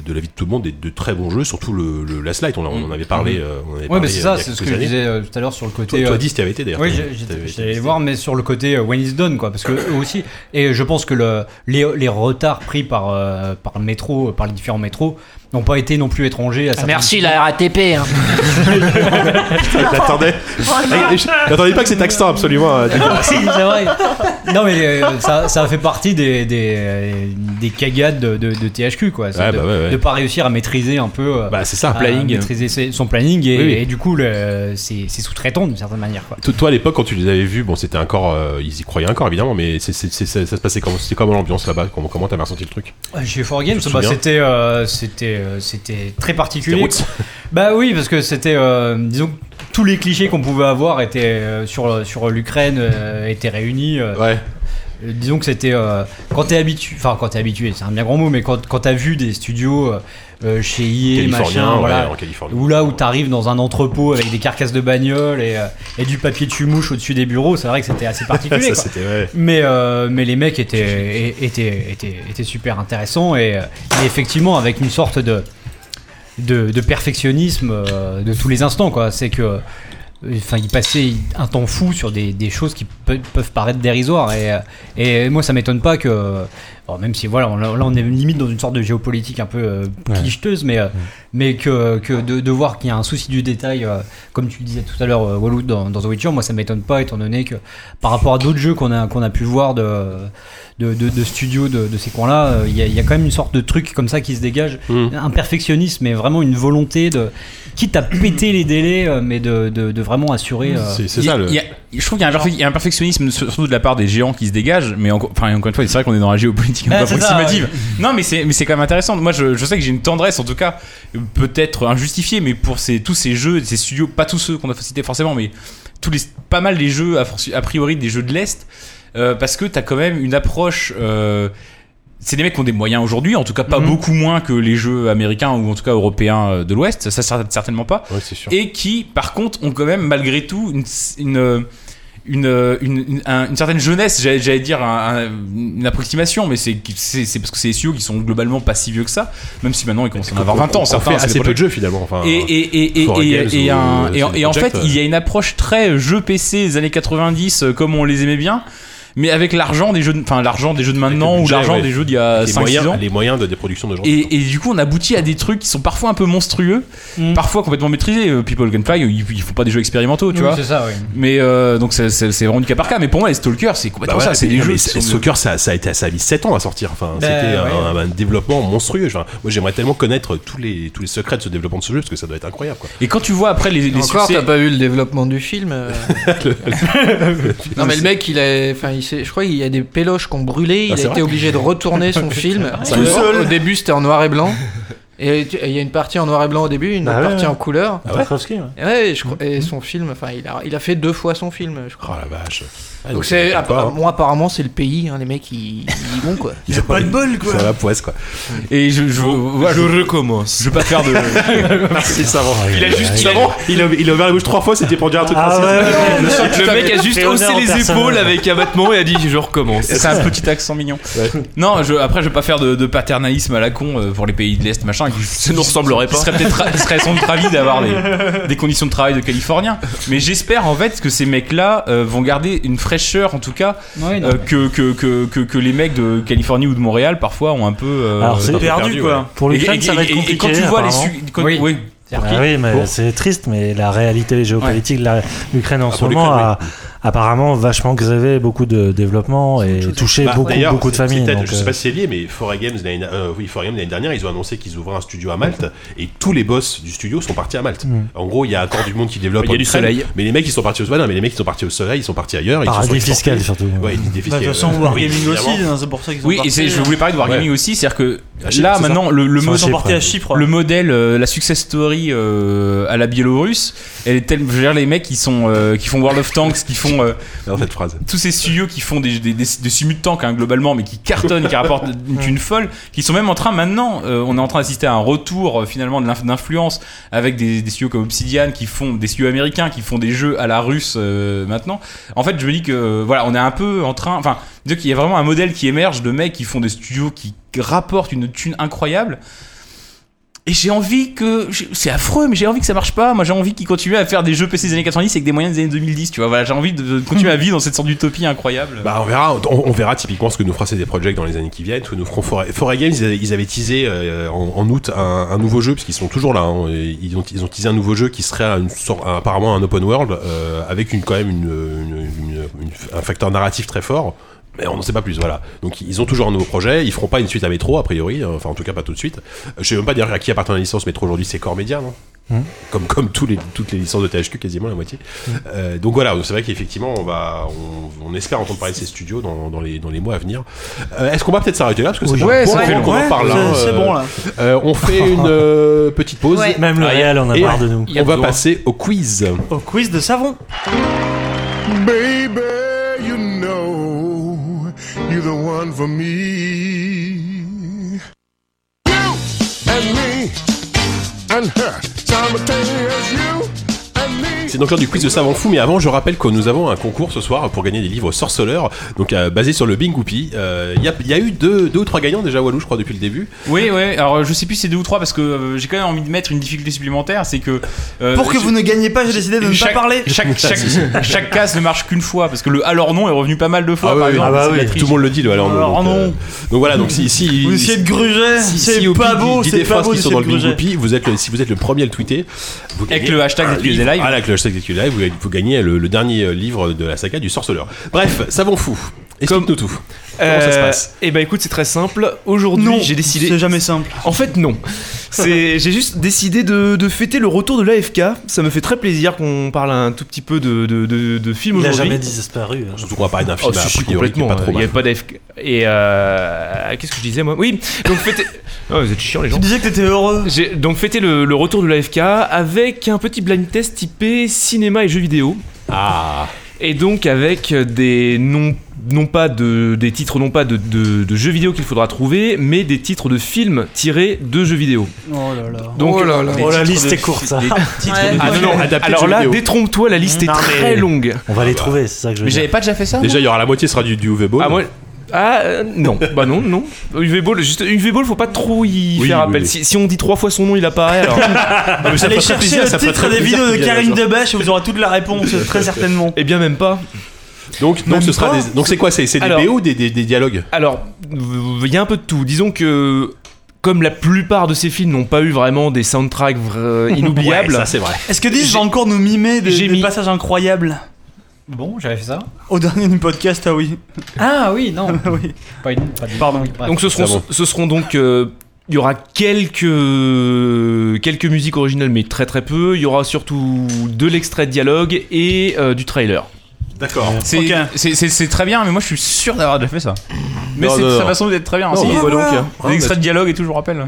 Speaker 2: de l'avis de tout le monde, des, de très bons jeux, surtout le, le Last Light. On, en- on en avait parlé. euh, on en avait
Speaker 9: Mm. Ouais,
Speaker 2: parlé,
Speaker 9: mais c'est
Speaker 2: euh,
Speaker 9: ça,
Speaker 2: il y a
Speaker 9: c'est ce
Speaker 2: quelques
Speaker 9: que je
Speaker 2: années.
Speaker 9: disais euh, tout à l'heure sur le côté.
Speaker 2: Toi- toi,
Speaker 9: euh,
Speaker 2: dis, t'y avais été, d'ailleurs.
Speaker 9: Oui,
Speaker 2: T'avais-
Speaker 9: j'ai- j'étais
Speaker 2: t'avais-
Speaker 9: j'étais allé le voir, mais sur le côté euh, When It's Done, quoi. Parce que eux aussi, et je pense que le, les, les retards pris par, euh, par le métro, par les différents métros, n'ont pas été non plus étrangers à ça.
Speaker 8: Ah, Merci la RATP. [LAUGHS] hein.
Speaker 2: Je l'attendais.
Speaker 8: Voilà.
Speaker 2: Je- Ah, [LAUGHS] N'attendez pas que cet accent absolument euh,
Speaker 9: [LAUGHS]
Speaker 2: dégueulasse.
Speaker 9: Si, c'est vrai. Non, mais Ah, euh, ça, ça fait partie des, des, euh, des cagades de, de- de THQ, quoi. C'est
Speaker 2: Ouais,
Speaker 9: de,
Speaker 2: bah ouais, ouais.
Speaker 9: de pas réussir à maîtriser un peu. euh,
Speaker 2: Bah, c'est ça,
Speaker 9: à
Speaker 2: planning.
Speaker 9: Maîtriser ses- son planning et,
Speaker 2: Oui, oui.
Speaker 9: et du coup, le- c'est c'est sous-traitant d'une certaine manière, quoi.
Speaker 2: To- Toi, à l'époque, quand tu les avais vus, bon, c'était encore, euh, ils y croyaient encore évidemment, mais c'est, c'est- c'est- ça, ça se passait comment C'était comment l'ambiance là-bas Comment, comment t'avais ressenti le truc
Speaker 9: Chez 4 Games,
Speaker 2: Tu te
Speaker 9: bah,
Speaker 2: souviens
Speaker 9: c'était euh, c'était euh, c'était très particulier.
Speaker 2: C'était roots.
Speaker 9: [LAUGHS] Bah oui, parce que c'était euh, disons que tous les clichés qu'on pouvait avoir étaient euh, sur sur l'Ukraine euh, étaient réunis. euh, euh, Disons que c'était euh, quand t'es habitué, enfin quand t'es habitué, c'est un bien grand mot, mais quand quand t'as vu des studios euh, chez IE,
Speaker 2: Californien,
Speaker 9: machin,
Speaker 2: ouais,
Speaker 9: voilà,
Speaker 2: en Californie.
Speaker 9: ou là où t'arrives dans un entrepôt avec des carcasses de bagnoles et, euh, et du papier de chumouche au-dessus des bureaux, c'est vrai que
Speaker 2: [LAUGHS]
Speaker 9: c'était assez particulier.
Speaker 2: Ça,
Speaker 9: quoi.
Speaker 2: c'était, ouais.
Speaker 9: Mais, euh, mais les mecs étaient, é- étaient, étaient, étaient super intéressants et, euh, et effectivement avec une sorte de, de, de perfectionnisme euh, de tous les instants. quoi. C'est que. euh, Enfin, ils passaient un temps fou sur des, des choses qui pe- peuvent paraître dérisoires. Et, euh, et moi, ça m'étonne pas que. alors, même si voilà, on- là on est limite dans une sorte de géopolitique un peu euh, clicheteuse, mais, euh, mais que, que de, de voir qu'il y a un souci du détail, euh, comme tu le disais tout à l'heure, euh, Walou, dans, dans The Witcher, moi ça m'étonne pas, étant donné que par rapport à d'autres jeux qu'on a, qu'on a pu voir de, de, de, de studios de, de ces coins-là, euh, il y, a- il y a quand même une sorte de truc comme ça qui se dégage,
Speaker 7: Mm.
Speaker 9: un perfectionnisme et vraiment une volonté de. quitte à péter les délais, euh, mais de, de, de vraiment assurer. euh,
Speaker 7: Mm. Il y a-
Speaker 9: [LAUGHS]
Speaker 7: il y a- je trouve qu'il y, a un perfe- il y a un perfectionnisme, surtout de la part des géants qui se dégage, mais encore, enfin, encore une fois, c'est vrai qu'on est dans la géopolitique un
Speaker 9: Ah,
Speaker 7: peu
Speaker 9: c'est ça,
Speaker 7: approximative. Non, mais c'est mais c'est quand même intéressant. Moi, je, je sais que j'ai une tendresse, en tout cas, peut-être injustifiée, mais pour ces, tous ces jeux, ces studios, pas tous ceux qu'on a cités forcément, mais tous les, pas mal des jeux, a, forci- a priori, des jeux de l'Est, euh, parce que t'as quand même une approche. euh, c'est des mecs qui ont des moyens aujourd'hui, en tout cas pas
Speaker 9: Mm-hmm.
Speaker 7: beaucoup moins que les jeux américains ou en tout cas européens euh, de l'Ouest, ça, ça certainement pas. Et qui, par contre, ont quand même malgré tout une, une, euh, une, euh, une, une- un- une certaine jeunesse, j'allais j'allais dire un- un- une approximation, mais c'est c'est- c'est parce que c'est des studios qui sont globalement pas si vieux que ça, même si maintenant ils commencent à en avoir 20 ans.
Speaker 2: On
Speaker 7: certains,
Speaker 2: fait
Speaker 7: c'est des
Speaker 2: assez peu
Speaker 7: projets-
Speaker 2: de jeux finalement. Enfin,
Speaker 7: et, et- et- et-
Speaker 2: Foreign
Speaker 7: et-
Speaker 2: Games
Speaker 7: et
Speaker 2: ou,
Speaker 7: un-
Speaker 2: euh,
Speaker 7: et en-
Speaker 2: CD
Speaker 7: et en fait,
Speaker 2: Projekt, euh,
Speaker 7: il y a une approche très jeu PC des années 90 euh, comme on les aimait bien, mais avec l'argent des jeux, de- enfin l'argent des jeux de maintenant ou
Speaker 2: budget,
Speaker 7: l'argent
Speaker 2: ouais.
Speaker 7: des jeux d'il y a
Speaker 2: les
Speaker 7: 5
Speaker 2: moyens,
Speaker 7: ans.
Speaker 2: les moyens de des productions d'aujourd'hui.
Speaker 7: Et, et du coup, on aboutit à des trucs qui sont parfois un peu monstrueux,
Speaker 9: Mm.
Speaker 7: parfois complètement maîtrisés. Euh, People Can Fly, ils, ils font pas des jeux expérimentaux, tu
Speaker 9: Oui,
Speaker 7: vois.
Speaker 9: c'est ça, oui.
Speaker 7: Mais euh, donc c'est- c'est c'est vraiment du cas par cas. Mais pour moi, les Stalkers, c'est
Speaker 2: Bah
Speaker 7: complètement Bah, ça. C'est des jeux. qui sont de-
Speaker 2: Soccer, ça, ça a été ça a mis 7 ans à sortir. Enfin,
Speaker 7: Ben,
Speaker 2: c'était un-
Speaker 7: ouais.
Speaker 2: un, un développement monstrueux. Enfin, moi, j'aimerais tellement connaître tous les tous les secrets de ce développement de ce jeu parce que ça doit être incroyable. Quoi.
Speaker 7: Et quand tu vois après les, les
Speaker 8: Encore,
Speaker 7: succès-
Speaker 8: t'as pas vu le développement du film euh. Non mais le mec, il a, enfin, il s'est- je crois qu'il y a des péloches qui ont brûlé. Il
Speaker 7: Ah,
Speaker 8: a
Speaker 7: c'est
Speaker 8: été
Speaker 7: vrai
Speaker 8: obligé de retourner son film
Speaker 7: Tout
Speaker 8: Au-
Speaker 7: seul.
Speaker 8: Au début, c'était en noir et blanc. Et tu- et il y a une partie en noir et blanc au début, une
Speaker 4: Ah
Speaker 8: autre
Speaker 4: ouais,
Speaker 8: partie
Speaker 4: ouais.
Speaker 8: en couleur.
Speaker 4: Ah ouais. Tarkovsky, ouais.
Speaker 8: Et ouais, je crois- et son film, enfin, il a, il a fait deux fois son film, je crois.
Speaker 2: Oh la vache. Ah,
Speaker 8: donc
Speaker 2: donc,
Speaker 8: c'est,
Speaker 2: c'est
Speaker 8: appa-
Speaker 2: pas, hein.
Speaker 8: moi apparemment, c'est le pays. hein, les mecs, ils, ils y vont quoi.
Speaker 2: Ils ont pas de bol quoi. la poisse quoi.
Speaker 7: Et je je, voilà,
Speaker 6: je recommence.
Speaker 7: Je veux pas faire
Speaker 6: [LAUGHS]
Speaker 7: de.
Speaker 2: Merci savant.
Speaker 6: Il a juste-
Speaker 2: savant. Il a, il a ouvert la bouche trois fois. C'était pour dire un truc.
Speaker 6: Ah
Speaker 2: raciste.
Speaker 6: ouais, ouais, ouais. Le seul- le mec a juste haussé les épaules avec abattement et a dit je recommence.
Speaker 7: C'est un petit accent mignon. Non, je, après, je vais pas faire de, de paternalisme à la con euh, pour les pays de l'Est, machin. Qui, ça
Speaker 6: nous ressemblerait pas.
Speaker 7: Qui serait peut-être ra- qui serait sans doute ravis d'avoir des, des conditions de travail de Californiens. Mais j'espère en fait que ces mecs-là euh, vont garder une fraîcheur, en tout cas,
Speaker 9: Ouais, non.
Speaker 7: euh, que, que, que, que, que les mecs de Californie ou de Montréal parfois ont un peu. euh,
Speaker 4: Alors, c'est
Speaker 7: un peu
Speaker 4: perdu, quoi.
Speaker 7: ouais.
Speaker 4: Pour les
Speaker 7: Et-
Speaker 4: fans,
Speaker 7: et-
Speaker 4: ça va être
Speaker 7: et- et quand tu
Speaker 4: compliqué,
Speaker 7: vois les.
Speaker 4: apparemment.
Speaker 7: su- quand-
Speaker 4: Oui.
Speaker 7: oui.
Speaker 4: Ah oui, mais
Speaker 7: Pour-
Speaker 4: c'est triste, mais la réalité les géopolitiques, la- l'Ukraine en
Speaker 2: Ah,
Speaker 4: ce
Speaker 2: pour
Speaker 4: moment
Speaker 2: l'Ukraine,
Speaker 4: a apparemment vachement grévé beaucoup de développement et touché
Speaker 2: Bah,
Speaker 4: beaucoup,
Speaker 2: d'ailleurs,
Speaker 4: beaucoup de
Speaker 2: c'est-
Speaker 4: familles.
Speaker 2: c'est peut-être-
Speaker 4: donc,
Speaker 2: Je sais
Speaker 4: euh,
Speaker 2: pas si c'est lié, mais Foray Games l'année euh, oui, Foray Games l'année dernière, ils ont annoncé qu'ils ouvraient un studio à Malte et tous les boss du studio sont partis à Malte.
Speaker 4: Mm.
Speaker 2: En gros, il y a encore du monde qui développe.
Speaker 6: Il y a
Speaker 2: en
Speaker 6: du
Speaker 2: Ukraine,
Speaker 6: soleil.
Speaker 2: Mais les mecs, ils sont partis au soleil. mais les mecs, ils sont partis au soleil, ils sont partis ailleurs. ils se
Speaker 4: Paradis
Speaker 2: sont exportés.
Speaker 4: fiscal, surtout.
Speaker 2: Ouais, des
Speaker 3: Bah, de toute façon, Wargaming aussi, hein, c'est pour ça qu'ils ont
Speaker 7: Oui, et
Speaker 3: parti,
Speaker 7: c'est- je
Speaker 3: hein.
Speaker 7: voulais parler de Wargaming
Speaker 3: Ouais.
Speaker 7: aussi, c'est-à-dire que
Speaker 3: À
Speaker 4: Ah,
Speaker 3: Chypre,
Speaker 7: là
Speaker 3: c'est ça.
Speaker 7: maintenant le, le
Speaker 3: Ils sont
Speaker 7: modèle,
Speaker 3: emportés à Chypre.
Speaker 7: le modèle, euh, la success story euh, à la biélorusse, elle est telle, je veux dire les mecs qui sont euh, qui font World of Tanks, qui font euh,
Speaker 2: cette phrase.
Speaker 7: tous ces studios qui font des des, des, des simus de tanks hein, globalement, mais qui cartonnent, qui rapportent une thune folle, qui sont même en train maintenant, euh, on est en train d'assister à un retour euh, finalement de l'inf- d'influence avec des, des studios comme Obsidian qui font des studios américains qui font des jeux à la russe euh, maintenant. En fait, je me dis que euh, voilà, on est un peu en train, enfin, dire qu'il y a vraiment un modèle qui émerge de mecs qui font des studios qui rapportent une thune incroyable. Et j'ai envie que. j'ai- C'est affreux, mais j'ai envie que ça marche pas. Moi, j'ai envie qu'ils continuent à faire des jeux PC des années 90 avec des moyens des années 2010. Tu vois, voilà, j'ai envie de de continuer à vivre dans cette sorte d'utopie incroyable.
Speaker 2: Bah, on verra, on, on verra typiquement ce que nous fera CD Projekt dans les années qui viennent, ce que nous ferons Foray, Foray Games. Ils avaient, ils avaient teasé euh, en, en août un, un nouveau jeu, parce qu'ils sont toujours là. hein. ils, ont, ils ont teasé un nouveau jeu qui serait une sorte- un- apparemment un open world, euh, avec une, quand même une- une- une- une- un facteur narratif très fort. Mais on n'en sait pas plus, voilà. Donc ils ont toujours un nouveau projet, ils feront pas une suite à Metro, a priori, euh, enfin en tout cas pas tout de suite. Euh, Je sais même pas dire à qui appartient la licence Metro aujourd'hui, c'est Core Media, non
Speaker 4: Hmm.
Speaker 2: comme, comme tous les, toutes les licences de THQ, quasiment la moitié.
Speaker 4: Mm.
Speaker 2: Euh, donc voilà, donc c'est vrai qu'effectivement, on, va, on, on espère entendre parler de ces studios dans, dans, les, dans les mois à venir. Euh, Est-ce qu'on va peut-être s'arrêter là Parce que c'est
Speaker 4: Oui.
Speaker 2: déjà
Speaker 4: Ouais,
Speaker 2: un bon
Speaker 4: c'est
Speaker 2: moment
Speaker 4: bon.
Speaker 2: qu'on en
Speaker 4: Ouais,
Speaker 2: parle,
Speaker 4: c'est-
Speaker 2: hein.
Speaker 4: c'est
Speaker 2: Euh,
Speaker 4: bon, là.
Speaker 2: euh,
Speaker 4: [LAUGHS]
Speaker 2: on fait une euh, petite pause.
Speaker 4: Ouais. Même le
Speaker 2: Ah,
Speaker 4: réel en a
Speaker 2: et
Speaker 4: marre de nous. Oh.
Speaker 2: On va passer au quiz.
Speaker 3: Au quiz de savon.
Speaker 11: Baby, you know you're the one for me. You and me and her simultaneous. You and me.
Speaker 2: C'est donc l'heure du quiz de Savant Fou, mais avant, je rappelle que nous avons un concours ce soir pour gagner des livres sorceleurs, donc euh, basé sur le Bingoupi. Il y, a, y a eu deux, deux ou trois gagnants déjà, Walou, je crois, depuis le début.
Speaker 5: Oui, oui. Alors, je sais plus si c'est deux ou trois parce que euh, j'ai quand même envie de mettre une difficulté supplémentaire. C'est que. euh,
Speaker 3: Pour que
Speaker 5: je-
Speaker 3: vous ne gagniez pas, j'ai décidé de ne
Speaker 5: chaque,
Speaker 3: pas parler.
Speaker 2: [LAUGHS]
Speaker 5: Chaque, chaque, chaque case ne marche qu'une fois parce que le alors non est revenu pas mal de
Speaker 2: Ah
Speaker 5: fois. par exemple, c'est de la triche.
Speaker 2: bah tout le monde le dit, le alors non.
Speaker 5: Alors
Speaker 2: donc,
Speaker 5: non.
Speaker 2: euh, donc voilà, donc si, si
Speaker 5: Vous essayez de gruger,
Speaker 3: c'est pas beau,
Speaker 2: dit
Speaker 3: c'est
Speaker 2: des
Speaker 3: pas
Speaker 2: phrases
Speaker 3: beau
Speaker 2: qui sont
Speaker 3: d'essayer
Speaker 2: dans
Speaker 3: de
Speaker 2: le
Speaker 3: gruger.
Speaker 2: Bingoupi, vous êtes le, si vous êtes le premier à le tweeter, vous
Speaker 5: Avec
Speaker 2: gagnez
Speaker 5: le hashtag
Speaker 2: un
Speaker 5: des Tuesday
Speaker 2: livre.
Speaker 5: Live.
Speaker 2: Ah, avec le hashtag des Tuesday Live, vous, vous gagnez le, le dernier euh, livre de la saga du sorceleur. Bref, Savant Fou, explique-nous tout. Comment ça se passe
Speaker 6: Eh ben écoute, c'est très simple. Aujourd'hui,
Speaker 3: Non,
Speaker 6: j'ai décidé.
Speaker 3: c'est jamais simple.
Speaker 6: En fait, non. C'est, j'ai juste décidé de, de fêter le retour de l'AFK. Ça me fait très plaisir qu'on parle un tout petit peu de, de, de, de film
Speaker 4: Il a
Speaker 6: aujourd'hui.
Speaker 4: jamais disparu. hein.
Speaker 2: Surtout qu'on va parler d'un film
Speaker 6: Oh,
Speaker 2: a
Speaker 6: si, si,
Speaker 2: priori, qui est
Speaker 6: complètement.
Speaker 2: pas
Speaker 5: euh,
Speaker 2: trop
Speaker 6: Il n'y
Speaker 2: mal.
Speaker 6: avait pas d'AFK. Et euh, qu'est-ce que je disais moi Oui. Donc fêter. [LAUGHS] Oh, vous êtes chiants les gens.
Speaker 3: Tu disais que t'étais heureux.
Speaker 6: J'ai donc fêté le, le retour de l'AFK avec un petit blind test typé cinéma et jeux vidéo.
Speaker 2: Ah
Speaker 6: Et donc avec des non, non pas de, des titres non pas de, de- de jeux vidéo qu'il faudra trouver, mais des titres de films tirés de jeux vidéo.
Speaker 3: Oh là là.
Speaker 6: Donc
Speaker 8: Oh là là.
Speaker 6: des
Speaker 4: Oh, la
Speaker 6: titres
Speaker 4: liste
Speaker 6: de-
Speaker 4: est courte, ça.
Speaker 5: Des titres
Speaker 10: Ouais.
Speaker 5: de-
Speaker 6: Ah non, non,
Speaker 2: Adapté de
Speaker 6: alors
Speaker 2: jeux
Speaker 6: là,
Speaker 2: vidéo.
Speaker 6: détrompe-toi, la liste est
Speaker 4: Non, mais-
Speaker 6: très longue.
Speaker 4: On va les trouver, c'est ça que je veux
Speaker 5: Mais
Speaker 4: dire.
Speaker 5: j'avais pas déjà fait ça.
Speaker 2: Déjà, il y aura la moitié sera du, du UV Ball.
Speaker 6: Ah moi. Ah euh,
Speaker 2: [LAUGHS]
Speaker 6: non, bah non, non. UV Ball, juste UV Ball, faut pas trop y
Speaker 2: Oui,
Speaker 6: faire
Speaker 2: oui,
Speaker 6: appel.
Speaker 2: oui.
Speaker 6: Si, si on dit trois fois son nom, il
Speaker 2: [LAUGHS]
Speaker 6: apparaît.
Speaker 3: [LAUGHS]
Speaker 6: Alors.
Speaker 3: Allez
Speaker 2: ferait
Speaker 3: chercher
Speaker 2: plaisir, ça
Speaker 3: le
Speaker 2: ferait
Speaker 3: titre
Speaker 2: très
Speaker 3: des
Speaker 2: plaisir
Speaker 3: vidéos de
Speaker 2: qu'il y ait
Speaker 3: Karine
Speaker 2: la
Speaker 3: Debache et vous aurez toute la [LAUGHS] réponse, très certainement.
Speaker 6: eh bien même pas.
Speaker 2: Donc, donc
Speaker 6: Même
Speaker 2: ce sera
Speaker 6: pas.
Speaker 2: des, donc c'est quoi C'est c'est des
Speaker 6: Alors-
Speaker 2: BO ou des, des, des dialogues
Speaker 6: Alors, il y a un peu de tout. Disons que comme la plupart de ces films n'ont pas eu vraiment des soundtracks vra-
Speaker 2: [LAUGHS]
Speaker 6: inoubliables.
Speaker 3: [LAUGHS]
Speaker 2: Ouais, ça c'est vrai.
Speaker 3: euh, Est-ce que dis je vais encore nous mimer des,
Speaker 6: j'ai
Speaker 3: des
Speaker 6: mis-
Speaker 3: passages incroyables
Speaker 9: Bon, j'avais fait ça.
Speaker 3: au dernier du podcast Ah oui.
Speaker 9: Ah oui, non.
Speaker 3: [LAUGHS] oui.
Speaker 9: Pas une- pas de- Pardon.
Speaker 6: donc ce
Speaker 5: Ah
Speaker 6: seront,
Speaker 2: Ça va.
Speaker 6: ce seront donc euh, il y aura quelques quelques musiques originales mais très très peu. Il y aura surtout de l'extrait de dialogue et euh, du trailer.
Speaker 2: D'accord.
Speaker 5: C'est
Speaker 3: Ok.
Speaker 5: c'est- c'est- c'est très bien, mais moi je suis sûr d'avoir déjà fait ça. Mais
Speaker 2: Non,
Speaker 5: c'est
Speaker 2: non,
Speaker 5: sa
Speaker 2: non.
Speaker 5: façon d'être très bien. hein, si.
Speaker 2: mais voilà.
Speaker 5: Des
Speaker 2: Ah, mais-
Speaker 5: extraits de dialogue et tout, je vous rappelle.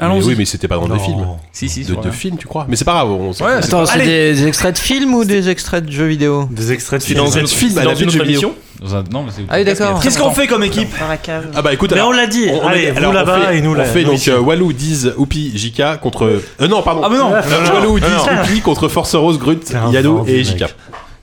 Speaker 2: Mais oui, mais c'était pas dans le film.
Speaker 5: Si, si,
Speaker 2: De,
Speaker 5: c'est
Speaker 2: de
Speaker 5: vrai.
Speaker 2: film, tu crois Mais c'est pas grave. On s'en
Speaker 5: Ouais,
Speaker 2: fout.
Speaker 5: c'est
Speaker 8: Attends, c'est
Speaker 3: Allez.
Speaker 8: des, des extraits de films ou des extraits de jeux vidéo
Speaker 4: Des extraits de
Speaker 2: C'est dans
Speaker 4: films.
Speaker 2: un film
Speaker 6: C'est
Speaker 2: à
Speaker 6: dans
Speaker 2: la
Speaker 6: une
Speaker 2: vie de jeux
Speaker 6: autre
Speaker 2: vidéo.
Speaker 6: émission.
Speaker 5: Dans un- Non, mais c'est-
Speaker 8: Ah oui, d'accord.
Speaker 3: Qu'est-ce qu'on fait comme équipe
Speaker 10: Par la cave.
Speaker 2: Ah bah écoute,
Speaker 4: Mais
Speaker 2: alors,
Speaker 4: on l'a dit.
Speaker 2: on- on
Speaker 4: Allez,
Speaker 2: est-
Speaker 4: vous
Speaker 2: alors, on
Speaker 4: là-bas
Speaker 2: fait-
Speaker 4: et nous
Speaker 2: On
Speaker 4: là.
Speaker 2: fait
Speaker 4: Nous
Speaker 2: donc
Speaker 4: ici.
Speaker 2: euh, Walou 10, Oupi, JK contre. Euh, non, pardon.
Speaker 3: Ah mais non.
Speaker 2: Euh, Walou 10,
Speaker 6: non.
Speaker 2: Oupi contre Force Rose, Grut,
Speaker 4: un
Speaker 2: Yano
Speaker 4: vendu,
Speaker 2: et
Speaker 4: mec.
Speaker 2: JK.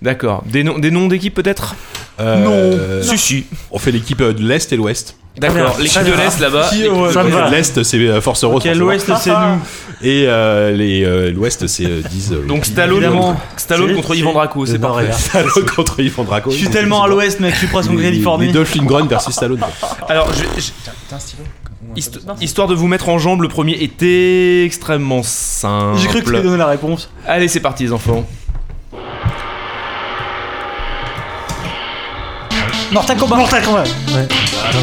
Speaker 6: D'accord. Des noms des noms d'équipes peut-être.
Speaker 2: Euh,
Speaker 6: Si si.
Speaker 2: On fait l'équipe euh, de l'Est et l'Ouest.
Speaker 6: D'accord. L'équipe de l'Est là-bas.
Speaker 3: Qui, ouais,
Speaker 4: Ça me va.
Speaker 2: De L'Est, c'est euh, Force Rose.
Speaker 3: Quel
Speaker 2: Force Rose.
Speaker 3: ouest c'est nous
Speaker 2: Et euh, les, euh, l'Ouest, c'est euh, 10. euh,
Speaker 6: Donc Stallone,
Speaker 3: Évidemment.
Speaker 6: contre- Stallone
Speaker 4: C'est-
Speaker 6: contre Ivan Draco, c'est
Speaker 4: Le
Speaker 6: parfait.
Speaker 4: Barrera.
Speaker 2: Stallone contre Yvan Draco.
Speaker 3: Je suis tellement à l'ouest, mec, je suis presque en
Speaker 2: Les, les
Speaker 3: Californie.
Speaker 2: Dolphin Grun versus Stallone.
Speaker 6: Alors, je, je- Histo- histoire de vous mettre en jambe, le premier était extrêmement simple.
Speaker 3: J'ai cru que tu allais donner la réponse.
Speaker 6: Allez, c'est parti, les enfants.
Speaker 9: Mortal Kombat. Mortal Kombat.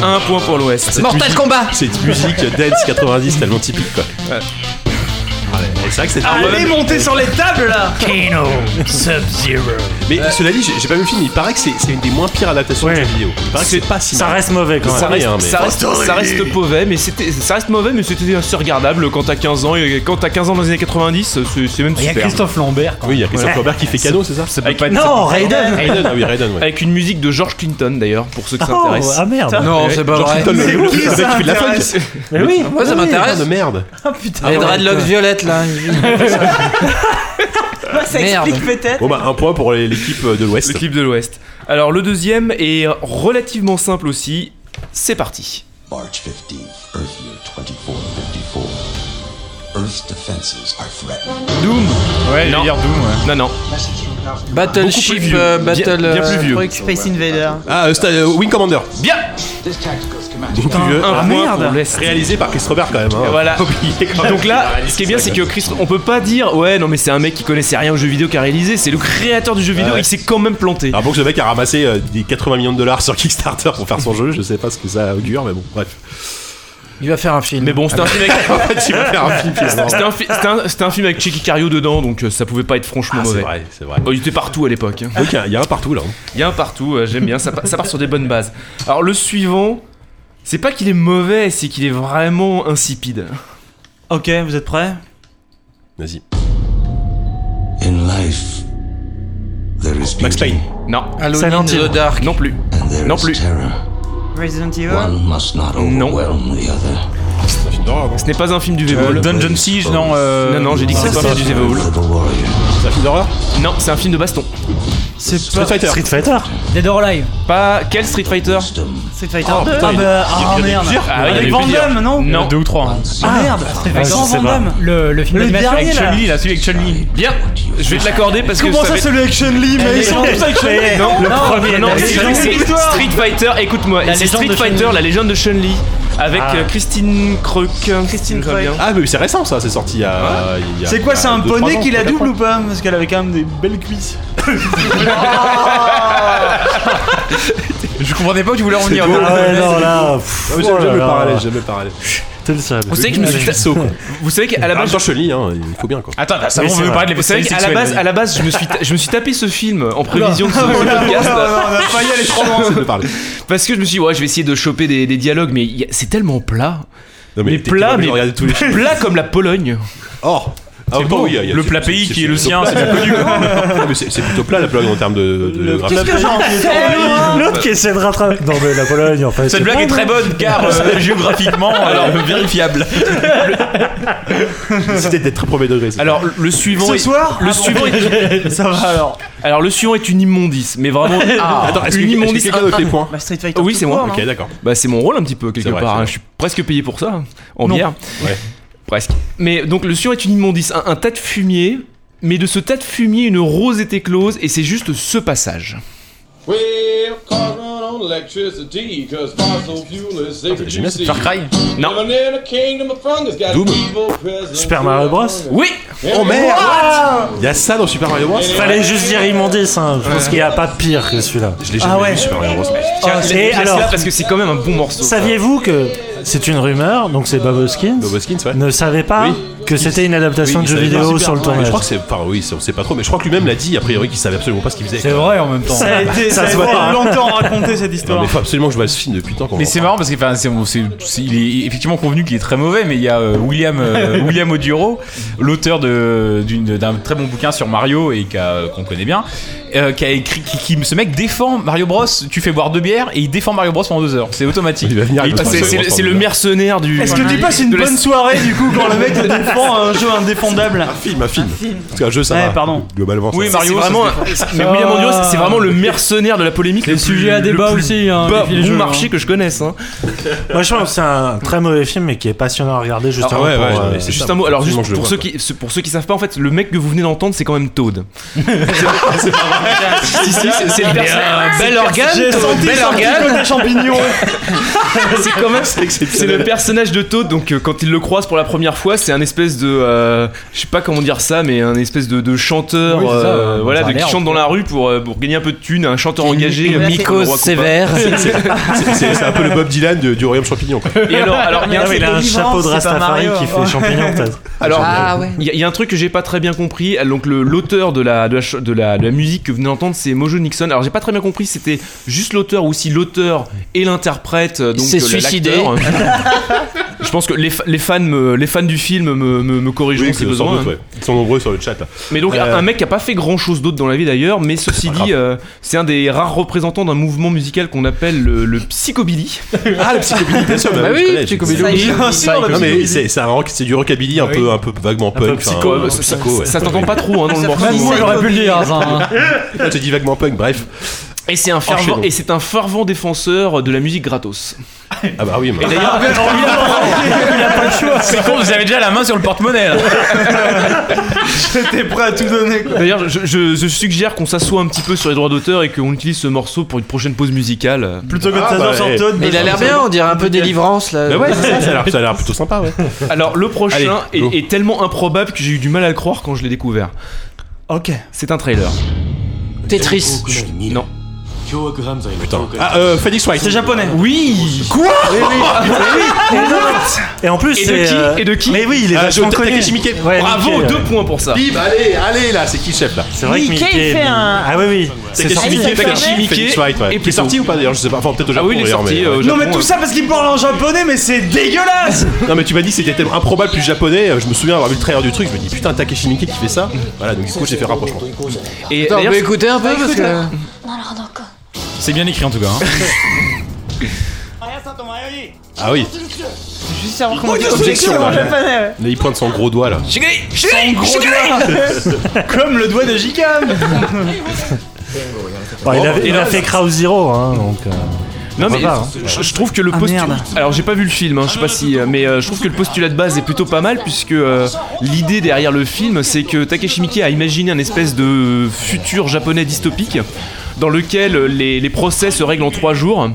Speaker 6: Un point pour l'Ouest.
Speaker 8: Mortal Kombat
Speaker 2: Cette musique dance 90 tellement typique quoi.
Speaker 6: Ouais.
Speaker 2: Allez, c'est vrai que c'est
Speaker 3: Allez, montez sur les [LAUGHS] tables là
Speaker 2: Mais cela dit, j'ai j'ai pas vu le film, il paraît que c'est c'est une des moins pires adaptations de
Speaker 4: Ouais.
Speaker 2: jeux vidéo. Il paraît que c'est pas si
Speaker 4: Ça
Speaker 2: mal.
Speaker 4: reste mauvais quand
Speaker 2: Ça
Speaker 4: même.
Speaker 2: reste- rien, mais-
Speaker 6: Ça reste, ça reste mauvais, mais c'était, ça reste mauvais, mais c'était assez regardable quand t'as 15 ans. Et quand t'as 15 ans dans les années 90, c'est, c'est même
Speaker 9: Il y a
Speaker 6: super.
Speaker 9: Christophe Lambert. quand
Speaker 2: Oui, il y a Christophe Lambert qui fait cadeau, c'est ça
Speaker 5: Ça peut pas être-
Speaker 4: Non,
Speaker 2: Raiden
Speaker 4: Raiden.
Speaker 2: Raiden, ah oui, Raiden,
Speaker 4: [LAUGHS]
Speaker 2: ouais.
Speaker 6: Avec une musique de George Clinton d'ailleurs, pour ceux qui
Speaker 4: Oh,
Speaker 6: s'intéressent.
Speaker 4: ah merde.
Speaker 8: Non,
Speaker 2: Eh,
Speaker 6: Ouais.
Speaker 8: c'est pas vrai.
Speaker 2: Clinton, le- le- le mec qui fait de la
Speaker 6: [LAUGHS]
Speaker 3: intéresse.
Speaker 2: funk
Speaker 4: Mais oui.
Speaker 8: Moi, ça
Speaker 2: Ah,
Speaker 8: m'intéresse.
Speaker 2: de merde
Speaker 8: Les dreadlocks violettes là.
Speaker 10: Ouais, ça
Speaker 8: Merde.
Speaker 10: explique peut-être.
Speaker 2: Bon bah, un point pour les- l'équipe de l'Ouest.
Speaker 6: Le clip de l'Ouest. Alors, le deuxième est relativement simple aussi. C'est parti.
Speaker 11: March 15th, Earth year 2454. Earth's defenses are threatened.
Speaker 6: Doom.
Speaker 5: Ouais,
Speaker 6: Non.
Speaker 5: non. Doom, ouais.
Speaker 6: Non, non.
Speaker 8: Battleship, euh, Battle.
Speaker 6: Bien- bien
Speaker 8: euh,
Speaker 6: plus vieux.
Speaker 8: truc.
Speaker 10: Space Invader.
Speaker 2: Ah, euh, Sta- euh, Wing Commander
Speaker 6: Bien.
Speaker 2: Donc tu veux-
Speaker 6: Un
Speaker 2: Ah,
Speaker 6: point
Speaker 3: merde.
Speaker 6: pour l'Ouest.
Speaker 2: Réalisé par Chris Robert quand même.
Speaker 6: Et
Speaker 2: hein.
Speaker 6: voilà.
Speaker 2: [LAUGHS] Faut oublier quand même
Speaker 6: Ah, Donc
Speaker 2: qu'il a
Speaker 6: là,
Speaker 2: réalisé
Speaker 6: ce qui est bien,
Speaker 2: ça,
Speaker 6: c'est que
Speaker 2: quoi.
Speaker 6: Chris, on peut pas dire, ouais, non, mais c'est un mec qui connaissait rien aux jeux vidéo qui a réalisé, c'est le créateur du jeu vidéo,
Speaker 2: Ah ouais.
Speaker 6: il s'est quand même planté.
Speaker 2: Alors bon que ce mec a ramassé euh, des 80 millions de dollars sur Kickstarter pour faire son jeu, je sais pas ce que ça augure, mais bon, bref.
Speaker 8: Il va faire un film.
Speaker 6: Mais bon,
Speaker 2: Ah
Speaker 6: c'était un film
Speaker 2: [LAUGHS]
Speaker 6: avec.
Speaker 2: En fait, il va bah, faire un film finalement.
Speaker 6: C'était un, fi- c'était un- c'était un film avec Checky Cario dedans, donc euh, ça pouvait pas être franchement
Speaker 2: Ah, c'est
Speaker 6: mauvais.
Speaker 2: vrai, c'est vrai.
Speaker 6: Oh, il était partout à l'époque. hein.
Speaker 2: Donc il y a- il y, a un partout là. hein.
Speaker 6: Il y a un partout, euh, j'aime bien, ça, pa- ça part sur des bonnes bases. Alors le suivant, c'est pas qu'il est mauvais, c'est qu'il est vraiment insipide.
Speaker 3: Ok, vous êtes prêts
Speaker 2: Vas-y.
Speaker 11: In life, there is
Speaker 2: Max
Speaker 11: beauty
Speaker 2: Payne.
Speaker 6: Non,
Speaker 8: Alone in the Dark.
Speaker 6: non plus.
Speaker 11: and there
Speaker 6: Non
Speaker 11: is
Speaker 6: plus.
Speaker 11: terror.
Speaker 10: Resident Evil.
Speaker 11: One must not
Speaker 6: Non.
Speaker 11: overwhelm the other.
Speaker 2: C'est un film d'horreur, non
Speaker 6: Ce n'est pas un film du v
Speaker 5: Euh, Dungeon Siege, non. euh,
Speaker 6: Non, non, j'ai dit que
Speaker 3: ça,
Speaker 6: c'était pas un
Speaker 3: ça,
Speaker 6: film du v
Speaker 11: For the warrior,
Speaker 2: C'est un film d'horreur
Speaker 6: Non, c'est un film de baston.
Speaker 4: C'est Street pas- Fighter. Street Fighter
Speaker 9: Dead or Alive
Speaker 6: Pas. Quel Street Fighter
Speaker 10: Street Fighter Ah,
Speaker 6: Oh,
Speaker 10: 2
Speaker 6: putain, il y a- il y a- il y a plusieurs. Ah, il y en a
Speaker 10: Avec Van
Speaker 6: plusieurs.
Speaker 10: Damme, non
Speaker 6: Non.
Speaker 5: Deux ou trois. hein.
Speaker 10: Ah merde
Speaker 6: Ah, je
Speaker 10: Sans
Speaker 6: sais
Speaker 10: Van
Speaker 6: pas.
Speaker 10: Damme
Speaker 9: Le, le
Speaker 6: film
Speaker 10: Le
Speaker 6: d'animation
Speaker 10: dernier
Speaker 6: avec
Speaker 10: là
Speaker 6: Chun-Li, là, celui avec Chun-Li. Bien, je vais te l'accorder parce que.
Speaker 10: Comment ça,
Speaker 6: va être-
Speaker 10: celui avec Chun-Li, mais ils sont tous avec Chun-Li.
Speaker 6: Non,
Speaker 10: Non, non,
Speaker 6: non,
Speaker 10: mais
Speaker 6: c'est
Speaker 10: c'est une histoire.
Speaker 6: Street Fighter, écoute-moi,
Speaker 10: La
Speaker 6: c'est
Speaker 10: légende
Speaker 6: Street
Speaker 10: de
Speaker 6: Fighter,
Speaker 10: Chun-Li.
Speaker 6: la légende de Chun-Li, avec
Speaker 2: Ah.
Speaker 6: euh, Christine euh, Kreuk. Christine
Speaker 2: Ah, mais c'est récent ça, c'est sorti il y a. il y a-
Speaker 3: C'est quoi,
Speaker 2: il y a
Speaker 3: c'est un
Speaker 2: deux, trois
Speaker 3: poney
Speaker 2: ans,
Speaker 3: qui la
Speaker 2: trois, quatre
Speaker 3: double
Speaker 2: ans.
Speaker 3: ou pas Parce qu'elle avait quand même des belles cuisses.
Speaker 5: [LAUGHS] Je comprenais pas où tu voulais en venir. Hein.
Speaker 4: beau. Ah ouais, non, là,
Speaker 2: Ah,
Speaker 4: pff,
Speaker 2: mais J'aime
Speaker 4: oh là
Speaker 2: j'aime le
Speaker 4: là.
Speaker 2: parallèle, j'aime le parallèle.
Speaker 4: T'es le seul.
Speaker 6: Vous savez que je me suis-
Speaker 2: saut, quoi.
Speaker 6: [LAUGHS] Vous savez qu'à la
Speaker 2: En même
Speaker 6: base,
Speaker 2: temps, Chun-Li, hein, il faut bien quoi.
Speaker 5: Attends, attends, ça
Speaker 6: Ah, Oui,
Speaker 5: on
Speaker 6: c'est
Speaker 5: veut
Speaker 6: vrai.
Speaker 5: parler de
Speaker 6: Vous savez
Speaker 5: la
Speaker 6: qu'à la base, à la base, je
Speaker 2: [LAUGHS]
Speaker 6: me suis, ta- je me suis tapé ce film en prévision de ce
Speaker 5: Ah, voilà,
Speaker 6: podcast.
Speaker 5: voilà, voilà,
Speaker 2: on a failli aller trop loin, c'est de parler.
Speaker 6: Parce que je me suis dit, ouais, je vais essayer de choper des, des dialogues, mais il y a- c'est tellement plat.
Speaker 2: Non, mais
Speaker 6: mais
Speaker 2: t'es- t'es pas
Speaker 6: plat,
Speaker 2: obligé
Speaker 6: mais
Speaker 2: de regarder tous les films.
Speaker 6: plat comme la Pologne.
Speaker 2: Oh Ah,
Speaker 6: C'est
Speaker 2: bah
Speaker 6: beau.
Speaker 2: oui, il y a- il y a-
Speaker 5: Le
Speaker 2: c'est-
Speaker 5: plat pays
Speaker 2: c'est-
Speaker 5: qui est le
Speaker 2: plutôt
Speaker 5: sien,
Speaker 2: plat.
Speaker 5: c'est bien connu.
Speaker 2: Non, mais C'est c'est plutôt plat la Pologne en termes de, de de
Speaker 4: Qu'est-ce que j'en
Speaker 10: fais,
Speaker 4: L'autre qui essaie de rattraper. Non, mais la Pologne, en fait.
Speaker 5: Cette
Speaker 4: c'est
Speaker 5: blague
Speaker 4: pas
Speaker 5: est très
Speaker 4: mal.
Speaker 5: bonne car
Speaker 4: [LAUGHS]
Speaker 5: euh,
Speaker 3: [LAUGHS]
Speaker 5: géographiquement euh, vérifiable.
Speaker 2: C'était d'être très premier degré. [LAUGHS] c'est
Speaker 6: Alors, le- le suivant.
Speaker 3: Ce
Speaker 6: est-
Speaker 3: soir
Speaker 6: le
Speaker 3: Ah,
Speaker 6: suivant
Speaker 3: bon.
Speaker 6: est-
Speaker 3: Ça va alors.
Speaker 6: Alors, le suivant est une immondice,
Speaker 2: [LAUGHS]
Speaker 6: mais vraiment.
Speaker 2: Ah. Attends, est-ce que-
Speaker 6: une
Speaker 2: est-ce que
Speaker 6: immondice.
Speaker 2: quelqu'un
Speaker 6: un-
Speaker 2: note les
Speaker 6: un-
Speaker 2: points
Speaker 10: Bah, Street Fighter
Speaker 6: Oui,
Speaker 10: tout
Speaker 6: c'est moi.
Speaker 10: court,
Speaker 3: hein.
Speaker 2: Ok,
Speaker 10: non
Speaker 2: d'accord.
Speaker 6: Bah, c'est mon rôle un petit peu, quelque
Speaker 2: C'est vrai,
Speaker 6: part.
Speaker 2: c'est
Speaker 6: hein.
Speaker 2: vrai.
Speaker 6: Je suis presque payé pour ça, hein, en
Speaker 3: Non.
Speaker 6: bière.
Speaker 2: Ouais.
Speaker 6: Presque. Mais donc, le suivant est une immondice, un, un tas de fumier. Mais de ce tas de fumier, une rose est éclose, et c'est juste ce passage.
Speaker 12: Well, cars run on electricity, cause fossil fuel is sacred.
Speaker 2: génial, cette
Speaker 5: Far Cry.
Speaker 6: Non.
Speaker 12: Living in a kingdom of fungus, got
Speaker 2: Doom.
Speaker 12: evil presidents.
Speaker 4: Super Mario Bros.
Speaker 6: Oui
Speaker 2: Oh merde Il y a ça dans Super Mario Bros
Speaker 4: Fallait juste dire immondice, hein. Je pense qu'il n'y a pas pire que celui-là. Ah,
Speaker 2: Je l'ai jamais
Speaker 3: ouais.
Speaker 2: vu Super Mario Bros. mec.
Speaker 6: Ah Tiens,
Speaker 4: c'est-
Speaker 6: laisse- laisse-la,
Speaker 4: alors-
Speaker 6: parce que c'est quand même un bon morceau.
Speaker 4: Saviez-vous que c'est une rumeur, donc c'est Bob Hoskins,
Speaker 2: Bob Hoskins, ouais.
Speaker 4: ne savait pas que c'était une adaptation
Speaker 2: Oui,
Speaker 4: de
Speaker 2: il
Speaker 4: jeu
Speaker 2: savait pas.
Speaker 4: vidéo
Speaker 2: Super-
Speaker 4: sur le
Speaker 2: ouais,
Speaker 4: tournage.
Speaker 2: Je crois que c'est. Enfin, oui, c'est- on sait pas trop, mais je crois que lui-même l'a dit, a priori, qu'il savait absolument pas ce qu'il faisait.
Speaker 9: C'est vrai en même temps.
Speaker 3: Ça a été,
Speaker 4: ça
Speaker 3: ça a
Speaker 4: se
Speaker 3: été
Speaker 4: voit pas, hein.
Speaker 3: longtemps raconté cette
Speaker 2: Non,
Speaker 3: histoire.
Speaker 2: mais faut absolument que je vois ce film depuis tant qu'on
Speaker 5: Mais
Speaker 2: en
Speaker 5: c'est
Speaker 2: parle.
Speaker 5: marrant parce qu'il est effectivement convenu qu'il est très mauvais, mais il y a euh, William,
Speaker 2: [LAUGHS]
Speaker 5: euh, William Oduro, l'auteur de- d'une- d'un très bon bouquin sur Mario et qu'a- qu'on connaît bien, euh, qui a écrit, qui, qui- ce mec défend Mario Bros. Tu fais boire deux bières et il défend Mario Bros pendant deux heures. C'est automatique.
Speaker 2: Il va venir
Speaker 5: Et
Speaker 2: avec
Speaker 5: il
Speaker 2: le
Speaker 5: passe-
Speaker 6: C'est-
Speaker 2: Mario
Speaker 6: C'est
Speaker 2: Bros
Speaker 6: le-
Speaker 2: en
Speaker 6: c'est le
Speaker 2: deux heures.
Speaker 6: mercenaire du.
Speaker 3: Est-ce que tu passes une
Speaker 6: de la-
Speaker 3: bonne soirée du coup quand le mec te
Speaker 2: [LAUGHS]
Speaker 3: défend un jeu indéfendable
Speaker 2: Un film, un film. Parce qu'un jeu, ça
Speaker 3: Ouais,
Speaker 2: va.
Speaker 3: pardon.
Speaker 2: Globalement, ça Ah.
Speaker 5: Oui,
Speaker 2: va.
Speaker 6: C'est
Speaker 5: Mario,
Speaker 6: vraiment.
Speaker 5: ça
Speaker 6: un- Mais William Andrews, c'est vraiment le mercenaire de la polémique.
Speaker 9: C'est
Speaker 6: le
Speaker 9: le sujet à
Speaker 6: plus- le
Speaker 4: Bah
Speaker 9: débat
Speaker 6: plus
Speaker 9: aussi, hein,
Speaker 6: bas
Speaker 9: des filets
Speaker 6: bon
Speaker 9: jeux,
Speaker 6: marché
Speaker 9: hein.
Speaker 6: que je connaisse. hein.
Speaker 4: Moi je pense que c'est un très mauvais film mais qui est passionnant à regarder
Speaker 2: Ah
Speaker 4: justement
Speaker 2: ouais,
Speaker 4: pour,
Speaker 2: ouais,
Speaker 4: euh,
Speaker 2: non, mais c'est
Speaker 6: Juste
Speaker 2: ça,
Speaker 6: un mot. Alors
Speaker 2: absolument
Speaker 6: juste
Speaker 2: que je le
Speaker 6: pour
Speaker 2: vois,
Speaker 6: ceux
Speaker 2: quoi.
Speaker 6: qui pour ceux qui savent pas en fait, le mec que vous venez d'entendre, c'est quand même Toad.
Speaker 2: Ah,
Speaker 6: Si, si, c'est- c'est le personnage. c'est le perso-
Speaker 3: J'ai
Speaker 6: Toad,
Speaker 3: senti
Speaker 6: bel
Speaker 3: son petit
Speaker 6: organe.
Speaker 3: côté champignon.
Speaker 6: [LAUGHS] C'est quand même c'est le personnage de Toad. Donc euh, quand il le croise pour la première fois, c'est un espèce de euh, je sais pas comment dire ça, mais un espèce de, de chanteur,
Speaker 9: Oui, c'est ça,
Speaker 6: euh,
Speaker 9: un
Speaker 6: voilà, de, qui
Speaker 9: bazar,
Speaker 6: chante dans la rue pour euh, pour gagner un peu de thunes, un chanteur engagé, euh, le roi compas. [LAUGHS]
Speaker 2: C'est- C'est c'est un peu le Bob Dylan de- du Royaume Champignon, quoi.
Speaker 6: Et alors, alors il y a
Speaker 4: Ah
Speaker 6: un
Speaker 4: oui, il a un
Speaker 10: vivant,
Speaker 4: chapeau de
Speaker 10: c'est pas
Speaker 4: Rastafari
Speaker 10: Mario.
Speaker 4: qui fait
Speaker 6: [LAUGHS]
Speaker 4: champignon peut-être.
Speaker 6: hein. Alors,
Speaker 10: Ah ouais.
Speaker 6: il y, a- il y a un truc que j'ai pas très bien compris. Donc, le- l'auteur de la, de, la, ch- de, la, de la musique que vous venez d'entendre, c'est Mojo Nixon. Alors, j'ai pas très bien compris si c'était juste l'auteur ou si l'auteur et l'interprète. euh, donc,
Speaker 8: s'est
Speaker 6: euh, la-
Speaker 8: suicidé.
Speaker 6: l'acteur. euh, Je pense que les, fa- les, fans, me- les fans du film me, me, me corrigeront
Speaker 2: Oui,
Speaker 6: si
Speaker 2: c'est- sans
Speaker 6: besoin. hein.
Speaker 2: doute, ouais. Ils sont nombreux sur le chat. là.
Speaker 6: Mais donc, un mec qui a pas fait grand chose d'autre dans la vie d'ailleurs, mais
Speaker 2: Ah,
Speaker 6: ceci dit, euh, c'est un des rares représentants d'un mouvement musical qu'on appelle le, le psychobilly.
Speaker 2: Ah, le psychobilly, bien [LAUGHS] sûr.
Speaker 8: Bah
Speaker 2: je
Speaker 8: oui,
Speaker 2: connais,
Speaker 8: psychobilly.
Speaker 2: je-
Speaker 3: Bien sûr, le
Speaker 2: Non, mais
Speaker 3: psychobilly.
Speaker 2: c'est c'est un rock, c'est du rockabilly un peu, un peu vaguement punk. enfin,
Speaker 6: psycho,
Speaker 2: un peu
Speaker 6: ça, ça-
Speaker 2: psycho, ouais.
Speaker 6: ça t'entend pas trop hein, dans le
Speaker 10: Ça
Speaker 6: morceau.
Speaker 10: fait
Speaker 9: Même moi j'aurais pu le dire. ça, hein.
Speaker 2: Là, tu dis vaguement punk, bref.
Speaker 6: Et c'est un fervent,
Speaker 2: Enchaînons.
Speaker 6: et c'est un fervent défenseur de la musique gratos.
Speaker 2: Ah bah oui, mais.
Speaker 6: D'ailleurs, [LAUGHS]
Speaker 5: C'est con, vous avez déjà la main sur le porte-monnaie. là.
Speaker 3: [LAUGHS] J'étais prêt à tout donner quoi.
Speaker 6: d'ailleurs, je, je- je suggère qu'on s'assoie un petit peu sur les droits d'auteur et qu'on utilise ce morceau pour une prochaine pause musicale.
Speaker 3: Plutôt que de
Speaker 2: Ah, bah,
Speaker 3: s'asseoir
Speaker 2: eh.
Speaker 3: sur Todd.
Speaker 8: Mais il a l'air bien, on dirait un peu délivrance là.
Speaker 6: Bah ouais,
Speaker 2: Ça a l'air- ça a l'air plutôt sympa, ouais.
Speaker 6: [LAUGHS] Alors, le prochain
Speaker 2: Allez,
Speaker 6: est,
Speaker 2: go.
Speaker 6: est tellement improbable que j'ai eu du mal à le croire quand je l'ai découvert.
Speaker 3: Ok. Oh,
Speaker 6: C'est un trailer.
Speaker 8: Tetris.
Speaker 6: Non.
Speaker 2: Putain. Ah, euh, Phoenix White.
Speaker 3: C'est japonais.
Speaker 6: Oui [LAUGHS]
Speaker 4: Et en plus
Speaker 6: Et
Speaker 4: c'est
Speaker 6: de qui
Speaker 4: euh,
Speaker 6: Et de qui
Speaker 4: Mais oui, il est
Speaker 2: Ah,
Speaker 4: vachement
Speaker 2: Joe
Speaker 4: connu.
Speaker 2: Takeshi Miike.
Speaker 4: Ouais, euh.
Speaker 6: Bravo,
Speaker 4: Mickey, ouais.
Speaker 6: deux points pour ça.
Speaker 2: Bim, allez, allez, là, c'est qui le chef, là
Speaker 4: C'est vrai que
Speaker 10: Mickey, il
Speaker 4: Mickey,
Speaker 10: fait
Speaker 4: mais-
Speaker 10: un-
Speaker 4: Ah oui oui, c'est
Speaker 2: Takeshi
Speaker 4: sorti.
Speaker 2: Miike,
Speaker 6: Takeshi
Speaker 2: Phoenix-
Speaker 6: Miike.
Speaker 2: Phoenix White, ouais.
Speaker 6: Et
Speaker 2: Et
Speaker 6: puis-
Speaker 2: puis sorti ou pas d'ailleurs, je sais pas. Enfin, peut-être au
Speaker 6: Ah
Speaker 2: Japon
Speaker 6: oui, il est
Speaker 2: d'ailleurs,
Speaker 6: sorti.
Speaker 2: mais.
Speaker 6: euh, au
Speaker 3: Non
Speaker 6: Japon,
Speaker 3: mais tout
Speaker 6: ouais.
Speaker 3: ça parce qu'il parle en japonais mais c'est dégueulasse
Speaker 2: Non mais tu m'as dit que c'était tellement improbable plus japonais, euh, je me souviens avoir vu le trailer du truc, je me dis putain Takeshi Miike qui fait ça Voilà donc du coup j'ai fait rapprochement.
Speaker 6: Et
Speaker 8: Attends, on
Speaker 6: d'ailleurs, hein.
Speaker 8: peut écouter un peu parce que.
Speaker 5: C'est bien écrit en tout cas. hein.
Speaker 2: Ah oui.
Speaker 10: Juste savoir comment dire
Speaker 2: Objection,
Speaker 10: en
Speaker 2: là.
Speaker 10: japonais, ouais.
Speaker 2: Là, il pointe son gros doigt là.
Speaker 10: Shigeri
Speaker 3: Son gros doigt. [LAUGHS] Comme le doigt de Gicam
Speaker 4: Bon, il,
Speaker 2: Oh,
Speaker 4: a,
Speaker 6: Bon,
Speaker 4: il a
Speaker 6: bah,
Speaker 4: fait Crowd Zero, hein, donc. euh,
Speaker 6: Non
Speaker 4: ça
Speaker 6: mais
Speaker 4: va, hein.
Speaker 6: je, je trouve que le
Speaker 4: Ah,
Speaker 6: postulat.
Speaker 4: merde.
Speaker 6: Alors j'ai pas vu le film, hein, je sais pas si, euh, mais euh, je trouve que le postulat de base est plutôt pas mal puisque euh, l'idée derrière le film, c'est que Takeshi Miike a imaginé un espèce de futur japonais dystopique dans lequel les, les procès se règlent en trois jours.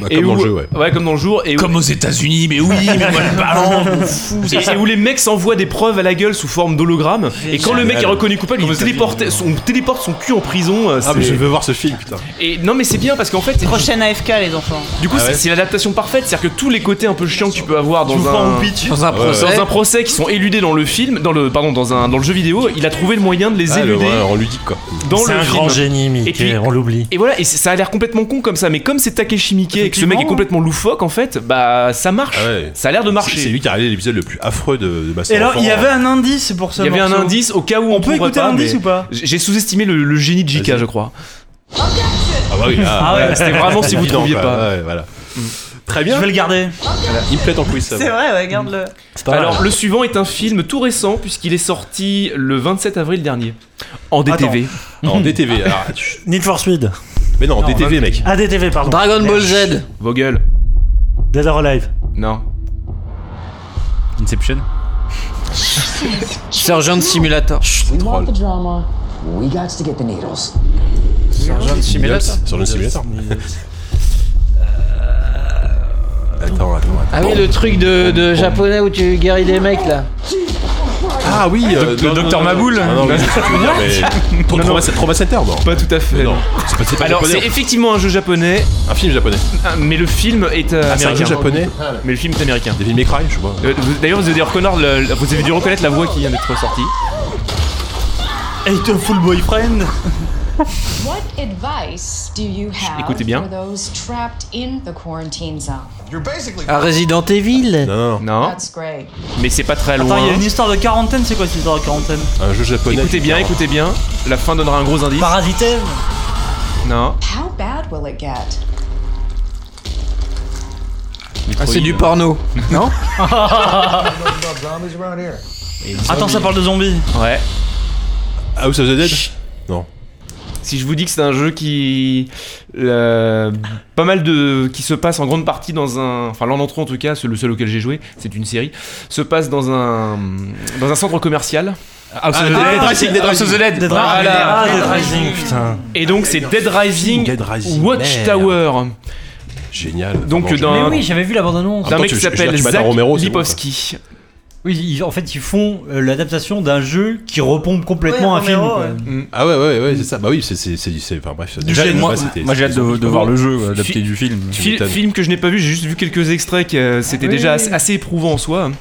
Speaker 2: Bah, comme dans le jeu, ouais.
Speaker 6: comme dans le jour. Et comme
Speaker 5: aux États-Unis, mais oui, mais
Speaker 6: [LAUGHS]
Speaker 5: moi, le ballon, je m'en fous, c'est
Speaker 6: Et,
Speaker 5: ça.
Speaker 6: et où les mecs s'envoient des preuves à la gueule sous forme d'hologramme. Et quand le mec est
Speaker 2: Génial.
Speaker 6: reconnu coupable, il téléporte, son, téléporte son cul en prison. euh,
Speaker 2: Ah, mais
Speaker 6: c'est-
Speaker 2: je veux voir ce film, putain.
Speaker 6: Et non, mais c'est bien parce qu'en fait.
Speaker 10: Prochaine AFK, les enfants.
Speaker 6: Du coup,
Speaker 2: Ah
Speaker 6: c'est-
Speaker 2: ouais
Speaker 6: c'est l'adaptation parfaite, c'est-à-dire que tous les côtés un peu chiants que tu peux avoir dans
Speaker 2: Tout
Speaker 6: un,
Speaker 2: prend au pitch.
Speaker 6: dans un
Speaker 2: Ouais.
Speaker 6: procès, dans un procès qui sont éludés dans le film, dans le pardon, dans un dans le jeu vidéo, il a trouvé le moyen de les
Speaker 2: Ah, le-
Speaker 6: éluder.
Speaker 2: ouais, en ludique quoi.
Speaker 6: Dans
Speaker 4: C'est
Speaker 6: le
Speaker 4: un
Speaker 6: film.
Speaker 4: grand génie,
Speaker 6: Et
Speaker 4: Mickey,
Speaker 6: puis-
Speaker 4: on l'oublie.
Speaker 6: Et voilà, et c'est- ça a l'air complètement con comme ça, mais comme c'est Takeshi Miike et que ce mec est
Speaker 4: Effectivement.
Speaker 6: complètement loufoque en fait, bah ça marche. Ça a l'air de marcher.
Speaker 2: Ah C'est lui qui a réalisé l'épisode le plus affreux de, de Master
Speaker 3: Et alors,
Speaker 2: Enfant.
Speaker 3: il y avait un indice pour ce
Speaker 6: Il y avait un
Speaker 3: morceau.
Speaker 6: indice au cas où on,
Speaker 3: peut
Speaker 6: trouverait
Speaker 3: écouter
Speaker 6: pas,
Speaker 3: l'indice
Speaker 6: mais
Speaker 3: ou pas
Speaker 6: J'ai sous-estimé le, le génie de JK, je crois.
Speaker 2: Ah bah oui,
Speaker 6: Ah ouais, c'était vraiment si vous
Speaker 2: évident,
Speaker 6: trouviez
Speaker 2: quoi.
Speaker 6: pas. Mm.
Speaker 2: Ouais, voilà. Très bien.
Speaker 3: Je vais le garder.
Speaker 2: Voilà, Il me plaît en quiz. ça
Speaker 10: C'est
Speaker 2: va.
Speaker 10: vrai, ouais, garde-le.
Speaker 2: pas mal.
Speaker 6: Alors, le suivant est un film tout récent puisqu'il est sorti le 27 avril dernier. En DTV.
Speaker 2: Attends.
Speaker 4: [LAUGHS]
Speaker 2: En DTV, alors, tu-
Speaker 4: Ah, Need for Speed.
Speaker 2: Mais non, en DTV, mec.
Speaker 4: Ah, DTV, pardon.
Speaker 8: Dragon Ball
Speaker 4: Merde.
Speaker 8: Z.
Speaker 6: Vos gueules.
Speaker 4: Dead or Alive.
Speaker 6: Non.
Speaker 5: Inception.
Speaker 8: Sergent Simulator. Chut,
Speaker 13: want the drama. We got to get the needles.
Speaker 8: Sergent Simulator.
Speaker 2: Sur le simulateur. Attends, attends, attends.
Speaker 8: Ah oui, le truc de,
Speaker 2: Oh,
Speaker 8: de japonais où tu guéris des mecs là.
Speaker 2: Ah oui,
Speaker 5: Le
Speaker 2: euh, non, non,
Speaker 5: docteur
Speaker 2: non,
Speaker 5: Maboul
Speaker 2: non, non, mais c'est ce que tu veux dire, mais- Pour
Speaker 6: Non, non.
Speaker 2: Trauma- Trauma Center, non.
Speaker 6: Pas tout à fait.
Speaker 2: Non, c'est pas, c'est pas
Speaker 6: Alors, c'est
Speaker 2: japonais.
Speaker 6: effectivement un jeu japonais,
Speaker 2: un film japonais.
Speaker 6: ah, mais le film est euh,
Speaker 2: Ah, c'est un
Speaker 6: américain.
Speaker 2: jeu japonais
Speaker 6: Mais le film est américain.
Speaker 2: David May Cry, je vois.
Speaker 6: Euh, vous- D'ailleurs, vous avez dû reconnaître le- le- vous avez dû reconnaître la voix qui vient d'être sortie.
Speaker 3: Hate full boyfriend
Speaker 13: What advice do you have
Speaker 6: écoutez bien.
Speaker 13: for those trapped in the quarantine zone?
Speaker 8: À Resident Evil.
Speaker 2: Non, Ah,
Speaker 6: non.
Speaker 13: That's great.
Speaker 6: Mais c'est pas très loin.
Speaker 3: Attends, il y a une histoire de quarantaine, c'est quoi cette histoire de quarantaine
Speaker 2: Un jeu japonais.
Speaker 6: Écoutez bien, écoutez bien. La fin donnera un gros indice.
Speaker 4: Parasitaire
Speaker 6: Non.
Speaker 13: How bad will it get?
Speaker 8: Ah, c'est du porno. Non
Speaker 3: Attends, ça parle de zombies.
Speaker 6: Ouais.
Speaker 2: House of the Dead Non.
Speaker 6: Si je vous dis que c'est un jeu qui. euh, pas mal de. qui se passe en grande partie dans un. Enfin, l'an d'entrée en tout cas, c'est le seul auquel j'ai joué, c'est une série. Se passe dans un. dans un centre commercial.
Speaker 5: House of the Dead. House of the Dead.
Speaker 3: Dead
Speaker 6: Ah,
Speaker 3: Rising.
Speaker 6: là.
Speaker 4: Ah, Dead Rising, putain.
Speaker 6: Et donc c'est Dead Rising,
Speaker 2: Dead Rising,
Speaker 6: Watchtower.
Speaker 2: Génial.
Speaker 6: Donc
Speaker 2: Vraiment,
Speaker 6: d'un
Speaker 9: Mais oui, j'avais vu la bande-annonce.
Speaker 6: d'un
Speaker 2: euh, Attends,
Speaker 6: mec
Speaker 2: tu-
Speaker 6: qui
Speaker 2: je- je-
Speaker 6: s'appelle
Speaker 2: tu m'attends
Speaker 6: Zach
Speaker 2: Romero, c'est bon,
Speaker 6: Lipowski.
Speaker 9: Oui, ils- en fait, ils font euh, l'adaptation d'un jeu qui repompe complètement
Speaker 10: Ouais,
Speaker 9: un film.
Speaker 10: Romero,
Speaker 9: quoi.
Speaker 10: ouais.
Speaker 2: je- Ah ouais, ouais, ouais, c'est ça. Bah oui, c'est. c'est- c'est- c'est- Enfin bref, ça-
Speaker 5: Déjà,
Speaker 2: déjà,
Speaker 5: moi,
Speaker 2: ouais, c'était-
Speaker 5: moi, j'ai hâte de, de voir le jeu euh, adapté
Speaker 6: Fi-
Speaker 5: du film.
Speaker 6: Fil-
Speaker 2: m'étonnes.
Speaker 6: film que je n'ai pas vu, j'ai juste vu quelques extraits que euh, c'était
Speaker 9: Oui,
Speaker 6: déjà
Speaker 9: oui.
Speaker 6: assez, assez éprouvant en soi.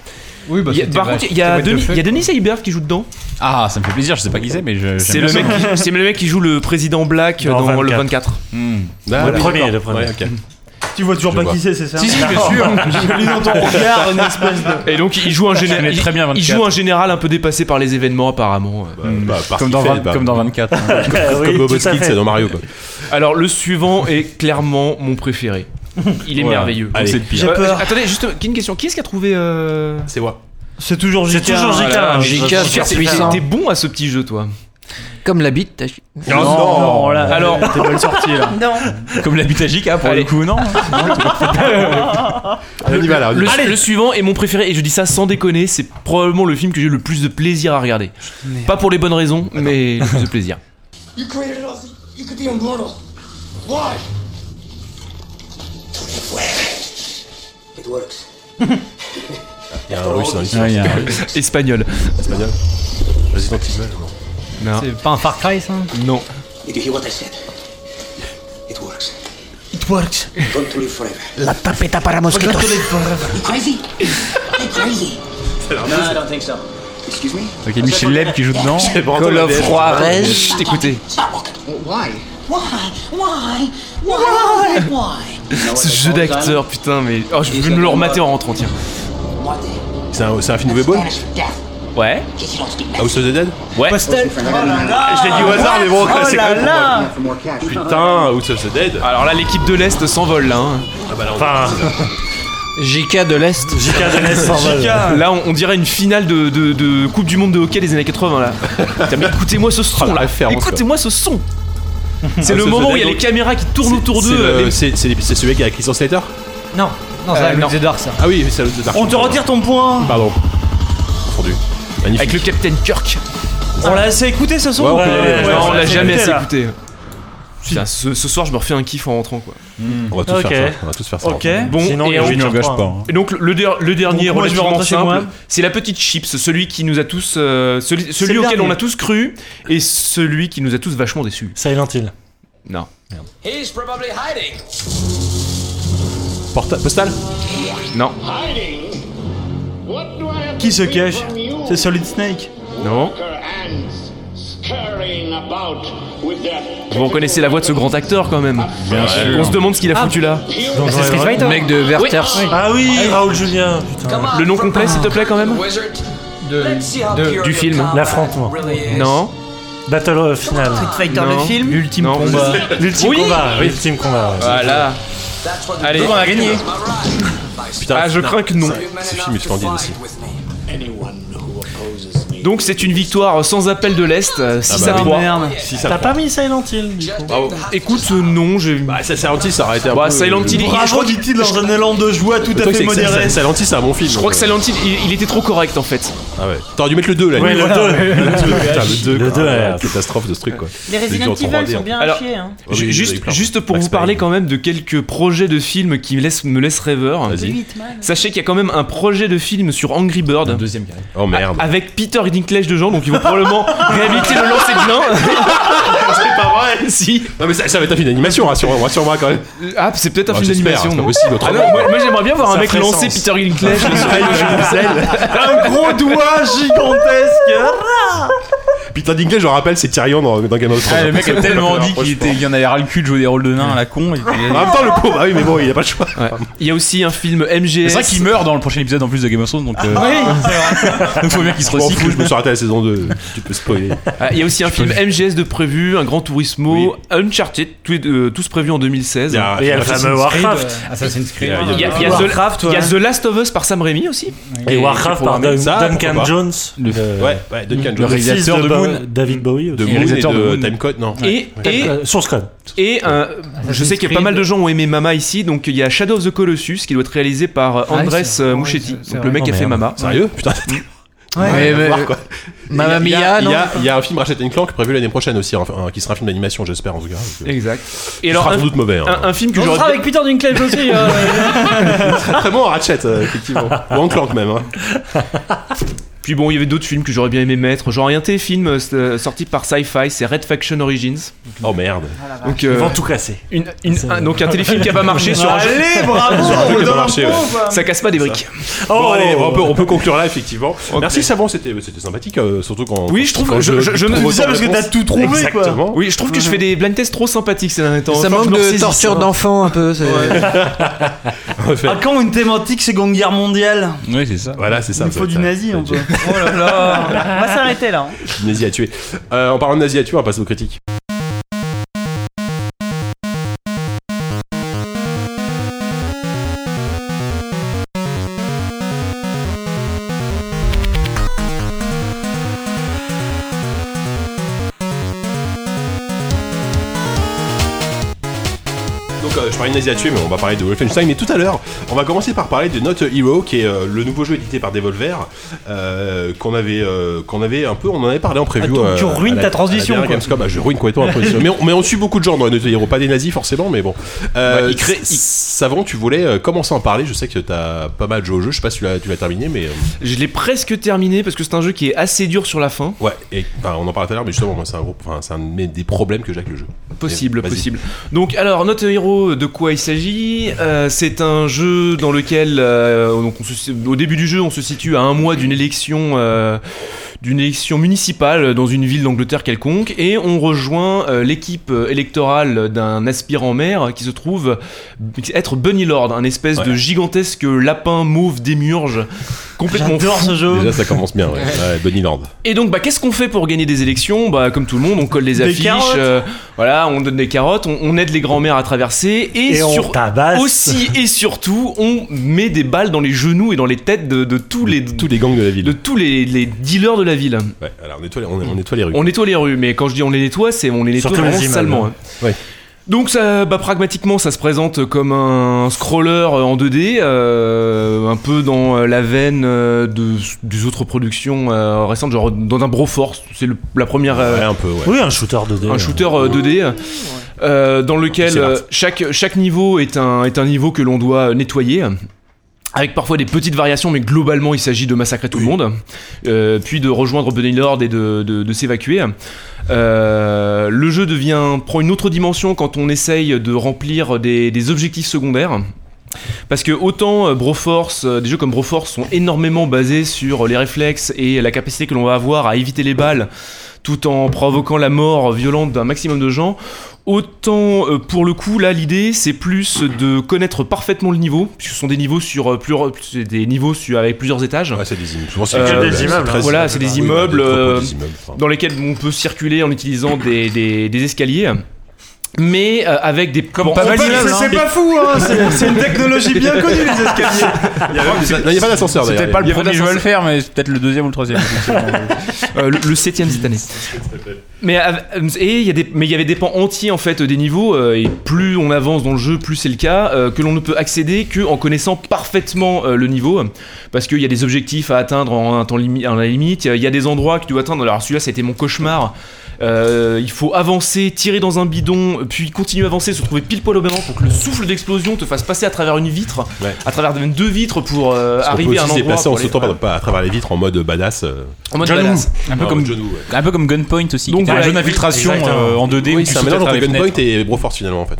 Speaker 9: Oui, bah,
Speaker 6: Il y a-
Speaker 9: c'était
Speaker 6: par
Speaker 9: vrai.
Speaker 6: contre, il y a,
Speaker 9: C'était what the
Speaker 6: Denis,
Speaker 9: fuck.
Speaker 6: il y a Denis Haïberg qui joue dedans.
Speaker 4: Euh,
Speaker 5: Ah, ça me fait plaisir, je sais pas qui c'est, mais je-
Speaker 6: C'est
Speaker 5: j'aime
Speaker 6: le,
Speaker 5: bien
Speaker 6: mec
Speaker 5: ça.
Speaker 6: qui- c'est le mec qui joue le président Black dans,
Speaker 4: Dans
Speaker 6: le
Speaker 4: 24.
Speaker 6: 24.
Speaker 5: Hmm.
Speaker 2: Ah,
Speaker 4: Le
Speaker 2: oui,
Speaker 4: premier,
Speaker 2: d'accord.
Speaker 4: le premier. Hmm.
Speaker 2: Ouais, ok.
Speaker 3: Tu vois toujours
Speaker 2: Je
Speaker 3: pas
Speaker 2: vois.
Speaker 3: qui c'est, c'est ça
Speaker 5: Si, si, bien sûr.
Speaker 3: [LAUGHS] J'ai lu dans ton regard une espèce de.
Speaker 6: Et donc il joue un
Speaker 5: Je connais
Speaker 6: général,
Speaker 5: très bien
Speaker 6: il,
Speaker 5: 24.
Speaker 6: il joue un général un peu dépassé par les événements apparemment.
Speaker 2: Bah, bah, parce
Speaker 5: Comme
Speaker 2: qu'il
Speaker 5: dans,
Speaker 2: fait,
Speaker 5: 20
Speaker 2: bah,
Speaker 5: comme dans 24. hein.
Speaker 4: Euh,
Speaker 2: [LAUGHS] Comme
Speaker 4: Hmm. oui,
Speaker 2: Bobo
Speaker 4: tout à
Speaker 2: Skid,
Speaker 4: fait.
Speaker 2: c'est dans Mario quoi.
Speaker 6: Alors le suivant est clairement mon préféré. Il est
Speaker 5: Voilà.
Speaker 6: merveilleux.
Speaker 2: Allez.
Speaker 5: C'est le pire.
Speaker 3: J'ai
Speaker 6: Euh,
Speaker 3: peur.
Speaker 6: Attendez, juste une question. Qui est-ce qui a trouvé euh,
Speaker 2: C'est moi.
Speaker 3: C'est toujours JK.
Speaker 4: C'est toujours
Speaker 3: hein.
Speaker 4: JK.
Speaker 6: voilà.
Speaker 4: hein.
Speaker 8: JK,
Speaker 6: Pierre,
Speaker 8: Pierre
Speaker 6: t'es-
Speaker 8: Puissant.
Speaker 6: T'es bon à ce petit jeu, toi.
Speaker 8: Comme la bite, t'as
Speaker 3: Non, non, là,
Speaker 6: Alors-
Speaker 3: t'es mal
Speaker 6: [LAUGHS]
Speaker 3: sorti là.
Speaker 10: Non.
Speaker 5: Comme l'habitagique, ah, pour
Speaker 6: Allez.
Speaker 5: le coup, non
Speaker 2: Allez, on y va là. on y
Speaker 6: Le,
Speaker 2: va.
Speaker 6: le suivant est mon préféré et je dis ça sans déconner. C'est probablement le film que j'ai eu le plus de plaisir à regarder. Pas pour les bonnes raisons, mais le plus de plaisir.
Speaker 14: [LAUGHS] You created us. You could be immortal. Why?
Speaker 11: It works.
Speaker 2: Il y a un russe dans l'histoire.
Speaker 5: Ouais, il y a-
Speaker 6: Espagnol.
Speaker 2: espagnol. Resident Evil, non.
Speaker 6: Non.
Speaker 9: C'est pas un Far Cry, ça
Speaker 6: Non.
Speaker 11: Did you hear what I said? It works.
Speaker 10: It works.
Speaker 11: You're going to live forever.
Speaker 8: La tapeta para mosquitos.
Speaker 11: You crazy? You crazy? no, I don't think so. Excuse me?
Speaker 5: Donc il y a Michel Leb qui joue dedans.
Speaker 2: [LAUGHS]
Speaker 6: Call of Juarez.
Speaker 8: Juarez.
Speaker 6: Chut, écoutez.
Speaker 11: Why? Why? Why? Why? Why?
Speaker 6: Ce jeu d'acteur, putain, mais. Oh, je vais me le remater en rentrant, tiens.
Speaker 11: Muerte.
Speaker 2: C'est un, c'est un film de Webon
Speaker 11: Spanish for death.
Speaker 5: Ouais.
Speaker 2: House of the Dead
Speaker 5: Ouais.
Speaker 2: Postel.
Speaker 5: Oh là là.
Speaker 6: Je l'ai dit au hasard, mais bon,
Speaker 5: Oh
Speaker 6: c'est
Speaker 5: là
Speaker 6: quand même
Speaker 5: là.
Speaker 6: pour moi.
Speaker 2: Putain, House of the Dead. Ah bah
Speaker 6: Alors là, l'équipe de l'Est s'envole là. hein.
Speaker 8: JK de l'Est.
Speaker 4: JK
Speaker 9: [LAUGHS]
Speaker 4: de
Speaker 8: [LAUGHS]
Speaker 4: l'Est s'envole.
Speaker 6: Là, on, on dirait une finale de, de- de Coupe du Monde de hockey des années 80. Là. Putain, mais écoutez-moi ce
Speaker 2: Oh,
Speaker 6: son. là. Écoutez-moi
Speaker 2: [LAUGHS]
Speaker 6: ce son.
Speaker 2: Ah,
Speaker 6: C'est le moment où il y a les caméras qui tournent autour
Speaker 2: C'est
Speaker 6: d'eux. euh,
Speaker 2: le- C'est c'est- c'est celui qui a Christian Slater
Speaker 9: Non, non, c'est
Speaker 2: Euh,
Speaker 9: la Luke
Speaker 2: non.
Speaker 9: des Dark, ça.
Speaker 2: Ah oui, c'est la Luke des Dark.
Speaker 3: On te retire ton point
Speaker 2: Pardon. Confondu. Magnifique.
Speaker 6: Avec le Capitaine Kirk.
Speaker 3: On l'a assez écouté ce son
Speaker 6: Ouais, on peut y aller.
Speaker 3: ouais,
Speaker 6: Non, on
Speaker 3: ouais,
Speaker 6: l'a
Speaker 3: c'est
Speaker 6: jamais assez
Speaker 3: là.
Speaker 6: écouté. Putain, ce, ce soir, je me refais un kiff en rentrant quoi.
Speaker 2: On va tous
Speaker 6: Ok.
Speaker 2: faire ça. On va tous faire ça.
Speaker 6: Ok.
Speaker 2: ensemble.
Speaker 6: Bon, Sinon, et les on- juniors gâchent
Speaker 5: pas, hein.
Speaker 6: Et donc le, der- le dernier
Speaker 5: Donc, moi, je vais
Speaker 6: relativement
Speaker 5: rentrer chez
Speaker 6: simple,
Speaker 5: moi.
Speaker 6: c'est la petite chips, celui qui nous a tous, euh, celui,
Speaker 4: C'est
Speaker 6: celui
Speaker 4: le
Speaker 6: auquel
Speaker 4: dernier.
Speaker 6: on a tous cru et celui qui nous a tous vachement déçus.
Speaker 4: Silent Hill.
Speaker 6: Non.
Speaker 14: He's probably hiding.
Speaker 2: Porta- postal
Speaker 6: Non.
Speaker 3: Qui se cache C'est Solid Snake.
Speaker 6: Non. Vous reconnaissez la voix de ce grand acteur quand même.
Speaker 3: Bien sûr.
Speaker 6: On se demande ce qu'il a foutu là.
Speaker 2: Ah,
Speaker 4: Donjon C'est Street Fighter. Fighter.
Speaker 6: Le
Speaker 4: Mec de Werther.
Speaker 6: Oui.
Speaker 4: Ah oui, Raoul Julien.
Speaker 6: Le nom complet s'il te plaît quand même.
Speaker 4: de-
Speaker 6: du film.
Speaker 4: L'affrontement.
Speaker 6: Non.
Speaker 4: Battle euh, Final.
Speaker 6: Street Fighter, le Non. film.
Speaker 4: L'ultime
Speaker 6: Non.
Speaker 2: [LAUGHS]
Speaker 4: combat. L'ultime
Speaker 6: Oui.
Speaker 4: combat.
Speaker 6: Oui.
Speaker 4: L'ultime combat. ouais.
Speaker 6: Voilà. Allez.
Speaker 5: Donc, on a gagné.
Speaker 2: Putain,
Speaker 6: ah, je
Speaker 2: non,
Speaker 6: crains que non.
Speaker 2: ça- Ce film est splendide aussi.
Speaker 6: Donc c'est une victoire sans appel de l'Est, euh, 6
Speaker 2: bah
Speaker 6: à
Speaker 2: oui.
Speaker 6: 3.
Speaker 2: Merde. Six à
Speaker 4: T'as
Speaker 2: trois.
Speaker 4: pas mis Silent Hill du coup.
Speaker 6: Bravo. Écoute, euh, non, j'ai. Bah,
Speaker 2: ça, Silent Hill, ça aurait été un
Speaker 6: bah,
Speaker 2: peu-
Speaker 6: Silent Hill,
Speaker 2: Bravo,
Speaker 6: je crois qu'il-
Speaker 3: dit-il dans un élan de joie tout
Speaker 2: Le
Speaker 3: à
Speaker 2: truc,
Speaker 3: fait
Speaker 2: c'est que
Speaker 3: modéré.
Speaker 2: Silent- Silent Hill, c'est un bon film.
Speaker 6: Je crois que
Speaker 2: donc,
Speaker 6: Silent Hill, il, il était trop correct en fait.
Speaker 2: Ah ouais. T'aurais dû mettre le 2 là.
Speaker 6: Ouais,
Speaker 2: limite.
Speaker 6: [LAUGHS] le
Speaker 2: Voilà.
Speaker 6: deux.
Speaker 2: Le 2. Putain, le 2.
Speaker 6: Le deux, ouais.
Speaker 2: Catastrophe de ce truc quoi.
Speaker 10: Les Resident
Speaker 2: gens sont
Speaker 10: Evil
Speaker 2: rendés,
Speaker 10: sont
Speaker 2: hein.
Speaker 10: bien
Speaker 6: Alors,
Speaker 10: chiés. Hein.
Speaker 2: Oui,
Speaker 6: ju-
Speaker 2: oui, il y en a eu
Speaker 6: juste,
Speaker 2: plein.
Speaker 6: juste pour
Speaker 2: Max
Speaker 6: vous parler quand même de quelques projets de films qui me laissent, me laissent rêveur.
Speaker 2: Vas-y.
Speaker 6: Sachez qu'il y a quand même un projet de film sur Angry Bird.
Speaker 5: deuxième
Speaker 2: Oh merde.
Speaker 6: Avec Peter Dinklage de gens, donc ils vont
Speaker 10: [LAUGHS]
Speaker 6: probablement réhabiliter le lancer de
Speaker 11: [LAUGHS]
Speaker 6: l'un.
Speaker 2: C'est pas vrai
Speaker 6: Ah Si
Speaker 2: Non mais ça, ça va être un film d'animation, rassure- rassure-moi quand même.
Speaker 6: Ah, c'est peut-être un
Speaker 2: Ouais,
Speaker 6: film
Speaker 2: j'espère,
Speaker 6: d'animation.
Speaker 2: c'est pas possible,
Speaker 6: Ah
Speaker 2: autrement.
Speaker 6: non, moi, moi, j'aimerais bien voir
Speaker 2: Ça
Speaker 6: un mec
Speaker 2: ferait
Speaker 6: lancer
Speaker 2: sens.
Speaker 6: Peter Dinklage. sur le jeu de
Speaker 3: [LAUGHS] Un gros doigt gigantesque.
Speaker 2: Peter Dinklage, je rappelle, c'est Tyrion dans, dans Game of Thrones.
Speaker 5: Ah, le mec a tellement dit qu'il était- il y en avait ras le cul de jouer des rôles de nain à la con.
Speaker 2: En même temps, le pauvre, ah oui, mais bon, il a pas le choix.
Speaker 6: Il y a aussi un film
Speaker 5: C'est
Speaker 6: MGS.
Speaker 5: vrai qu'il meurt dans le prochain épisode en plus de Game of Thrones, donc. euh,
Speaker 6: [LAUGHS]
Speaker 5: Donc faut bien qu'il se
Speaker 2: Je m'en
Speaker 5: recycle.
Speaker 2: fous, Je me suis arrêté à la saison 2. Tu
Speaker 5: [LAUGHS]
Speaker 2: peux spoiler.
Speaker 6: Ah, Il y a aussi un film MGS de prévu, un Grand Turismo, Uncharted, tous, les deux- euh, tous prévus en 2016.
Speaker 2: Il y a- Et Ah, il y a le Assassin's fameux Creed, Warcraft.
Speaker 9: euh, Assassin's Creed.
Speaker 6: Il y a, il y a The-
Speaker 3: Warcraft,
Speaker 6: il y a
Speaker 3: ouais.
Speaker 6: The Last of Us par Sam Raimi aussi.
Speaker 4: Et Warcraft par Dun-
Speaker 2: Ça, pourquoi
Speaker 4: Duncan
Speaker 2: pas.
Speaker 4: Jones.
Speaker 5: Le-
Speaker 4: le-
Speaker 2: Ouais, ouais, Duncan Jones.
Speaker 4: Le réalisateur
Speaker 2: Fils
Speaker 4: de,
Speaker 2: de
Speaker 4: Bo-
Speaker 2: Moon.
Speaker 4: David Bowie aussi.
Speaker 2: De Moon et de Timecode, non
Speaker 6: Et, et,
Speaker 4: Euh, Source Code.
Speaker 6: et un- je sais qu'il y a pas mal de gens ont aimé Mama ici, donc il y a Shadow of the Colossus qui doit être réalisé par
Speaker 8: Ah,
Speaker 6: Andres
Speaker 8: c'est-
Speaker 6: euh,
Speaker 8: ouais,
Speaker 6: Muschietti,
Speaker 8: c'est- c'est
Speaker 6: donc le
Speaker 8: vrai.
Speaker 6: mec qui a
Speaker 8: Oh,
Speaker 6: fait
Speaker 8: merde.
Speaker 6: Mama. Mm.
Speaker 2: Sérieux Putain.
Speaker 8: Ouais,
Speaker 2: Ouais,
Speaker 8: mais-
Speaker 2: voir, quoi.
Speaker 8: Mamma
Speaker 2: Il y
Speaker 8: Mia,
Speaker 2: a- il y a-
Speaker 8: non
Speaker 2: Il y a un film Ratchet Clank prévu l'année prochaine aussi, enfin, un- qui sera un film d'animation, j'espère en tout cas.
Speaker 6: Exact. Et
Speaker 2: Il
Speaker 6: alors
Speaker 2: sera
Speaker 6: un,
Speaker 2: sans doute mauvais. hein.
Speaker 6: un- un film que
Speaker 9: On
Speaker 6: j'aurais
Speaker 9: sera avec Peter Dinklage aussi. euh,
Speaker 10: [LAUGHS]
Speaker 2: Très bon en Ratchet, euh,
Speaker 6: [LAUGHS]
Speaker 2: effectivement. Ou en Clank même. hein.
Speaker 6: Puis bon, il y avait d'autres films que j'aurais bien aimé mettre, genre il y a un téléfilm euh, c'est, euh, sorti par Sci-Fi, c'est Red Faction Origins.
Speaker 2: Oh merde.
Speaker 6: Donc,
Speaker 4: Ils
Speaker 6: euh,
Speaker 4: vont tout casser.
Speaker 6: une- une- un- donc un téléfilm qui a pas marché sur un jeu. [LAUGHS]
Speaker 3: Allez, bravo
Speaker 2: Sur un truc qui a pas
Speaker 3: dans
Speaker 2: marché,
Speaker 3: le
Speaker 2: ouais.
Speaker 3: pot, quoi.
Speaker 6: Ça casse pas des briques. Oh.
Speaker 2: Bon, allez, bon, on, peut, on peut conclure là, effectivement. Merci, Sabon, c'était c'était sympathique, euh, surtout quand.
Speaker 6: Oui, je trouve-
Speaker 2: quand
Speaker 6: je- je- je me
Speaker 2: trouve
Speaker 6: dis ça
Speaker 2: autant
Speaker 6: parce
Speaker 2: de
Speaker 6: que
Speaker 2: réponses.
Speaker 3: t'as tout trouvé, quoi.
Speaker 2: Exactement.
Speaker 6: Oui, je trouve que je fais des blind tests trop sympathiques ces derniers temps.
Speaker 8: Ça
Speaker 6: Faut que
Speaker 8: manque
Speaker 6: je me
Speaker 8: de
Speaker 6: ressaisisse,
Speaker 8: torture
Speaker 6: hein. [LAUGHS]
Speaker 8: d'enfant un peu. c'est-
Speaker 2: En fait,
Speaker 3: À Ah, quand une thématique Seconde Guerre mondiale
Speaker 5: Oui, c'est ça.
Speaker 2: Voilà, c'est ça.
Speaker 3: Il me faut
Speaker 2: ça-
Speaker 3: du
Speaker 2: ça-
Speaker 3: nazi un peu.
Speaker 10: Oh là là. On va s'arrêter là. hein.
Speaker 2: du nazi à tuer. Euh, en parlant de nazi à tuer, on va passer aux critiques. Donc euh, je parlais de Nazi à tuer, mais on va parler de Wolfenstein. Mais tout à l'heure, on va commencer par parler de Not a Hero, qui est euh, le nouveau jeu édité par Devolver, euh, qu'on avait, euh, qu'on avait un peu, on en avait parlé en preview.
Speaker 6: Ah,
Speaker 3: Attends, tu
Speaker 2: euh,
Speaker 3: ruines
Speaker 2: à la-
Speaker 3: ta
Speaker 2: à la
Speaker 3: transition,
Speaker 2: dernière
Speaker 3: quoi.
Speaker 2: Gamescom. Ah, je ruine complètement la
Speaker 6: [LAUGHS]
Speaker 2: transition. mais, on, mais on suit beaucoup de gens dans Not a Hero, pas des nazis forcément, mais bon. Euh,
Speaker 6: Ouais, il crée- il-
Speaker 2: Savant, tu voulais euh, commencer à en parler. Je sais que t'as pas mal joué au jeu. Je sais pas si tu l'as- tu l'as terminé, mais euh,
Speaker 6: Je l'ai presque terminé parce que c'est un jeu qui est assez dur sur la fin.
Speaker 2: ouais. Et, enfin, on en parlait tout à l'heure, mais justement, moi, c'est un gros, enfin, c'est un de mes- des problèmes que j'ai avec le jeu.
Speaker 6: Possible,
Speaker 2: Vas-y.
Speaker 6: possible. Donc, alors, Notre Hero, de quoi il s'agit Euh, C'est un jeu dans lequel, euh, donc on se- au début du jeu, on se situe à un mois d'une élection, euh, d'une élection municipale dans une ville d'Angleterre quelconque, et on rejoint euh, l'équipe euh, électorale d'un aspirant maire qui se trouve être Bunny Lord, un espèce de gigantesque lapin mauve démiurge complètement
Speaker 2: J'adore
Speaker 6: fou.
Speaker 2: ce jeu. Déjà, ça commence bien, ouais. Ouais, Bunny Lord.
Speaker 6: Et donc, bah, qu'est-ce qu'on fait pour gagner des élections Bah, comme tout le monde, on colle des
Speaker 2: Des
Speaker 6: affiches,
Speaker 2: carottes.
Speaker 6: euh, voilà, on donne des carottes, on, on aide les grands-mères à traverser et,
Speaker 4: Et on
Speaker 6: sur-
Speaker 4: tabasse.
Speaker 6: aussi et surtout, on met des balles dans les genoux et dans les têtes de, de tous les tous
Speaker 2: les gangs de la ville,
Speaker 6: de tous les, les dealers de la ville.
Speaker 2: Ouais, alors on nettoie, on, on nettoie les rues.
Speaker 6: On nettoie les rues, mais quand je dis on les nettoie, c'est on les nettoie
Speaker 2: Surtout les
Speaker 6: vraiment
Speaker 2: immeubles,
Speaker 6: salement.
Speaker 2: hein.
Speaker 6: hein. Donc ça, bah, pragmatiquement, ça se présente comme un scroller en 2D, euh, un peu dans euh, la veine euh, de, des autres productions euh, récentes, genre dans un Broforce, c'est le- la première... euh,
Speaker 2: un peu,
Speaker 4: Oui, un shooter 2D.
Speaker 6: un shooter euh, 2D euh, dans lequel euh, chaque, chaque niveau est un, est un niveau que l'on doit nettoyer. Avec parfois des petites variations, mais globalement il s'agit de massacrer tout le monde, euh, puis de rejoindre Bunny Lord et de, de- de s'évacuer. Euh, le jeu devient prend une autre dimension quand on essaye de remplir des- des objectifs secondaires. Parce que autant euh, Broforce, euh, des jeux comme Broforce sont énormément basés sur euh, les réflexes et la capacité que l'on va avoir à éviter les balles tout en provoquant la mort violente d'un maximum de gens, autant euh, pour le coup là l'idée c'est plus de connaître parfaitement le niveau, puisque ce sont des niveaux sur euh, plure- c'est des niveaux sur, avec plusieurs étages. Euh,
Speaker 2: Ouais, c'est des immeubles. Souvent, c'est que des immeubles, hein.
Speaker 6: Voilà, c'est des
Speaker 2: Oui,
Speaker 6: immeubles
Speaker 2: des propos
Speaker 6: euh,
Speaker 2: des immeubles, enfin.
Speaker 6: dans lesquels on peut circuler en utilisant des, des- des escaliers. Mais euh, avec des comme
Speaker 3: pas mal d'immeubles, hein. C'est- c'est une technologie bien connue, les escaliers.
Speaker 2: Il
Speaker 7: Ah,
Speaker 2: y a vraiment des- Ah, non, il y a pas d'ascenseur,
Speaker 5: C'est
Speaker 2: d'ailleurs.
Speaker 5: peut-être pas
Speaker 2: Il y
Speaker 5: le
Speaker 2: a pas
Speaker 5: premier jeu à le
Speaker 2: d'ascenseur.
Speaker 5: faire, mais c'est peut-être le deuxième ou le troisième.
Speaker 2: [LAUGHS]
Speaker 6: Euh, le, le septième cette année. Mais av- et il y a des- mais il y avait des pans entiers en fait des niveaux euh, et plus on avance dans le jeu, plus c'est le cas euh, que l'on ne peut accéder que en connaissant parfaitement euh, le niveau parce qu'il y a des objectifs à atteindre en un temps limi- en la limite. Il y a des endroits que tu dois atteindre. Alors celui-là, c'était mon cauchemar. Euh, il faut avancer, tirer dans un bidon, puis continuer à avancer, se trouver pile poil au même endroit pour que le souffle d'explosion te fasse passer à travers une vitre,
Speaker 2: Ouais.
Speaker 6: à travers même deux vitres pour euh,
Speaker 2: Parce qu'on peut
Speaker 6: arriver à un
Speaker 2: aussi se
Speaker 6: endroit.
Speaker 2: déplacer en
Speaker 6: pour aller-
Speaker 2: sautant par- par- à travers les vitres en mode badass. euh.
Speaker 6: En mode badass.
Speaker 5: Un peu
Speaker 2: Ouais,
Speaker 5: comme
Speaker 2: en John Woo, Ah, ouais.
Speaker 5: un peu comme Gunpoint aussi. Donc un
Speaker 6: voilà,
Speaker 5: jeu d'infiltration
Speaker 6: exactement.
Speaker 5: euh, en 2D. où
Speaker 2: Oui,
Speaker 5: tu
Speaker 2: c'est
Speaker 5: sautes
Speaker 2: un
Speaker 5: à
Speaker 2: mélange entre
Speaker 5: travers les
Speaker 2: Gunpoint
Speaker 5: fenêtres.
Speaker 2: et Broforce finalement en fait.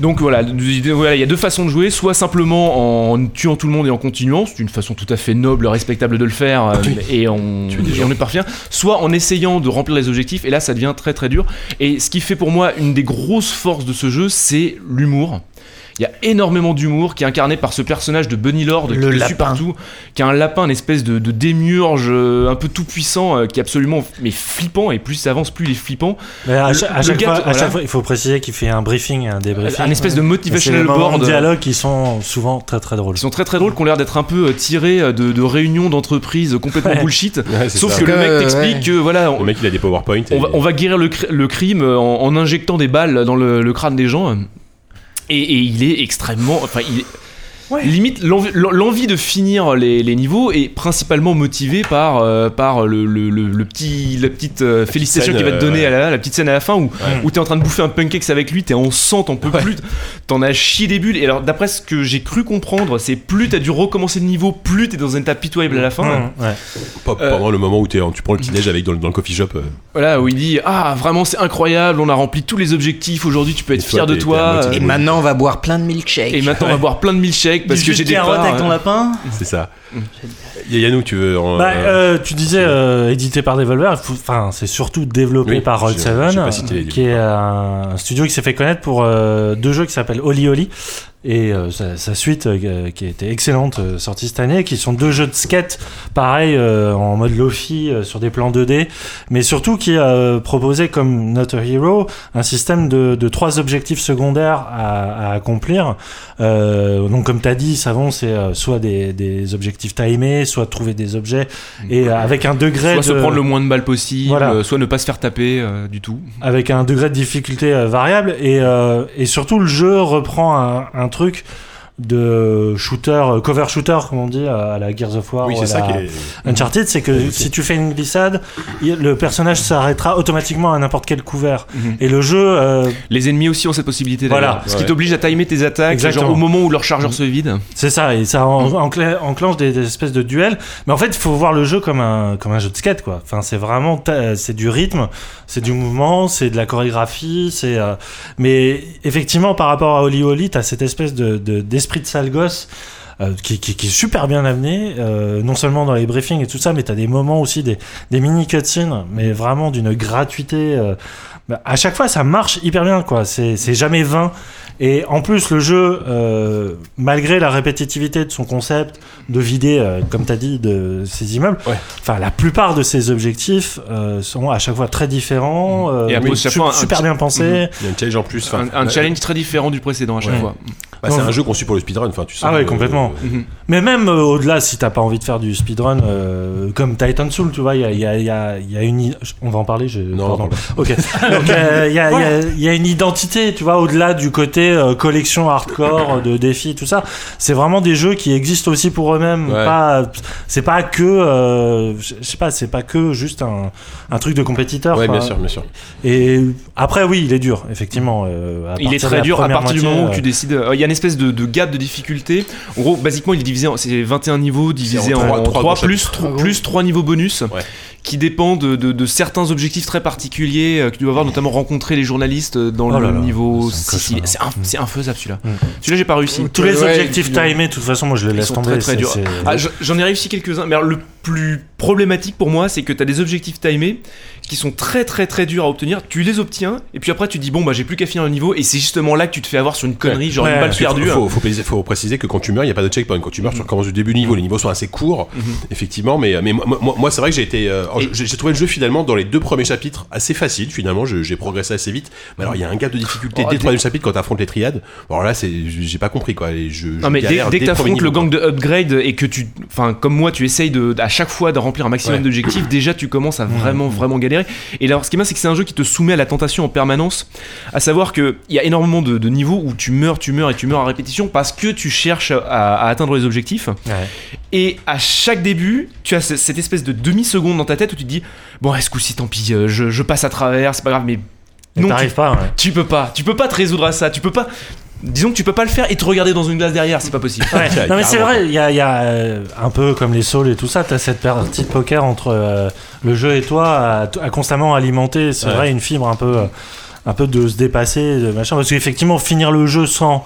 Speaker 6: Donc voilà, il voilà, il y a deux façons de jouer, soit simplement en tuant tout le monde et en continuant, c'est une façon tout à fait noble, respectable de le faire, euh, et on, et on ne parvient, soit en essayant de remplir les objectifs, et là ça devient très très dur. Et ce qui fait pour moi une des grosses forces de ce jeu, c'est l'humour. Il y a énormément d'humour qui est incarné par ce personnage de Bunny Lord qui
Speaker 10: Le
Speaker 6: te suit
Speaker 10: lapin.
Speaker 6: partout, qui a un lapin, une espèce de, de démiurge euh, un peu tout puissant, euh, qui est absolument mais flippant, et plus ça avance, plus il est flippant.
Speaker 4: Mais à,
Speaker 6: Le-
Speaker 4: cha- à
Speaker 6: le
Speaker 4: chaque fois,
Speaker 6: gars te-
Speaker 4: à chaque
Speaker 6: voilà.
Speaker 4: fois, il faut préciser qu'il fait un briefing, hein, un débriefing.
Speaker 6: Un espèce de motivational
Speaker 4: Et c'est les moments
Speaker 6: board.
Speaker 4: de dialogue qui sont souvent très très drôles.
Speaker 6: Ils sont très très drôles, qui ont l'air d'être un peu euh, tirés euh, de, de réunions d'entreprises complètement
Speaker 4: Ouais.
Speaker 6: bullshit.
Speaker 2: Ouais, c'est
Speaker 6: Sauf
Speaker 2: ça.
Speaker 6: que le mec
Speaker 2: Euh,
Speaker 6: t'explique
Speaker 2: ouais.
Speaker 6: que voilà, on,
Speaker 2: Le mec il a des PowerPoint. et-
Speaker 6: on va, on va guérir le, cr- le crime euh, en, en injectant des balles dans le, le crâne des gens. euh. Et, et il est extrêmement. Enfin, il est- Limite, l'envi- l'en- l'envie de finir les, les niveaux est principalement motivée par, euh, par le, le- le- le petit, la petite euh, félicitation
Speaker 2: scène,
Speaker 6: qu'il va te
Speaker 2: euh,
Speaker 6: donner
Speaker 2: ouais.
Speaker 6: à la, la petite scène à la fin où, où t'es en train de bouffer un pancakes avec lui, t'es en sang, t'en peux plus, t'en as chié des bulles. Et alors, d'après ce que j'ai cru comprendre, c'est plus t'as dû recommencer le niveau, plus t'es dans un état pitoyable à la fin.
Speaker 2: Pas- Pendant le moment où t'es- tu prends le petit déj avec dans le dans le coffee shop. euh.
Speaker 6: Voilà, où il dit Ah, vraiment, c'est incroyable, on a rempli tous les objectifs, aujourd'hui tu peux être
Speaker 2: toi,
Speaker 6: fier de
Speaker 2: t'es-
Speaker 6: toi.
Speaker 2: t'es à moitié
Speaker 6: Euh,
Speaker 2: Et maintenant,
Speaker 8: on va boire plein de milkshakes.
Speaker 6: Et maintenant, on va boire plein de milkshakes parce
Speaker 3: Du
Speaker 6: que
Speaker 3: jus
Speaker 6: j'ai
Speaker 3: de
Speaker 6: des
Speaker 3: carottes
Speaker 6: parts,
Speaker 3: avec ton
Speaker 6: euh.
Speaker 3: lapin.
Speaker 2: C'est ça. Y- Yannou, tu veux. en-
Speaker 4: Bah,
Speaker 2: euh,
Speaker 4: euh, tu disais euh, édité par Devolver, il faut- enfin c'est surtout développé
Speaker 2: Oui,
Speaker 4: par Road
Speaker 2: j'ai- j'ai pas
Speaker 4: 7,
Speaker 2: cité les
Speaker 4: qui est un studio qui s'est fait connaître pour euh, deux jeux qui s'appellent Oli Oli et euh, sa, sa suite euh, qui était excellente euh, sortie cette année, qui sont deux jeux de skate, pareil euh, en mode lofi euh, sur des plans 2D, mais surtout qui euh, proposait comme Not a Hero un système de, de trois objectifs secondaires à, à accomplir. Euh, donc comme tu as dit, savon c'est euh, soit des, des objectifs timés, soit trouver des objets et euh, avec un degré
Speaker 6: Soit se
Speaker 4: de-
Speaker 6: prendre le moins de balles possible,
Speaker 4: Voilà.
Speaker 6: euh, soit ne pas se faire taper euh, du tout.
Speaker 4: avec un degré de difficulté euh, variable et, euh, et surtout le jeu reprend un, un truc de shooter euh, cover shooter comme on dit euh, à la Gears of War
Speaker 2: Oui,
Speaker 4: ou
Speaker 2: c'est
Speaker 4: à
Speaker 2: ça
Speaker 4: la
Speaker 2: qui est-
Speaker 4: Uncharted c'est que si tu fais une glissade il- le personnage s'arrêtera automatiquement à n'importe quel couvert
Speaker 2: Mhm.
Speaker 4: et le jeu euh,
Speaker 6: Les ennemis aussi ont cette possibilité
Speaker 4: Voilà.
Speaker 6: d'ailleurs. Ce qui
Speaker 4: Ouais.
Speaker 6: t'oblige à timer tes attaques,
Speaker 4: Exactement.
Speaker 6: genre au moment où leur chargeur se vide.
Speaker 4: c'est ça et ça en- enclen- enclenche des, des espèces de duels mais en fait il faut voir le jeu comme un comme un jeu de skate quoi enfin c'est vraiment ta- c'est du rythme c'est du mouvement c'est de la chorégraphie c'est euh, mais effectivement par rapport à Oli Oli t'as cette espèce de de- d'esprit de sale gosse euh, qui, qui- qui est super bien amené, euh, non seulement dans les briefings et tout ça, mais t'as des moments aussi, des, des mini cutscenes, mais vraiment d'une gratuité. euh, bah, à chaque fois, ça marche hyper bien, quoi. C'est c'est jamais vain. Et en plus, le jeu, euh, malgré la répétitivité de son concept de vider, euh, comme tu as dit, de ces immeubles, enfin la plupart de ses objectifs euh, sont à chaque fois très différents, euh,
Speaker 6: Mmh. Et à
Speaker 4: su-
Speaker 6: chaque fois, un-
Speaker 4: super bien pensés.
Speaker 2: Il y a un challenge en plus. enfin, euh,
Speaker 6: Un, un
Speaker 2: ouais.
Speaker 6: challenge très différent du précédent à chaque
Speaker 2: Ouais.
Speaker 6: fois.
Speaker 2: Bah, c'est un jeu conçu pour le speedrun, enfin tu sais.
Speaker 4: Ah ouais,
Speaker 2: euh,
Speaker 4: complètement.
Speaker 6: Mhm.
Speaker 4: Mais même euh, au-delà, si t'as pas envie de faire du speedrun, euh, comme Titan Soul, tu vois, il y a, il y a- il y a- il y a une. i- On va en parler je...
Speaker 2: on en
Speaker 4: Pardon.
Speaker 2: parle [LAUGHS]
Speaker 4: Ok. Donc, euh, il y, a- il y a- il y a une identité, tu vois, au-delà du côté euh, collection hardcore, euh, de défis, tout ça. C'est vraiment des jeux qui existent aussi pour eux-mêmes.
Speaker 2: Ouais.
Speaker 4: Pas, c'est pas que. euh, je je sais pas, c'est pas que juste un, un truc de compétiteur.
Speaker 2: Ouais, bien
Speaker 4: Enfin,
Speaker 2: sûr, bien sûr.
Speaker 4: Et après, oui, il est dur, effectivement. euh, à
Speaker 6: Il est
Speaker 4: partir de
Speaker 6: très
Speaker 4: la
Speaker 6: dur à
Speaker 4: première
Speaker 6: partir du
Speaker 4: moitié,
Speaker 6: moment où
Speaker 4: euh,
Speaker 6: tu décides. euh, Il y a une espèce de, de gap de difficulté. En gros, basiquement, il est divisé en c'est 21 niveaux divisé
Speaker 2: en
Speaker 6: en,
Speaker 2: trois-
Speaker 6: 3,
Speaker 2: trois gros
Speaker 6: plus,
Speaker 2: chapitres.
Speaker 6: tro- plus 3 niveaux bonus qui dépendent de, de- de certains objectifs très particuliers euh, que tu dois avoir, notamment rencontrer les journalistes euh, dans
Speaker 4: Oh
Speaker 6: le
Speaker 4: là là,
Speaker 6: niveau 6. C'est un- c'est
Speaker 2: [LAUGHS]
Speaker 6: infaisable celui-là. Celui-là, j'ai pas réussi.
Speaker 4: Tous les objectifs timés, de toute façon, moi je les
Speaker 6: Ils
Speaker 4: laisse
Speaker 6: sont
Speaker 4: tomber.
Speaker 6: très très
Speaker 4: c'est-
Speaker 6: durs.
Speaker 4: c'est-
Speaker 6: Ah, je- J'en ai réussi quelques-uns, mais alors, le plus problématique pour moi, c'est que tu as des objectifs timés qui sont très très très durs à obtenir. Tu les obtiens, et puis après tu dis, bon, bah j'ai plus qu'à finir le niveau, et c'est justement là que tu te fais avoir sur une connerie, genre une balle
Speaker 2: Parce que
Speaker 6: perdue.
Speaker 2: Faut, faut, préciser- faut préciser que quand tu meurs, il n'y a pas de checkpoint. Quand tu
Speaker 6: Mm.
Speaker 2: meurs, tu recommences du début du niveau. Les niveaux sont assez courts,
Speaker 6: Mm-hmm.
Speaker 2: effectivement. Mais, mais moi, moi- moi, c'est vrai que j'ai été. euh, alors, j'ai j'ai trouvé le jeu finalement dans les deux premiers chapitres assez facile. Finalement, Je- j'ai progressé assez vite. Mais alors, il y a un gap de difficulté
Speaker 6: Oh,
Speaker 2: dès
Speaker 6: dès-
Speaker 2: le troisième chapitre quand tu affrontes les triades. Bon, alors là, c'est- j'ai pas compris quoi. Et je, je
Speaker 6: Non mais dès,
Speaker 2: galère
Speaker 6: dès que
Speaker 2: le premier
Speaker 6: t'affrontes le
Speaker 2: niveau,
Speaker 6: gang de upgrade et que tu, enfin comme moi, tu essayes de à chaque fois de remplir un maximum
Speaker 2: Ouais.
Speaker 6: d'objectifs, déjà tu commences à vraiment vraiment galérer. Et alors ce qui est bien, c'est que c'est un jeu qui te soumet à la tentation en permanence, à savoir que il y a énormément de, de niveaux où tu meurs, tu meurs et tu meurs à répétition parce que tu cherches à, à atteindre les objectifs. Et à chaque début, tu as ce- cette espèce de demi seconde dans ta tête où tu te dis bon, est-ce que si tant pis, euh, je, je passe à travers, c'est pas grave, mais
Speaker 4: Et t'arrives
Speaker 6: tu,
Speaker 4: pas, ouais.
Speaker 6: tu peux pas, tu peux pas te résoudre à ça, tu peux pas. Disons que tu peux pas le faire et te regarder dans une glace derrière, c'est pas possible. [LAUGHS]
Speaker 4: Ouais. non mais c'est vrai, il y a, il y a, euh, un peu comme les saules et tout ça, t'as cette partie de poker entre euh, le jeu et toi à, à constamment alimenter, c'est
Speaker 2: Ouais.
Speaker 4: vrai, une fibre un peu, euh, un peu de se dépasser, de machin, parce qu'effectivement finir le jeu sans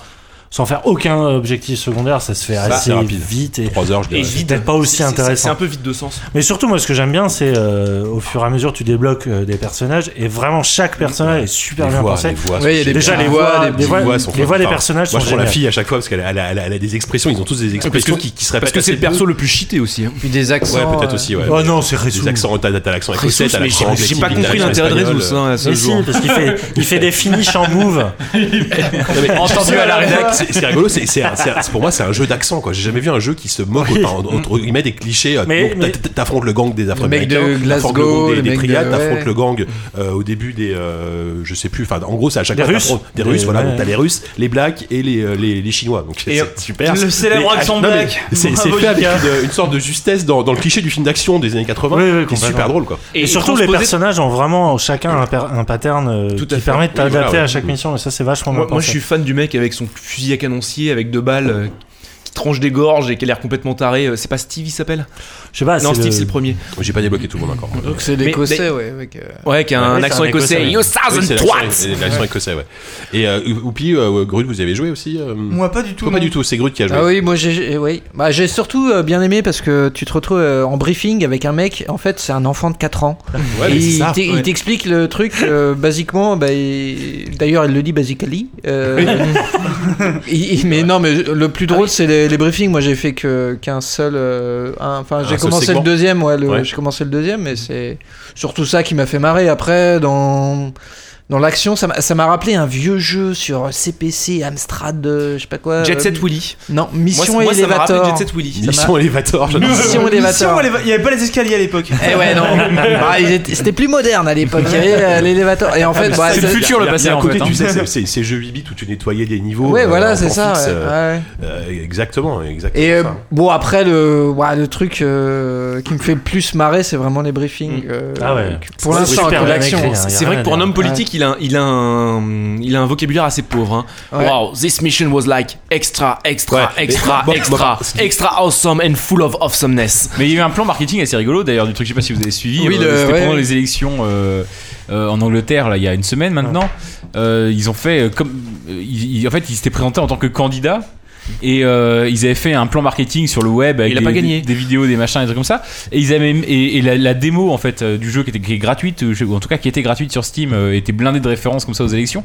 Speaker 4: sans faire aucun objectif secondaire, ça se fait
Speaker 2: Bah,
Speaker 4: assez
Speaker 2: c'est rapide.
Speaker 4: vite et,
Speaker 2: Trois heures, je
Speaker 4: et
Speaker 2: dirais.
Speaker 4: c'est peut-être pas aussi
Speaker 6: C'est- c'est-
Speaker 4: intéressant.
Speaker 6: C'est un peu vide de sens.
Speaker 4: Mais surtout, moi, ce que j'aime bien, c'est euh, au fur et à mesure, tu débloques euh, des personnages et vraiment chaque personnage est super
Speaker 2: Les
Speaker 4: bien
Speaker 2: voix,
Speaker 4: pensé.
Speaker 2: les voix sont
Speaker 4: Ouais, il y a des
Speaker 2: géniales.
Speaker 4: déjà les voix, les voix,
Speaker 2: sont
Speaker 4: les voix des
Speaker 2: enfin,
Speaker 4: personnages
Speaker 2: moi,
Speaker 4: sont
Speaker 2: je prends
Speaker 4: géniales.
Speaker 2: la fille à chaque fois parce qu'elle a, elle a- elle a- elle a des expressions. Ils ont tous des expressions qui, qui se répètent.
Speaker 6: Parce que c'est le
Speaker 2: assez peu.
Speaker 6: perso le plus cheaté aussi. hein.
Speaker 8: Puis des accents.
Speaker 2: Ouais, peut-être
Speaker 8: euh,
Speaker 2: aussi. Ouais.
Speaker 4: Oh non, c'est Ressus.
Speaker 2: Les accents, t'as t'as l'accent
Speaker 6: Ressus,
Speaker 2: écossais, t'as
Speaker 6: mais
Speaker 2: l'accent
Speaker 6: j'ai-
Speaker 2: anglais,
Speaker 6: j'ai pas
Speaker 2: t'as
Speaker 6: compris
Speaker 2: l'accent
Speaker 6: l'intérêt de
Speaker 2: espagnol.
Speaker 6: Ressus, hein, à ce
Speaker 4: Mais
Speaker 6: jour.
Speaker 4: si, parce qu'il fait, il fait
Speaker 6: [LAUGHS]
Speaker 4: des finishes en move.
Speaker 2: Non,
Speaker 4: [LAUGHS]
Speaker 2: mais
Speaker 4: Entendu à la [LAUGHS]
Speaker 2: c'est-
Speaker 4: rédac.
Speaker 2: C'est c'est rigolo, c'est c'est un- c'est un- c'est- pour moi c'est un jeu d'accent quoi. J'ai jamais vu un jeu qui se moque
Speaker 4: Oui.
Speaker 2: autant, entre guillemets des clichés. euh,
Speaker 4: Mais-
Speaker 2: bon,
Speaker 4: mais-
Speaker 2: t'a- T'affrontes le gang des
Speaker 8: mecs de
Speaker 2: Afro-Américains, t'affrontes le
Speaker 8: Glasgow,
Speaker 2: gang
Speaker 8: les
Speaker 2: des, des
Speaker 8: mecs de-
Speaker 2: triades,
Speaker 8: ouais.
Speaker 2: t'affrontes le gang euh, au début des, euh, je sais plus. Enfin, en gros c'est à chaque
Speaker 4: Des
Speaker 2: fois
Speaker 4: Russes.
Speaker 2: t'affrontes des
Speaker 4: Des-
Speaker 2: Russes. Voilà,
Speaker 4: ouais.
Speaker 2: donc t'as les Russes, les Blacks et les euh, les, les Chinois. Donc c'est
Speaker 6: Et,
Speaker 2: c'est super.
Speaker 3: le célèbre
Speaker 2: Mais- ah,
Speaker 3: accent
Speaker 2: non, mais
Speaker 3: black.
Speaker 2: C'est c'est
Speaker 3: Bravo,
Speaker 2: fait avec
Speaker 3: Lucas.
Speaker 2: une, une sorte de justesse dans, dans le cliché du film d'action des années 80.
Speaker 4: Oui, oui,
Speaker 2: c'est
Speaker 4: complètement.
Speaker 2: super drôle quoi.
Speaker 4: Et, surtout, les
Speaker 6: transposer-
Speaker 4: personnages ont vraiment chacun un, per- un pattern euh,
Speaker 6: Tout
Speaker 4: qui
Speaker 6: à fait.
Speaker 4: permet de
Speaker 6: Oui,
Speaker 4: t'adapter
Speaker 6: voilà, ouais.
Speaker 4: à chaque mission. Et ça, c'est vachement
Speaker 6: Moi,
Speaker 4: bien
Speaker 6: moi,
Speaker 4: pensé.
Speaker 6: je suis fan du mec avec son fusil à canoncier, avec deux balles, euh, qui tranche des gorges et qui a l'air complètement taré. Euh, C'est pas Steve, il s'appelle
Speaker 4: Je sais pas.
Speaker 6: Non,
Speaker 4: c'est
Speaker 6: Steve,
Speaker 4: le-
Speaker 6: c'est le premier.
Speaker 2: J'ai pas débloqué tout le monde encore.
Speaker 8: Donc c'est des
Speaker 6: Mais-
Speaker 8: Écossais,
Speaker 6: mais-
Speaker 8: ouais. avec, euh,
Speaker 6: Ouais, qui a un
Speaker 4: Ouais, c'est
Speaker 6: accent
Speaker 4: un
Speaker 6: écossais.
Speaker 4: Écossais,
Speaker 6: You
Speaker 4: oui.
Speaker 2: Oui,
Speaker 6: thousand
Speaker 2: c'est
Speaker 6: twats
Speaker 2: l'accent- L'accent écossais, ouais. Et euh, Oupi, euh, Grut, vous y avez joué aussi euh
Speaker 3: Moi, pas du tout,
Speaker 2: Toi, pas
Speaker 3: non.
Speaker 2: du tout, c'est Grut qui a joué.
Speaker 8: Ah oui, moi j'ai- j'ai oui. Bah, j'ai surtout euh, bien aimé parce que tu te retrouves euh, en briefing avec un mec, en fait c'est un enfant de 4 ans.
Speaker 2: Ouais,
Speaker 8: Et
Speaker 2: mais c'est
Speaker 8: il
Speaker 2: ça,
Speaker 8: t'e- il
Speaker 2: ouais.
Speaker 8: t'explique le truc, euh, basiquement, bah, il- d'ailleurs il le dit basically. euh, [LAUGHS] il- il- mais non, mais le
Speaker 2: Ah
Speaker 8: plus drôle c'est les, les briefings. Moi j'ai fait que- qu'un seul. euh, un- Enfin, j'ai
Speaker 2: seul
Speaker 8: commencé le
Speaker 2: segment.
Speaker 8: deuxième, ouais, le-
Speaker 2: Ouais.
Speaker 8: j'ai commencé le deuxième, mais c'est surtout ça qui m'a fait marrer. Après, dans. Dans l'action, ça m'a- ça m'a rappelé un vieux jeu sur CPC, Amstrad, euh, je sais pas quoi.
Speaker 6: Jet
Speaker 8: euh,
Speaker 6: Set Willy.
Speaker 8: non, Mission
Speaker 6: moi, ça m'a rappelé
Speaker 8: Elevator.
Speaker 6: Jet Set Willy.
Speaker 8: Ça m'a-
Speaker 2: Mission Elevator, j'adore.
Speaker 8: Mission Elevator.
Speaker 3: Mission, elle est- il n'y avait pas les escaliers à l'époque.
Speaker 8: Eh ouais,
Speaker 6: [LAUGHS]
Speaker 8: non. Bah, ils étaient- C'était plus moderne à l'époque. Il y avait euh, l'élévateur.
Speaker 3: Ah,
Speaker 8: Et en fait, bah,
Speaker 2: C'est
Speaker 8: ça-
Speaker 6: futur,
Speaker 2: Il
Speaker 6: Ah, le
Speaker 2: y a- il y a
Speaker 6: passé,
Speaker 2: un
Speaker 6: en
Speaker 2: côté,
Speaker 6: fait,
Speaker 2: tu
Speaker 6: hein.
Speaker 2: sais, c'est-
Speaker 6: [LAUGHS]
Speaker 2: c'est ces jeux 8 bits où tu nettoyais les niveaux.
Speaker 8: Ouais,
Speaker 2: euh,
Speaker 8: voilà,
Speaker 2: en
Speaker 8: c'est
Speaker 2: plan
Speaker 8: ça,
Speaker 2: fixe,
Speaker 8: ouais,
Speaker 2: euh,
Speaker 8: ouais.
Speaker 2: euh, Exactement, exactement.
Speaker 8: Et euh,
Speaker 2: ça.
Speaker 8: bon, après, le, ouais, le truc euh, qui me fait plus marrer, c'est vraiment les briefings. euh,
Speaker 4: Ah ouais.
Speaker 8: Pour
Speaker 4: C'est
Speaker 8: l'instant,
Speaker 4: super
Speaker 8: que
Speaker 4: bien
Speaker 8: l'action.
Speaker 4: écrit, hein.
Speaker 6: Mm. C'est
Speaker 4: y a
Speaker 6: vrai
Speaker 4: rien
Speaker 6: que pour
Speaker 4: à
Speaker 6: un
Speaker 4: dire.
Speaker 6: homme politique, il, a, il, a un, il a un vocabulaire assez pauvre. hein.
Speaker 8: Ouais.
Speaker 6: Wow, this mission was like extra, extra,
Speaker 2: Ouais, mais-
Speaker 6: Ah, extra,
Speaker 2: bon, bon,
Speaker 6: extra,
Speaker 2: bon, ce qui-
Speaker 6: extra awesome and full of awesomeness.
Speaker 7: Mais il y a eu un plan marketing assez rigolo d'ailleurs du truc, je sais pas si vous avez suivi.
Speaker 8: Oui,
Speaker 7: euh,
Speaker 8: le-
Speaker 7: C'était
Speaker 8: ouais.
Speaker 7: pendant les élections euh, euh, en Angleterre, là, il y a une semaine maintenant. Euh, ils ont fait euh, comme. euh, ils- ils- en fait, ils s'étaient présentés en tant que candidats.
Speaker 5: Et euh, ils avaient fait un plan marketing sur le web avec
Speaker 6: Il a
Speaker 5: des,
Speaker 6: pas gagné.
Speaker 5: des- des vidéos, des machins, des trucs comme ça. Et, ils avaient, et, et la, la démo en fait euh, du jeu qui, était, qui est gratuite, euh, je- ou en tout cas qui était gratuite sur Steam, euh, était blindée de références comme ça aux élections.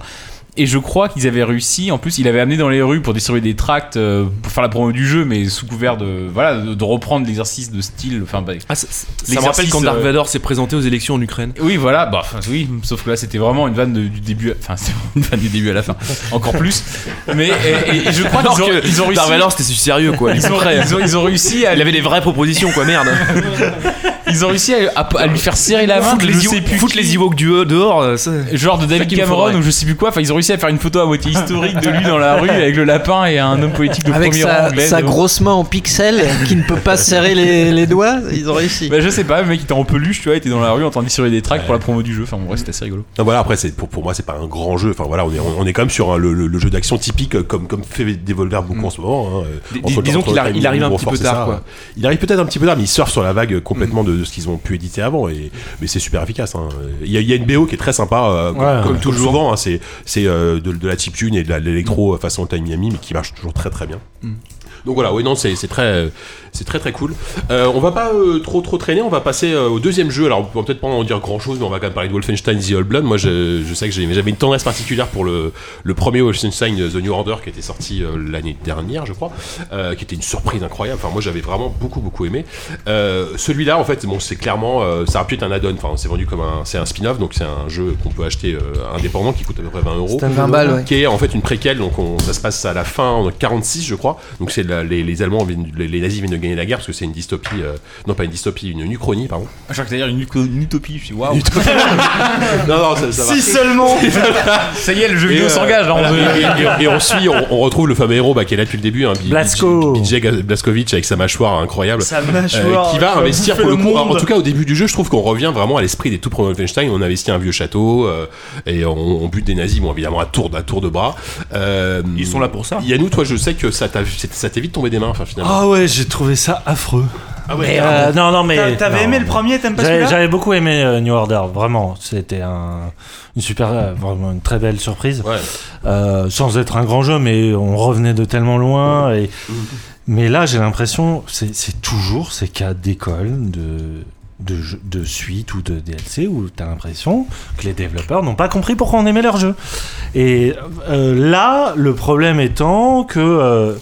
Speaker 5: Et je crois qu'ils avaient réussi. En plus, ils l'avaient amené dans les rues pour distribuer des tracts, euh, pour faire la promo du jeu, mais sous couvert de voilà de, de reprendre l'exercice de style. Enfin, bah,
Speaker 6: Ah, Ça me rappelle
Speaker 5: l'exercice,
Speaker 6: quand Dark
Speaker 5: euh,
Speaker 6: Vador s'est présenté aux élections en Ukraine.
Speaker 5: oui, voilà, bah enfin, oui, sauf que là c'était vraiment une vanne de- du début, à- enfin [LAUGHS] c'est une vanne du début à la fin, encore plus. Mais et, et- et je crois
Speaker 6: Alors
Speaker 5: qu'ils ont,
Speaker 6: que
Speaker 5: ils ont réussi.
Speaker 6: Dark Vador, c'était sérieux, quoi.
Speaker 5: Ils ont, ils ont- ils ont réussi à.
Speaker 6: Il avait des vraies propositions, quoi, [LAUGHS] merde.
Speaker 5: Ils ont réussi à, à- à lui faire serrer la main.
Speaker 6: Foutre
Speaker 5: de
Speaker 6: les
Speaker 5: je
Speaker 6: Ewo-
Speaker 5: sais plus
Speaker 6: oh, foutre
Speaker 5: qui.
Speaker 6: les Ewoks du dehors. euh, ça-
Speaker 5: Genre de
Speaker 6: ça
Speaker 5: David
Speaker 6: qu'il me
Speaker 5: Cameron
Speaker 6: faudrait.
Speaker 5: ou je sais plus quoi. Enfin, ils ont réussi à faire une photo à moitié historique de lui dans la rue avec le lapin et un homme politique de
Speaker 8: Avec
Speaker 5: premier rang
Speaker 8: sa,
Speaker 5: anglais.
Speaker 8: sa
Speaker 5: de-
Speaker 8: grosse main en pixels qui ne peut pas serrer les, les doigts, ils ont réussi.
Speaker 5: Bah, je sais pas, le mec il était en peluche, tu vois, il était dans la rue en train de distribuer des tracts pour la promo du jeu. Enfin, bon, ouais, c'était assez rigolo.
Speaker 2: Non, voilà, après, c'est, pour, pour moi, c'est pas un grand jeu. Enfin, voilà, on est, on, on est quand même sur un- le, le- le jeu d'action typique, euh, comme, comme fait Devolver beaucoup en ce moment. hein, euh,
Speaker 6: Dis-
Speaker 2: entre-
Speaker 6: Mm. disons
Speaker 2: entre
Speaker 6: qu'il arri-
Speaker 2: Time
Speaker 6: il arrive un
Speaker 2: Warp
Speaker 6: petit peu
Speaker 2: Force et
Speaker 6: tard,
Speaker 2: ça,
Speaker 6: quoi. Mm.
Speaker 2: euh, Il arrive peut-être un petit peu tard, mais il surfe sur la vague complètement de, de ce qu'ils ont pu éditer avant. Et, mais c'est super efficace. hein. Il, y a, il y a une BO qui est très sympa, euh,
Speaker 6: Ouais,
Speaker 2: comme,
Speaker 6: ouais.
Speaker 2: comme
Speaker 6: Comme
Speaker 2: toujours. souvent. hein, c'est c'est euh, de, de la chiptune et de, la- de l'électro euh, façon Time Miami, mais qui marche toujours très très bien. Donc voilà, oui, non, c'est c'est très, euh, c'est très très cool. Euh, on va pas euh, trop trop traîner, on va passer euh, au deuxième jeu. Alors, on va peut-être pas en dire grand chose, mais on va quand même parler de Wolfenstein The Old Blood. Moi, je, je sais que j'ai- j'avais une tendresse particulière pour le, le premier Wolfenstein euh, The New Order qui était sorti euh, l'année dernière, je crois, euh, qui était une surprise incroyable. Enfin, moi, j'avais vraiment beaucoup beaucoup aimé. Euh, Celui-là, en fait, bon, c'est clairement, euh, ça a pu être un add-on. Enfin, c'est vendu comme un, c'est un spin-off, donc c'est un jeu qu'on peut acheter euh, indépendant qui coûte à peu près 20 euros,
Speaker 8: C'est un 20 balles, ouais.
Speaker 2: qui est en fait une préquelle. Donc, on- ça se passe à la fin en 46, je crois. Donc, c'est la- les, les Allemands, viennent- les, les nazis viennent de gagner la guerre parce que c'est une dystopie, euh, non pas une dystopie, une uchronie, pardon.
Speaker 5: Je crois que t'allais dire une, uto- une utopie, je suis waouh. [LAUGHS]
Speaker 2: non, non, ça, ça va.
Speaker 5: Si
Speaker 2: [LAUGHS]
Speaker 5: seulement Ça y est, le jeu
Speaker 2: Et,
Speaker 5: vidéo
Speaker 2: euh,
Speaker 5: s'engage.
Speaker 7: hein,
Speaker 5: là, on
Speaker 2: voilà.
Speaker 5: veut-
Speaker 2: et, et- et on suit, on, on retrouve le fameux héros bah, qui est là depuis le début, hein, Bi-
Speaker 4: Blasco.
Speaker 2: Bi- Bi- Bi- Bi- Blaskovic avec sa mâchoire incroyable, Euh,
Speaker 4: Sa mâchoire,
Speaker 2: qui va
Speaker 4: ça
Speaker 2: investir
Speaker 4: fait
Speaker 2: pour le
Speaker 4: le
Speaker 2: coup.
Speaker 4: monde.
Speaker 2: En tout cas, au début du jeu, je trouve qu'on revient vraiment à l'esprit des tout premiers Wolfenstein. On investit un vieux château euh, et on, on bute des nazis, bon évidemment à tour, à tour de bras. Ils sont là pour ça. Yannou, toi, je sais que ça t'a c'est- ça t'est vite tombé des mains, enfin, finalement.
Speaker 4: Ah ouais, j'ai trouvé ça affreux.
Speaker 2: Ah ouais,
Speaker 4: Mais,
Speaker 2: carrément.
Speaker 4: euh, non, non, mais.
Speaker 2: T'a- t'avais
Speaker 4: non.
Speaker 2: aimé le
Speaker 3: premier, t'aimes pas
Speaker 4: J'avais-
Speaker 3: celui-là
Speaker 4: J'avais beaucoup aimé euh, New Order, vraiment. C'était un, une super, euh, vraiment une très belle surprise. Euh, sans être un grand jeu, mais on revenait de tellement loin. Et, mais là, j'ai l'impression, c'est c'est toujours ces cas d'école, de. De, jeu- de suite ou de DLC où t'as l'impression que les développeurs n'ont pas compris pourquoi on aimait leur jeu. Et euh, là, le problème étant que euh,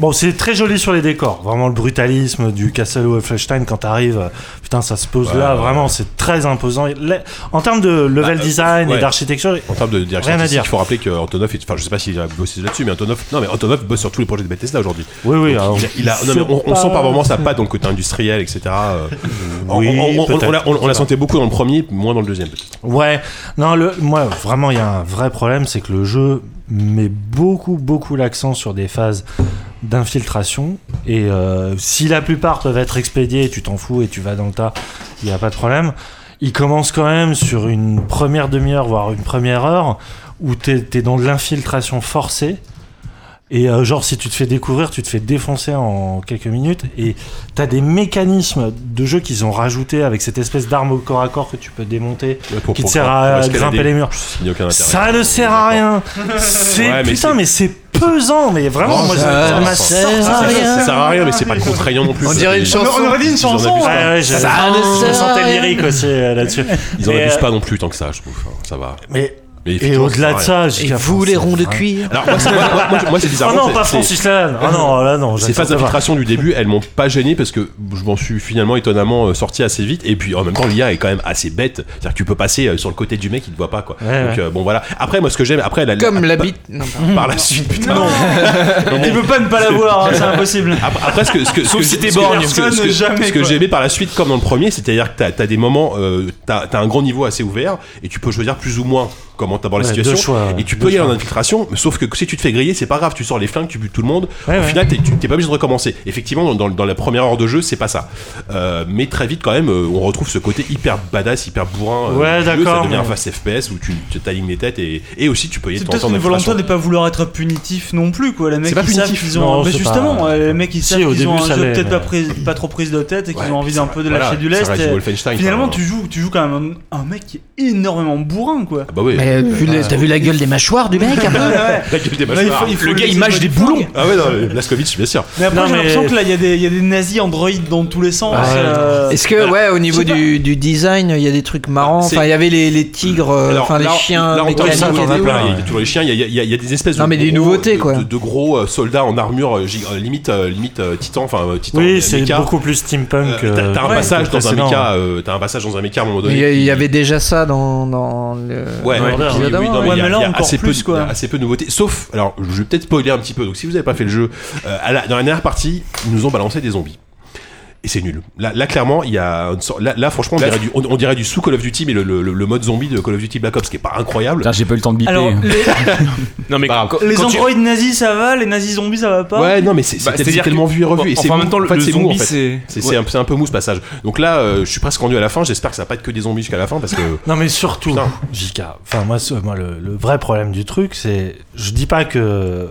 Speaker 4: Bon, c'est très joli sur les décors. Vraiment, le brutalisme du Castle Wolfenstein quand t'arrives, euh, putain, ça se pose
Speaker 2: Ouais,
Speaker 4: là.
Speaker 2: ouais,
Speaker 4: Vraiment, c'est très imposant. Et là, En termes de level design
Speaker 2: ouais.
Speaker 4: et d'architecture,
Speaker 2: En termes de direction
Speaker 4: Rien à
Speaker 2: artistique,
Speaker 4: dire.
Speaker 2: il faut rappeler que Antonov, est- enfin je sais pas s'il a bossé là-dessus, mais Antonov, non mais Antonov bosse sur tous les projets de Bethesda aujourd'hui.
Speaker 4: Oui, oui. alors,
Speaker 2: Il a- il a- non, mais on, on
Speaker 4: c'est
Speaker 2: sent
Speaker 4: pas-
Speaker 2: par moments sa patte dans le côté industriel, etc. Euh, on-
Speaker 4: Oui,
Speaker 2: on- on- on- on
Speaker 4: peut-être.
Speaker 2: la- on- on la sentait beaucoup dans le premier, moins dans le deuxième. peut-être.
Speaker 4: Ouais, non, le, moi vraiment, il y a un vrai problème, c'est que le jeu met beaucoup, beaucoup l'accent sur des phases d'infiltration. Et euh, si la plupart peuvent être expédiées, tu t'en fous et tu vas dans le tas, il n'y a pas de problème. Il commence quand même sur une première demi-heure, voire une première heure, où t'es es dans de l'infiltration forcée. Et euh, genre, si tu te fais découvrir, tu te fais défoncer en quelques minutes. Et t'as des mécanismes de jeu qu'ils ont rajoutés avec cette espèce d'arme au corps à corps que tu peux démonter,
Speaker 2: Pour-
Speaker 4: qui te
Speaker 2: pour-
Speaker 4: sert
Speaker 2: pour
Speaker 4: à
Speaker 2: escalader,
Speaker 4: grimper les murs.
Speaker 2: Il n'y a aucun intérêt.
Speaker 4: Ça ne sert à rien. C'est
Speaker 2: Ouais, mais
Speaker 4: putain,
Speaker 2: c'est-
Speaker 4: mais c'est pesant. Mais vraiment,
Speaker 2: Oh,
Speaker 4: moi,
Speaker 2: ça-
Speaker 4: ça m'a
Speaker 2: ça- ça-
Speaker 4: sorti.
Speaker 2: ça- ça- ça sert à rien, mais c'est pas contraignant non plus.
Speaker 4: On dirait une
Speaker 2: Ils-
Speaker 4: chanson.
Speaker 3: On aurait dit une
Speaker 2: ils en
Speaker 3: chanson,
Speaker 2: abusent
Speaker 4: Ouais,
Speaker 2: pas.
Speaker 4: ouais, j'ai-
Speaker 2: Ça-
Speaker 4: je me sentais lyrique aussi euh, là-dessus.
Speaker 2: Ils en
Speaker 4: Mais,
Speaker 2: abusent
Speaker 4: euh,
Speaker 2: pas non plus tant que ça, je trouve. Enfin, Ça va.
Speaker 4: Mais.
Speaker 2: Mais
Speaker 4: Et
Speaker 2: effectivement,
Speaker 4: au-delà de
Speaker 2: sert à rien.
Speaker 4: ça, j'ai
Speaker 3: hein,
Speaker 4: vous les ronds de cuir.
Speaker 2: Alors, moi, c'est- moi, moi, moi, c'est bizarre.
Speaker 4: Oh non, pas Francis Lalanne. Oh non, là non.
Speaker 2: Ces phases
Speaker 4: j'accepte pas.
Speaker 2: d'infiltration du début, elles m'ont pas gêné parce que je m'en suis finalement étonnamment euh, sorti assez vite. Et puis en même temps, l'IA est quand même assez bête. C'est-à-dire que tu peux passer euh, sur le côté du mec, il te voit pas quoi.
Speaker 4: Ouais,
Speaker 2: Donc
Speaker 4: ouais.
Speaker 2: euh, bon voilà. Après, moi ce que j'aime, après
Speaker 8: [LAUGHS]
Speaker 2: la,
Speaker 8: Comme
Speaker 2: la-
Speaker 8: la
Speaker 2: pa-
Speaker 8: bite. Non,
Speaker 2: par la suite, putain.
Speaker 3: Non. Il peut pas ne pas l'avoir, hein,
Speaker 2: [LAUGHS]
Speaker 3: c'est impossible.
Speaker 2: Après, après, ce que, ce que, ce
Speaker 3: Sauf
Speaker 2: que-
Speaker 3: si
Speaker 2: ce
Speaker 3: t'es
Speaker 2: que-
Speaker 3: borgne.
Speaker 2: ce que, ce que-
Speaker 3: Jamais,
Speaker 2: ce que
Speaker 3: quoi.
Speaker 2: j'ai aimé par la suite, comme dans le premier, c'est-à-dire que t'as as des moments, euh, t'as t'as un grand niveau assez ouvert et tu peux choisir plus ou moins comment t'abordes la
Speaker 4: Ouais,
Speaker 2: situation.
Speaker 4: deux choix, ouais.
Speaker 2: et tu
Speaker 4: Deux
Speaker 2: peux y aller en
Speaker 4: choix.
Speaker 2: infiltration, mais sauf que si tu te fais griller, c'est pas grave, tu sors les flingues, tu butes tout le monde.
Speaker 4: Ouais,
Speaker 2: Au
Speaker 4: ouais.
Speaker 2: final, t'es tu- t'es pas obligé de recommencer. Effectivement, dans, dans- dans la première heure de jeu, c'est pas ça. Euh, mais très vite, quand même, euh, on retrouve ce côté hyper badass, hyper bourrin. euh,
Speaker 4: Ouais,
Speaker 2: du jeu.
Speaker 4: d'accord,
Speaker 2: Ça devient
Speaker 4: mais-
Speaker 2: un fast FPS où tu tu t'alignes les têtes et, et aussi tu peux y aller
Speaker 3: C'est
Speaker 2: de temps en
Speaker 3: peut-être
Speaker 2: temps
Speaker 3: une
Speaker 2: en infiltration.
Speaker 3: volonté de pas vouloir être punitif non plus quoi. Les mecs
Speaker 2: C'est pas
Speaker 3: ils savent
Speaker 2: punitif.
Speaker 3: qu'ils ont
Speaker 2: Non,
Speaker 3: mais
Speaker 2: c'est
Speaker 3: justement
Speaker 2: pas-
Speaker 3: euh, les mecs ils
Speaker 4: Si,
Speaker 3: savent
Speaker 4: au
Speaker 3: qu'ils ont
Speaker 4: début,
Speaker 3: un
Speaker 4: ça
Speaker 3: jeu
Speaker 4: l'est,
Speaker 3: peut-être
Speaker 4: mais-
Speaker 3: pas, prise- pas trop prise de tête et qu'ils
Speaker 2: Ouais,
Speaker 3: ont envie
Speaker 2: puis
Speaker 3: d'un
Speaker 2: ça-
Speaker 3: peu de
Speaker 2: voilà,
Speaker 3: lâcher du
Speaker 2: ça
Speaker 3: lest.
Speaker 2: reste
Speaker 3: et
Speaker 2: Wolfenstein,
Speaker 3: Finalement
Speaker 2: enfin,
Speaker 8: Ah
Speaker 3: tu joues tu joues quand même un, un mec qui est énormément bourrin quoi.
Speaker 2: Bah oui,
Speaker 8: Mais euh, vu le- t'as vu la gueule des mâchoires du mec un [LAUGHS] peu
Speaker 2: La gueule des
Speaker 8: Là, il
Speaker 2: mâchoires.
Speaker 8: faut- il faut
Speaker 2: le gars,
Speaker 8: les
Speaker 2: il mâche des
Speaker 8: uniformes.
Speaker 2: boulons. Ah ouais, non, mais Blaskovitch, bien sûr.
Speaker 3: Mais après,
Speaker 2: Non,
Speaker 3: j'ai
Speaker 2: mais-
Speaker 3: l'impression que là, il y, a des- il y a des nazis androïdes dans tous les sens. euh,
Speaker 8: Est-ce que, ouais, au niveau du, du design, il y a des trucs marrants
Speaker 2: C'est-
Speaker 8: Enfin, il y avait les, les tigres, euh,
Speaker 2: Alors,
Speaker 8: enfin les
Speaker 2: là,
Speaker 8: chiens
Speaker 2: là, on
Speaker 8: mécaniques.
Speaker 2: parle de ça, on en a
Speaker 8: et tout.
Speaker 2: plein. Il y a- il y a toujours les chiens, il y a, il y a- il y a des espèces
Speaker 8: Non,
Speaker 2: de,
Speaker 8: mais des
Speaker 2: gros-
Speaker 8: nouveautés,
Speaker 2: de-
Speaker 8: quoi.
Speaker 2: De, de gros euh, soldats en armure, euh, gig- euh, limite, euh, limite euh, titan, enfin euh, titan.
Speaker 4: Oui,
Speaker 2: euh,
Speaker 4: c'est
Speaker 2: mecha.
Speaker 4: beaucoup plus steampunk.
Speaker 2: Euh, T'as
Speaker 4: euh,
Speaker 2: t'as un
Speaker 4: que le
Speaker 2: passage dans un
Speaker 4: précédent.
Speaker 2: mecha, euh, t'as un passage dans un mecha à un moment
Speaker 8: Mais
Speaker 2: donné.
Speaker 8: Il y, a- il y avait déjà ça dans, dans le.
Speaker 2: Euh, Ouais,
Speaker 8: dans
Speaker 2: ouais,
Speaker 8: l'épisode
Speaker 2: oui, oui,
Speaker 8: avant,
Speaker 2: non, mais
Speaker 8: hein.
Speaker 2: il y a- il y a assez peu, de- il y a assez peu de nouveautés. Sauf, alors, je vais peut-être spoiler un petit peu. Donc, si vous n'avez pas fait le jeu, euh, à la- dans la dernière partie, ils nous ont balancé des zombies. Et c'est nul. Là, là, clairement, il y a une sorte- là, là, franchement, on dirait, du, on, on dirait du sous Call of Duty, mais le, le- le- le mode zombie de Call of Duty Black Ops, qui est pas incroyable. Bah,
Speaker 7: J'ai pas eu le temps de biper.
Speaker 3: Alors,
Speaker 2: [LAUGHS]
Speaker 3: les,
Speaker 6: non mais
Speaker 3: les androïdes nazis, ça va, les nazis zombies, ça va pas.
Speaker 2: Ouais, non, mais c'est
Speaker 6: Euh, Bah,
Speaker 2: c'est- c'est
Speaker 6: c'est-à-dire
Speaker 2: tellement
Speaker 6: que-
Speaker 2: vu et revu. et
Speaker 6: enfin,
Speaker 2: c'est
Speaker 6: en même
Speaker 2: mou.
Speaker 6: temps, le-
Speaker 2: fait,
Speaker 6: le
Speaker 2: c'est mou, en
Speaker 6: zombie,
Speaker 2: fait.
Speaker 6: c'est-
Speaker 2: C'est c'est un, c'est un peu mou ce passage. Donc là, euh, je suis presque rendu à la fin. J'espère que ça va pas être que des zombies jusqu'à la fin parce que.
Speaker 4: Non mais surtout, JK, enfin moi, ce- moi, le, le vrai problème du truc, c'est, je dis pas que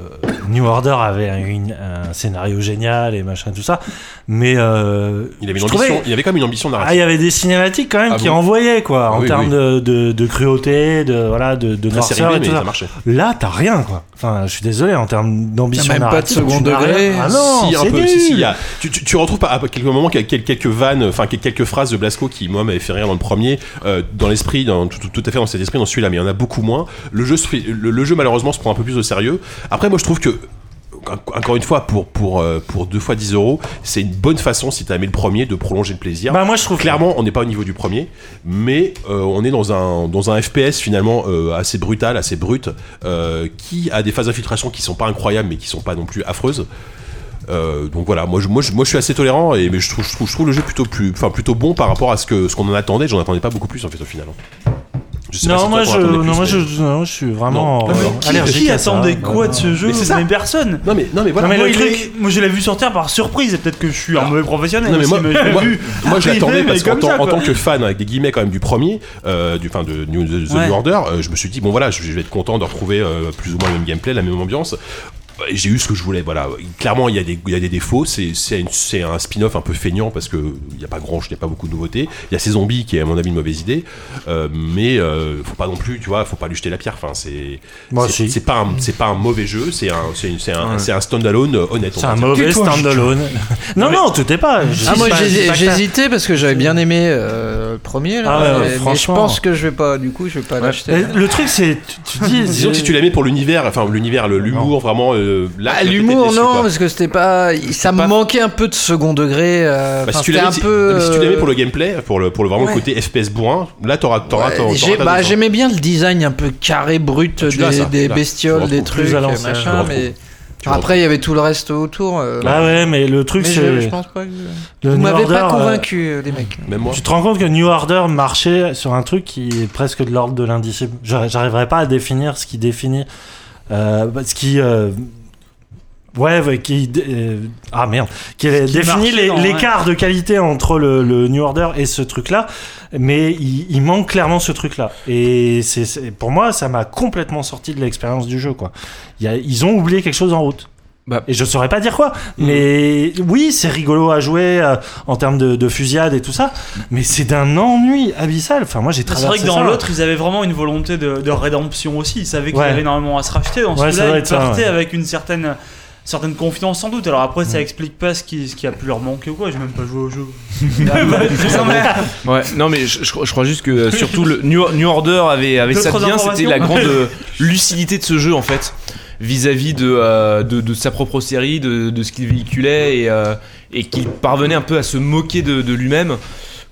Speaker 4: New Order avait un, une- un scénario génial et machin tout ça, mais euh,
Speaker 2: Il avait, une
Speaker 4: je trouvais-
Speaker 2: ambition, il avait quand même une ambition
Speaker 4: Ah, il
Speaker 2: narrative.
Speaker 4: y avait des cinématiques quand même
Speaker 2: Ah
Speaker 4: qui
Speaker 2: bon
Speaker 4: envoyaient quoi,
Speaker 2: Ah
Speaker 4: en
Speaker 2: oui,
Speaker 4: termes
Speaker 2: oui.
Speaker 4: De, de, de cruauté, de voilà, de, de
Speaker 2: Très
Speaker 4: noirceur
Speaker 2: série B,
Speaker 4: et tout
Speaker 2: mais
Speaker 4: ça.
Speaker 2: ça marchait.
Speaker 4: Là, t'as rien quoi. Enfin, je suis désolé en termes d'ambition
Speaker 8: T'as même pas de
Speaker 4: narrative,
Speaker 8: second
Speaker 4: tu n'as
Speaker 8: degré.
Speaker 4: rien. Ah non,
Speaker 2: si, un
Speaker 4: c'est
Speaker 2: peu,
Speaker 4: nul.
Speaker 2: si, si, il y a- tu, tu- tu retrouves pas- à quelques moments quel- quel- quelques vannes, enfin quel- quelques phrases de Blasco qui moi m'avait fait rire dans le premier, euh, dans l'esprit, dans- tout, tout- tout à fait dans cet esprit dans celui-là, mais il y en a beaucoup moins. Le jeu, se fait- le, le jeu malheureusement se prend un peu plus au sérieux. Après moi je trouve que en- encore une fois, pour, pour, euh, pour deux fois 10 euros, c'est une bonne façon, si t'as aimé le premier, de prolonger le plaisir.
Speaker 4: Bah, moi, je trouve
Speaker 2: Clairement, on n'est pas au niveau du premier, mais euh, on est dans un, dans un FPS finalement euh, assez brutal, assez brut, euh, qui a des phases d'infiltration qui sont pas incroyables, mais qui sont pas non plus affreuses. Euh, donc voilà, moi je, moi, je, moi je suis assez tolérant et mais je trouve, je trouve, je trouve le jeu plutôt plus, enfin plutôt bon par rapport à ce que ce qu'on en attendait. J'en attendais pas beaucoup plus en fait au final. hein. Je sais pas si
Speaker 4: Non,
Speaker 2: toi,
Speaker 4: moi
Speaker 2: t'en
Speaker 4: je,
Speaker 2: attendais
Speaker 4: non,
Speaker 2: plus,
Speaker 4: moi
Speaker 2: mais-
Speaker 4: je, non, je suis vraiment
Speaker 2: Non. Non, mais
Speaker 4: euh,
Speaker 2: qui-
Speaker 4: allergique
Speaker 3: Qui
Speaker 4: à ça.
Speaker 3: attendait quoi de ce jeu
Speaker 2: Mais c'est ça.
Speaker 3: Mais personne.
Speaker 2: Non mais non mais voilà.
Speaker 3: Non, mais
Speaker 2: moi,
Speaker 3: le
Speaker 2: il
Speaker 3: truc,
Speaker 2: est-
Speaker 3: moi je l'ai vu sortir par surprise et peut-être que je suis un mauvais professionnel.
Speaker 2: Non mais
Speaker 3: aussi,
Speaker 2: moi,
Speaker 3: je l'ai [LAUGHS]
Speaker 2: moi,
Speaker 3: vu
Speaker 2: moi, je
Speaker 3: arriver,
Speaker 2: l'attendais
Speaker 3: mais
Speaker 2: parce qu'en
Speaker 3: comme ça,
Speaker 2: tant, en
Speaker 3: quoi.
Speaker 2: tant que fan avec des guillemets quand même du premier, euh, du fin de New, The, The
Speaker 3: Ouais.
Speaker 2: New Order, euh, je me suis dit bon voilà, je, je vais être content de retrouver euh, plus ou moins le même gameplay, la même ambiance. Euh, J'ai eu ce que je voulais, voilà. Clairement, il y a des, il y a des défauts. C'est, c'est, une- c'est un spin-off un peu feignant parce que il n'y a pas grand, il n'y a pas beaucoup de nouveautés. Il y a ces zombies qui est à mon avis une mauvaise idée, Euh, mais euh, faut pas non plus, tu vois, faut pas lui jeter la pierre. Enfin, c'est,
Speaker 4: Moi,
Speaker 2: c'est,
Speaker 4: si.
Speaker 2: c'est pas, un, c'est pas un mauvais jeu. C'est un, c'est, une- c'est un,
Speaker 4: Ouais.
Speaker 2: c'est un standalone euh, honnête. on
Speaker 4: C'est
Speaker 2: va
Speaker 4: un
Speaker 2: dire.
Speaker 4: mauvais
Speaker 2: Tais-toi,
Speaker 4: standalone. Non, non, tu t'es pas. je
Speaker 8: Ah,
Speaker 4: dis
Speaker 8: moi
Speaker 4: pas- je dis pas
Speaker 8: j'ai-
Speaker 4: que
Speaker 8: j'ai
Speaker 4: t'as-
Speaker 8: hésité parce que j'avais bien aimé euh, le premier là,
Speaker 4: Ah ouais,
Speaker 8: mais- mais, je
Speaker 4: franchement.
Speaker 8: pense que je vais pas, du coup, je vais pas l'acheter.
Speaker 2: Euh,
Speaker 4: Et Le truc, c'est. Tu, tu dis.
Speaker 2: [LAUGHS] Disons que si tu l'as mis pour l'univers, enfin l'univers, le- l'humour vraiment. euh, là,
Speaker 8: Ah,
Speaker 2: là, t'étais
Speaker 8: l'humour,
Speaker 2: déçu,
Speaker 8: non,
Speaker 2: quoi.
Speaker 8: parce que c'était pas. Ça me manquait un peu de second degré. euh,
Speaker 2: Bah,
Speaker 8: enfin,
Speaker 2: si tu
Speaker 8: c'était
Speaker 2: l'avais
Speaker 8: un
Speaker 2: si-
Speaker 8: peu.
Speaker 2: non, mais si tu l'avais pour
Speaker 8: euh,
Speaker 2: le gameplay, pour le, pour le vraiment
Speaker 8: ouais.
Speaker 2: côté FPS bourrin, là t'auras t'auras
Speaker 8: ouais,
Speaker 2: t'auras-
Speaker 8: j'ai-
Speaker 2: t'auras
Speaker 8: bah,
Speaker 2: raison.
Speaker 8: J'aimais bien le design un peu carré, brut
Speaker 2: tu l'as,
Speaker 8: des,
Speaker 2: ça,
Speaker 8: des
Speaker 2: tu l'as.
Speaker 8: bestioles,
Speaker 2: Tu
Speaker 8: des
Speaker 2: le retrouves.
Speaker 8: trucs,
Speaker 2: Tu le
Speaker 8: machin,
Speaker 2: retrouves. Tu Bah le
Speaker 8: mais.
Speaker 2: retrouves.
Speaker 8: Après, il y avait tout le reste autour. euh,
Speaker 4: Ah ouais, mais le truc,
Speaker 8: mais
Speaker 4: c'est.
Speaker 8: je, je pense pas que.
Speaker 4: Le
Speaker 8: Vous
Speaker 4: New
Speaker 8: m'avez
Speaker 4: Order,
Speaker 8: pas
Speaker 4: euh,
Speaker 8: convaincu, euh, les mecs.
Speaker 2: Même moi.
Speaker 4: Tu te rends compte que New Order marchait sur un truc qui est presque de l'ordre de l'indicible. J'ar- J'arriverai pas à définir ce qui définit. euh, bah, ce qui. euh, ouais, ouais, qui. dé- euh, ah merde. Qui définit
Speaker 3: marchait
Speaker 4: les-
Speaker 3: dans-
Speaker 4: l'écart de qualité entre le, le New Order et ce truc-là. Mais il, il manque clairement ce truc-là. Et c'est c'est- pour moi, ça m'a complètement sorti de l'expérience du jeu, quoi. Il y a- ils ont oublié quelque chose en route.
Speaker 2: Bah.
Speaker 4: Et je saurais pas dire quoi, mais oui, c'est rigolo à jouer euh, en termes de, de fusillade et tout ça, mais c'est d'un ennui abyssal. Enfin, moi j'ai
Speaker 2: Bah,
Speaker 3: C'est
Speaker 4: traversé
Speaker 3: vrai que dans
Speaker 4: Ah, ça.
Speaker 3: l'autre, ils avaient vraiment une volonté de, de rédemption aussi. Ils savaient qu'il
Speaker 4: Ouais.
Speaker 3: y avait énormément à se racheter. Dans
Speaker 4: Ouais, ça doit
Speaker 3: celui-là, ils
Speaker 4: être ça,
Speaker 3: partaient
Speaker 4: ouais. Mm.
Speaker 3: avec une certaine, certaine confiance sans doute. Alors après, ça explique pas ce qui, ce qui a pu leur manquer ou quoi. J'ai même pas joué
Speaker 4: [LAUGHS]
Speaker 3: au jeu. Ah, bah, Non,
Speaker 6: [LAUGHS]
Speaker 3: mais-
Speaker 6: Ouais, non mais je, je crois- je crois juste que euh, surtout le New, New Order avait, avait ça
Speaker 3: D'autres
Speaker 6: bien, c'était
Speaker 3: [LAUGHS]
Speaker 6: la
Speaker 3: informations
Speaker 6: grande euh, lucidité de ce jeu en fait vis-à-vis de, euh, de, de sa propre série, de, de ce qu'il véhiculait et, euh, et qu'il parvenait un peu à se moquer de, de lui-même.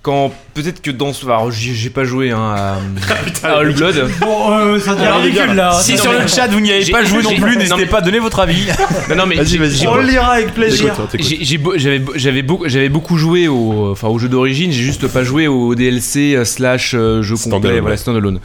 Speaker 6: Quand peut-être que dans ce. Alors, j'y- j'ai pas joué hein, à,
Speaker 3: [LAUGHS]
Speaker 6: à All Blood.
Speaker 3: Bon,
Speaker 9: [LAUGHS]
Speaker 3: euh, ça devient ridicule là.
Speaker 5: Si
Speaker 3: Non,
Speaker 5: sur
Speaker 3: mais-
Speaker 5: le chat vous n'y avez
Speaker 6: J'ai-
Speaker 5: pas joué non
Speaker 6: j'ai-
Speaker 5: plus,
Speaker 6: non,
Speaker 5: n'hésitez
Speaker 6: mais-
Speaker 5: pas à donner votre [LAUGHS] avis.
Speaker 6: Non, non, mais j'ai- j'ai-
Speaker 3: On le lira avec plaisir.
Speaker 2: T'écoutes, t'écoutes.
Speaker 6: J'ai- j'ai beau- J'avais beau- j'avais beaucoup, j'avais beaucoup joué au, enfin, au jeu d'origine, j'ai juste pas joué au DLC euh, slash euh, jeu complet,
Speaker 2: Standalone,
Speaker 6: voilà,
Speaker 2: ouais.
Speaker 6: standalone.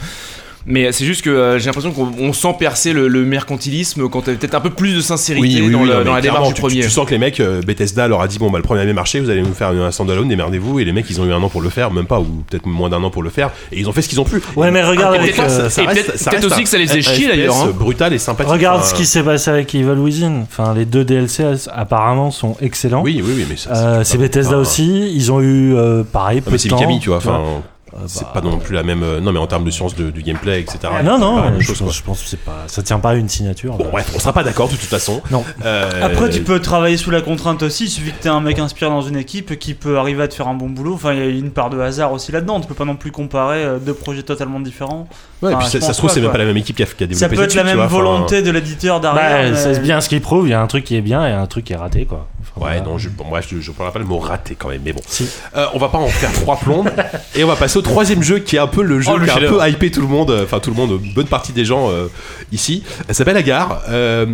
Speaker 6: Mais euh, c'est juste que euh, j'ai l'impression qu'on on sent percer le, le mercantilisme quand t'avais peut-être un peu plus de sincérité dans, le-
Speaker 2: non, mais
Speaker 6: dans la démarche
Speaker 2: clairement,
Speaker 6: du
Speaker 2: tu- tu-
Speaker 6: premier.
Speaker 2: Tu, sens que les mecs, euh, Bethesda leur a dit bon bah le premier avait marché, vous allez nous faire un standalone, démerdez-vous. Et les mecs, ils ont eu un an pour le faire, même pas ou peut-être moins d'un an pour le faire, et ils ont fait ce qu'ils ont pu.
Speaker 4: Ouais,
Speaker 2: Et-
Speaker 4: mais regarde
Speaker 2: et
Speaker 4: avec,
Speaker 2: peut-être-
Speaker 4: euh,
Speaker 2: ça
Speaker 6: et
Speaker 2: reste-
Speaker 6: peut-être-
Speaker 2: ça
Speaker 6: peut-être
Speaker 2: reste
Speaker 6: aussi que ça les faisait
Speaker 2: un- un
Speaker 6: chier, d'ailleurs,
Speaker 2: FPS
Speaker 6: hein.
Speaker 2: Brutal et sympathique.
Speaker 4: Regarde
Speaker 2: Enfin,
Speaker 4: ce qui s'est passé avec Evil Within. Enfin, les deux DLC apparemment sont excellents.
Speaker 2: Oui, oui, oui, mais ça.
Speaker 4: Euh, c'est Bethesda
Speaker 2: enfin,
Speaker 4: aussi. Ils ont eu euh, pareil.
Speaker 2: Ah,
Speaker 4: Peu
Speaker 2: mais
Speaker 4: de
Speaker 2: c'est
Speaker 4: temps,
Speaker 2: Mikami, tu vois.
Speaker 4: tu vois.
Speaker 2: Enfin, c'est pas non plus la même. euh, non, mais en termes de science de- du gameplay, etc.
Speaker 4: Ah,
Speaker 2: c'est
Speaker 4: non,
Speaker 2: pas
Speaker 4: non,
Speaker 2: la même
Speaker 4: je
Speaker 2: chose,
Speaker 4: pense-
Speaker 2: quoi.
Speaker 4: je pense que c'est pas, ça tient pas à une
Speaker 3: Bah,
Speaker 4: signature.
Speaker 2: Bon, bref, on sera pas d'accord de toute façon.
Speaker 4: Non.
Speaker 2: Euh,
Speaker 3: Après, tu peux travailler sous la contrainte aussi. Il suffit que t'es un mec inspiré dans une équipe qui peut arriver à te faire un bon boulot. Enfin, il y a une part de hasard aussi là-dedans. Tu peux pas non plus comparer euh, deux projets totalement différents.
Speaker 2: Ouais, et
Speaker 3: Enfin,
Speaker 2: puis ça,
Speaker 3: je
Speaker 2: ça
Speaker 3: pense
Speaker 2: se trouve, c'est même
Speaker 3: quoi.
Speaker 2: pas la même équipe qui a, qui a développé
Speaker 3: Ça peut
Speaker 2: cette
Speaker 3: être
Speaker 2: suite,
Speaker 3: la
Speaker 2: tu
Speaker 3: même
Speaker 2: vois, enfin,
Speaker 3: volonté de l'éditeur
Speaker 4: Bah,
Speaker 3: derrière. mais-
Speaker 4: C'est bien ce qu'il prouve, il y a un truc qui est bien et un truc qui est raté,
Speaker 3: [LAUGHS]
Speaker 4: quoi.
Speaker 2: Ouais, non, je, bon, moi, je, je prendrai pas le mot raté quand même, mais bon. Euh, on va pas en faire trois plombes. et on va passer au troisième jeu qui est un peu le jeu
Speaker 5: Oh, le
Speaker 2: qui a un
Speaker 5: chef-d'œuvre.
Speaker 2: peu hypé tout le monde, euh, enfin tout le monde, une bonne partie des gens euh, ici. Elle s'appelle Agar. Euh,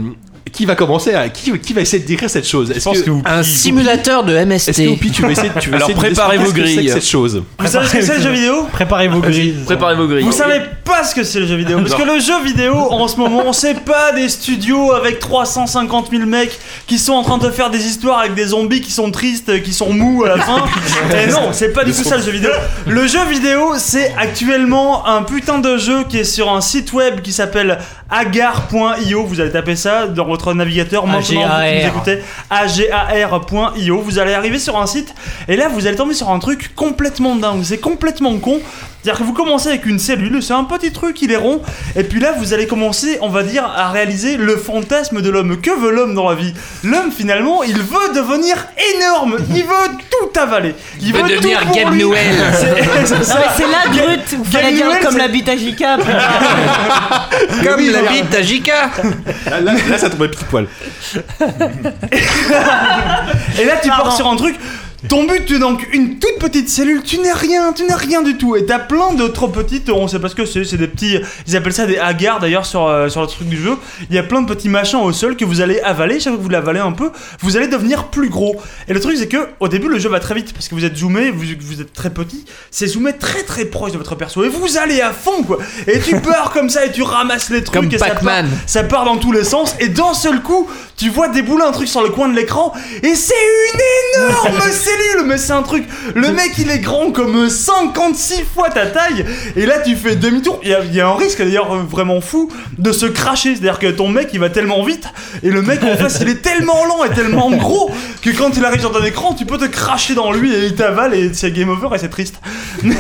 Speaker 2: qui va commencer à, qui, qui va essayer de décrire cette chose Est-ce que,
Speaker 8: Un simulateur de MST.
Speaker 2: Est-ce que Oupi, tu vas essayer, tu vas
Speaker 8: Alors,
Speaker 2: essayer de décrire
Speaker 8: préparez
Speaker 2: ce
Speaker 8: vos
Speaker 2: que c'est
Speaker 8: grilles.
Speaker 2: que cette chose
Speaker 3: Vous savez ce que c'est le jeu vidéo
Speaker 9: Préparez vos grilles.
Speaker 6: Préparez vos grilles.
Speaker 3: Vous savez pas ce que c'est le jeu vidéo Parce
Speaker 6: Non.
Speaker 3: que le jeu vidéo en ce moment, c'est pas des studios avec 350 000 mecs qui sont en train de faire des histoires avec des zombies qui sont tristes, qui sont mous à la fin. Et non, c'est pas du tout ça le jeu vidéo. Le jeu vidéo, c'est actuellement un putain de jeu qui est sur un site web qui s'appelle agar.io. Vous allez taper ça dans votre navigateur maintenant. Vous qui nous
Speaker 9: AGAR.
Speaker 3: écoutez, agar.io. Vous allez arriver sur un site et là vous allez tomber sur un truc complètement dingue, c'est complètement con. C'est-à-dire que vous commencez avec une cellule, c'est un petit truc, il est rond, et puis là vous allez commencer, on va dire, à réaliser le fantasme de l'homme. Que veut l'homme dans la vie L'homme finalement, il veut devenir énorme, il veut tout avaler. Il,
Speaker 14: veut devenir
Speaker 3: tout pour
Speaker 14: Gabe
Speaker 3: lui.
Speaker 14: Newell.
Speaker 3: [LAUGHS]
Speaker 2: [LAUGHS]
Speaker 3: C'est c'est ça.
Speaker 14: Non, mais c'est là,
Speaker 3: Ga-
Speaker 14: Grut, vous
Speaker 3: Gabe
Speaker 14: fallait dire
Speaker 3: Newell,
Speaker 14: comme
Speaker 3: c'est-
Speaker 14: la bite à
Speaker 8: [LAUGHS]
Speaker 14: Jika. Comme
Speaker 2: Oui,
Speaker 14: la
Speaker 2: voilà.
Speaker 14: bite à Jika.
Speaker 2: là, là, là, ça tombait petit poil.
Speaker 3: Et là, tu pars sur un truc. Ton but, tu es donc une toute petite cellule, tu n'es rien, tu n'es rien du tout. Et t'as plein d'autres petites, on sait pas ce que c'est, c'est des petits, ils appellent ça des hagars d'ailleurs sur, euh, sur le truc du jeu. Il y a plein de petits machins au sol que vous allez avaler, chaque fois que vous l'avalez un peu, vous allez devenir plus gros. Et le truc, c'est que au début, le jeu va très vite parce que vous êtes zoomé, vous, vous êtes très petit, c'est zoomé très très proche de votre perso. Et vous allez à fond quoi. Et [LAUGHS] tu pars comme ça et tu ramasses les trucs
Speaker 14: Comme
Speaker 3: et ça part-
Speaker 14: Pac-Man.
Speaker 3: ça part dans tous les sens et d'un seul coup, tu vois débouler un truc sur le coin de l'écran et c'est une énorme cellule, mais c'est un truc. Le mec, il est grand comme 56 fois ta taille et là tu fais demi-tour. Il y, a- il y a un risque d'ailleurs euh, vraiment fou de se cracher, c'est-à-dire que ton mec, il va tellement vite et le mec en face, il est tellement lent et tellement gros que quand il arrive sur ton écran, tu peux te cracher dans lui et il t'avale et c'est game over et c'est triste. Mais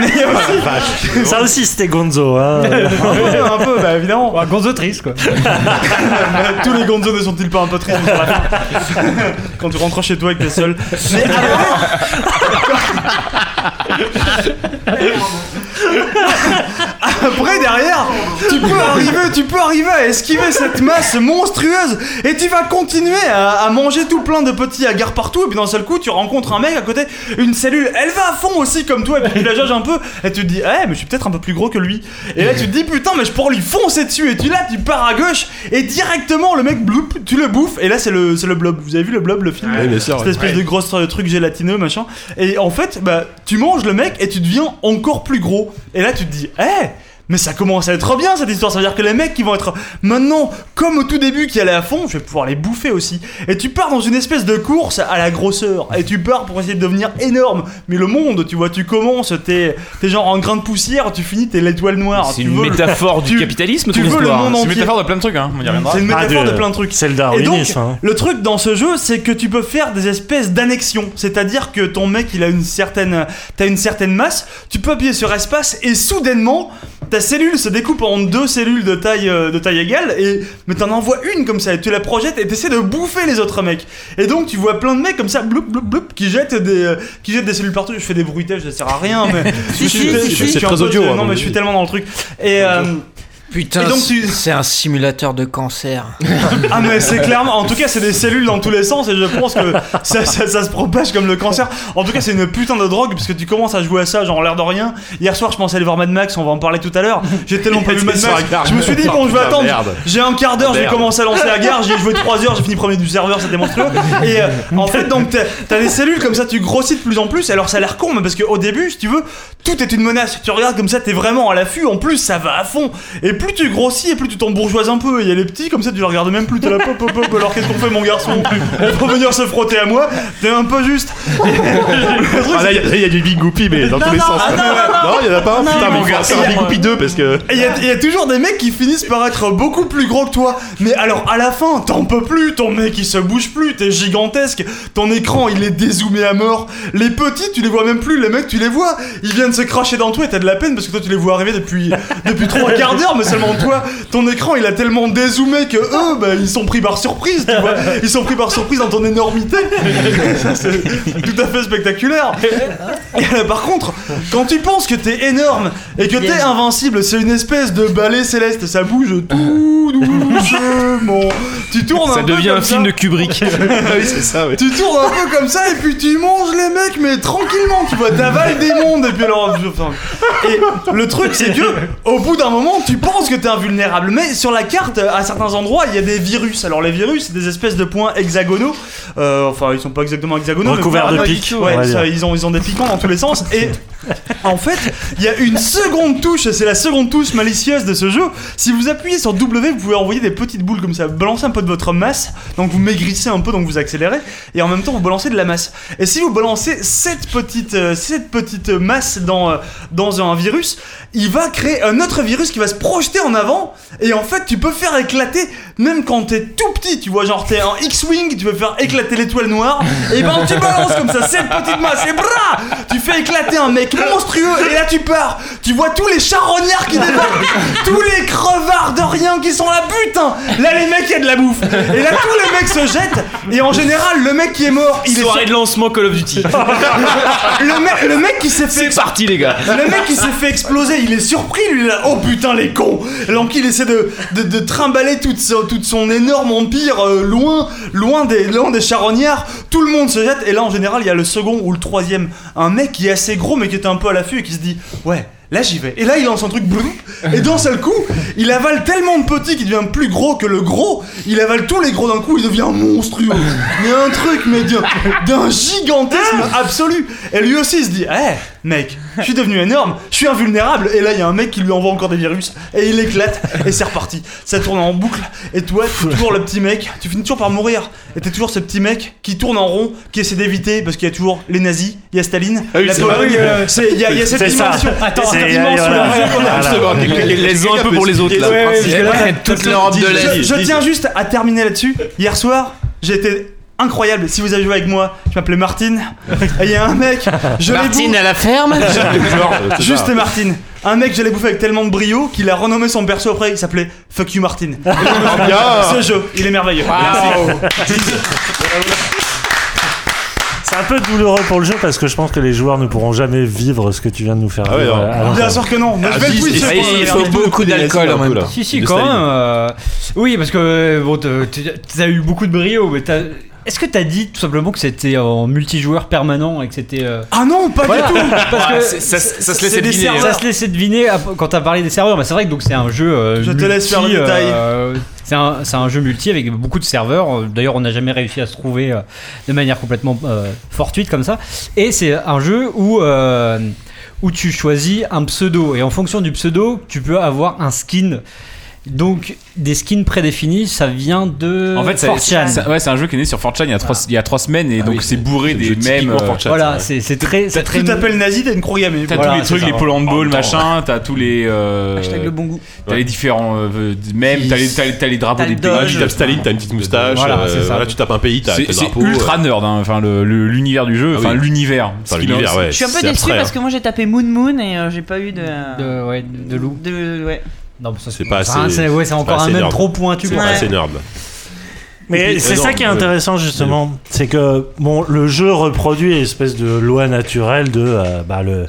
Speaker 3: mais il y a aussi
Speaker 4: Ça aussi, c'était Gonzo, hein.
Speaker 3: bah, [LAUGHS] Ouais, un peu, bah évidemment.
Speaker 9: Gonzo triste, quoi.
Speaker 3: [LAUGHS] Tous les Gonzo ne sont-ils pas un peu tristes sur la fin [LAUGHS] Quand tu rentres chez toi et que t'es seul. Mais [LAUGHS] après... Après, derrière, tu peux arriver, tu peux arriver à esquiver cette masse monstrueuse et tu vas continuer à, à manger tout plein de petits agarres partout. Et puis d'un seul coup, tu rencontres un mec à côté, une cellule, elle va à fond aussi comme toi. Et puis tu la juges un peu et tu te dis, eh, mais je suis peut-être un peu plus gros que lui. Et là, tu te dis, putain, mais je pourrais lui foncer dessus. Et tu là, tu pars à gauche et directement, le mec, bloup, tu le bouffes. Et là, c'est le, c'est le blob. Vous avez vu le blob, le film
Speaker 2: Ouais, bien sûr,
Speaker 3: Cette
Speaker 2: ouais.
Speaker 3: espèce de gros euh, truc gélatineux, machin. Et en fait, bah, tu manges le mec et tu deviens encore plus gros. Et là, tu te dis, hé mais ça commence à être bien cette histoire, ça veut dire que les mecs qui vont être maintenant comme au tout début qui allaient à fond, je vais pouvoir les bouffer aussi. Et tu pars dans une espèce de course à la grosseur, et tu pars pour essayer de devenir énorme. Mais le monde, tu vois, tu commences, t'es t'es genre en grain de poussière, tu finis, t'es l'étoile noire.
Speaker 6: C'est
Speaker 3: Tu
Speaker 6: une
Speaker 3: veux le-
Speaker 6: métaphore du
Speaker 3: tu-
Speaker 6: capitalisme,
Speaker 3: tu
Speaker 6: ton
Speaker 3: veux le
Speaker 6: histoire.
Speaker 3: monde
Speaker 6: C'est une
Speaker 3: entier.
Speaker 6: métaphore de plein de trucs, hein, on y reviendra.
Speaker 3: C'est une
Speaker 6: Ah,
Speaker 3: métaphore
Speaker 6: de-
Speaker 3: de plein de trucs.
Speaker 4: c'est le
Speaker 3: Et donc,
Speaker 4: darwinisme, hein.
Speaker 3: le truc dans ce jeu, c'est que tu peux faire des espèces d'annexions. C'est-à-dire que ton mec, il a une certaine, t'as une certaine masse, tu peux appuyer sur espace et soudainement, ta cellule se découpe en deux cellules de taille, euh, de taille égale et, mais t'en envoies une comme ça et tu la projettes et t'essaies de bouffer les autres mecs. Et donc, tu vois plein de mecs comme ça, bloup, bloup, bloup, qui jettent des, euh, qui jettent des cellules partout. Je fais des bruitages, ça sert à rien, mais.
Speaker 8: [LAUGHS] Si, si,
Speaker 3: Je suis-
Speaker 8: si,
Speaker 3: je
Speaker 8: si,
Speaker 3: suis
Speaker 8: c'est
Speaker 3: un
Speaker 8: très
Speaker 3: peu-
Speaker 8: audio, hein,
Speaker 3: Non, mais je
Speaker 8: mais-
Speaker 3: suis tellement dans le truc. Et, euh,
Speaker 8: Putain,
Speaker 3: Et donc, tu-
Speaker 8: c'est un simulateur de
Speaker 3: [LAUGHS]
Speaker 8: cancer.
Speaker 3: Ah mais c'est clairement, en tout cas c'est des cellules dans tous les sens et je pense que ça, ça, ça se propage comme le cancer. En tout cas c'est une putain de drogue parce que tu commences à jouer à ça genre l'air de rien. Hier soir je pensais aller voir Mad Max, on va en parler tout à l'heure. J'ai
Speaker 2: [LAUGHS]
Speaker 3: tellement pas vu Mad
Speaker 2: Sur la gare.
Speaker 3: Max. Je me suis dit bon je vais
Speaker 4: Ah,
Speaker 2: Putain,
Speaker 3: attendre.
Speaker 2: merde.
Speaker 3: J'ai un quart d'heure, je vais
Speaker 2: Merde.
Speaker 3: commencer à lancer la gare, j'ai joué 3 heures, j'ai fini premier du serveur, c'était monstrueux.
Speaker 2: [LAUGHS]
Speaker 3: Et euh, en fait donc t'as- t'as des cellules comme ça, tu grossis de plus en plus. Alors ça a l'air con mais parce qu'au début si tu veux, tout est une menace. Tu regardes comme ça, t'es vraiment à l'affût, en plus ça va à fond. Et plus plus tu grossis et plus tu t'embourgeoises un peu. Et il y a les petits, comme ça tu les regardes même plus. T'es là, pop, pop, pop. Alors qu'est-ce qu'on fait, mon garçon Elle peut venir se frotter à moi. T'es un peu juste. [LAUGHS] Le truc,
Speaker 2: Ah, là, il y a- là, il y, a du Big Goopy, mais dans
Speaker 3: Non,
Speaker 2: tous les
Speaker 3: non,
Speaker 2: sens.
Speaker 3: ah, non, non, non.
Speaker 2: il n'y en a pas un.
Speaker 3: Non,
Speaker 2: Putain, mais
Speaker 3: mon
Speaker 2: il faut
Speaker 3: gars,
Speaker 2: en faire
Speaker 3: il
Speaker 2: un Big
Speaker 3: y a-
Speaker 2: Goopy 2 parce que.
Speaker 3: Et il y, a- il y a toujours des mecs qui finissent par être beaucoup plus gros que toi. Mais alors à la fin, t'en peux plus, ton mec il se bouge plus, t'es gigantesque, ton écran il est dézoomé à mort. Les petits, tu les vois même plus, les mecs tu les vois, ils viennent se cracher dans toi et t'as de la peine parce que toi tu les vois arriver depuis [LAUGHS] depuis trois quarts d'heure, mais seulement toi, ton écran il a tellement dézoomé que eux, bah, ils sont pris par surprise, tu vois. Ils sont pris par surprise dans ton énormité. Ça, c'est [LAUGHS] tout à fait spectaculaire. Et là, par contre, quand tu penses que t'es énorme et que t'es invincible, c'est une espèce de balai céleste, ça bouge tout doucement. Tu tournes
Speaker 6: Ça
Speaker 3: un peu
Speaker 6: devient un
Speaker 3: comme
Speaker 6: film
Speaker 3: ça.
Speaker 6: de
Speaker 3: [LAUGHS]
Speaker 6: Kubrick.
Speaker 2: Ah oui, c'est ça, oui.
Speaker 3: Tu tournes un peu comme ça et puis tu manges les mecs, mais tranquillement, tu vois, t'avales des mondes et puis alors. enfin, et le truc, c'est que au bout d'un moment, tu penses que t'es invulnérable, mais sur la carte, à certains endroits, il y a des virus. Alors les virus, c'est des espèces de points hexagonaux. Euh, enfin, ils sont pas exactement hexagonaux, mais
Speaker 4: Recouverts de
Speaker 3: pas
Speaker 4: pics,
Speaker 3: du tout. Ouais,
Speaker 4: on va
Speaker 3: ça,
Speaker 4: dire.
Speaker 3: ils ont ils ont des piquants dans tous les sens et [LAUGHS] en fait, il y a une seconde touche, et c'est la seconde touche malicieuse de ce jeu. Si vous appuyez sur W, vous pouvez envoyer des petites boules comme ça, balancer un peu de votre masse, donc vous maigrissez un peu, donc vous accélérez, et en même temps vous balancez de la masse. Et si vous balancez cette petite, euh, cette petite masse dans, euh, dans un virus, il va créer un autre virus qui va se projeter en avant, et en fait tu peux faire éclater, même quand t'es tout petit, tu vois, genre t'es en X-Wing, tu peux faire éclater l'étoile noire, et ben tu balances comme ça cette petite masse, et bras Ah, Tu fais éclater un mec monstrueux, et là tu pars Tu vois tous les charognards qui débarquent, tous les crevards de rien qui sont là, putain Là les mecs, il y a de la bouffe Et là tous les mecs se jettent, et en général, le mec qui est mort, il est
Speaker 6: Soirée de lancement Call of
Speaker 3: [LAUGHS]
Speaker 6: Duty.
Speaker 3: le, mec, le mec qui s'est fait.
Speaker 6: C'est parti, les gars.
Speaker 3: Le mec qui s'est fait exploser, il est surpris, lui là. Oh putain, les cons Alors qu'il essaie de, de, de trimballer toute, son- toute son énorme empire euh, loin, loin des, loin des charognards. Tout le monde se jette, et là en général, il y a le second ou le troisième. Un mec qui est assez gros, mais qui était un peu à l'affût et qui se dit Ouais. Là j'y vais. Et là il lance un truc bloum. Et d'un seul coup, il avale tellement de petits qu'il devient plus gros que le gros. Il avale tous les gros d'un coup, il devient monstrueux. Mais un truc, mais d'un- d'un gigantisme absolu. Et lui aussi il se dit, eh mec, je suis devenu énorme, je suis invulnérable. Et là il y a un mec qui lui envoie encore des virus. Et il éclate. Et c'est reparti. Ça tourne en boucle. Et toi, tu es toujours le petit mec. Tu finis toujours par mourir. Et t'es toujours ce petit mec qui tourne en rond, qui essaie d'éviter parce qu'il y a toujours les nazis, il y a Staline.
Speaker 6: Ah oui,
Speaker 3: la
Speaker 6: c'est vrai.
Speaker 3: Pologne, euh, c'est- il y a, il y a cette
Speaker 4: C'est ça.
Speaker 3: dimension.
Speaker 4: Attends,
Speaker 3: cette
Speaker 4: c'est-
Speaker 3: dimension
Speaker 4: voilà.
Speaker 3: de-
Speaker 4: Voilà.
Speaker 3: Juste seconde.
Speaker 6: Les uns un peu pour les autres, là.
Speaker 2: Ouais, ouais,
Speaker 6: C'est
Speaker 2: parce que là,
Speaker 6: Toute l'Europe de
Speaker 3: Je,
Speaker 6: l'Est.
Speaker 3: je tiens juste à terminer là-dessus. Hier soir, j'étais incroyable. Si vous avez joué avec moi, je m'appelais Martine. Et il y a un mec, je l'ai bouffé.
Speaker 8: à la ferme
Speaker 3: Juste Martine. Un mec, je l'ai bouffé avec tellement de brio qu'il a renommé son perso après. Il s'appelait Fuck You Martine. Et
Speaker 6: Ah,
Speaker 3: je me
Speaker 2: [LAUGHS]
Speaker 3: suis
Speaker 2: Ah,
Speaker 3: dit, Ce jeu, il est merveilleux.
Speaker 4: C'est un peu douloureux pour le jeu parce que je pense que les joueurs ne pourront jamais vivre ce que tu viens de nous faire.
Speaker 2: Ah ouais,
Speaker 4: vivre,
Speaker 2: non.
Speaker 4: euh, à
Speaker 2: Bien
Speaker 4: l'instant.
Speaker 3: Bien sûr que non. Mais
Speaker 4: Ah,
Speaker 3: je vais le
Speaker 2: Ah, si,
Speaker 3: twitcher
Speaker 2: si,
Speaker 3: pour
Speaker 2: si,
Speaker 3: le
Speaker 2: il
Speaker 3: regarder.
Speaker 2: faut beaucoup d'alcool en même temps.
Speaker 9: Si, si, quand même. euh, Oui, parce que euh, bon, t'as- t'as eu beaucoup de brio, mais t'as- Est-ce que t'as dit tout simplement que c'était en multijoueur permanent et que c'était. euh,
Speaker 3: Ah non, pas
Speaker 9: Voilà.
Speaker 3: du tout.
Speaker 9: Parce que
Speaker 6: c'est- ça- ça se laisse
Speaker 9: c'est des
Speaker 6: deviner,
Speaker 9: serveurs.
Speaker 6: hein.
Speaker 9: Ça se laissait deviner à- quand t'as parlé des serveurs, mais c'est vrai que donc c'est un jeu. euh,
Speaker 3: Je te laisse faire le
Speaker 9: multi,
Speaker 3: détail.
Speaker 9: euh, c'est un, c'est un jeu multi avec beaucoup de serveurs. Euh, D'ailleurs, on n'a jamais réussi à se trouver euh, de manière complètement euh, fortuite comme ça. Et c'est un jeu où euh, où tu choisis un pseudo et en fonction du pseudo, tu peux avoir un skin. Donc des skins prédéfinis, ça vient de
Speaker 5: En fait, ça-
Speaker 9: 4chan.
Speaker 5: ça- ouais, c'est un jeu qui est né sur 4chan il y a trois, il y a trois semaines
Speaker 2: Ah
Speaker 5: et donc c'est bourré des mêmes. euh,
Speaker 9: Voilà, c'est c'est très, c'est très
Speaker 3: Tu t'appelles nazi, t'as une courgame.
Speaker 5: T'as
Speaker 9: Voilà,
Speaker 5: tous les
Speaker 9: c'est
Speaker 5: trucs,
Speaker 9: ça.
Speaker 5: les pôles
Speaker 2: En
Speaker 5: handball,
Speaker 2: même temps,
Speaker 5: machin, t'as tous les. euh,
Speaker 10: Hashtag le bon goût.
Speaker 5: T'as les différents. euh, Même, t'as les- t'as les- t'as les drapeaux
Speaker 10: T'as le
Speaker 5: des
Speaker 10: dodge.
Speaker 5: pays.
Speaker 2: Là, tu tapes Staline, t'as une petite moustache.
Speaker 9: Voilà, c'est
Speaker 2: euh,
Speaker 9: ça.
Speaker 2: voilà, tu tapes un euh. pays, t'as
Speaker 5: C'est
Speaker 2: tes
Speaker 5: c'est
Speaker 2: drapeaux.
Speaker 5: ultra nerd, hein, enfin le- le- l'univers du jeu,
Speaker 2: Ah
Speaker 5: enfin
Speaker 2: oui.
Speaker 5: l'univers.
Speaker 2: Enfin,
Speaker 5: ce qu'il en-
Speaker 2: l'univers, ouais.
Speaker 10: Je suis un peu
Speaker 2: c'est
Speaker 10: déçu
Speaker 2: après,
Speaker 10: parce
Speaker 2: hein.
Speaker 10: que moi j'ai tapé Moon Moon et euh, j'ai pas eu de.
Speaker 9: de, Euh, ouais, de loup.
Speaker 10: de- ouais.
Speaker 9: Non, mais ça,
Speaker 2: C'est pas
Speaker 9: enfin,
Speaker 2: assez-
Speaker 9: c'est- ouais, c'est
Speaker 2: c'est
Speaker 9: encore
Speaker 2: pas
Speaker 9: un
Speaker 2: assez
Speaker 9: même
Speaker 2: énorme.
Speaker 9: trop pointu.
Speaker 2: C'est
Speaker 9: pour
Speaker 2: pas
Speaker 10: Ouais.
Speaker 2: assez nerd.
Speaker 4: Mais
Speaker 2: Et
Speaker 4: c'est
Speaker 2: non,
Speaker 4: ça qui est
Speaker 2: euh,
Speaker 4: intéressant justement, c'est que bon, le jeu reproduit une espèce de loi naturelle de euh, bah, le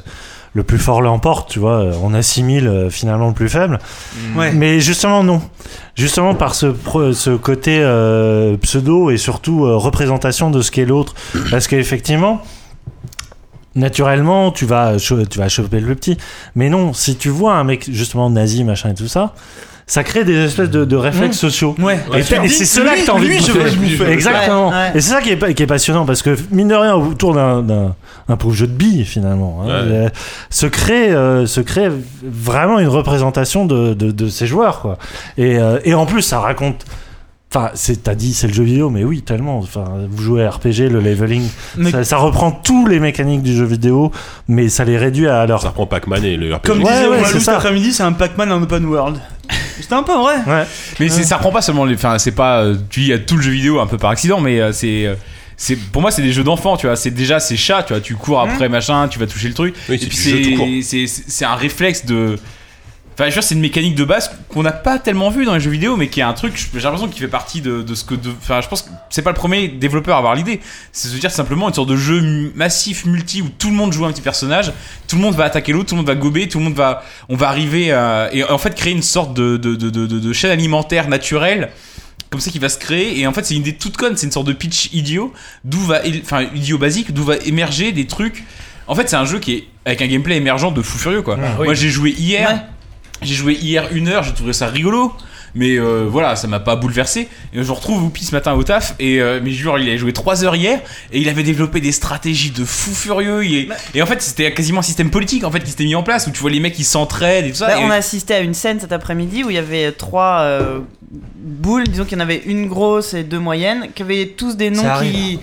Speaker 4: le plus fort l'emporte, tu vois, euh, on assimile euh, finalement le plus faible.
Speaker 3: Ouais.
Speaker 4: Mais justement non, justement par ce pro- ce côté euh, pseudo et surtout euh, représentation de ce qu'est l'autre, parce qu'effectivement naturellement, tu vas, cho- tu vas choper le petit. Mais non, si tu vois un mec justement nazi, machin et tout ça, ça crée des espèces de, de réflexes
Speaker 3: Mmh.
Speaker 2: Mm.
Speaker 4: sociaux.
Speaker 3: Ouais.
Speaker 4: Et,
Speaker 3: Ouais, tu te
Speaker 4: et
Speaker 3: dis,
Speaker 4: c'est cela
Speaker 3: lui-
Speaker 4: que t'as envie
Speaker 3: lui,
Speaker 4: de
Speaker 3: je
Speaker 4: bouffer.
Speaker 3: veux que je bouffe.
Speaker 4: Exactement.
Speaker 3: Ouais, ouais.
Speaker 4: Et c'est ça qui est, pa- qui est passionnant parce que mine de rien, autour d'un, d'un, d'un pauvre jeu de billes finalement, hein,
Speaker 2: Ouais.
Speaker 4: euh, se crée, euh, se crée vraiment une représentation de, de, de ces joueurs quoi. Et, euh, et en plus, ça raconte. Enfin, c'est- t'as dit c'est le jeu vidéo, mais oui, tellement. Enfin, vous jouez à RPG, le leveling,
Speaker 3: Mais-
Speaker 4: ça, ça reprend tous les mécaniques du jeu vidéo, mais ça les réduit à leur. Ça
Speaker 2: reprend Pac-Man et le
Speaker 3: Comme
Speaker 4: ouais,
Speaker 3: disait
Speaker 4: ouais,
Speaker 3: Walou
Speaker 4: c'est
Speaker 3: cet
Speaker 4: ça.
Speaker 3: après-midi, c'est un Pac-Man en open world. C'était un peu vrai.
Speaker 7: Mais c'est- ça reprend pas seulement les. Enfin, c'est pas. euh, Tu dis, il y a tout le jeu vidéo un peu par accident, mais euh, c'est. euh, C'est, pour moi, c'est des jeux d'enfants, tu vois. C'est déjà ces chats, tu vois. Tu cours
Speaker 10: Mmh.
Speaker 7: après, machin, tu vas toucher le truc.
Speaker 2: Oui, c'est
Speaker 7: et puis
Speaker 2: du jeu tout court.
Speaker 7: c'est, c'est, c'est- c'est un réflexe de. Enfin, je veux dire, c'est une mécanique de base qu'on n'a pas tellement vu dans les jeux vidéo, mais qui est un truc, j'ai l'impression, qui fait partie de, de ce que. de- Enfin, je pense que c'est pas le premier développeur à avoir l'idée. C'est se dire simplement une sorte de jeu mu- massif, multi, où tout le monde joue un petit personnage, tout le monde va attaquer l'autre, tout le monde va gober, tout le monde va. On va arriver à. Et en fait, créer une sorte de, de, de, de- de- de chaîne alimentaire naturelle comme ça qui va se créer et en fait c'est une idée toute conne c'est une sorte de pitch idiot d'où va enfin idiot basique d'où va émerger des trucs en fait c'est un jeu qui est avec un gameplay émergent de fou furieux quoi moi j'ai joué hier j'ai joué hier une heure j'ai trouvé ça rigolo mais euh, voilà ça m'a pas bouleversé et je retrouve Oupi ce matin au taf et euh, mais jure il a joué 3 heures hier et il avait développé des stratégies de fou furieux il
Speaker 10: Bah-
Speaker 7: est- et en fait c'était quasiment un système politique en fait qui s'était mis en place où tu vois les mecs qui s'entraident et tout ça
Speaker 10: Bah,
Speaker 7: et-
Speaker 10: on a assisté à une scène cet après-midi où il y avait trois euh, boules, disons qu'il y en avait une grosse et deux moyennes, qui avaient tous des noms
Speaker 6: Ça
Speaker 10: qui.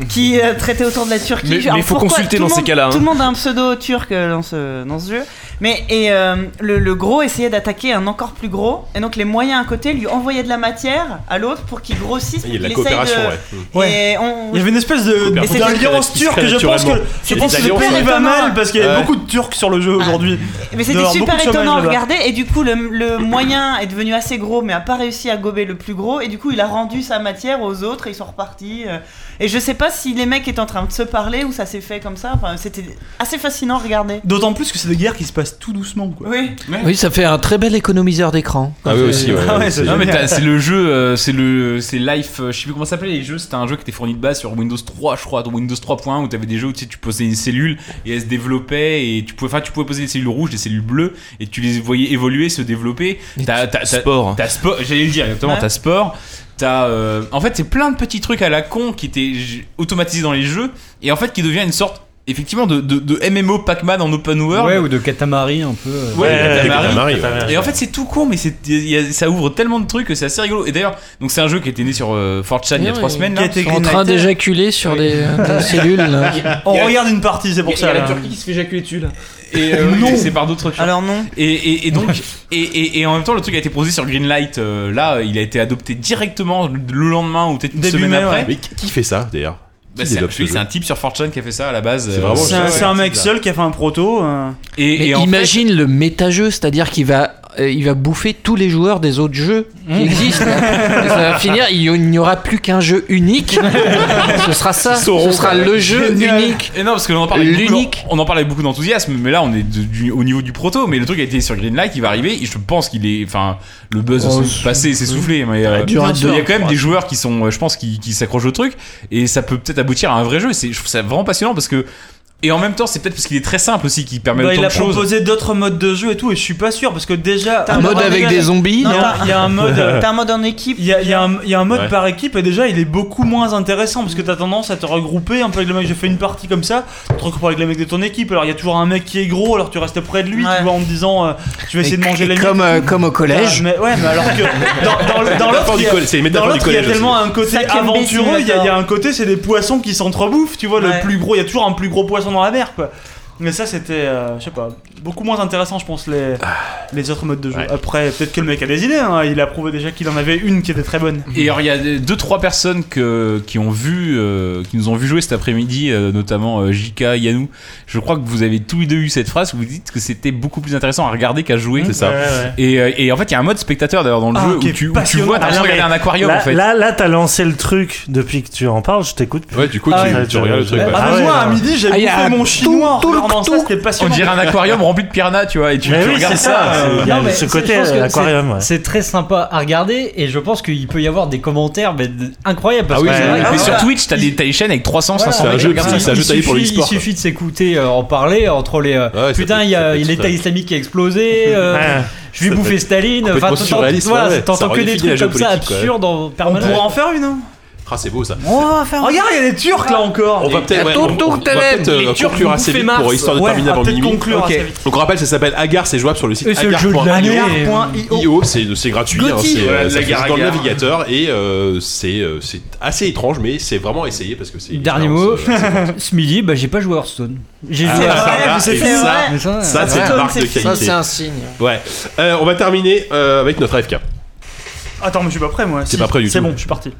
Speaker 10: [LAUGHS] qui euh, traitaient autour de la Turquie.
Speaker 6: Mais-
Speaker 10: Genre,
Speaker 6: mais faut
Speaker 10: pourquoi
Speaker 6: consulter
Speaker 10: tout le
Speaker 6: dans ces
Speaker 10: monde-
Speaker 6: cas-là, hein.
Speaker 10: Tout le monde a un pseudo turc euh, dans ce, dans ce jeu. Mais et, euh, le, le gros essayait d'attaquer un encore plus gros. Et donc les moyens à côté lui envoyaient de la matière à l'autre pour qu'il grossisse.
Speaker 2: Il y a de la
Speaker 10: pour qu'il essaye
Speaker 2: coopération,
Speaker 10: de- Et on-
Speaker 3: Il y avait une espèce de
Speaker 10: Et c'est-
Speaker 3: d'alliance
Speaker 10: qui se
Speaker 3: turque.
Speaker 10: crée
Speaker 3: Je pense que
Speaker 10: naturellement.
Speaker 3: je
Speaker 10: C'est
Speaker 3: pense
Speaker 10: des
Speaker 3: que le
Speaker 10: alliances,
Speaker 3: père il va
Speaker 10: ouais.
Speaker 3: mal parce qu'il y
Speaker 10: Ouais.
Speaker 3: avait beaucoup de Turcs sur le jeu aujourd'hui.
Speaker 10: Eh, Mais
Speaker 3: Il
Speaker 10: c'était
Speaker 3: doit y avoir
Speaker 10: super
Speaker 3: beaucoup de chômage
Speaker 10: étonnant,
Speaker 3: là-bas.
Speaker 10: regardez. Et du coup, le, le moyen est devenu assez gros, mais a pas réussi à gober le plus gros. Et du coup, il a rendu sa matière aux autres et ils sont repartis. euh. Et je sais pas si les mecs étaient en train de se parler ou ça s'est fait comme ça. Enfin, c'était assez fascinant, à regarder.
Speaker 3: D'autant plus que c'est des guerres qui se passent tout doucement. Quoi.
Speaker 10: Oui.
Speaker 8: Oui, ça fait un très bel économiseur d'écran.
Speaker 7: [LAUGHS] Ah oui, aussi, ouais.
Speaker 3: Ah ouais, c'est
Speaker 7: Non, mais
Speaker 3: génial.
Speaker 7: t'as- c'est le jeu, euh, c'est le, c'est Life, euh, je sais plus comment ça s'appelait les jeux, c'était un jeu qui était fourni de base sur Windows 3, je crois, dans Windows 3.1 où t'avais des jeux où tu, sais, tu posais une cellule et elle se développait et tu pouvais, enfin, tu pouvais poser des cellules rouges, des cellules bleues et tu les voyais évoluer, se développer. T'as, t'as, sport. T'as sport, j'allais le dire exactement,
Speaker 15: Ouais.
Speaker 7: t'as sport. T'as, euh, en fait, c'est plein de petits trucs à la con qui étaient j- automatisés dans les jeux et en fait qui devient une sorte, effectivement, de, de, de MMO Pac-Man en open world.
Speaker 9: Ouais, ou de Katamari un peu. euh.
Speaker 7: Ouais,
Speaker 9: Ouais,
Speaker 7: Katamari.
Speaker 9: Katamari,
Speaker 7: Et en fait, c'est tout con, mais c'est, il y a- ça ouvre tellement de trucs que c'est assez rigolo. Et d'ailleurs, donc c'est un jeu qui était né sur euh, 4chan il y a trois semaines. là.
Speaker 8: Ils sont en train d'éjaculer sur des, euh,
Speaker 3: [LAUGHS]
Speaker 8: des cellules. là.
Speaker 3: On regarde une partie, c'est pour ça. là.
Speaker 6: qui se fait éjaculer dessus là.
Speaker 7: Et euh, oui, c'est par d'autres trucs.
Speaker 10: Alors non.
Speaker 7: Et, et- et
Speaker 3: [LAUGHS]
Speaker 7: donc, et, et- et en même temps, le truc a été posé sur Greenlight. euh, là, euh, il a été adopté directement le lendemain ou peut-être une
Speaker 3: Début
Speaker 7: semaine
Speaker 3: mai,
Speaker 7: après.
Speaker 3: ouais.
Speaker 2: Mais qui qui fait ça d'ailleurs
Speaker 7: Bah,
Speaker 2: Qui
Speaker 7: c'est,
Speaker 2: développe ce
Speaker 7: oui, c'est
Speaker 2: jeu
Speaker 7: un type sur 4chan qui a fait ça à la base. euh,
Speaker 2: vraiment
Speaker 3: C'est un, c'est un mec seul qui a fait un proto. euh.
Speaker 7: Et,
Speaker 8: Mais
Speaker 7: et en
Speaker 8: imagine le méta-jeu, c'est-à-dire qu'il va, euh, il va bouffer tous les joueurs des autres jeux
Speaker 2: Hmm.
Speaker 8: qui existent. Et ça
Speaker 2: [LAUGHS]
Speaker 8: va finir, il y- il n'y aura plus qu'un jeu unique. [LAUGHS] ce sera ça, ce sera le jeu unique.
Speaker 7: Et non, parce que l'on en parle avec beaucoup-
Speaker 8: L'unique.
Speaker 7: on en parle avec beaucoup d'enthousiasme, mais là on est de- du- au niveau du proto. Mais le truc a été sur Greenlight, il va arriver. et je pense qu'il est, enfin, le buzz
Speaker 8: Oh,
Speaker 7: s'est passé, s'est soufflé. Mais euh,
Speaker 8: dure à
Speaker 7: il y a
Speaker 8: durer.
Speaker 7: quand même des joueurs qui sont, euh, je pense, qui, qui s'accrochent au truc, et ça peut peut-être aboutir à un vrai jeu. C'est, je trouve ça vraiment passionnant parce que, et en même temps, c'est peut-être parce qu'il est très simple aussi, qui permet
Speaker 3: Bah,
Speaker 7: autant
Speaker 3: il a
Speaker 7: de choses.
Speaker 3: proposé d'autres modes de jeu et tout, et je suis pas sûr parce que déjà.
Speaker 8: Un mode avec des zombies,
Speaker 3: Non,
Speaker 8: non
Speaker 3: il y a
Speaker 7: [LAUGHS]
Speaker 3: un mode. euh,
Speaker 10: T'as un mode en équipe.
Speaker 3: Il y, a- il y a un- il y a un mode
Speaker 2: Ouais.
Speaker 3: par équipe et déjà il est beaucoup moins intéressant parce que t'as tendance à te regrouper un peu avec le mec. J'ai fait une partie comme ça, tu te regroupes avec les mecs de ton équipe. Alors il y a toujours un mec qui est gros, alors tu restes près de lui, tu vois, en te disant euh, je vais essayer de manger les miens.
Speaker 8: comme, euh, comme au collège.
Speaker 3: Ah, mais ouais, mais alors que dans, dans- dans
Speaker 2: La
Speaker 3: l'autre,
Speaker 2: métaphore
Speaker 3: il y
Speaker 2: du
Speaker 3: a-
Speaker 2: coll- c'est une métaphore
Speaker 3: dans
Speaker 2: du
Speaker 3: l'autre, il y a
Speaker 2: collège
Speaker 3: tellement
Speaker 2: aussi.
Speaker 3: un côté
Speaker 10: Cinquième
Speaker 3: aventureux, il y, a- il y a
Speaker 10: dessinateur.
Speaker 3: un côté, c'est des poissons qui s'entrebouffent, tu vois,
Speaker 10: Ouais.
Speaker 3: le plus gros, il y a toujours un plus gros poisson dans la mer, quoi. Mais ça, c'était, euh, je sais pas, beaucoup moins intéressant, je pense, les, les autres modes de jeu. Après, peut-être que le mec a des idées, hein, il a prouvé déjà qu'il en avait une qui était très bonne.
Speaker 7: Et alors, il y a des- deux trois personnes que, qui ont vu, euh, qui nous ont vu jouer cet après-midi, euh, notamment euh, Jika, Yanou. Je crois que vous avez tous les deux eu cette phrase. où Vous dites que c'était beaucoup plus intéressant à regarder qu'à jouer. C'est
Speaker 2: ça.
Speaker 4: Ouais, ouais.
Speaker 7: Et, euh, et en fait, il y a un mode spectateur d'ailleurs dans le
Speaker 3: Ah,
Speaker 7: jeu où
Speaker 3: qui est
Speaker 7: tu, où tu
Speaker 3: passionnant.
Speaker 7: vois, t'as
Speaker 4: Ah non,
Speaker 7: l'impression de
Speaker 4: mais
Speaker 7: regarder un aquarium
Speaker 4: là,
Speaker 7: en fait.
Speaker 4: là, là, t'as lancé le truc depuis que tu en parles, je t'écoute. plus.
Speaker 2: Ouais, du coup,
Speaker 3: Ah
Speaker 2: tu,
Speaker 3: ouais.
Speaker 2: tu regardes le truc. ouais.
Speaker 3: Ah, mais
Speaker 4: ouais,
Speaker 3: moi, à
Speaker 4: ouais.
Speaker 3: midi, j'ai
Speaker 8: Ah, il y
Speaker 3: bouffé
Speaker 8: a
Speaker 3: mon
Speaker 8: tout-
Speaker 3: chinois. en
Speaker 8: tout le
Speaker 3: regardant vraiment ça,
Speaker 9: euh,
Speaker 3: c'était passionnant.
Speaker 5: On dirait un aquarium rempli de
Speaker 7: Ah,
Speaker 5: piranhas, tu vois, et tu,
Speaker 4: Mais
Speaker 5: tu
Speaker 4: oui,
Speaker 5: regardes
Speaker 4: c'est ça,
Speaker 7: Euh,
Speaker 4: c'est- il y a ce
Speaker 9: c'est-
Speaker 4: côté,
Speaker 9: je pense que
Speaker 4: euh, aquarium,
Speaker 9: c'est-
Speaker 4: ouais.
Speaker 9: C'est très sympa à regarder et je pense qu'il peut y avoir des commentaires mais, d- incroyables.
Speaker 5: Ah
Speaker 9: Parce
Speaker 5: oui,
Speaker 9: que
Speaker 5: c'est vrai.
Speaker 9: Ah,
Speaker 5: mais sur
Speaker 9: voilà.
Speaker 5: Twitch, t'as des, t'as des chaînes avec 300,
Speaker 9: Voilà,
Speaker 5: 500
Speaker 9: il-
Speaker 5: mecs, regarde ça.
Speaker 9: il suffit- Il suffit de s'écouter euh, en parler entre les. euh, putain, il y a l'État islamique qui a explosé. euh,
Speaker 3: Ouais.
Speaker 9: Je vais
Speaker 3: Ça peut
Speaker 9: bouffer
Speaker 3: être
Speaker 9: Staline.
Speaker 3: complètement
Speaker 9: Enfin, t'entends-
Speaker 2: surréaliste,
Speaker 9: voilà,
Speaker 2: ouais, ouais. Ça
Speaker 9: T'entends que
Speaker 2: redéfinit
Speaker 9: des
Speaker 2: la
Speaker 9: trucs comme ça
Speaker 2: géopolitique, ouais.
Speaker 9: absurdes en
Speaker 3: On
Speaker 9: permanence.
Speaker 3: pourrait en faire une, hein
Speaker 2: Ah, c'est beau ça.
Speaker 3: Regarde, il y a des Turcs là encore.
Speaker 2: On va peut-être ouais, on- on va peut-être, euh, conclure assez vite pour histoire de
Speaker 3: Ouais,
Speaker 2: terminer
Speaker 3: on va
Speaker 2: avant
Speaker 3: peut-être
Speaker 2: minuit.
Speaker 3: conclure
Speaker 2: Ok.
Speaker 3: assez vite.
Speaker 2: Donc on rappelle, ça s'appelle Agar, c'est jouable sur le site
Speaker 3: Et c'est le jeu de l'année.
Speaker 2: agar.io. IO, C'est c'est gratuit, hein,
Speaker 3: Gauthier.
Speaker 2: c'est
Speaker 3: Voilà,
Speaker 2: euh, ça
Speaker 3: l'Agar
Speaker 2: se joue dans le
Speaker 3: Agar.
Speaker 2: navigateur et euh, c'est euh, c'est assez étrange, mais c'est vraiment essayé parce que c'est.
Speaker 9: Dernier mot, ce midi, bah, j'ai pas joué à Hearthstone. J'ai joué à
Speaker 2: Ah,
Speaker 9: ça.
Speaker 2: et ça,
Speaker 9: Mais ça,
Speaker 2: ça, c'est
Speaker 9: ouais.
Speaker 2: une marque de qualité.
Speaker 8: Ça, c'est un signe.
Speaker 2: Ouais. Euh, on va terminer euh, avec notre AFK.
Speaker 3: Attends, mais je suis pas prêt moi.
Speaker 2: T'es
Speaker 3: Si,
Speaker 2: pas prêt du
Speaker 3: C'est
Speaker 2: tout.
Speaker 3: bon, je suis parti.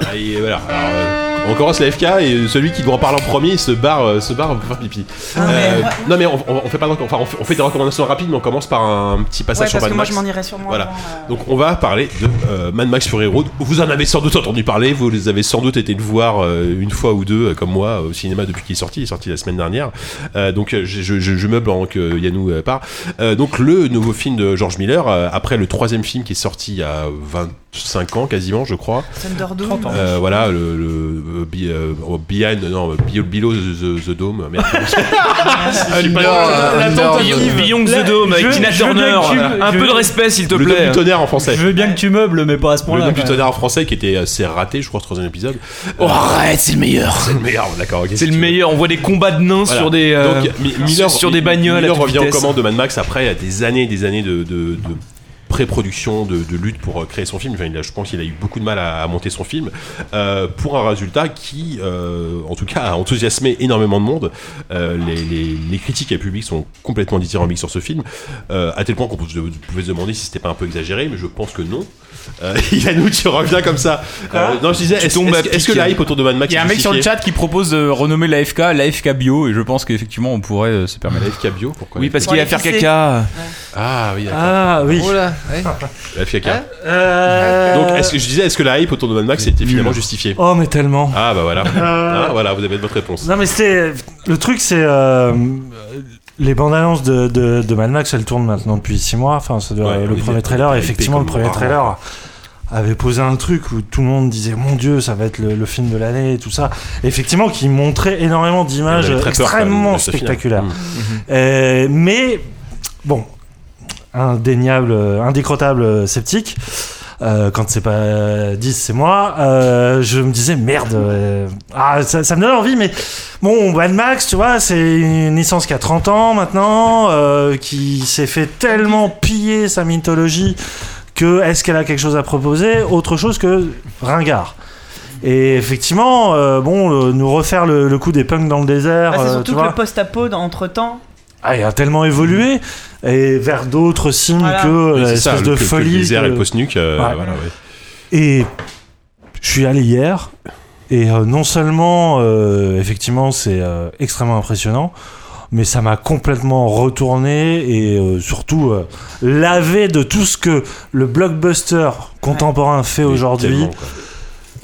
Speaker 2: Bah, et voilà. Alors, euh, on commence la FK et celui qui doit en parler en premier se barre, euh, se barre pour faire pipi.
Speaker 10: Ah,
Speaker 2: Euh, non mais on, on- on fait pas de- enfin, on fait, on fait des recommandations rapides, mais on commence par un petit passage
Speaker 10: Ouais,
Speaker 2: sur
Speaker 10: parce
Speaker 2: Mad
Speaker 10: que moi,
Speaker 2: Max.
Speaker 10: je m'en irai sûrement euh.
Speaker 2: Voilà. Donc on va parler de euh, Mad Max Fury Road. Vous en avez sans doute entendu parler, vous les avez sans doute été le voir euh, une fois ou deux, euh, comme moi, au cinéma depuis qu'il est sorti. Il est sorti la semaine dernière. Euh, donc euh, je, je, je- je meuble en que Yannou euh, part. Euh, donc le nouveau film de George Miller, euh, après le troisième film qui est sorti il y a 25 ans quasiment, je crois.
Speaker 10: Thunderdome.
Speaker 2: Euh, voilà, le, le euh, be- euh, oh, behind, non, be- below the, the- the dome. Merde, comment ça
Speaker 6: Ah,
Speaker 2: Je sais pas euh,
Speaker 6: non,
Speaker 2: comment ça-
Speaker 6: ah, non, Beyond- Beyond the Dome avec Tina Turner. Un peu de respect, s'il te
Speaker 2: Le
Speaker 6: plaît.
Speaker 2: dôme du tonnerre en français.
Speaker 9: Je veux bien que tu meubles, mais pas à ce
Speaker 2: Le
Speaker 9: point-là.
Speaker 2: dôme du tonnerre en français qui était assez raté, je crois, ce troisième épisode.
Speaker 6: Oh, arrête, c'est le meilleur.
Speaker 2: C'est le meilleur, bon, d'accord. ok, si
Speaker 6: C'est le
Speaker 2: tu veux.
Speaker 6: meilleur, on voit des combats de nains
Speaker 2: Voilà.
Speaker 6: sur des euh,
Speaker 2: Donc, Mi- Miller-
Speaker 6: sur des
Speaker 2: Mi-
Speaker 6: bagnoles
Speaker 2: Miller
Speaker 6: à toute
Speaker 2: revient aux
Speaker 6: vitesse.
Speaker 2: commandes de Mad Max après des années et des années de, de- de pré-production, de, de lutte pour euh, créer son film. Enfin, il a- je pense qu'il a eu beaucoup de mal à, à monter son film euh, pour un résultat qui, euh, en tout cas, a enthousiasmé énormément de monde. Euh, les, les- les critiques et le public sont complètement dithyrambiques sur ce film, euh, à tel point qu'on peut- vous pouvez se demander si c'était pas un peu exagéré, mais je pense que non. Euh, [LAUGHS] il a nous, tu reviens comme ça. Euh, non, je disais,
Speaker 5: Tu
Speaker 2: est-ce
Speaker 5: tombes à
Speaker 2: est-ce- est-ce que
Speaker 5: pic.
Speaker 2: la hype autour de Mad Max
Speaker 5: Il y a un
Speaker 2: est
Speaker 5: mec sur le
Speaker 2: justifiée
Speaker 5: chat qui propose de renommer l'AFK l'AFK Bio et je pense qu'effectivement on pourrait euh, se permettre.
Speaker 2: l'AFK Bio pourquoi
Speaker 6: Oui, parce qu'il va faire caca.
Speaker 2: Ah oui, d'accord.
Speaker 4: Ah oui.
Speaker 8: Oh là, ouais.
Speaker 2: La FIACA.
Speaker 4: Euh,
Speaker 2: Donc, est-ce que je disais, est-ce que la hype autour de Mad Max était finalement justifiée
Speaker 4: Oh, mais tellement.
Speaker 2: Ah bah voilà.
Speaker 4: Euh.
Speaker 2: Hein, voilà, vous avez votre réponse.
Speaker 4: Non mais c'était le truc c'est euh, les bandes annonces de, de, de Mad Max elles tournent maintenant depuis 6 mois enfin ça doit-
Speaker 2: Ouais, on
Speaker 4: le
Speaker 2: est
Speaker 4: premier
Speaker 2: bien-
Speaker 4: trailer
Speaker 2: hypé
Speaker 4: effectivement le
Speaker 2: comme
Speaker 4: premier
Speaker 2: rarement.
Speaker 4: trailer avait posé un truc où tout le monde disait mon dieu ça va être le, le film de l'année et tout ça effectivement qui montrait énormément d'images
Speaker 2: Il y en avait très peur, quand même,
Speaker 4: extrêmement
Speaker 2: de ce film.
Speaker 4: spectaculaires
Speaker 2: Mm.
Speaker 4: Euh, mais bon indéniable, euh, indécrottable euh, sceptique. Euh, quand c'est pas euh, 10, c'est moi. Euh, je me disais merde, euh, ah, ça, ça me donne envie, mais bon, Mad Max, tu vois, c'est une licence qui a 30 ans maintenant, euh, qui s'est fait tellement piller sa mythologie que est-ce qu'elle a quelque chose à proposer Autre chose que ringard. Et effectivement, euh, bon, euh, nous refaire le, le coup des punks dans le désert,
Speaker 10: Ah, c'est
Speaker 4: euh,
Speaker 10: surtout
Speaker 4: tu
Speaker 10: que
Speaker 4: vois,
Speaker 10: le post-apo, entre temps,
Speaker 4: ah, il a tellement évolué et vers d'autres signes
Speaker 10: Voilà.
Speaker 4: que euh,
Speaker 2: Oui, c'est
Speaker 4: l'espèce
Speaker 2: ça,
Speaker 4: de
Speaker 2: le- que- que
Speaker 4: folie.
Speaker 2: Le désert
Speaker 4: de-
Speaker 2: et le post-nuke. euh,
Speaker 4: Ouais.
Speaker 2: voilà, ouais.
Speaker 4: Et je suis allé hier, et euh, non seulement, euh, effectivement, c'est euh, extrêmement impressionnant, mais ça m'a complètement retourné et euh, surtout euh, lavé de tout ce que le blockbuster contemporain fait aujourd'hui.
Speaker 2: Tellement, quoi.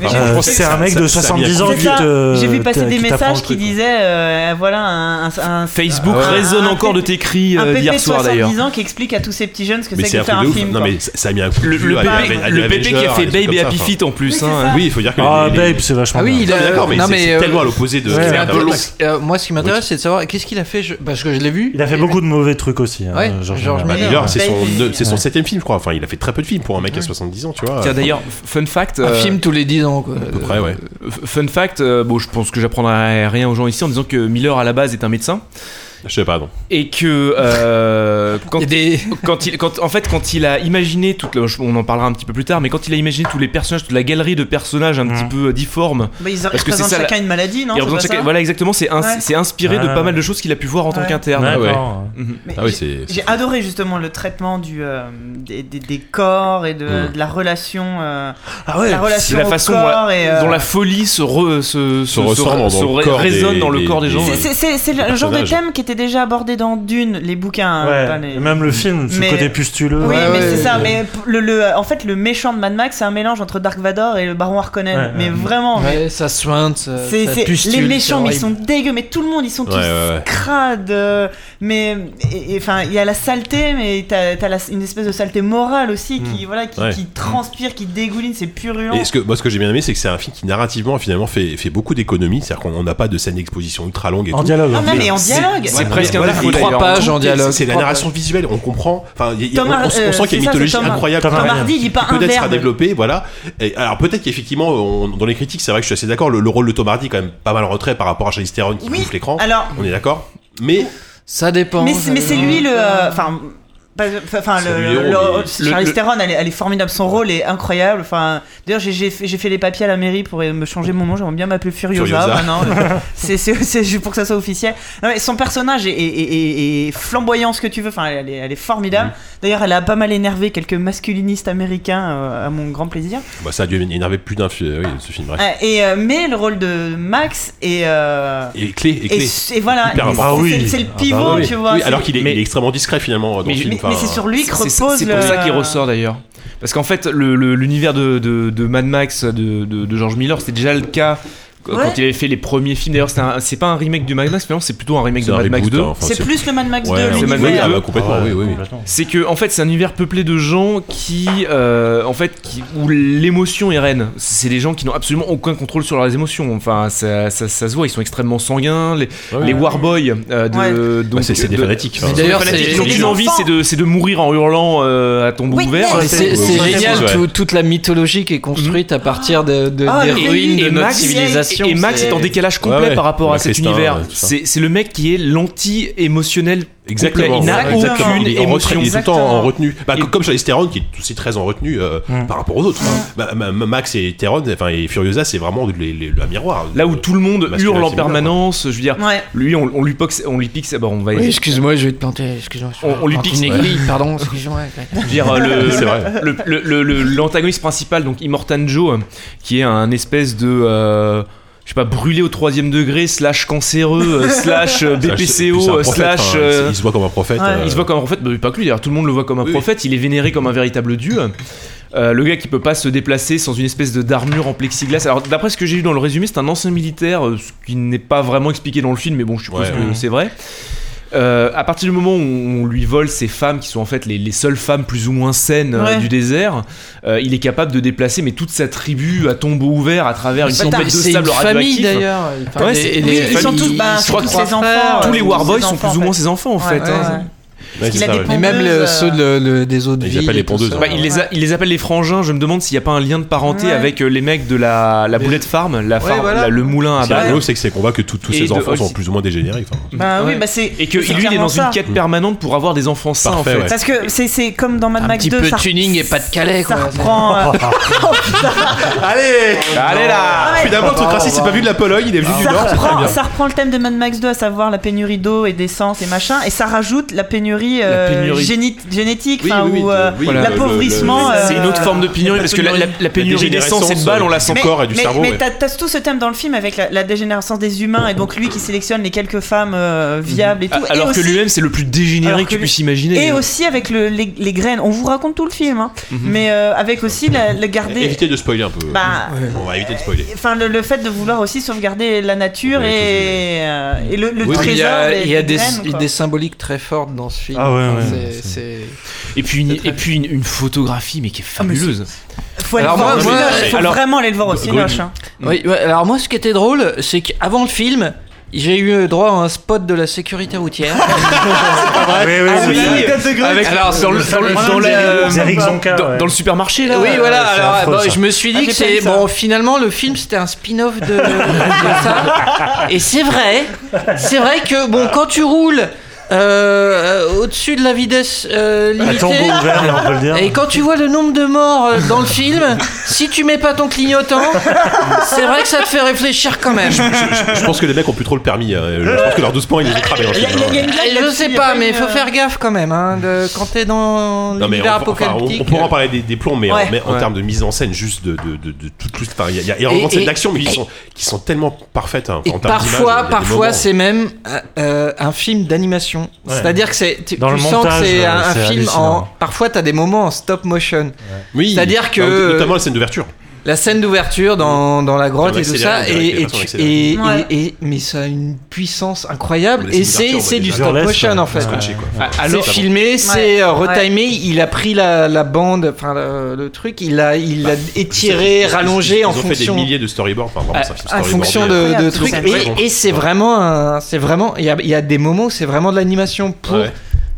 Speaker 10: Mais
Speaker 2: Enfin,
Speaker 10: j'ai-
Speaker 4: Euh,
Speaker 2: franchement,
Speaker 4: c'est un mec
Speaker 2: ça-
Speaker 4: de
Speaker 2: ça a mis
Speaker 4: 70
Speaker 2: un
Speaker 4: ans
Speaker 2: coup
Speaker 10: C'est
Speaker 2: de-
Speaker 4: qui
Speaker 10: ça.
Speaker 4: te-
Speaker 10: J'ai vu passer
Speaker 4: te-
Speaker 10: des
Speaker 4: qui t'apprend
Speaker 10: messages
Speaker 4: le
Speaker 10: qui
Speaker 4: truc, quoi.
Speaker 10: disaient euh, voilà un, un- un-
Speaker 6: Facebook
Speaker 10: un-
Speaker 6: résonne
Speaker 10: Ah, un
Speaker 6: encore de
Speaker 10: PP
Speaker 6: tes cris
Speaker 10: un
Speaker 6: euh,
Speaker 10: PP
Speaker 6: d'hier soir d'ailleurs.
Speaker 10: 70 ans qui explique à tous ces petits jeunes ce que
Speaker 2: Mais
Speaker 10: c'est
Speaker 2: c'est
Speaker 10: que
Speaker 2: un
Speaker 10: faire
Speaker 2: truc
Speaker 10: un
Speaker 2: de ouf.
Speaker 10: film.
Speaker 2: Non
Speaker 10: quoi.
Speaker 2: mais ça ça a mis un coup de
Speaker 6: Le,
Speaker 2: vieux
Speaker 6: le
Speaker 2: à-
Speaker 6: PP
Speaker 2: à- à- à-
Speaker 6: le PP qui a
Speaker 2: Avengers,
Speaker 6: fait
Speaker 2: des trucs
Speaker 6: Babe
Speaker 2: comme
Speaker 6: et
Speaker 2: ça,
Speaker 6: Happy
Speaker 2: enfin.
Speaker 6: Feet en plus. hein.
Speaker 2: Oui, il faut dire que.
Speaker 4: Ah,
Speaker 2: les- les-
Speaker 4: Babe, c'est vachement
Speaker 8: Ah oui,
Speaker 4: bien.
Speaker 8: il
Speaker 2: Non, mais
Speaker 8: a.
Speaker 2: d'accord, mais
Speaker 8: non,
Speaker 2: c'est c'est
Speaker 8: euh,
Speaker 2: tellement à l'opposé de.
Speaker 4: Ouais.
Speaker 2: de
Speaker 8: c'est un
Speaker 2: Mad
Speaker 8: peu long.
Speaker 2: Max.
Speaker 8: Euh, Moi, ce qui m'intéresse, c'est de savoir qu'est-ce qu'il a fait. je- Parce que je l'ai vu.
Speaker 4: Il a fait beaucoup de mauvais trucs aussi. hein,
Speaker 8: Ouais,
Speaker 4: George
Speaker 8: George
Speaker 4: Miller.
Speaker 2: Bah,
Speaker 8: Miller.
Speaker 2: D'ailleurs, c'est son,
Speaker 10: Babe.
Speaker 2: deux- c'est son septième film, je crois. Enfin, il a fait très peu de films pour un mec à 70 ans, tu vois.
Speaker 6: Tiens d'ailleurs, fun fact.
Speaker 8: Un
Speaker 6: euh,
Speaker 8: film tous les 10 ans, quoi.
Speaker 2: À peu près, ouais.
Speaker 6: F- Fun fact, euh, bon, je pense que j'apprendrai rien aux gens ici en disant que Miller à la base est un médecin
Speaker 2: Je sais pas, non.
Speaker 6: Et que
Speaker 4: [LAUGHS]
Speaker 6: euh, quand, [LAUGHS] quand il, quand, en fait, quand il a imaginé toute, la- on en parlera un petit peu plus tard, mais quand il a imaginé tous les personnages, toute la galerie de personnages un petit peu euh, difformes,
Speaker 10: Bah, ils- ils représentent
Speaker 6: la-
Speaker 10: chacun une maladie, non
Speaker 6: ils
Speaker 10: C'est
Speaker 6: représentent
Speaker 10: pas
Speaker 6: chacun-
Speaker 10: ça
Speaker 6: Voilà, exactement. C'est ins-
Speaker 10: Ouais.
Speaker 6: c'est inspiré de
Speaker 10: Ah.
Speaker 6: pas mal de choses qu'il a pu voir en tant
Speaker 10: Ouais.
Speaker 6: qu'interne.
Speaker 10: Ah ouais.
Speaker 6: Mhm.
Speaker 10: Mais j'ai- J'ai adoré justement le traitement du, euh, des, des- des corps et de,
Speaker 6: Mm.
Speaker 10: de la relation. euh,
Speaker 4: Ah
Speaker 6: Ah C'est
Speaker 10: la relation au
Speaker 6: façon dont,
Speaker 10: corps
Speaker 6: la,
Speaker 10: et, euh,
Speaker 6: dont la folie se, re- se, se-
Speaker 2: ressort dans- dans le
Speaker 6: ré-
Speaker 2: corps
Speaker 6: résonne
Speaker 2: des-
Speaker 6: dans le
Speaker 2: des-
Speaker 6: corps des gens.
Speaker 10: C'est- C'est c'est- c'est le genre de
Speaker 6: personnages.
Speaker 10: thème qui était déjà abordé dans Dune, les bouquins. hein,
Speaker 4: Ouais,
Speaker 10: pas les-
Speaker 4: et même le film, ce
Speaker 10: Mais-
Speaker 4: côté pustuleux.
Speaker 10: Oui,
Speaker 4: Ouais,
Speaker 10: mais
Speaker 4: ouais,
Speaker 10: c'est ça.
Speaker 4: ouais.
Speaker 10: Mais p- le, le- en fait, le méchant de Mad Max, c'est un mélange entre Dark Vador et le Baron Harkonnen.
Speaker 8: Ouais,
Speaker 10: mais
Speaker 8: ouais.
Speaker 10: vraiment. mais
Speaker 8: Ouais, ça sointe, ça,
Speaker 10: c'est-
Speaker 8: euh, ça
Speaker 10: c'est-
Speaker 8: pustule,
Speaker 10: les
Speaker 8: c'est
Speaker 10: méchants, mais ils
Speaker 8: horrible.
Speaker 10: sont dégueux. Mais tout le monde, ils sont
Speaker 8: Ouais,
Speaker 10: tous
Speaker 8: ouais, ouais.
Speaker 10: crades. euh, Mais et- et, enfin, il y a la saleté, mais t'as t'as la- une espèce de saleté morale aussi
Speaker 8: Hmm.
Speaker 10: qui voilà, qui,
Speaker 2: Ouais.
Speaker 10: qui transpire, qui dégouline, c'est purulent.
Speaker 2: Et ce que, moi, ce que j'ai bien aimé, c'est que c'est un film qui narrativement finalement fait, fait beaucoup d'économies. C'est-à-dire qu'on n'a pas de scène d'exposition ultra longue. Et
Speaker 4: En
Speaker 2: tout.
Speaker 4: dialogue.
Speaker 10: Ah non, mais en dialogue.
Speaker 2: C'est
Speaker 10: Ouais,
Speaker 2: presque
Speaker 10: mais
Speaker 2: un
Speaker 10: voilà,
Speaker 2: défaut,
Speaker 10: il y a
Speaker 2: d'ailleurs.
Speaker 10: trois pages en
Speaker 2: Tout est-
Speaker 10: dialogue.
Speaker 2: C'est la
Speaker 10: Trois
Speaker 2: narration
Speaker 10: pages.
Speaker 2: visuelle. On comprend. Enfin, il y a- il y a- on,
Speaker 10: Thomas-
Speaker 2: on- on
Speaker 10: euh,
Speaker 2: sent qu'il y a
Speaker 10: c'est
Speaker 2: une
Speaker 10: ça,
Speaker 2: mythologie
Speaker 10: c'est Thomas-
Speaker 2: incroyable.
Speaker 10: Thomas Hardy, il dit pas
Speaker 2: qui
Speaker 10: un
Speaker 2: peut-être sera
Speaker 10: verbe.
Speaker 2: développée. Voilà. Et, alors peut-être qu'effectivement, on- dans les critiques, c'est vrai que je suis assez d'accord. Le, le rôle de Tom Hardy est quand même pas mal en retrait par rapport à Charlize Theron qui bouffe l'écran.
Speaker 10: alors-
Speaker 2: on est d'accord. Mais
Speaker 8: ça dépend.
Speaker 10: Mais c'est mais c'est lui le. euh, Enfin. pas- Enfin,
Speaker 2: C'est
Speaker 10: le,
Speaker 2: lui le
Speaker 10: le-
Speaker 2: héros,
Speaker 10: le-
Speaker 2: mais-
Speaker 10: Charlize
Speaker 2: le-
Speaker 10: Theron, elle est, elle est formidable. Son rôle est incroyable. Enfin, d'ailleurs, j'ai- j'ai fait, j'ai fait les papiers à la mairie pour me changer mon nom. J'aimerais bien m'appeler Furiosa.
Speaker 2: Furiosa.
Speaker 10: maintenant. c'est c'est- c'est juste pour que ça soit officiel. Non, mais son personnage est, est- est- est- est flamboyant, ce que tu veux. Enfin, elle est, elle est formidable. D'ailleurs, elle a pas mal énervé quelques masculinistes américains, euh, à mon grand plaisir.
Speaker 2: Bah, ça a dû énerver plus d'un fi- oui, ce film. bref.
Speaker 10: Euh, et euh, mais le rôle de Max est. euh,
Speaker 2: Et clé, et
Speaker 10: et
Speaker 2: clé.
Speaker 10: su- et voilà,
Speaker 2: Hyper
Speaker 10: et
Speaker 2: important.
Speaker 10: c'est- c'est- c'est le Ah bah pivot, oui. tu vois,
Speaker 2: Oui,
Speaker 10: c'est-
Speaker 2: alors qu'il est, il est extrêmement discret finalement dans le film. enfin,
Speaker 10: lui que
Speaker 6: c'est- c'est-
Speaker 10: repose
Speaker 6: C'est pour ça
Speaker 10: le-
Speaker 6: qu'il ressort d'ailleurs. Parce qu'en fait, le- le- l'univers de, de- de Mad Max de, de- de George Miller, c'était déjà le cas quand
Speaker 10: Ouais.
Speaker 6: il avait fait les premiers films. D'ailleurs, c'était un- c'est pas un remake du Mad Max, mais non, c'est plutôt un remake
Speaker 2: C'est
Speaker 6: de
Speaker 2: un
Speaker 6: Mad Max
Speaker 2: reboot,
Speaker 6: 2.
Speaker 2: hein, enfin,
Speaker 10: C'est plus le Mad Max
Speaker 6: Ouais,
Speaker 10: 2,
Speaker 6: c'est Mad Max
Speaker 10: l'univers.
Speaker 6: 2.
Speaker 2: Ah, bah, complètement,
Speaker 6: Ah ouais,
Speaker 2: oui, oui, oui.
Speaker 6: C'est que en fait c'est un univers peuplé de gens qui euh, en fait qui, où l'émotion est reine. C'est des gens qui n'ont absolument aucun contrôle sur leurs émotions. Enfin ça, ça- ça se voit, ils sont extrêmement sanguins. Les, les warboys euh, de
Speaker 10: Ouais.
Speaker 6: donc
Speaker 2: Bah, c'est- c'est des
Speaker 6: de-
Speaker 2: fanatiques,
Speaker 6: c'est
Speaker 2: hein.
Speaker 6: des
Speaker 8: D'ailleurs,
Speaker 6: fanatiques.
Speaker 8: c'est-
Speaker 6: Ils ont
Speaker 8: c'est des
Speaker 6: qu'une envie,
Speaker 8: enfants.
Speaker 6: c'est de c'est de mourir en hurlant euh, à tombeau
Speaker 8: Oui,
Speaker 6: ouvert.
Speaker 8: mais C'est c'est
Speaker 6: Ouais.
Speaker 8: génial,
Speaker 6: Ouais.
Speaker 8: tout- toute la mythologie qui est construite à partir de, de-
Speaker 6: Ah,
Speaker 8: des
Speaker 6: et-
Speaker 8: ruines
Speaker 6: et
Speaker 8: de notre
Speaker 6: Max-
Speaker 8: civilisation.
Speaker 6: Et Max est en décalage complet
Speaker 2: Ouais, ouais.
Speaker 6: par rapport à
Speaker 2: Max
Speaker 6: cet
Speaker 2: Stein,
Speaker 6: univers.
Speaker 2: ouais, tout ça.
Speaker 6: c'est c'est le mec qui est l'anti-émotionnel.
Speaker 2: Exactement.
Speaker 6: complet. Il n'a
Speaker 2: ouais, exactement.
Speaker 6: aucune
Speaker 2: Il est, en retrait,
Speaker 6: émotion.
Speaker 2: il est tout le temps en retenue. Bah, co- Comme Charlize Theron, qui est aussi très en retenue euh, par rapport aux autres. Bah, ma- ma- Max et Theron, enfin, et Furiosa, c'est vraiment les- les- le miroir.
Speaker 6: Là où tout le monde
Speaker 2: Masculin,
Speaker 6: hurle en
Speaker 2: féminin,
Speaker 6: permanence, je veux dire,
Speaker 10: Ouais.
Speaker 6: lui, on, on lui pox- on lui pique, bon, on va.
Speaker 8: Oui, excuse-moi, je vais te planter. Excuse-moi.
Speaker 6: On- on lui
Speaker 8: Plante
Speaker 6: pique,
Speaker 8: une
Speaker 6: ouais.
Speaker 8: aiguille, pardon. Excuse-moi.
Speaker 6: Je veux dire, euh,
Speaker 2: [LAUGHS]
Speaker 6: le-
Speaker 2: C'est vrai.
Speaker 6: le- le- le- le- l'antagoniste principal, donc Immortan Joe, euh, qui est un espèce de. euh, je sais pas, brûlé au troisième degré, slash
Speaker 10: [LAUGHS]
Speaker 6: cancéreux, euh, slash euh,
Speaker 2: Slash- puis [LAUGHS] c'est un
Speaker 6: BPCO, euh,
Speaker 2: prophète,
Speaker 6: slash.
Speaker 2: enfin,
Speaker 6: euh,
Speaker 2: Il se voit comme un prophète.
Speaker 10: Ouais.
Speaker 2: euh,
Speaker 6: il se voit comme un prophète, bah, pas que lui d'ailleurs, tout le monde le voit comme un prophète, il est vénéré comme un véritable dieu. Euh, le gars qui peut pas se déplacer sans une espèce de d'armure en plexiglas. Alors d'après ce que j'ai lu dans le résumé, c'est un ancien militaire, euh, ce qui n'est pas vraiment expliqué dans le film, mais bon, je suppose
Speaker 2: Ouais,
Speaker 6: que
Speaker 2: ouais.
Speaker 6: c'est vrai. Euh, à partir du moment où on lui vole ces femmes qui sont en fait les, les seules femmes plus ou moins saines euh,
Speaker 10: Ouais.
Speaker 6: du désert, euh, il est capable de déplacer mais toute sa tribu à tombeau ouvert à travers une
Speaker 8: Bah,
Speaker 6: tempête de
Speaker 8: c'est une
Speaker 6: sable radioactif.
Speaker 8: famille, d'ailleurs. Enfin,
Speaker 6: Ouais,
Speaker 8: des-
Speaker 6: c'est-
Speaker 8: et
Speaker 6: oui,
Speaker 8: des
Speaker 6: ils sont
Speaker 8: familles-
Speaker 6: tous- bah,
Speaker 8: je
Speaker 6: tous
Speaker 8: crois
Speaker 6: les
Speaker 8: que trois
Speaker 6: enfants,
Speaker 8: frères,
Speaker 6: tous les
Speaker 8: euh,
Speaker 6: warboys
Speaker 8: ses
Speaker 6: sont
Speaker 8: enfants,
Speaker 6: plus ou
Speaker 8: en
Speaker 6: moins
Speaker 8: fait.
Speaker 6: ses enfants en
Speaker 8: Ouais,
Speaker 6: fait.
Speaker 8: ouais,
Speaker 6: hein.
Speaker 8: ouais.
Speaker 2: Ouais,
Speaker 10: qu'il
Speaker 2: c'est
Speaker 10: a
Speaker 2: ça,
Speaker 10: des
Speaker 2: ouais.
Speaker 8: Mais même le-
Speaker 10: euh,
Speaker 8: ceux de- le- des autres
Speaker 2: Ils
Speaker 8: villes.
Speaker 2: appellent les
Speaker 8: et tout
Speaker 2: pondeuses,
Speaker 8: ça.
Speaker 2: hein.
Speaker 6: Bah, il, les a- il les appelle les frangins. Je me demande s'il n'y a pas un lien de parenté avec euh, les mecs de la, la boulette farm, la farm
Speaker 8: voilà.
Speaker 6: la- le moulin à
Speaker 2: Ce qui est
Speaker 6: balles.
Speaker 2: rigolo, c'est que c'est qu'on voit que tous tous
Speaker 6: Et
Speaker 2: ces
Speaker 6: de
Speaker 2: enfants sont
Speaker 6: Hulk.
Speaker 2: plus ou moins dégénérés. enfin.
Speaker 10: Bah oui,
Speaker 6: Ouais.
Speaker 10: bah c'est.
Speaker 6: Et que
Speaker 10: c'est
Speaker 6: lui, il est
Speaker 10: clairement
Speaker 6: dans
Speaker 10: ça.
Speaker 6: une quête permanente pour avoir des enfants sains en
Speaker 2: Parfait,
Speaker 6: fait.
Speaker 2: ouais.
Speaker 10: Parce que c'est- c'est comme dans Mad
Speaker 8: Un
Speaker 10: Max
Speaker 8: petit
Speaker 10: 2.
Speaker 8: peu
Speaker 10: ça-
Speaker 8: tuning et pas de Calais,
Speaker 10: Ça
Speaker 8: quoi.
Speaker 10: reprend. euh, [LAUGHS]
Speaker 6: Bah,
Speaker 2: Allez Allez là
Speaker 10: Ouais.
Speaker 2: Puis d'abord, le truc raciste, c'est pas vu de la Pologne, il est venu du
Speaker 10: ça
Speaker 2: Nord, c'est très
Speaker 10: reprend,
Speaker 2: bien.
Speaker 10: ça reprend le thème de Mad Max 2, à savoir la pénurie d'eau et d'essence et machin, et ça rajoute la pénurie, euh,
Speaker 6: pénurie.
Speaker 10: géni- génétique,
Speaker 2: Oui,
Speaker 10: enfin,
Speaker 2: oui, oui,
Speaker 10: ou euh,
Speaker 2: oui, voilà,
Speaker 10: l'appauvrissement.
Speaker 2: le- le-
Speaker 6: C'est une autre
Speaker 10: euh,
Speaker 6: forme de pénurie parce que la, la- la pénurie d'essence et de balles, on la sent
Speaker 10: mais,
Speaker 2: corps et du
Speaker 10: mais-
Speaker 2: cerveau,
Speaker 10: Mais
Speaker 2: ouais.
Speaker 10: t'as- t'as tout ce thème dans le film avec la, la dégénérescence des humains et donc lui qui sélectionne les quelques femmes euh, viables et tout. et
Speaker 6: Mhm. Ah, Alors que
Speaker 10: aussi-
Speaker 6: lui-même, c'est le plus dégénéré
Speaker 10: alors
Speaker 6: que
Speaker 10: que
Speaker 6: tu
Speaker 10: lui-
Speaker 6: puisses imaginer. euh.
Speaker 10: Et aussi avec le- les, les graines. On vous raconte tout le film, hein.
Speaker 2: Mhm.
Speaker 10: mais euh, avec aussi la, la garder.
Speaker 2: Évitez de spoiler un peu.
Speaker 10: Bah,
Speaker 2: On va éviter de spoiler.
Speaker 10: Enfin, le, le fait de vouloir aussi sauvegarder la nature
Speaker 2: Ouais,
Speaker 10: et, euh, et le, le
Speaker 2: Oui,
Speaker 10: trésor.
Speaker 8: Il y a,
Speaker 10: des-
Speaker 8: il y a
Speaker 10: des
Speaker 8: des,
Speaker 10: graines, quoi.
Speaker 8: des symboliques très fortes dans ce film.
Speaker 4: Ah ouais,
Speaker 8: Enfin,
Speaker 4: ouais.
Speaker 8: c'est- c'est-
Speaker 6: Et puis, une, et puis une, une photographie, mais qui est
Speaker 10: Ah, mais c'est-
Speaker 6: fabuleuse.
Speaker 10: Faut, aller
Speaker 8: Alors,
Speaker 10: le voir
Speaker 8: moi,
Speaker 10: au
Speaker 8: moi,
Speaker 10: cinéma, faut
Speaker 6: alors-
Speaker 10: vraiment aller le voir au cinéma. hein.
Speaker 8: Oui, ouais, alors moi, ce qui était drôle, c'est qu'avant le film, J'ai eu droit à un spot de la sécurité [LAUGHS] routière.
Speaker 6: Oui, oui, Ah oui. oui. Avec- Alors, sur le- sur le- sur la-
Speaker 4: Ah, Eric Zonka,
Speaker 6: dans-
Speaker 4: ouais.
Speaker 6: dans le supermarché, là,
Speaker 8: Oui,
Speaker 6: ouais,
Speaker 8: voilà.
Speaker 6: c'est
Speaker 8: Alors,
Speaker 6: affreux,
Speaker 8: bon,
Speaker 6: ça.
Speaker 8: je me suis
Speaker 6: Ah,
Speaker 8: dit que
Speaker 6: j'ai pas
Speaker 8: c'est
Speaker 6: vu ça.
Speaker 8: bon. Finalement, le film c'était un spin-off de, de ça. Et c'est vrai, c'est vrai que bon, quand tu roules. euh, euh, au-dessus de la vitesse euh, limitée.
Speaker 4: tambour ouvert, là, on peut le dire.
Speaker 2: Ah.
Speaker 8: Et quand tu vois le nombre de morts euh, dans le
Speaker 2: [LAUGHS]
Speaker 8: film, si tu mets pas ton clignotant, c'est vrai que ça te fait réfléchir quand même.
Speaker 2: Je pense que les mecs ont plus trop le permis. euh, je pense que leurs 12 points, ils les ont cramés. dans le film, hein.
Speaker 8: Je sais pas, euh, mais il faut faire gaffe quand même. Hein, de- quand t'es dans
Speaker 2: Non, mais
Speaker 8: l'univers
Speaker 2: on, enfin, on-
Speaker 8: apocalyptique.
Speaker 2: on pourra en parler des, des plombs, mais,
Speaker 8: Ouais.
Speaker 2: en, mais en
Speaker 8: Ouais.
Speaker 2: termes de mise en scène, juste de, de, de, de tout, tout- enfin, il y a, il y a
Speaker 8: Et-
Speaker 2: énormément de scènes
Speaker 8: et-
Speaker 2: d'action, mais qui
Speaker 8: et-
Speaker 2: sont, qui sont tellement parfaites. hein,
Speaker 8: Et
Speaker 2: en termes d'image, il y a
Speaker 8: parfois,
Speaker 2: des
Speaker 8: parfois,
Speaker 2: moments-
Speaker 8: c'est même euh, euh, un film d'animation.
Speaker 2: Ouais.
Speaker 8: C'est-à-dire que c'est, tu,
Speaker 2: Dans
Speaker 8: tu
Speaker 2: le
Speaker 8: sens
Speaker 2: montage,
Speaker 8: que c'est un,
Speaker 2: euh,
Speaker 8: un
Speaker 2: c'est
Speaker 8: film en.
Speaker 2: hallucinant.
Speaker 8: Parfois, t'as des moments en stop motion.
Speaker 2: Oui,
Speaker 8: C'est-à-dire que
Speaker 2: not- notamment la scène d'ouverture.
Speaker 8: la scène d'ouverture dans, dans la grotte
Speaker 2: Dans
Speaker 8: et tout
Speaker 2: l'accéléré,
Speaker 8: ça,
Speaker 2: Mmh. on dirait
Speaker 8: et,
Speaker 2: qu'il y a
Speaker 8: et,
Speaker 2: pas son
Speaker 8: tu-
Speaker 2: accéléré.
Speaker 8: et-
Speaker 2: Ouais.
Speaker 8: et- et- mais ça a une puissance incroyable.
Speaker 2: La scène
Speaker 8: Et c'est,
Speaker 2: d'ouverture,
Speaker 8: c'est
Speaker 2: on
Speaker 8: du
Speaker 2: va
Speaker 8: stop
Speaker 2: dire.
Speaker 8: motion en
Speaker 2: Burlesque,
Speaker 8: fait.
Speaker 2: quoi. Scotché, quoi.
Speaker 8: Ah,
Speaker 2: Ah,
Speaker 8: C'est
Speaker 2: alors-
Speaker 8: filmé,
Speaker 2: Ouais.
Speaker 8: c'est euh,
Speaker 2: Ouais.
Speaker 8: retimé. Il a pris la, la bande, enfin le, le truc, il l'a il l'a étiré,
Speaker 2: Bah, Ils- ils-
Speaker 8: rallongé
Speaker 2: ils
Speaker 8: en
Speaker 2: ont fait des
Speaker 8: fonction.
Speaker 2: milliers de storyboards, enfin, vraiment,
Speaker 8: Ah,
Speaker 2: c'est un film
Speaker 8: en
Speaker 2: storyboardé.
Speaker 8: fonction de, de trucs
Speaker 2: C'est très bon.
Speaker 8: et, et c'est vraiment un- c'est vraiment il y a, il y a des moments où c'est vraiment de l'animation pour
Speaker 2: Ouais.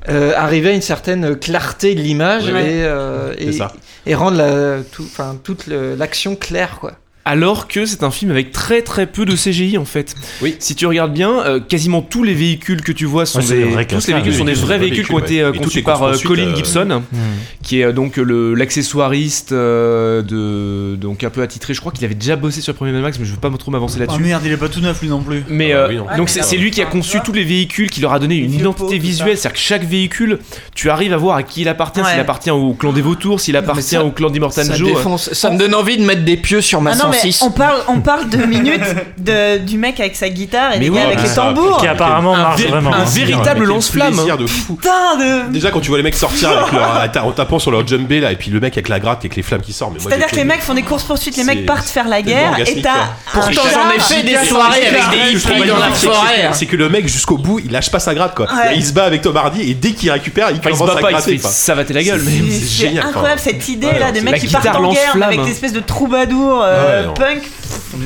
Speaker 8: euh, arriver à une certaine clarté de l'image
Speaker 6: Ouais.
Speaker 8: et, euh,
Speaker 6: C'est
Speaker 8: et-
Speaker 6: ça.
Speaker 8: et rendre la, tout, enfin, toute le- l'action claire quoi
Speaker 6: Alors que c'est un film avec très très peu de CGI en fait.
Speaker 2: Oui.
Speaker 6: Si tu regardes bien, euh, quasiment tous les véhicules que tu vois sont
Speaker 4: Ouais, c'est
Speaker 6: des,
Speaker 4: des vrais
Speaker 6: tous les
Speaker 4: casse-têtes,
Speaker 6: véhicules
Speaker 4: les
Speaker 6: sont des
Speaker 4: véhicules,
Speaker 6: vrais
Speaker 4: ouais.
Speaker 6: véhicules qui
Speaker 4: Et
Speaker 6: ont
Speaker 4: tout
Speaker 6: été euh,
Speaker 4: est
Speaker 6: conçus par euh,
Speaker 4: construit,
Speaker 6: Colin
Speaker 4: euh,
Speaker 6: Gibson,
Speaker 4: Hmm.
Speaker 6: qui est euh, donc le- l'accessoiriste euh, de donc un peu attitré. Je crois qu'il avait déjà bossé sur le premier Mad Max, mais je veux pas trop
Speaker 8: Oh,
Speaker 6: m'avancer
Speaker 3: Ah
Speaker 6: là-dessus.
Speaker 3: merde, il est pas tout neuf lui non Ah plus.
Speaker 6: Mais
Speaker 2: Ah bah
Speaker 6: euh, donc c'est c'est lui qui a conçu tous les véhicules, qui leur a donné une identité visuelle, c'est-à-dire que chaque véhicule, tu arrives à voir à qui il appartient, s'il
Speaker 8: Ouais.
Speaker 6: appartient au clan des vautours, s'il appartient
Speaker 8: ça-
Speaker 6: au clan euh,
Speaker 8: ça,
Speaker 6: d'Immortanjo.
Speaker 8: défonce- ça me donne envie de mettre des pieux sur ma
Speaker 10: Ah non, mais
Speaker 8: 106
Speaker 10: on parle, on parle de minutes de, du mec avec sa guitare et
Speaker 2: Mais
Speaker 10: des
Speaker 2: oui,
Speaker 10: gars avec
Speaker 2: mais
Speaker 10: les
Speaker 2: ça,
Speaker 10: tambours.
Speaker 2: Ah,
Speaker 8: Ah,
Speaker 2: qui apparemment
Speaker 10: Un
Speaker 2: marche
Speaker 10: vé-
Speaker 2: vraiment.
Speaker 10: un
Speaker 2: Un
Speaker 10: vé-
Speaker 6: véritable
Speaker 2: Quel
Speaker 6: lance-flamme.
Speaker 8: hein.
Speaker 2: plaisir de fou.
Speaker 10: Putain de.
Speaker 2: Déjà quand tu vois les mecs sortir
Speaker 8: [LAUGHS]
Speaker 2: avec leur, à ta- en tapant sur leur jumbé là et puis le mec avec la gratte avec les flammes qui sortent. mais moi,
Speaker 10: C'est-à-dire
Speaker 2: j'ai-
Speaker 10: que les mecs font des courses poursuites, les mecs
Speaker 2: C'est-
Speaker 10: partent faire la
Speaker 2: c'est
Speaker 10: guerre et
Speaker 2: orgasmique,
Speaker 10: t'as.
Speaker 2: quoi.
Speaker 8: Pourtant,
Speaker 10: un
Speaker 8: j'en ai
Speaker 10: char-
Speaker 8: fait des
Speaker 10: un
Speaker 8: soirées
Speaker 10: char-
Speaker 8: avec des
Speaker 10: un
Speaker 8: hippies
Speaker 10: char-
Speaker 8: dans la
Speaker 10: un
Speaker 2: C'est que-
Speaker 10: char-
Speaker 8: forêt.
Speaker 2: C'est que le mec jusqu'au bout il lâche pas sa gratte quoi.
Speaker 10: Ouais.
Speaker 2: Là, il se bat avec Tom Hardy et dès qu'il récupère il
Speaker 6: Enfin, il se
Speaker 2: commence
Speaker 6: bat
Speaker 2: à
Speaker 6: pas, il se
Speaker 2: gratter.
Speaker 6: fait savater la gueule,
Speaker 2: C'est-
Speaker 6: mais-
Speaker 2: c'est
Speaker 10: C'est
Speaker 2: génial.
Speaker 10: incroyable
Speaker 2: enfin.
Speaker 10: cette idée là
Speaker 2: Ouais,
Speaker 10: de
Speaker 2: c'est-
Speaker 10: mecs qui partent en guerre avec des espèces de troubadours
Speaker 2: Ouais,
Speaker 10: euh,
Speaker 2: non.
Speaker 10: punk.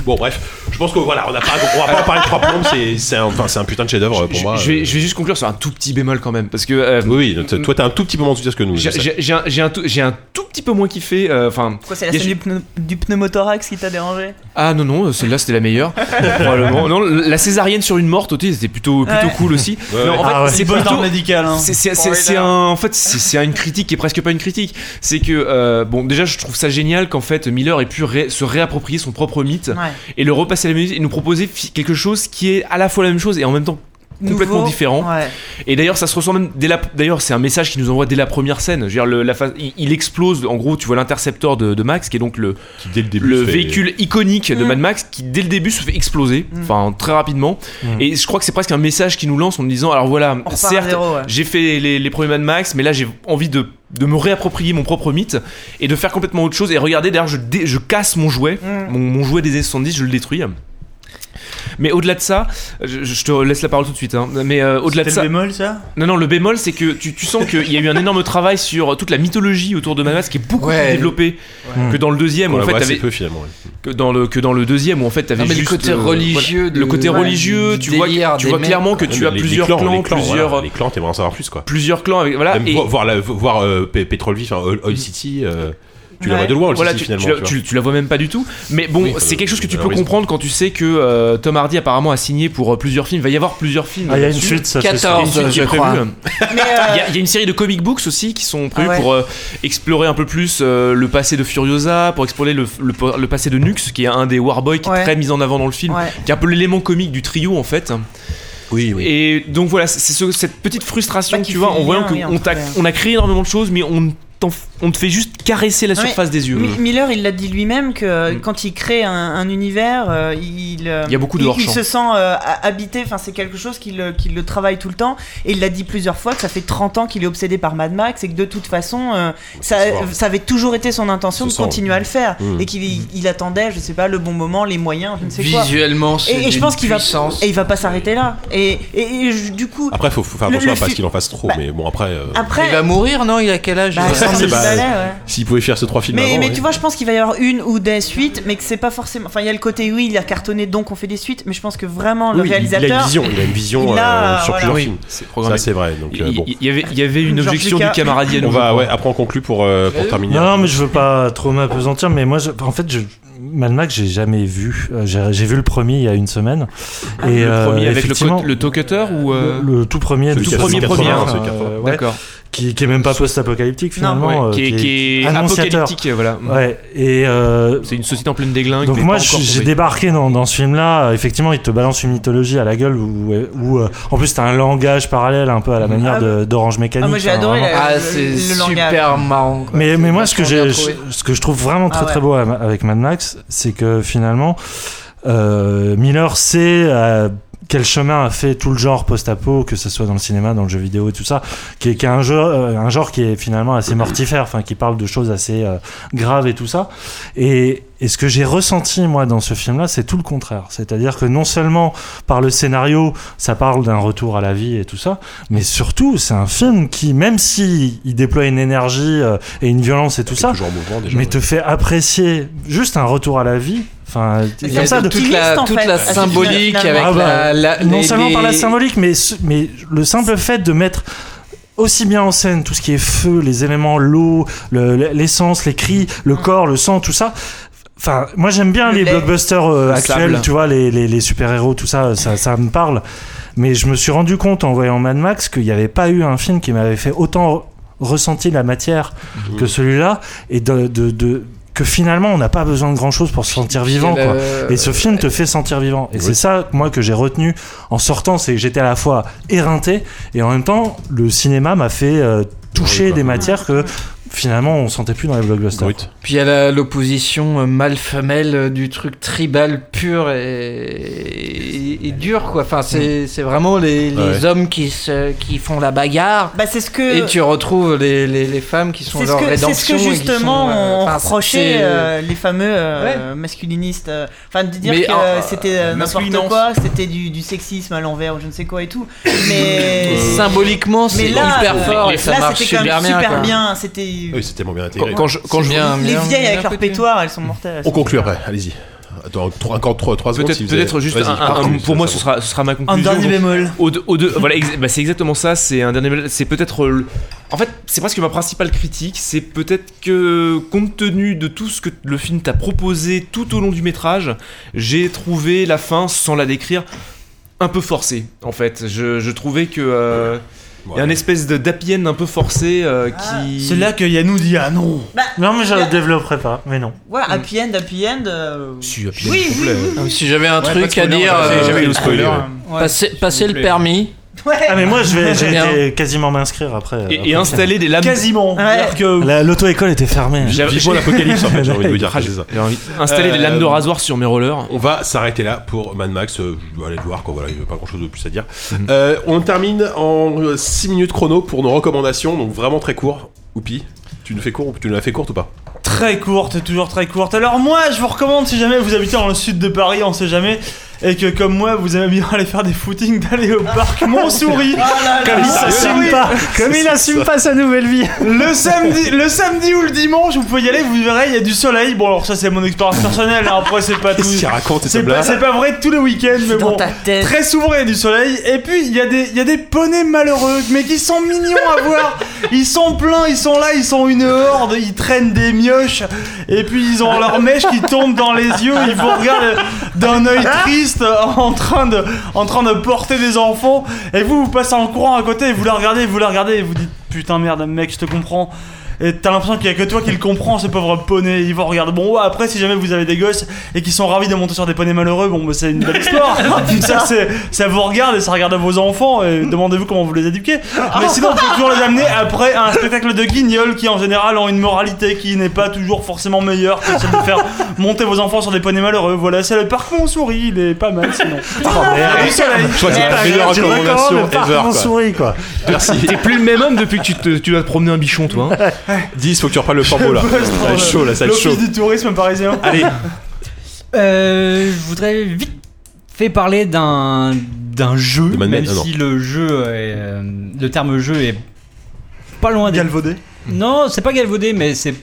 Speaker 2: Bon bref, je pense que voilà on n'a pas on va pas en parler de trois plombes c'est c'est un, enfin, c'est un putain de chef d'œuvre pour moi. euh,
Speaker 6: Je vais, je vais juste conclure sur un tout petit bémol quand même, parce que euh,
Speaker 2: oui, oui, t- toi t'as un tout petit peu moins de enthousiasme que nous.
Speaker 6: j'ai-
Speaker 2: je sais.
Speaker 6: j'ai j'ai un, j'ai un tout- j'ai un tout petit peu moins kiffé. euh, Enfin,
Speaker 10: Quoi, c'est la
Speaker 6: il y a-
Speaker 10: scène du, pneu- du pneumothorax qui t'a dérangé
Speaker 6: Ah non non, celle-là c'était la meilleure probablement. Non, la césarienne sur une morte, tu sais, c'était plutôt plutôt
Speaker 10: Ouais.
Speaker 6: cool aussi.
Speaker 10: Ouais,
Speaker 6: Non,
Speaker 10: ouais.
Speaker 6: en fait,
Speaker 10: Ah ouais.
Speaker 6: c'est
Speaker 10: C'est bonne
Speaker 6: plutôt
Speaker 10: arme médicale, hein.
Speaker 6: C'est c'est- c'est- c'est un- en fait c'est c'est une critique qui est presque pas une critique. C'est que euh, bon déjà je trouve ça génial qu'en fait Miller ait pu ré- se réapproprier son propre mythe
Speaker 10: Ouais.
Speaker 6: et le repasser à la musique et nous proposer fi- quelque chose qui est à la fois la même chose et en même temps complètement
Speaker 10: Nouveau.
Speaker 6: différent.
Speaker 10: Ouais.
Speaker 6: Et d'ailleurs, ça se ressent même dès la. D'ailleurs, c'est un message qu'il nous envoie dès la première scène. Je veux dire, le- la phase- il, il explose. En gros, tu vois l'interceptor de, de Max, qui est donc le, le
Speaker 2: se fait-
Speaker 6: véhicule iconique
Speaker 10: Mm.
Speaker 6: de Mad Max, qui dès le début se fait exploser, enfin très rapidement.
Speaker 3: Mm.
Speaker 6: Et je crois que c'est presque un message qui nous lance en nous disant alors voilà,
Speaker 10: repart à
Speaker 6: certes,
Speaker 10: zéro, ouais.
Speaker 6: j'ai fait les, les premiers Mad Max, mais là j'ai envie de, de me réapproprier mon propre mythe et de faire complètement autre chose. Et regardez, d'ailleurs, je, dé- je casse mon jouet,
Speaker 10: Mm.
Speaker 6: mon, mon jouet des années 70, je le détruis. Mais au-delà de ça, je, je te laisse la parole tout de suite. hein, mais euh, au-delà de
Speaker 3: C'était
Speaker 6: ça,
Speaker 3: le bémol, ça
Speaker 6: non, non, le bémol, c'est que tu, tu sens qu'il y a eu un énorme travail sur toute la mythologie autour de Mad Max qui est beaucoup
Speaker 8: Ouais.
Speaker 6: plus développée
Speaker 3: Mm.
Speaker 2: Ouais.
Speaker 6: que dans le deuxième.
Speaker 2: On
Speaker 6: où,
Speaker 2: la
Speaker 6: en fait,
Speaker 2: voit assez
Speaker 6: t'avais-
Speaker 2: peu, finalement, ouais.
Speaker 6: que dans le que dans le deuxième où en fait t'avais
Speaker 8: Non, mais le
Speaker 6: juste euh,
Speaker 8: côté
Speaker 6: voilà,
Speaker 8: religieux de-
Speaker 6: le côté
Speaker 8: ouais,
Speaker 6: religieux,
Speaker 8: du
Speaker 6: tu vois,
Speaker 8: délire
Speaker 6: tu
Speaker 8: des
Speaker 6: vois
Speaker 8: mecs.
Speaker 6: clans que
Speaker 2: Ouais,
Speaker 6: tu
Speaker 2: mais
Speaker 6: as
Speaker 2: les- les
Speaker 6: plusieurs
Speaker 2: clans,
Speaker 6: clans,
Speaker 2: les clans,
Speaker 6: plusieurs
Speaker 2: voilà, les clans t'aimerais en savoir plus quoi.
Speaker 6: plusieurs clans avec voilà
Speaker 2: Même
Speaker 6: et-
Speaker 2: voir, voir, la- voir, euh, P- Pétrole Vif, hein, Oil Oil City, euh, tu la vois de loin, Oil
Speaker 6: Mm. Voilà,
Speaker 2: City
Speaker 6: tu,
Speaker 2: finalement.
Speaker 6: tu la-
Speaker 2: vois.
Speaker 6: tu- tu la vois même pas du tout. Mais bon,
Speaker 2: Oui,
Speaker 6: c'est
Speaker 2: euh,
Speaker 6: quelque chose que tu
Speaker 2: euh,
Speaker 6: peux
Speaker 2: oui.
Speaker 6: comprendre quand tu sais que euh, Tom Hardy apparemment a signé pour euh, plusieurs films. Il va y avoir plusieurs films. euh,
Speaker 4: Ah, il y a une
Speaker 6: là-dessus.
Speaker 4: suite, ça, c'est
Speaker 8: 14,
Speaker 6: Il y a une suite qui est
Speaker 8: je
Speaker 6: prévue.
Speaker 8: crois.
Speaker 6: [LAUGHS]
Speaker 10: euh,
Speaker 6: Il y a- il y a une série de comic books aussi qui sont prévus
Speaker 8: Ah ouais.
Speaker 6: pour euh, explorer un peu plus euh, le passé de Furiosa, pour explorer le, le- le passé de Nux, qui est un des Warboys qui est
Speaker 10: Ouais.
Speaker 6: très mis en avant dans le film,
Speaker 10: Ouais.
Speaker 6: qui est un peu l'élément comique du trio en fait.
Speaker 2: Oui, oui.
Speaker 6: Et donc voilà, c'est ce- cette petite frustration, tu vois,
Speaker 10: Bah, fait
Speaker 6: en voyant
Speaker 10: lien, oui,
Speaker 6: qu'on
Speaker 10: entre
Speaker 6: t'a-
Speaker 10: les-
Speaker 6: on a créé énormément de choses, mais on, t'en- on te fait juste caresser la
Speaker 10: Ouais.
Speaker 6: surface des yeux. Mm.
Speaker 10: Mi- Miller, il l'a dit lui-même que euh, quand il crée un, un univers, euh, il, euh,
Speaker 6: Il y a beaucoup de hors-champ.
Speaker 10: il se sent euh, ha- habité. Enfin, c'est quelque chose qu'il euh, qu'il le travaille tout le temps. Et il l'a dit plusieurs fois que ça fait 30 ans qu'il est obsédé par Mad Max et que de toute façon, euh, ça,
Speaker 2: se voit.
Speaker 10: ça avait toujours été son intention
Speaker 2: Se
Speaker 10: de
Speaker 2: sent,
Speaker 10: continuer à le faire
Speaker 8: Mm.
Speaker 10: et qu'il il attendait, je sais pas, le bon moment, les moyens, je ne sais quoi.
Speaker 8: Visuellement, c'est
Speaker 10: Et, et je
Speaker 8: d'une
Speaker 10: pense qu'il va
Speaker 8: puissance.
Speaker 10: et il va pas s'arrêter là. Et, et- et je- du coup,
Speaker 2: Après, faut, faut faire
Speaker 10: Le-
Speaker 2: attention
Speaker 10: le
Speaker 2: à pas
Speaker 10: fi-
Speaker 2: qu'il en fasse trop, mais bon, après. euh,
Speaker 10: après,
Speaker 8: il va Ah, mourir non il a quel âge euh,
Speaker 10: Bah,
Speaker 8: Il a 100
Speaker 2: c'est pas-
Speaker 10: fallait, ouais.
Speaker 2: S'ils pouvaient faire ces trois films
Speaker 10: Mais,
Speaker 2: avant,
Speaker 10: mais
Speaker 2: ouais.
Speaker 10: tu vois, je pense qu'il va y avoir une ou des suites, mais que c'est pas forcément. Enfin, il y a le côté oui, il a cartonné, donc on fait des suites. Mais je pense que vraiment le
Speaker 2: Oui, il-
Speaker 10: réalisateur,
Speaker 2: il a une vision, il a une vision
Speaker 10: il a, Ah,
Speaker 2: euh, sur
Speaker 10: voilà.
Speaker 2: plusieurs
Speaker 10: Oui,
Speaker 2: films.
Speaker 10: c'est
Speaker 2: Ça c'est vrai. Donc, euh, bon.
Speaker 6: Il y avait, il y avait une
Speaker 10: George
Speaker 6: objection
Speaker 10: Lucas.
Speaker 6: du camarade Yannou.
Speaker 2: On va ouais, après on conclut pour euh, pour terminer.
Speaker 4: Non, non, mais je veux pas trop m'apesantir, mais moi, je- en fait, je... Mad Max, j'ai jamais vu. Euh, J'ai j'ai vu le premier il y a une semaine. Et,
Speaker 6: Ah, le
Speaker 4: euh,
Speaker 6: premier avec le,
Speaker 4: effectivement,
Speaker 6: co- le toe cutter ou euh,
Speaker 4: le, le tout premier,
Speaker 6: le
Speaker 4: de
Speaker 6: tout
Speaker 4: cette
Speaker 6: premier
Speaker 4: saison
Speaker 6: premier,
Speaker 4: quatre-vingt,
Speaker 6: hein,
Speaker 4: euh,
Speaker 6: celui quatre-vingt.
Speaker 4: ouais,
Speaker 6: D'accord.
Speaker 4: qui, qui est même pas post-apocalyptique finalement,
Speaker 6: ouais,
Speaker 4: euh,
Speaker 6: qui est- qui est
Speaker 4: annonciateur.
Speaker 6: apocalyptique, voilà.
Speaker 4: Ouais, et euh,
Speaker 6: C'est une société en pleine déglingue.
Speaker 4: donc
Speaker 6: mais
Speaker 4: moi
Speaker 6: pas encore
Speaker 4: j'ai j'ai
Speaker 6: tombée.
Speaker 4: débarqué dans, dans ce film là, effectivement il te balance une mythologie à la gueule où, où, euh, en plus t'as un langage parallèle un peu à la manière de- d'Orange Mécanique.
Speaker 10: Ah, moi, j'ai
Speaker 4: hein,
Speaker 10: adoré
Speaker 4: vraiment.
Speaker 10: la-
Speaker 8: Ah,
Speaker 10: le-
Speaker 8: c'est
Speaker 10: le
Speaker 8: super
Speaker 10: langage.
Speaker 8: marrant. quoi.
Speaker 4: Mais, mais moi, ce que,
Speaker 8: vachement
Speaker 4: j'ai,
Speaker 8: bien trouvé.
Speaker 4: ce que je trouve vraiment très
Speaker 8: Ah ouais.
Speaker 4: très beau à- avec Mad Max, c'est que finalement, euh, Miller sait euh, quel chemin a fait tout le genre post-apo, que ce soit dans le cinéma, dans le jeu vidéo et tout ça, qui est, qui est un, jeu, euh, un genre qui est finalement assez mortifère, enfin, qui parle de choses assez euh, graves et tout ça. Et, et ce que j'ai ressenti, moi, dans ce film-là, c'est tout le contraire. C'est-à-dire que non seulement par le scénario, ça parle d'un retour à la vie et tout ça, mais surtout, c'est un film qui, même si il déploie une énergie euh, et une violence et tout ça, mais te fait apprécier juste un retour à la vie. Enfin,
Speaker 8: Il y a de- toute la, toute la symbolique avec
Speaker 4: Ah bah,
Speaker 8: la, la-
Speaker 4: non
Speaker 8: les-
Speaker 4: seulement par la
Speaker 8: les-
Speaker 4: symbolique, mais, ce- mais le simple fait de mettre aussi bien en scène tout ce qui est feu, les éléments, l'eau, le- le- l'essence, les cris, le corps, le sang, tout ça. Enfin, moi j'aime bien les
Speaker 2: lait.
Speaker 4: blockbusters euh,
Speaker 2: Mm. Le
Speaker 4: actuels,
Speaker 2: sable.
Speaker 4: tu vois, les, les- les super-héros, tout ça, ça, ça me parle. Mais je me suis rendu compte en voyant Mad Max qu'il n'y avait pas eu un film qui m'avait fait autant ressentir la matière que celui-là et de, de- de- que finalement on n'a pas besoin de grand chose pour se sentir vivant
Speaker 8: le-
Speaker 4: quoi. et ce film te fait sentir vivant et c'est ça moi que j'ai retenu en sortant c'est que j'étais à la fois éreinté et en même temps le cinéma m'a fait euh, toucher des matières que finalement on sentait plus dans les blockbusters
Speaker 8: Puis il y a la- l'opposition euh, mâle-femelle euh, du truc tribal pur et, et- et dur, quoi. Enfin,
Speaker 7: Mm.
Speaker 8: c'est c'est vraiment les, les
Speaker 10: Ouais.
Speaker 8: hommes qui, se, qui font la bagarre.
Speaker 10: Bah, c'est ce que.
Speaker 8: Et tu retrouves les, les, les femmes qui sont
Speaker 10: C'est ce,
Speaker 8: leur
Speaker 10: que, c'est ce
Speaker 8: rédemption.
Speaker 10: que
Speaker 8: et qui
Speaker 10: justement
Speaker 8: sont, euh,
Speaker 10: on
Speaker 8: enfin,
Speaker 10: reprochait
Speaker 8: c'est-
Speaker 10: euh, les fameux euh, masculinistes. euh, Enfin, de dire
Speaker 8: Mais,
Speaker 10: que
Speaker 8: euh,
Speaker 10: c'était euh, n'importe
Speaker 8: masculinance.
Speaker 10: quoi, c'était du, du sexisme à l'envers ou je ne sais quoi et tout. Mais
Speaker 8: Symboliquement, c'est
Speaker 10: mais là,
Speaker 8: hyper
Speaker 10: euh,
Speaker 8: fort et
Speaker 10: là,
Speaker 8: ça marche
Speaker 10: c'était quand même
Speaker 8: super bien,
Speaker 10: super
Speaker 8: quoi.
Speaker 10: bien. C'était
Speaker 2: Oui, c'est tellement bien intégré.
Speaker 8: Quand- quand je- quand je- Bien,
Speaker 10: les
Speaker 8: bien,
Speaker 10: vieilles
Speaker 8: bien
Speaker 10: avec leur
Speaker 8: pété.
Speaker 10: pétoire, elles sont mortelles. elles
Speaker 2: On
Speaker 10: sont
Speaker 2: conclut
Speaker 10: mortelles.
Speaker 2: après. Allez-y. Attends, trois, encore trois, trois secondes.
Speaker 6: Peut-être
Speaker 2: si vous
Speaker 6: peut-être
Speaker 2: avez-
Speaker 6: juste
Speaker 2: Vas-y,
Speaker 6: un- un-
Speaker 2: continue,
Speaker 6: pour
Speaker 2: ça,
Speaker 6: moi
Speaker 2: ça
Speaker 6: ce
Speaker 2: va.
Speaker 6: sera ce sera ma conclusion.
Speaker 10: dernier bémol.
Speaker 6: Au, de- au de- voilà ex- bah, c'est exactement ça, c'est un dernier bémol, c'est peut-être euh, le- en fait, c'est presque ma principale critique, c'est peut-être que compte tenu de tout ce que le film t'a proposé tout au long du métrage, j'ai trouvé la fin sans la décrire un peu forcée en fait. Je, je trouvais que euh, il y a une espèce de d'happy end un peu forcé euh, qui
Speaker 3: C'est là que Yannou dit ah non.
Speaker 8: Bah,
Speaker 4: non mais je le développerai pas mais non
Speaker 10: Voilà, happy end, happy end. euh,
Speaker 6: end,
Speaker 10: oui,
Speaker 6: s'il vous
Speaker 10: oui,
Speaker 6: plaît.
Speaker 10: oui, oui.
Speaker 8: Ah, mais Si j'avais un
Speaker 6: Ouais, pas de
Speaker 8: truc à
Speaker 6: spoiler,
Speaker 8: dire,
Speaker 6: on va passer,
Speaker 8: euh,
Speaker 6: jamais eu de spoiler, hein.
Speaker 8: passer, passer
Speaker 6: s'il vous
Speaker 8: le
Speaker 6: plaît. Euh,
Speaker 8: permis.
Speaker 4: ah mais moi je vais
Speaker 8: [LAUGHS]
Speaker 4: j'ai
Speaker 8: Bien.
Speaker 4: été quasiment m'inscrire après
Speaker 6: Et-
Speaker 4: après
Speaker 6: et
Speaker 4: ça.
Speaker 6: installer des lames
Speaker 3: Quasiment. Alors que-
Speaker 4: La- l'auto-école était fermée hein.
Speaker 6: J'avais-
Speaker 2: Vivement l'apocalypse,
Speaker 4: [LAUGHS]
Speaker 2: en fait, j'ai envie de vous dire.
Speaker 6: Ah,
Speaker 2: c'est ça.
Speaker 6: j'ai envie d'installer des lames de rasoir sur mes rollers.
Speaker 2: On va s'arrêter là pour Mad Max. euh, Je dois aller le voir, quoi. Voilà, il n'y a pas grand chose de plus à dire. Euh, on termine en 6 minutes chrono pour nos recommandations, donc vraiment très court. Oupi, tu nous fais court ou tu nous la fais courte ou pas
Speaker 3: Très courte, toujours très courte. Alors moi, je vous recommande, si jamais vous habitez dans le sud de Paris, on sait jamais, et que comme moi, vous aimez bien aller faire des footings, d'aller au [LAUGHS] parc Montsouris.
Speaker 10: Ah là là.
Speaker 4: Comme il s'assume pas, [LAUGHS] comme il assume pas sa nouvelle vie.
Speaker 3: Le samedi, le samedi ou le dimanche, vous pouvez y aller, vous verrez, il y a du soleil. Bon, alors ça, c'est mon expérience personnelle, hein, après, c'est pas tout.
Speaker 2: Qu'est-ce qu'il raconte, ces
Speaker 3: C'est pas,
Speaker 2: blagues
Speaker 3: c'est pas vrai tous les week-ends, mais bon. Très souvent, il y a du soleil. Et puis, il y, a des- il y a des poneys malheureux, mais qui sont mignons à voir. Ils sont pleins, ils sont là, ils sont une horde, ils traînent des mioches. Et puis, ils ont leur mèche qui tombe dans les yeux. Ils vous regardent d'un œil triste en train, de, en train de porter des enfants. Et vous, vous passez en courant à côté et vous la regardez, vous la regardez et vous dites Putain, merde, mec, je te comprends. Et t'as l'impression qu'il y a que toi qui le comprends, ce pauvre poney. Ils vont regarder. Bon, ouais, après, si jamais vous avez des gosses et qui sont ravis de monter sur des poneys malheureux, bon, bah, c'est une belle histoire. ça, c'est- ça vous regarde et ça regarde vos enfants. Et demandez-vous comment vous les éduquez. Mais sinon, vous pouvez toujours les amener après à un spectacle de guignols qui, en général, ont une moralité qui n'est pas toujours forcément meilleure que celle de faire monter vos enfants sur des poneys malheureux. Voilà, c'est le parc Montsouris. Il est pas mal sinon. Il y a du soleil.
Speaker 2: Ah,
Speaker 3: Ah,
Speaker 2: Je crois que c'est la meilleure
Speaker 4: Je recommande
Speaker 2: recommandation
Speaker 4: le parc
Speaker 2: ever, quoi.
Speaker 4: Montsouris, quoi.
Speaker 2: Merci.
Speaker 6: T'es plus le même homme depuis que tu, te, tu vas te promener un bichon, toi. hein.
Speaker 2: 10, faut que tu reprennes le flambeau là.
Speaker 3: bosse dans
Speaker 2: Ça va être chaud là, ça va être chaud.
Speaker 3: L'office du tourisme
Speaker 6: [LAUGHS]
Speaker 3: parisien.
Speaker 2: Allez,
Speaker 9: Euh, je voudrais vite fait parler d'un d'un jeu,
Speaker 2: De Mad Men,
Speaker 9: même
Speaker 2: ah non.
Speaker 9: si le jeu, est, euh, le terme jeu est pas loin d'être
Speaker 3: galvaudé.
Speaker 9: Non, c'est pas galvaudé, mais c'est.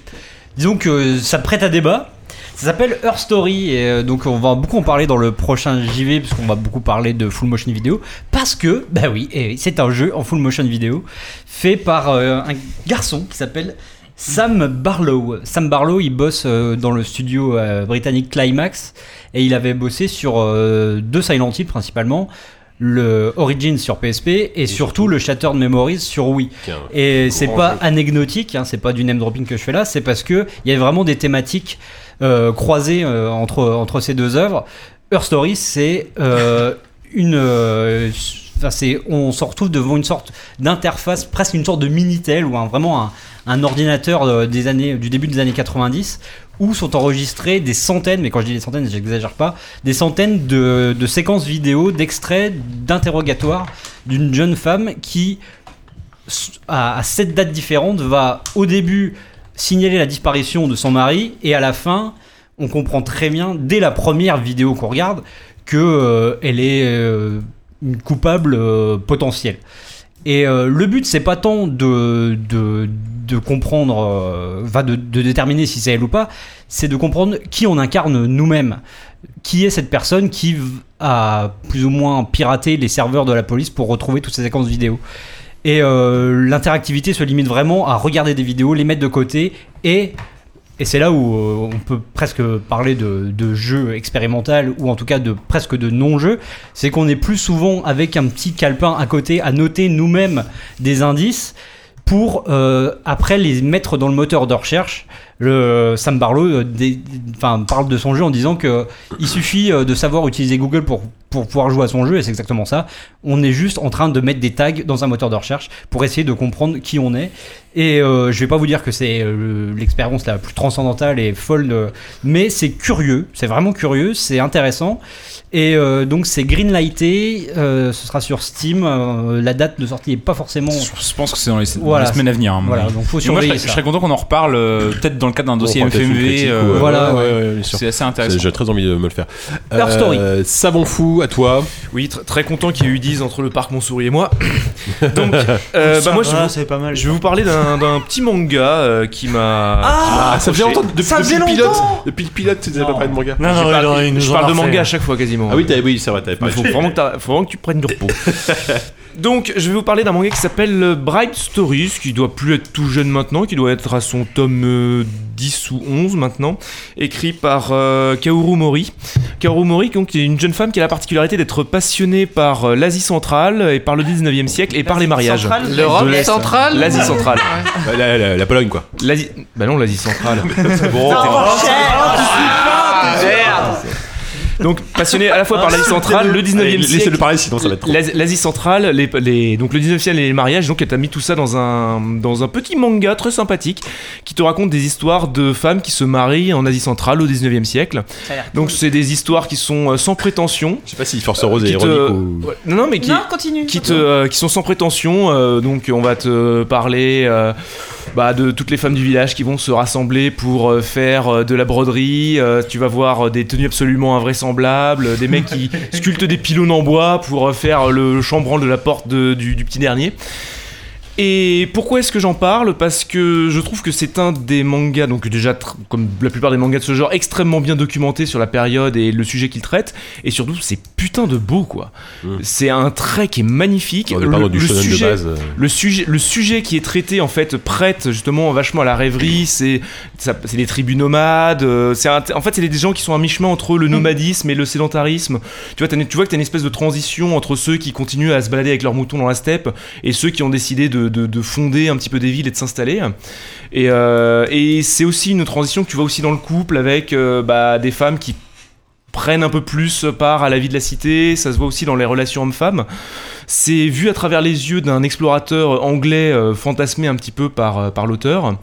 Speaker 9: Disons que ça prête à débat. Ça s'appelle Her Story, et euh, donc on va beaucoup en parler dans le prochain JV, puisqu'on va beaucoup parler de full motion vidéo. Parce que, bah oui, eh oui, c'est un jeu en full motion vidéo fait par euh, un garçon qui s'appelle Sam Barlow. Sam Barlow, il bosse euh, dans le studio euh, britannique Climax et il avait bossé sur euh, deux Silent Hill principalement. Le Origin sur PSP et, surtout, le Shattered Memories sur Wii.
Speaker 2: Tiens,
Speaker 9: Et c'est
Speaker 2: Hein. grand
Speaker 9: pas
Speaker 2: jeu.
Speaker 9: anecdotique, hein, c'est pas du name dropping que je fais là, c'est parce que il y a vraiment des thématiques euh, croisées euh, entre, entre ces deux œuvres. Her Story, c'est euh, une. euh, enfin, c'est- on se retrouve devant une sorte d'interface, presque une sorte de Minitel ou un, vraiment un, un ordinateur euh, des années, du début des années 90 où sont enregistrées des centaines, mais quand je dis des centaines, j'exagère pas, des centaines de, de séquences vidéo, d'extraits, d'interrogatoires d'une jeune femme qui à, à sept dates différentes, va au début signaler la disparition de son mari, et à la fin, on comprend très bien, dès la première vidéo qu'on regarde, que euh, elle est euh, une coupable euh, potentielle. Et euh, le but, c'est pas tant de, de, de comprendre, euh, va de, de déterminer si c'est elle ou pas, c'est de comprendre qui on incarne nous-mêmes. Qui est cette personne qui v- a plus ou moins piraté les serveurs de la police pour retrouver toutes ces séquences vidéo. Et euh, l'interactivité se limite vraiment à regarder des vidéos, les mettre de côté et. Et c'est là où euh, on peut presque parler de, de jeu expérimental ou en tout cas de presque de non-jeu, c'est qu'on est plus souvent avec un petit calepin à côté à noter nous-mêmes des indices pour euh, après les mettre dans le moteur de recherche. Le Sam Barlow euh, dé- enfin, parle de son jeu en disant que il suffit euh, de savoir utiliser Google pour, pour pouvoir jouer à son jeu et c'est exactement ça. On est juste en train de mettre des tags dans un moteur de recherche pour essayer de comprendre qui on est. Et euh, je vais pas vous dire que c'est euh, l'expérience la plus transcendantale et folle, de- mais c'est curieux, c'est vraiment curieux, c'est intéressant. Et euh, donc c'est greenlighté, euh, ce sera sur Steam. euh, la date de sortie est pas forcément.
Speaker 5: Je pense que c'est dans les, dans
Speaker 9: Voilà.
Speaker 5: les semaines à venir. hein, à mon
Speaker 9: Voilà,
Speaker 5: avis.
Speaker 9: donc faut
Speaker 5: Et moi, je
Speaker 9: surveiller
Speaker 5: serais,
Speaker 9: ça.
Speaker 5: je serais content qu'on en reparle euh, peut-être dans le cadre d'un dossier
Speaker 2: fera peut-être une
Speaker 5: FMV.
Speaker 2: critique
Speaker 5: euh,
Speaker 2: ou, euh,
Speaker 5: ouais, ouais,
Speaker 2: ouais, bien sûr.
Speaker 5: c'est assez intéressant.
Speaker 2: J'ai très envie de me le faire. Euh,
Speaker 5: Leur story.
Speaker 2: Savon fou, à toi.
Speaker 6: Oui, tr- très content qu'il y ait eu 10 entre le parc Montsouris
Speaker 2: [LAUGHS]
Speaker 6: et moi.
Speaker 3: [LAUGHS]
Speaker 6: Donc, euh,
Speaker 2: Ça
Speaker 6: bah, moi, je,
Speaker 2: va,
Speaker 6: vous-
Speaker 2: c'est
Speaker 6: je vais vous parler d'un d'un petit manga euh, qui m'a.
Speaker 2: Ah, ça faisait longtemps. Depuis,
Speaker 6: Ça
Speaker 2: depuis
Speaker 6: faisait
Speaker 2: le pilote,
Speaker 6: longtemps
Speaker 2: depuis le pilote, tu n'avais pas parlé de manga.
Speaker 6: J'ai pas- je parle de manga à chaque fois quasiment.
Speaker 2: Ah oui, t'avais- oui, ça va, t'avais pas.
Speaker 6: Il faut vraiment que, t'as- faut vraiment que tu prennes du
Speaker 2: [LAUGHS]
Speaker 6: repos. Donc, je vais vous parler d'un manga qui s'appelle euh, Bright Stories, qui doit plus être tout jeune maintenant, qui doit être à son tome euh, 10 ou 11 maintenant, écrit par euh, Kaoru Mori. Kaoru Mori, donc, qui est une jeune femme qui a la particularité d'être passionnée par euh, l'Asie centrale et par le 19e siècle et par les mariages.
Speaker 8: centrale, L'Europe
Speaker 6: De l'Est.
Speaker 8: centrale
Speaker 6: L'Asie centrale.
Speaker 2: Bah, la, la- la Pologne, quoi.
Speaker 6: L'Asie. Bah non, l'Asie centrale.
Speaker 2: [LAUGHS]
Speaker 6: Oh,
Speaker 2: bon.
Speaker 3: Ah,
Speaker 6: Donc passionné à la fois par l'Asie centrale, le 19e
Speaker 2: Ah, Allez,
Speaker 6: siècle.
Speaker 2: laissez-le parler, sinon ça va être trop.
Speaker 6: L'Asie l'Asie centrale, les, les- donc le 19e siècle et les mariages, donc elle t'a mis tout ça dans un, dans un petit manga très sympathique qui te raconte des histoires de femmes qui se marient en Asie centrale au 19e siècle.
Speaker 10: Ça a l'air
Speaker 6: Donc c'est des histoires qui sont euh, sans prétention.
Speaker 2: Je sais pas si Force Rose est
Speaker 6: qui te-
Speaker 2: ironique ou.
Speaker 6: Ouais, Non, non, mais qui,
Speaker 10: Non, continue.
Speaker 6: qui, te, euh, qui sont sans prétention. euh, donc, on va te parler euh, bah, de toutes les femmes du village qui vont se rassembler pour euh, faire euh, de la broderie. euh, tu vas voir euh, des tenues absolument invraisemblables, euh, des mecs qui sculptent des pylônes en bois pour euh, faire le chambranle de la porte de- du, du petit dernier. Et pourquoi est-ce que j'en parle Parce que je trouve que c'est un des mangas, donc déjà tr- comme la plupart des mangas de ce genre, extrêmement bien documenté sur la période et le sujet qu'il traite. Et surtout, c'est putain de beau quoi. C'est un trait qui est magnifique.
Speaker 2: Mmh. On est pas dans du shonen de
Speaker 6: sujet,
Speaker 2: base, euh.
Speaker 6: le sujet, le sujet qui est traité en fait prête justement vachement à la
Speaker 2: Mmh.
Speaker 6: rêverie. C'est, ça- c'est des tribus nomades. euh, c'est un- en fait, c'est des gens qui sont à mi-chemin entre le nomadisme et le sédentarisme. Tu vois, t'as une- tu vois que t'as une espèce de transition entre ceux qui continuent à se balader avec leurs moutons dans la steppe et ceux qui ont décidé de, de- de fonder un petit peu des villes et de s'installer. Et, euh, et c'est aussi une transition que tu vois aussi dans le couple avec euh, bah, des femmes qui prennent un peu plus part à la vie de la cité, ça se voit aussi dans les relations hommes-femmes. C'est vu à travers les yeux d'un explorateur anglais euh, fantasmé un petit peu par, euh, par l'auteur.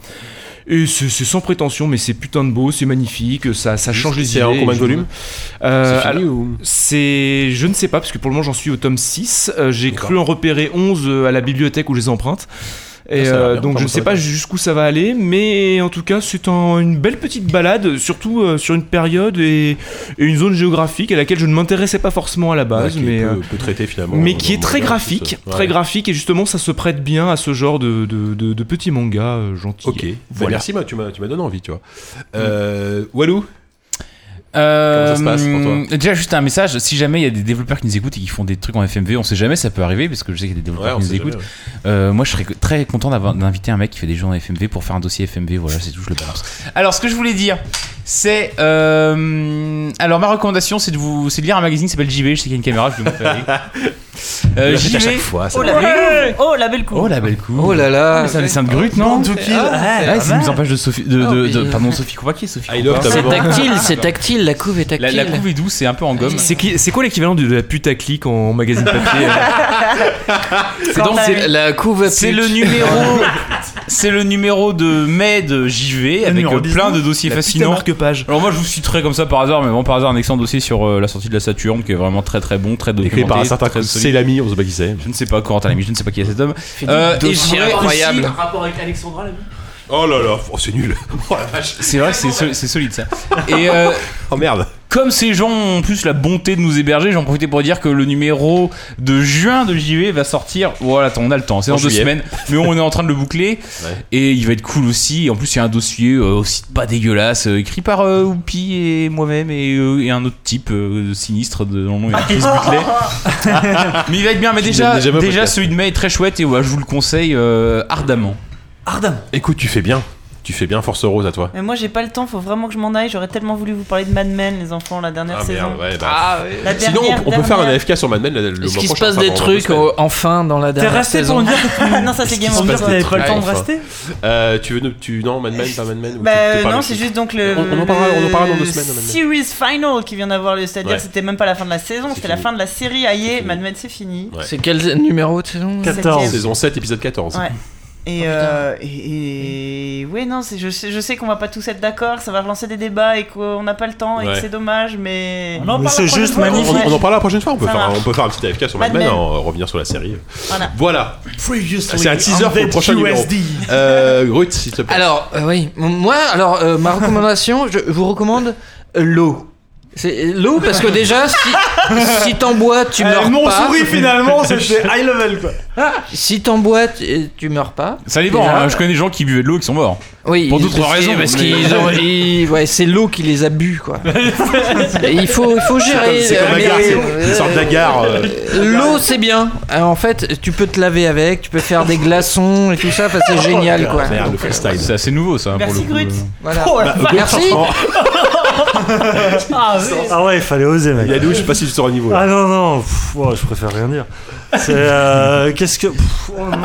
Speaker 6: Et c'est c'est sans prétention, mais c'est putain de beau, c'est magnifique, ça, ça change les idées.
Speaker 2: C'est en combien de
Speaker 6: et je-
Speaker 2: volumes
Speaker 6: Euh,
Speaker 2: C'est fini
Speaker 6: alors,
Speaker 2: ou-
Speaker 6: C'est. Je ne sais pas, parce que pour le moment j'en suis au tome 6. Euh, J'ai cru en repérer 11 euh, à la bibliothèque où je les emprunte. Et
Speaker 2: Ah, Ça va
Speaker 6: euh,
Speaker 2: bien,
Speaker 6: donc
Speaker 2: enfin,
Speaker 6: je ne
Speaker 2: ça
Speaker 6: sais
Speaker 2: va
Speaker 6: pas
Speaker 2: bien.
Speaker 6: jusqu'où ça va aller, mais en tout cas c'est un- une belle petite balade, surtout euh, sur une période et, et une zone géographique à laquelle je ne m'intéressais pas forcément à la
Speaker 7: Bah,
Speaker 6: base,
Speaker 2: Ouais, qui est
Speaker 6: mais
Speaker 2: peu-
Speaker 6: euh,
Speaker 2: peu traité, finalement,
Speaker 6: mais
Speaker 2: dans-
Speaker 6: qui est
Speaker 2: dans-
Speaker 6: très
Speaker 2: dans-
Speaker 6: graphique,
Speaker 2: dans-
Speaker 6: très
Speaker 2: ouais.
Speaker 6: graphique et justement ça se prête bien à ce genre de de, de, de petits mangas euh, gentils.
Speaker 7: bah,
Speaker 2: Ok, voilà.
Speaker 6: voilà.
Speaker 2: merci, moi, tu m'as tu m'as donné envie, tu vois. Euh, Walou Comment ça se passe pour toi
Speaker 7: Euh, Déjà, juste un message. Si jamais il y a des développeurs qui nous écoutent et qui font des trucs en FMV, on sait jamais, ça peut arriver, parce que je sais qu'il y a des développeurs
Speaker 2: Ouais, on
Speaker 7: qui nous
Speaker 2: sait jamais,
Speaker 7: écoutent. Euh, moi, je serais très content d'avoir- d'inviter un mec qui fait des jeux en FMV pour faire un dossier FMV. Voilà, c'est tout, je le balance. Alors, ce que je voulais dire, c'est. euh, alors, ma recommandation, c'est de, vous- c'est de lire un magazine qui s'appelle JV. Je sais qu'il y a une caméra, je vais vous montrer.
Speaker 10: Il
Speaker 7: Euh,
Speaker 10: le fait à
Speaker 7: JV.
Speaker 10: chaque fois, ça. Oh la belle- oh, la belle coupe.
Speaker 7: Oh la belle coupe.
Speaker 10: Oh là là.
Speaker 7: Ah, mais C'est un dessin de Grut, non
Speaker 10: Bande to kill. Ah, c'est
Speaker 7: Ouais, ouais,
Speaker 10: pas
Speaker 7: C'est une
Speaker 10: mal.
Speaker 7: mise en page de Sophie. de- de- de-
Speaker 8: Oh, mais-
Speaker 7: Pardon, Sophie Croix. Qui est Sophie
Speaker 8: I
Speaker 7: Croix
Speaker 8: love C'est ta maman. tactile, c'est tactile, la couve est tactile.
Speaker 7: La, la couve est douce, c'est un peu en gomme.
Speaker 6: C'est qui- c'est quoi l'équivalent de la putaclic en magazine papier
Speaker 7: C'est donc- c'est-
Speaker 8: la couve à
Speaker 7: C'est
Speaker 8: pute.
Speaker 7: le numéro. c'est le numéro de mai de JV avec
Speaker 6: numéro
Speaker 7: euh, plein
Speaker 6: 19,
Speaker 7: de dossiers
Speaker 6: la
Speaker 7: fascinants.
Speaker 6: putain marque-page.
Speaker 7: Alors moi je vous citerai comme ça par hasard, mais bon par hasard un excellent dossier sur euh, la sortie de la Saturne qui est vraiment très très bon, très documenté.
Speaker 2: Écrit par un certain
Speaker 7: très solide.
Speaker 2: Célami, on sait pas qui c'est.
Speaker 7: Je ne sais pas Corentin Lamy, je ne sais pas qui est cet homme.
Speaker 2: des
Speaker 7: Euh, Bah, et
Speaker 2: dossiers
Speaker 7: je voudrais
Speaker 2: incroyables.
Speaker 7: aussi-
Speaker 6: rapport avec Alexandra là
Speaker 2: Oh là là, oh, c'est nul. [LAUGHS] Oh la vache.
Speaker 7: C'est vrai que c'est sol- c'est
Speaker 2: [LAUGHS]
Speaker 7: solide ça. Et euh,
Speaker 2: Oh merde.
Speaker 7: comme ces gens ont en plus la bonté de nous héberger, j'en profitais pour dire que le numéro de juin de JV va sortir. Voilà, attends, on a le temps, c'est
Speaker 2: En
Speaker 7: dans deux
Speaker 2: juillet.
Speaker 7: semaines. Mais on est en train de le boucler. Et il va être cool aussi. En plus, il y a un dossier euh, aussi pas dégueulasse, euh, écrit par euh, Oupi et moi-même et, euh, et un autre type euh, sinistre de dans le nom. il y a Chris Buckley. [LAUGHS] mais il va être bien. Mais
Speaker 2: Je
Speaker 7: déjà,
Speaker 2: l'ai déjà vu au
Speaker 7: déjà
Speaker 2: podcast.
Speaker 7: celui de mai est très chouette et ouais, je vous le conseille euh, ardemment.
Speaker 2: Écoute, tu fais bien. Tu fais bien, Force Rose à toi.
Speaker 10: Mais moi j'ai pas le temps, faut vraiment que je m'en aille. J'aurais tellement voulu vous parler de Mad Men, les enfants, la dernière
Speaker 2: Ah,
Speaker 10: saison.
Speaker 2: merde, ouais, bah.
Speaker 10: La
Speaker 2: Sinon, on,
Speaker 10: dernière,
Speaker 2: on peut faire un
Speaker 10: dernière.
Speaker 2: AFK sur Mad Men le, le
Speaker 8: Est-ce
Speaker 7: Bah,
Speaker 2: mois
Speaker 8: qu'il se
Speaker 2: prochain,
Speaker 8: passe
Speaker 2: enfin,
Speaker 8: des
Speaker 2: dans deux
Speaker 8: trucs
Speaker 2: semaines.
Speaker 8: euh, enfin dans la dernière
Speaker 10: resté
Speaker 8: saison
Speaker 10: pour me dire que- [LAUGHS] Non, ça, c'est
Speaker 2: Est-ce
Speaker 10: Game
Speaker 2: qu'il
Speaker 10: of
Speaker 2: se passe
Speaker 10: Thrones.
Speaker 2: des
Speaker 10: T'avais pas le
Speaker 2: trucs,
Speaker 10: temps de
Speaker 2: enfin
Speaker 10: rester
Speaker 2: Euh, Tu veux nous- tu non Mad Men pas Mad Men ou
Speaker 10: Bah
Speaker 2: tu- tu
Speaker 10: euh,
Speaker 2: parles
Speaker 10: non,
Speaker 2: aussi
Speaker 10: c'est juste donc le.
Speaker 2: On, on en parlera, on en parlera dans deux semaines. Mad Men.
Speaker 10: Series final qui vient d'avoir lieu, c'est-à-dire
Speaker 2: Ouais.
Speaker 10: que c'était même pas la fin de la saison, c'était la fin de la série. Aïe, Mad Men, c'est fini.
Speaker 2: Ouais.
Speaker 8: C'est quel numéro de saison
Speaker 10: Septième. 14.
Speaker 2: Saison 7, épisode 14.
Speaker 10: Ouais. Et, euh, et, et- ouais non c'est je sais, je sais qu'on va pas tous être d'accord ça va relancer des débats et qu'on n'a pas le temps et que
Speaker 2: Ouais.
Speaker 10: c'est dommage mais
Speaker 2: en Mais parle c'est la prochaine juste fois. magnifique. On en parle la prochaine fois, on peut, faire, un- on peut faire un petit AFK sur Mad
Speaker 10: Mad
Speaker 2: Men,
Speaker 10: Men.
Speaker 2: hein, revenir sur la série.
Speaker 10: Voilà.
Speaker 2: Voilà. Ah, C'est un teaser pour le prochain numéro. Euh, Ruth, s'il te plaît.
Speaker 8: Alors, euh, oui, M- moi, alors, euh, ma recommandation, je vous recommande euh, l'eau. C'est euh, l'eau parce que déjà, si, si t'en bois, tu
Speaker 3: Eh,
Speaker 8: meurs
Speaker 3: mon
Speaker 8: pas. Ah, [LAUGHS]
Speaker 3: souris finalement, c'était high level quoi.
Speaker 8: Si t'en bois, tu, tu meurs pas.
Speaker 7: Ça dépend,
Speaker 8: Déjà.
Speaker 7: hein, je connais des gens qui buvaient de l'eau et qui sont morts.
Speaker 8: Oui,
Speaker 7: pour
Speaker 8: ils-
Speaker 7: d'autres
Speaker 8: parce que-
Speaker 7: raisons.
Speaker 8: Parce
Speaker 7: mais-
Speaker 8: qu'ils
Speaker 7: [LAUGHS]
Speaker 8: ont. ils- ouais, c'est l'eau qui les a bu,
Speaker 2: [LAUGHS]
Speaker 8: quoi. Et il, faut, il faut gérer.
Speaker 2: C'est comme
Speaker 8: euh,
Speaker 2: la gare,
Speaker 8: mais-
Speaker 2: c'est une sorte d'agar. euh,
Speaker 8: L'eau, c'est bien. Euh, En fait, tu peux te laver avec, tu peux faire des glaçons et tout ça. Enfin, c'est génial, quoi.
Speaker 2: Ah, Merde, le freestyle.
Speaker 7: C'est assez nouveau ça.
Speaker 10: Merci
Speaker 7: pour le
Speaker 10: Grut
Speaker 7: coup,
Speaker 8: Voilà.
Speaker 10: Oh, la
Speaker 2: Bah, Ruth,
Speaker 8: Merci.
Speaker 3: [LAUGHS]
Speaker 2: franchement,
Speaker 10: Ah, oui.
Speaker 4: Ah ouais, il fallait oser, mec.
Speaker 2: Il y a deux, je sais pas si tu seras au niveau.
Speaker 4: Ah non, non, pff, ouais, je préfère rien dire. C'est. euh, Qu'est-ce que. pff, oh non.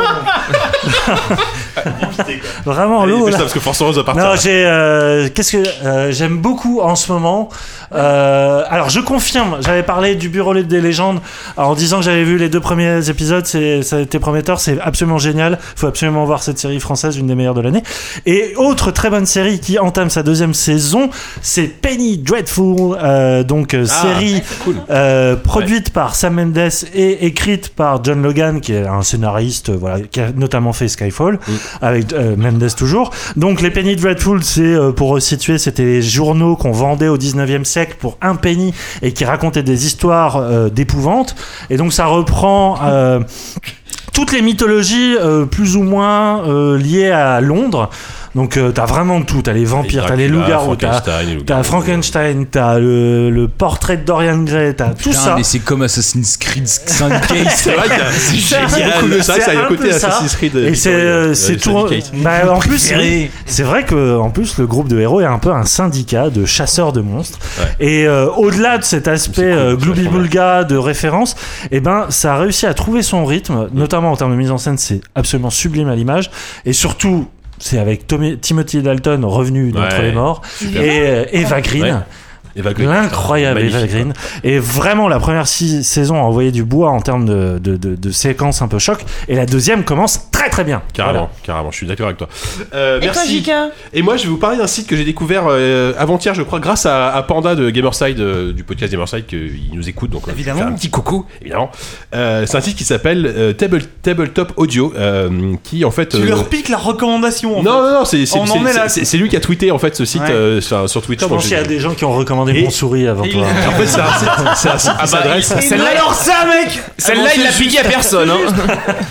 Speaker 4: Vraiment,
Speaker 2: Allez,
Speaker 4: l'eau.
Speaker 2: dépêche-toi,
Speaker 4: là.
Speaker 2: parce que Force Rose va partir.
Speaker 4: Non, j'ai. euh, Qu'est-ce que euh, j'aime beaucoup en ce moment euh, Alors, je confirme. J'avais parlé du bureau des légendes en disant que j'avais vu les deux premiers épisodes. C'est, ça a été prometteur. C'est absolument génial. Faut absolument voir cette série française, une des meilleures de l'année. Et autre très bonne série qui entame sa deuxième saison, c'est Penny Dreadful. euh, donc euh,
Speaker 2: Ah,
Speaker 4: série euh, produite par Sam Mendes et écrite par John Logan, qui est un scénariste, euh, voilà, qui a notamment fait Skyfall
Speaker 2: Mm.
Speaker 4: avec euh, Mendes toujours. Donc les Penny Dreadful, c'est euh, pour resituer, c'était les journaux qu'on vendait au 19e siècle pour un penny et qui racontaient des histoires euh, d'épouvante. Et donc ça reprend euh, toutes les mythologies euh, plus ou moins euh, liées à Londres. Donc euh, t'as vraiment de tout, t'as les vampires, t'as les
Speaker 2: Dracula,
Speaker 4: loups-garous, t'as
Speaker 2: Frankenstein, les
Speaker 4: t'as Frankenstein, t'as le, le portrait de Dorian Gray, t'as tout
Speaker 7: Putain,
Speaker 4: ça.
Speaker 7: mais c'est comme Assassin's Creed 5
Speaker 2: [LAUGHS] C'est vrai qu'il y a-
Speaker 7: C'est
Speaker 2: c'est
Speaker 7: génial.
Speaker 2: vrai qu'il y a beaucoup de ça, ça a
Speaker 4: un
Speaker 2: le côté
Speaker 4: peu ça.
Speaker 2: Assassin's Creed.
Speaker 4: Et c'est euh, c'est tout. Bah, en plus,
Speaker 2: Préféré.
Speaker 4: oui, c'est vrai que en plus le groupe de héros est un peu un syndicat de chasseurs de monstres. Et euh, au-delà de cet aspect euh, gloobie-boulga de référence, eh ben ça a réussi à trouver son rythme, notamment en termes de mise en scène, c'est absolument sublime à l'image, et surtout. C'est avec Tommy- Timothy Dalton revenu d'entre
Speaker 2: Ouais.
Speaker 4: les morts
Speaker 2: Super.
Speaker 4: et euh, Eva Green.
Speaker 2: Ouais. Eva Green.
Speaker 4: L'incroyable
Speaker 2: Magnifique,
Speaker 4: Eva Green. Et vraiment, la première si- saison a envoyé du bois en termes de, de, de- de séquences un peu choc. Et la deuxième commence très très bien.
Speaker 2: Carrément, carrément, je suis d'accord avec toi.
Speaker 10: Et toi, Jika
Speaker 2: Euh, Et moi, je vais vous parler d'un site que j'ai découvert euh, avant-hier, je crois, grâce à, à Panda de Gamerside, euh, du podcast Gamerside, qu'il nous écoute. Donc, euh, évidemment. un petit coucou, évidemment. Euh, c'est un site qui s'appelle euh, Table, Tabletop Audio, euh, qui en fait.
Speaker 3: Tu
Speaker 2: euh,
Speaker 3: leur piques la recommandation. en
Speaker 2: non,
Speaker 3: fait.
Speaker 2: non, non, c'est c'est-
Speaker 3: On en est là.
Speaker 2: c'est- c'est- c'est lui qui a tweeté en fait ce site
Speaker 3: Ouais.
Speaker 2: euh, sur, sur Twitter.
Speaker 4: Je
Speaker 2: donc
Speaker 4: pensais
Speaker 2: j'ai-
Speaker 4: à des gens qui ont recommandé mon souris avant toi.
Speaker 2: En fait, c'est un site, c'est un site
Speaker 7: Ah
Speaker 2: qui
Speaker 7: bah,
Speaker 2: s'adresse.
Speaker 10: Celle-là, alors ça, mec
Speaker 6: Celle-là, il l'a piqué à personne. Hein.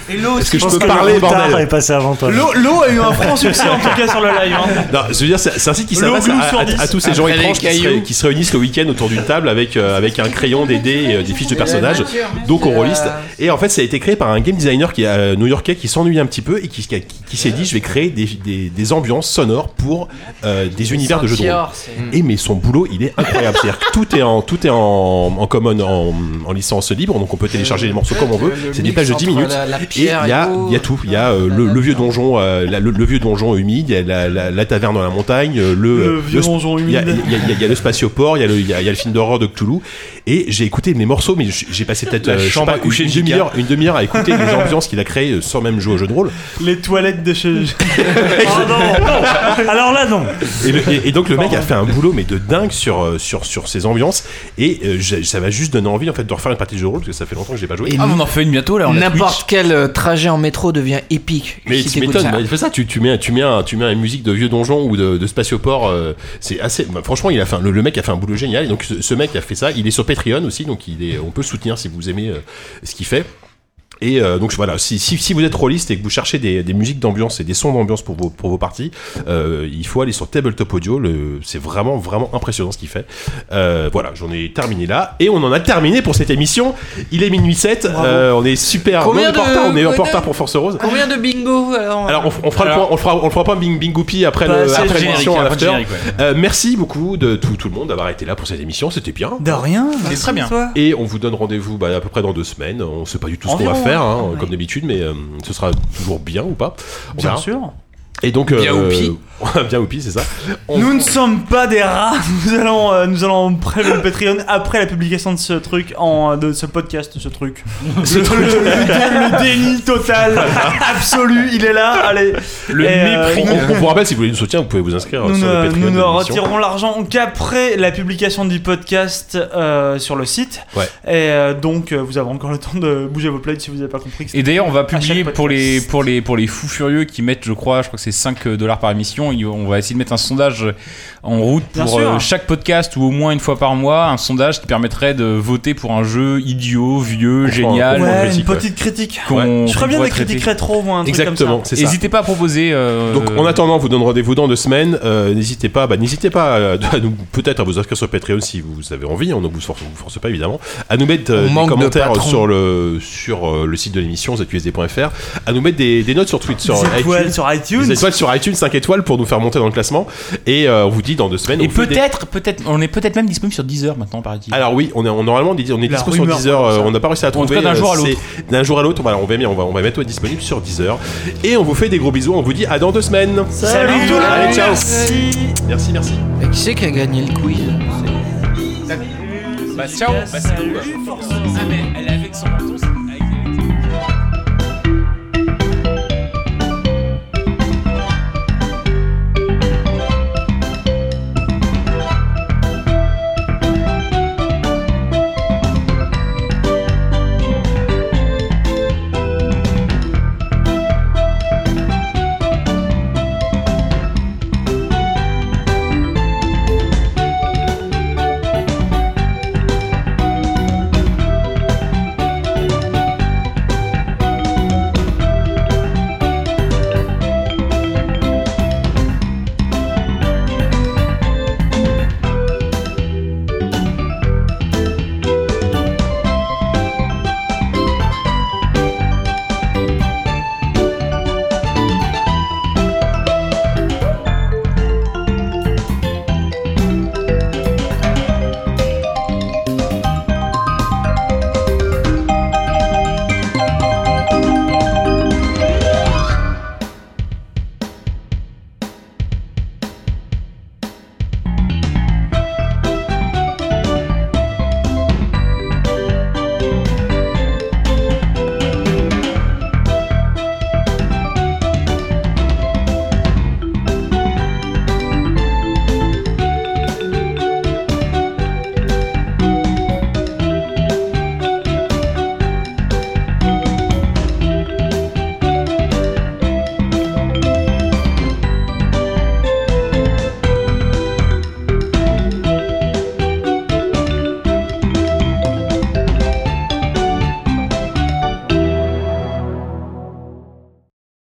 Speaker 10: Et l'eau
Speaker 2: Est-ce que
Speaker 4: Je
Speaker 2: je
Speaker 4: pense
Speaker 2: peux
Speaker 4: que
Speaker 2: parler,
Speaker 4: le retard
Speaker 2: bordel
Speaker 4: est passé avant toi.
Speaker 3: L'eau- L'eau a eu un franc succès en tout cas sur le live. hein.
Speaker 2: Non, je veux dire, c'est c'est un site qui
Speaker 3: Le
Speaker 2: s'adresse
Speaker 3: glue
Speaker 2: à,
Speaker 3: sur
Speaker 2: à-
Speaker 3: dix.
Speaker 2: à tous ces gens
Speaker 3: Après les
Speaker 2: étranges qui se, ré-
Speaker 3: cailloux.
Speaker 2: qui se réunissent le week-end autour d'une table avec, euh, avec un crayon, des dés et euh, des fiches de personnages.
Speaker 3: nature, bien
Speaker 2: Donc on
Speaker 3: sûr.
Speaker 2: reliste. Et en fait, ça a été créé par un game designer qui est euh, new-yorkais qui s'ennuie un petit peu et qui, qui, qui s'est dit je vais créer des, des, des ambiances sonores pour euh, des univers de jeux de rôle.
Speaker 8: Centior, c'est-
Speaker 2: Et mais son boulot, il est incroyable. C'est-à-dire que tout est en tout est en, en common, en, en licence libre, donc on peut télécharger les morceaux comme on veut.
Speaker 8: le
Speaker 2: C'est des
Speaker 8: mix
Speaker 2: pages de 10
Speaker 8: entre
Speaker 2: minutes.
Speaker 8: la- la
Speaker 2: et il y
Speaker 8: pierre et
Speaker 2: a,
Speaker 8: l'eau.
Speaker 2: Ah, il y a tout. Il y a euh, le, le vieux donjon, euh, la- le, le vieux donjon humide, il y a la, la- la taverne dans la montagne, euh, le,
Speaker 3: Le
Speaker 2: euh,
Speaker 3: vieux
Speaker 2: sp-
Speaker 3: donjon
Speaker 2: il y a-
Speaker 3: humide.
Speaker 2: Il y, a- il y a- il y a le spatioport, il y a le, il y a- il y a le film d'horreur de Cthulhu. Et j'ai écouté mes morceaux, mais j'ai j'ai passé peut-être
Speaker 5: La
Speaker 2: euh, je sais
Speaker 5: chambre
Speaker 2: pas,
Speaker 5: à coucher
Speaker 2: une
Speaker 5: de J.K.
Speaker 2: demi-heure, une demi-heure à écouter les ambiances qu'il a créées euh, sans même jouer au jeu de rôle.
Speaker 3: Les toilettes
Speaker 2: [LAUGHS]
Speaker 3: de chez. Ah,
Speaker 4: Alors là, non.
Speaker 2: Et, le- et- et donc le mec a fait un boulot mais de dingue sur euh, sur sur ces ambiances et euh, j'ai- ça m'a juste donné envie en fait de refaire une partie de jeu de rôle parce que ça fait longtemps que j'ai pas joué.
Speaker 8: Et
Speaker 5: Ah, on en fait une bientôt là, on a Twitch.
Speaker 8: N'importe quel euh, trajet en métro devient épique.
Speaker 2: Mais
Speaker 8: si
Speaker 2: tu
Speaker 8: t'écoutes
Speaker 2: m'étonnes,
Speaker 8: ça.
Speaker 2: bah, il fait ça, tu, tu mets, tu, mets un- tu mets une musique de vieux donjon ou de, de spatioport, euh, c'est assez. bah, franchement, il a fait un- le, le mec a fait un boulot génial. Et donc ce, ce mec a fait ça. Il est sur Patreon aussi, donc il est, on peut le soutenir si vous aimez euh, ce qu'il fait. Et euh, donc voilà, si, si, si vous êtes rôliste et que vous cherchez des, des musiques d'ambiance et des sons d'ambiance pour vos, pour vos parties, euh, il faut aller sur Tabletop Audio. le- C'est vraiment, vraiment impressionnant ce qu'il fait. Euh, voilà, j'en ai terminé là. Et on en a terminé pour cette émission. Il est minuit 7. euh, on est super.
Speaker 8: Combien
Speaker 2: non, on est en
Speaker 8: de-
Speaker 2: retard, on est en
Speaker 8: combien-
Speaker 2: retard pour Force Rose.
Speaker 8: Combien de bingo alors,
Speaker 2: Alors on, f- on fera le point, on le fera, on le fera pas bing bingoupi après
Speaker 3: Bah,
Speaker 2: le
Speaker 3: c'est
Speaker 2: après
Speaker 3: le
Speaker 2: l'émission
Speaker 5: générique,
Speaker 2: à l'after.
Speaker 5: après le générique,
Speaker 2: Euh, merci beaucoup de tout, tout le monde d'avoir été là pour cette émission, c'était bien.
Speaker 3: De rien.
Speaker 5: C'est très bien.
Speaker 3: Toi.
Speaker 2: Et on vous donne rendez-vous bah, à peu près dans deux semaines. On sait pas du tout ce qu'on va
Speaker 3: Environ,
Speaker 2: faire,
Speaker 3: ouais.
Speaker 2: hein, comme d'habitude, mais euh, ce sera toujours bien ou pas. On
Speaker 3: Bien
Speaker 2: verra.
Speaker 3: sûr.
Speaker 2: Et donc euh, [LAUGHS]
Speaker 8: Bien ou pis.
Speaker 2: bien ou pis, c'est ça. On-
Speaker 3: Nous ne sommes pas des rats. [LAUGHS] Nous allons, euh, nous allons prélever le Patreon après la publication de ce truc, en, euh, de ce podcast,
Speaker 2: [LAUGHS]
Speaker 3: ce truc.
Speaker 2: Ce
Speaker 3: Le,
Speaker 2: truc.
Speaker 3: le- le déni
Speaker 2: [LAUGHS]
Speaker 3: total, absolu, il est là. Allez.
Speaker 2: le
Speaker 3: Et, euh,
Speaker 2: mépris. on, on vous rappelle si vous voulez nous soutenir, vous pouvez vous inscrire
Speaker 3: Nous
Speaker 2: sur
Speaker 3: ne,
Speaker 2: le Patreon.
Speaker 3: nous
Speaker 2: de
Speaker 3: ne
Speaker 2: l'émission.
Speaker 3: retirerons l'argent qu'après la publication du podcast euh, sur le site.
Speaker 2: Ouais.
Speaker 3: Et euh, donc, euh, vous avez encore le temps de bouger vos plaids si vous n'avez pas compris. que
Speaker 5: Et d'ailleurs, on va publier
Speaker 3: chaque
Speaker 5: pour les,
Speaker 3: podcast.
Speaker 5: pour, les, pour les fous furieux qui mettent, je crois, je crois que c'est 5 dollars par émission. il- On va essayer de mettre un sondage en route
Speaker 3: Bien
Speaker 5: pour
Speaker 3: sûr.
Speaker 5: euh, chaque podcast ou au moins une fois par mois. Un sondage qui permettrait de voter pour un jeu idiot, vieux, génial.
Speaker 2: Ouais,
Speaker 3: Ouais,
Speaker 2: critique,
Speaker 3: une petite critique.
Speaker 5: qu'on-
Speaker 3: Je ferais
Speaker 5: qu'on
Speaker 3: bien
Speaker 5: pourrait
Speaker 3: des critiques
Speaker 5: traiter.
Speaker 3: rétro ou un truc
Speaker 2: Exactement,
Speaker 3: comme ça.
Speaker 2: c'est ça.
Speaker 5: N'hésitez pas à proposer. euh,
Speaker 2: Donc en attendant, on vous donne rendez-vous dans deux semaines. Euh, n'hésitez pas, bah, n'hésitez pas euh, à nous- peut-être à vous inscrire sur Patreon si vous avez envie. On ne vous force, on vous force pas évidemment. À nous mettre euh,
Speaker 8: On manque
Speaker 2: des
Speaker 8: de
Speaker 2: commentaires
Speaker 8: patrons.
Speaker 2: sur le sur euh, le site de l'émission zqsd.fr. À nous mettre des, des notes sur Twitter, sur
Speaker 3: Des étoiles
Speaker 2: iTunes.
Speaker 3: sur
Speaker 2: Des
Speaker 3: iTunes.
Speaker 2: étoiles sur iTunes, 5 étoiles pour nous faire monter dans le classement. Et euh, on vous dit dans deux semaines.
Speaker 5: Et
Speaker 2: on fait des-
Speaker 5: peut-être, peut-être, on est peut-être même disponible sur Deezer maintenant, paraît-il.
Speaker 2: Alors oui, on est on, normalement on est, on est
Speaker 3: La
Speaker 2: dispo sur
Speaker 3: rumeur,
Speaker 2: Deezer.
Speaker 3: quoi,
Speaker 2: euh,
Speaker 3: ça.
Speaker 2: on n'a pas réussi à
Speaker 5: tout
Speaker 2: trouver.
Speaker 5: cas, d'un
Speaker 2: euh,
Speaker 5: jour à
Speaker 2: c'est-
Speaker 5: l'autre.
Speaker 2: D'un jour à l'autre, voilà, on va bien, on va on va mettre ouais, disponible sur Deezer. Et on vous fait des gros bisous. On vous dit à dans deux semaines.
Speaker 3: Salut tout le
Speaker 2: Allez,
Speaker 3: monde.
Speaker 2: ciao.
Speaker 3: Merci.
Speaker 2: Merci, merci.
Speaker 8: Mais qui c'est qui a gagné le quiz
Speaker 5: Bah, ciao, bah, c'est tout. Ah, mais elle est avec son menton, c'est-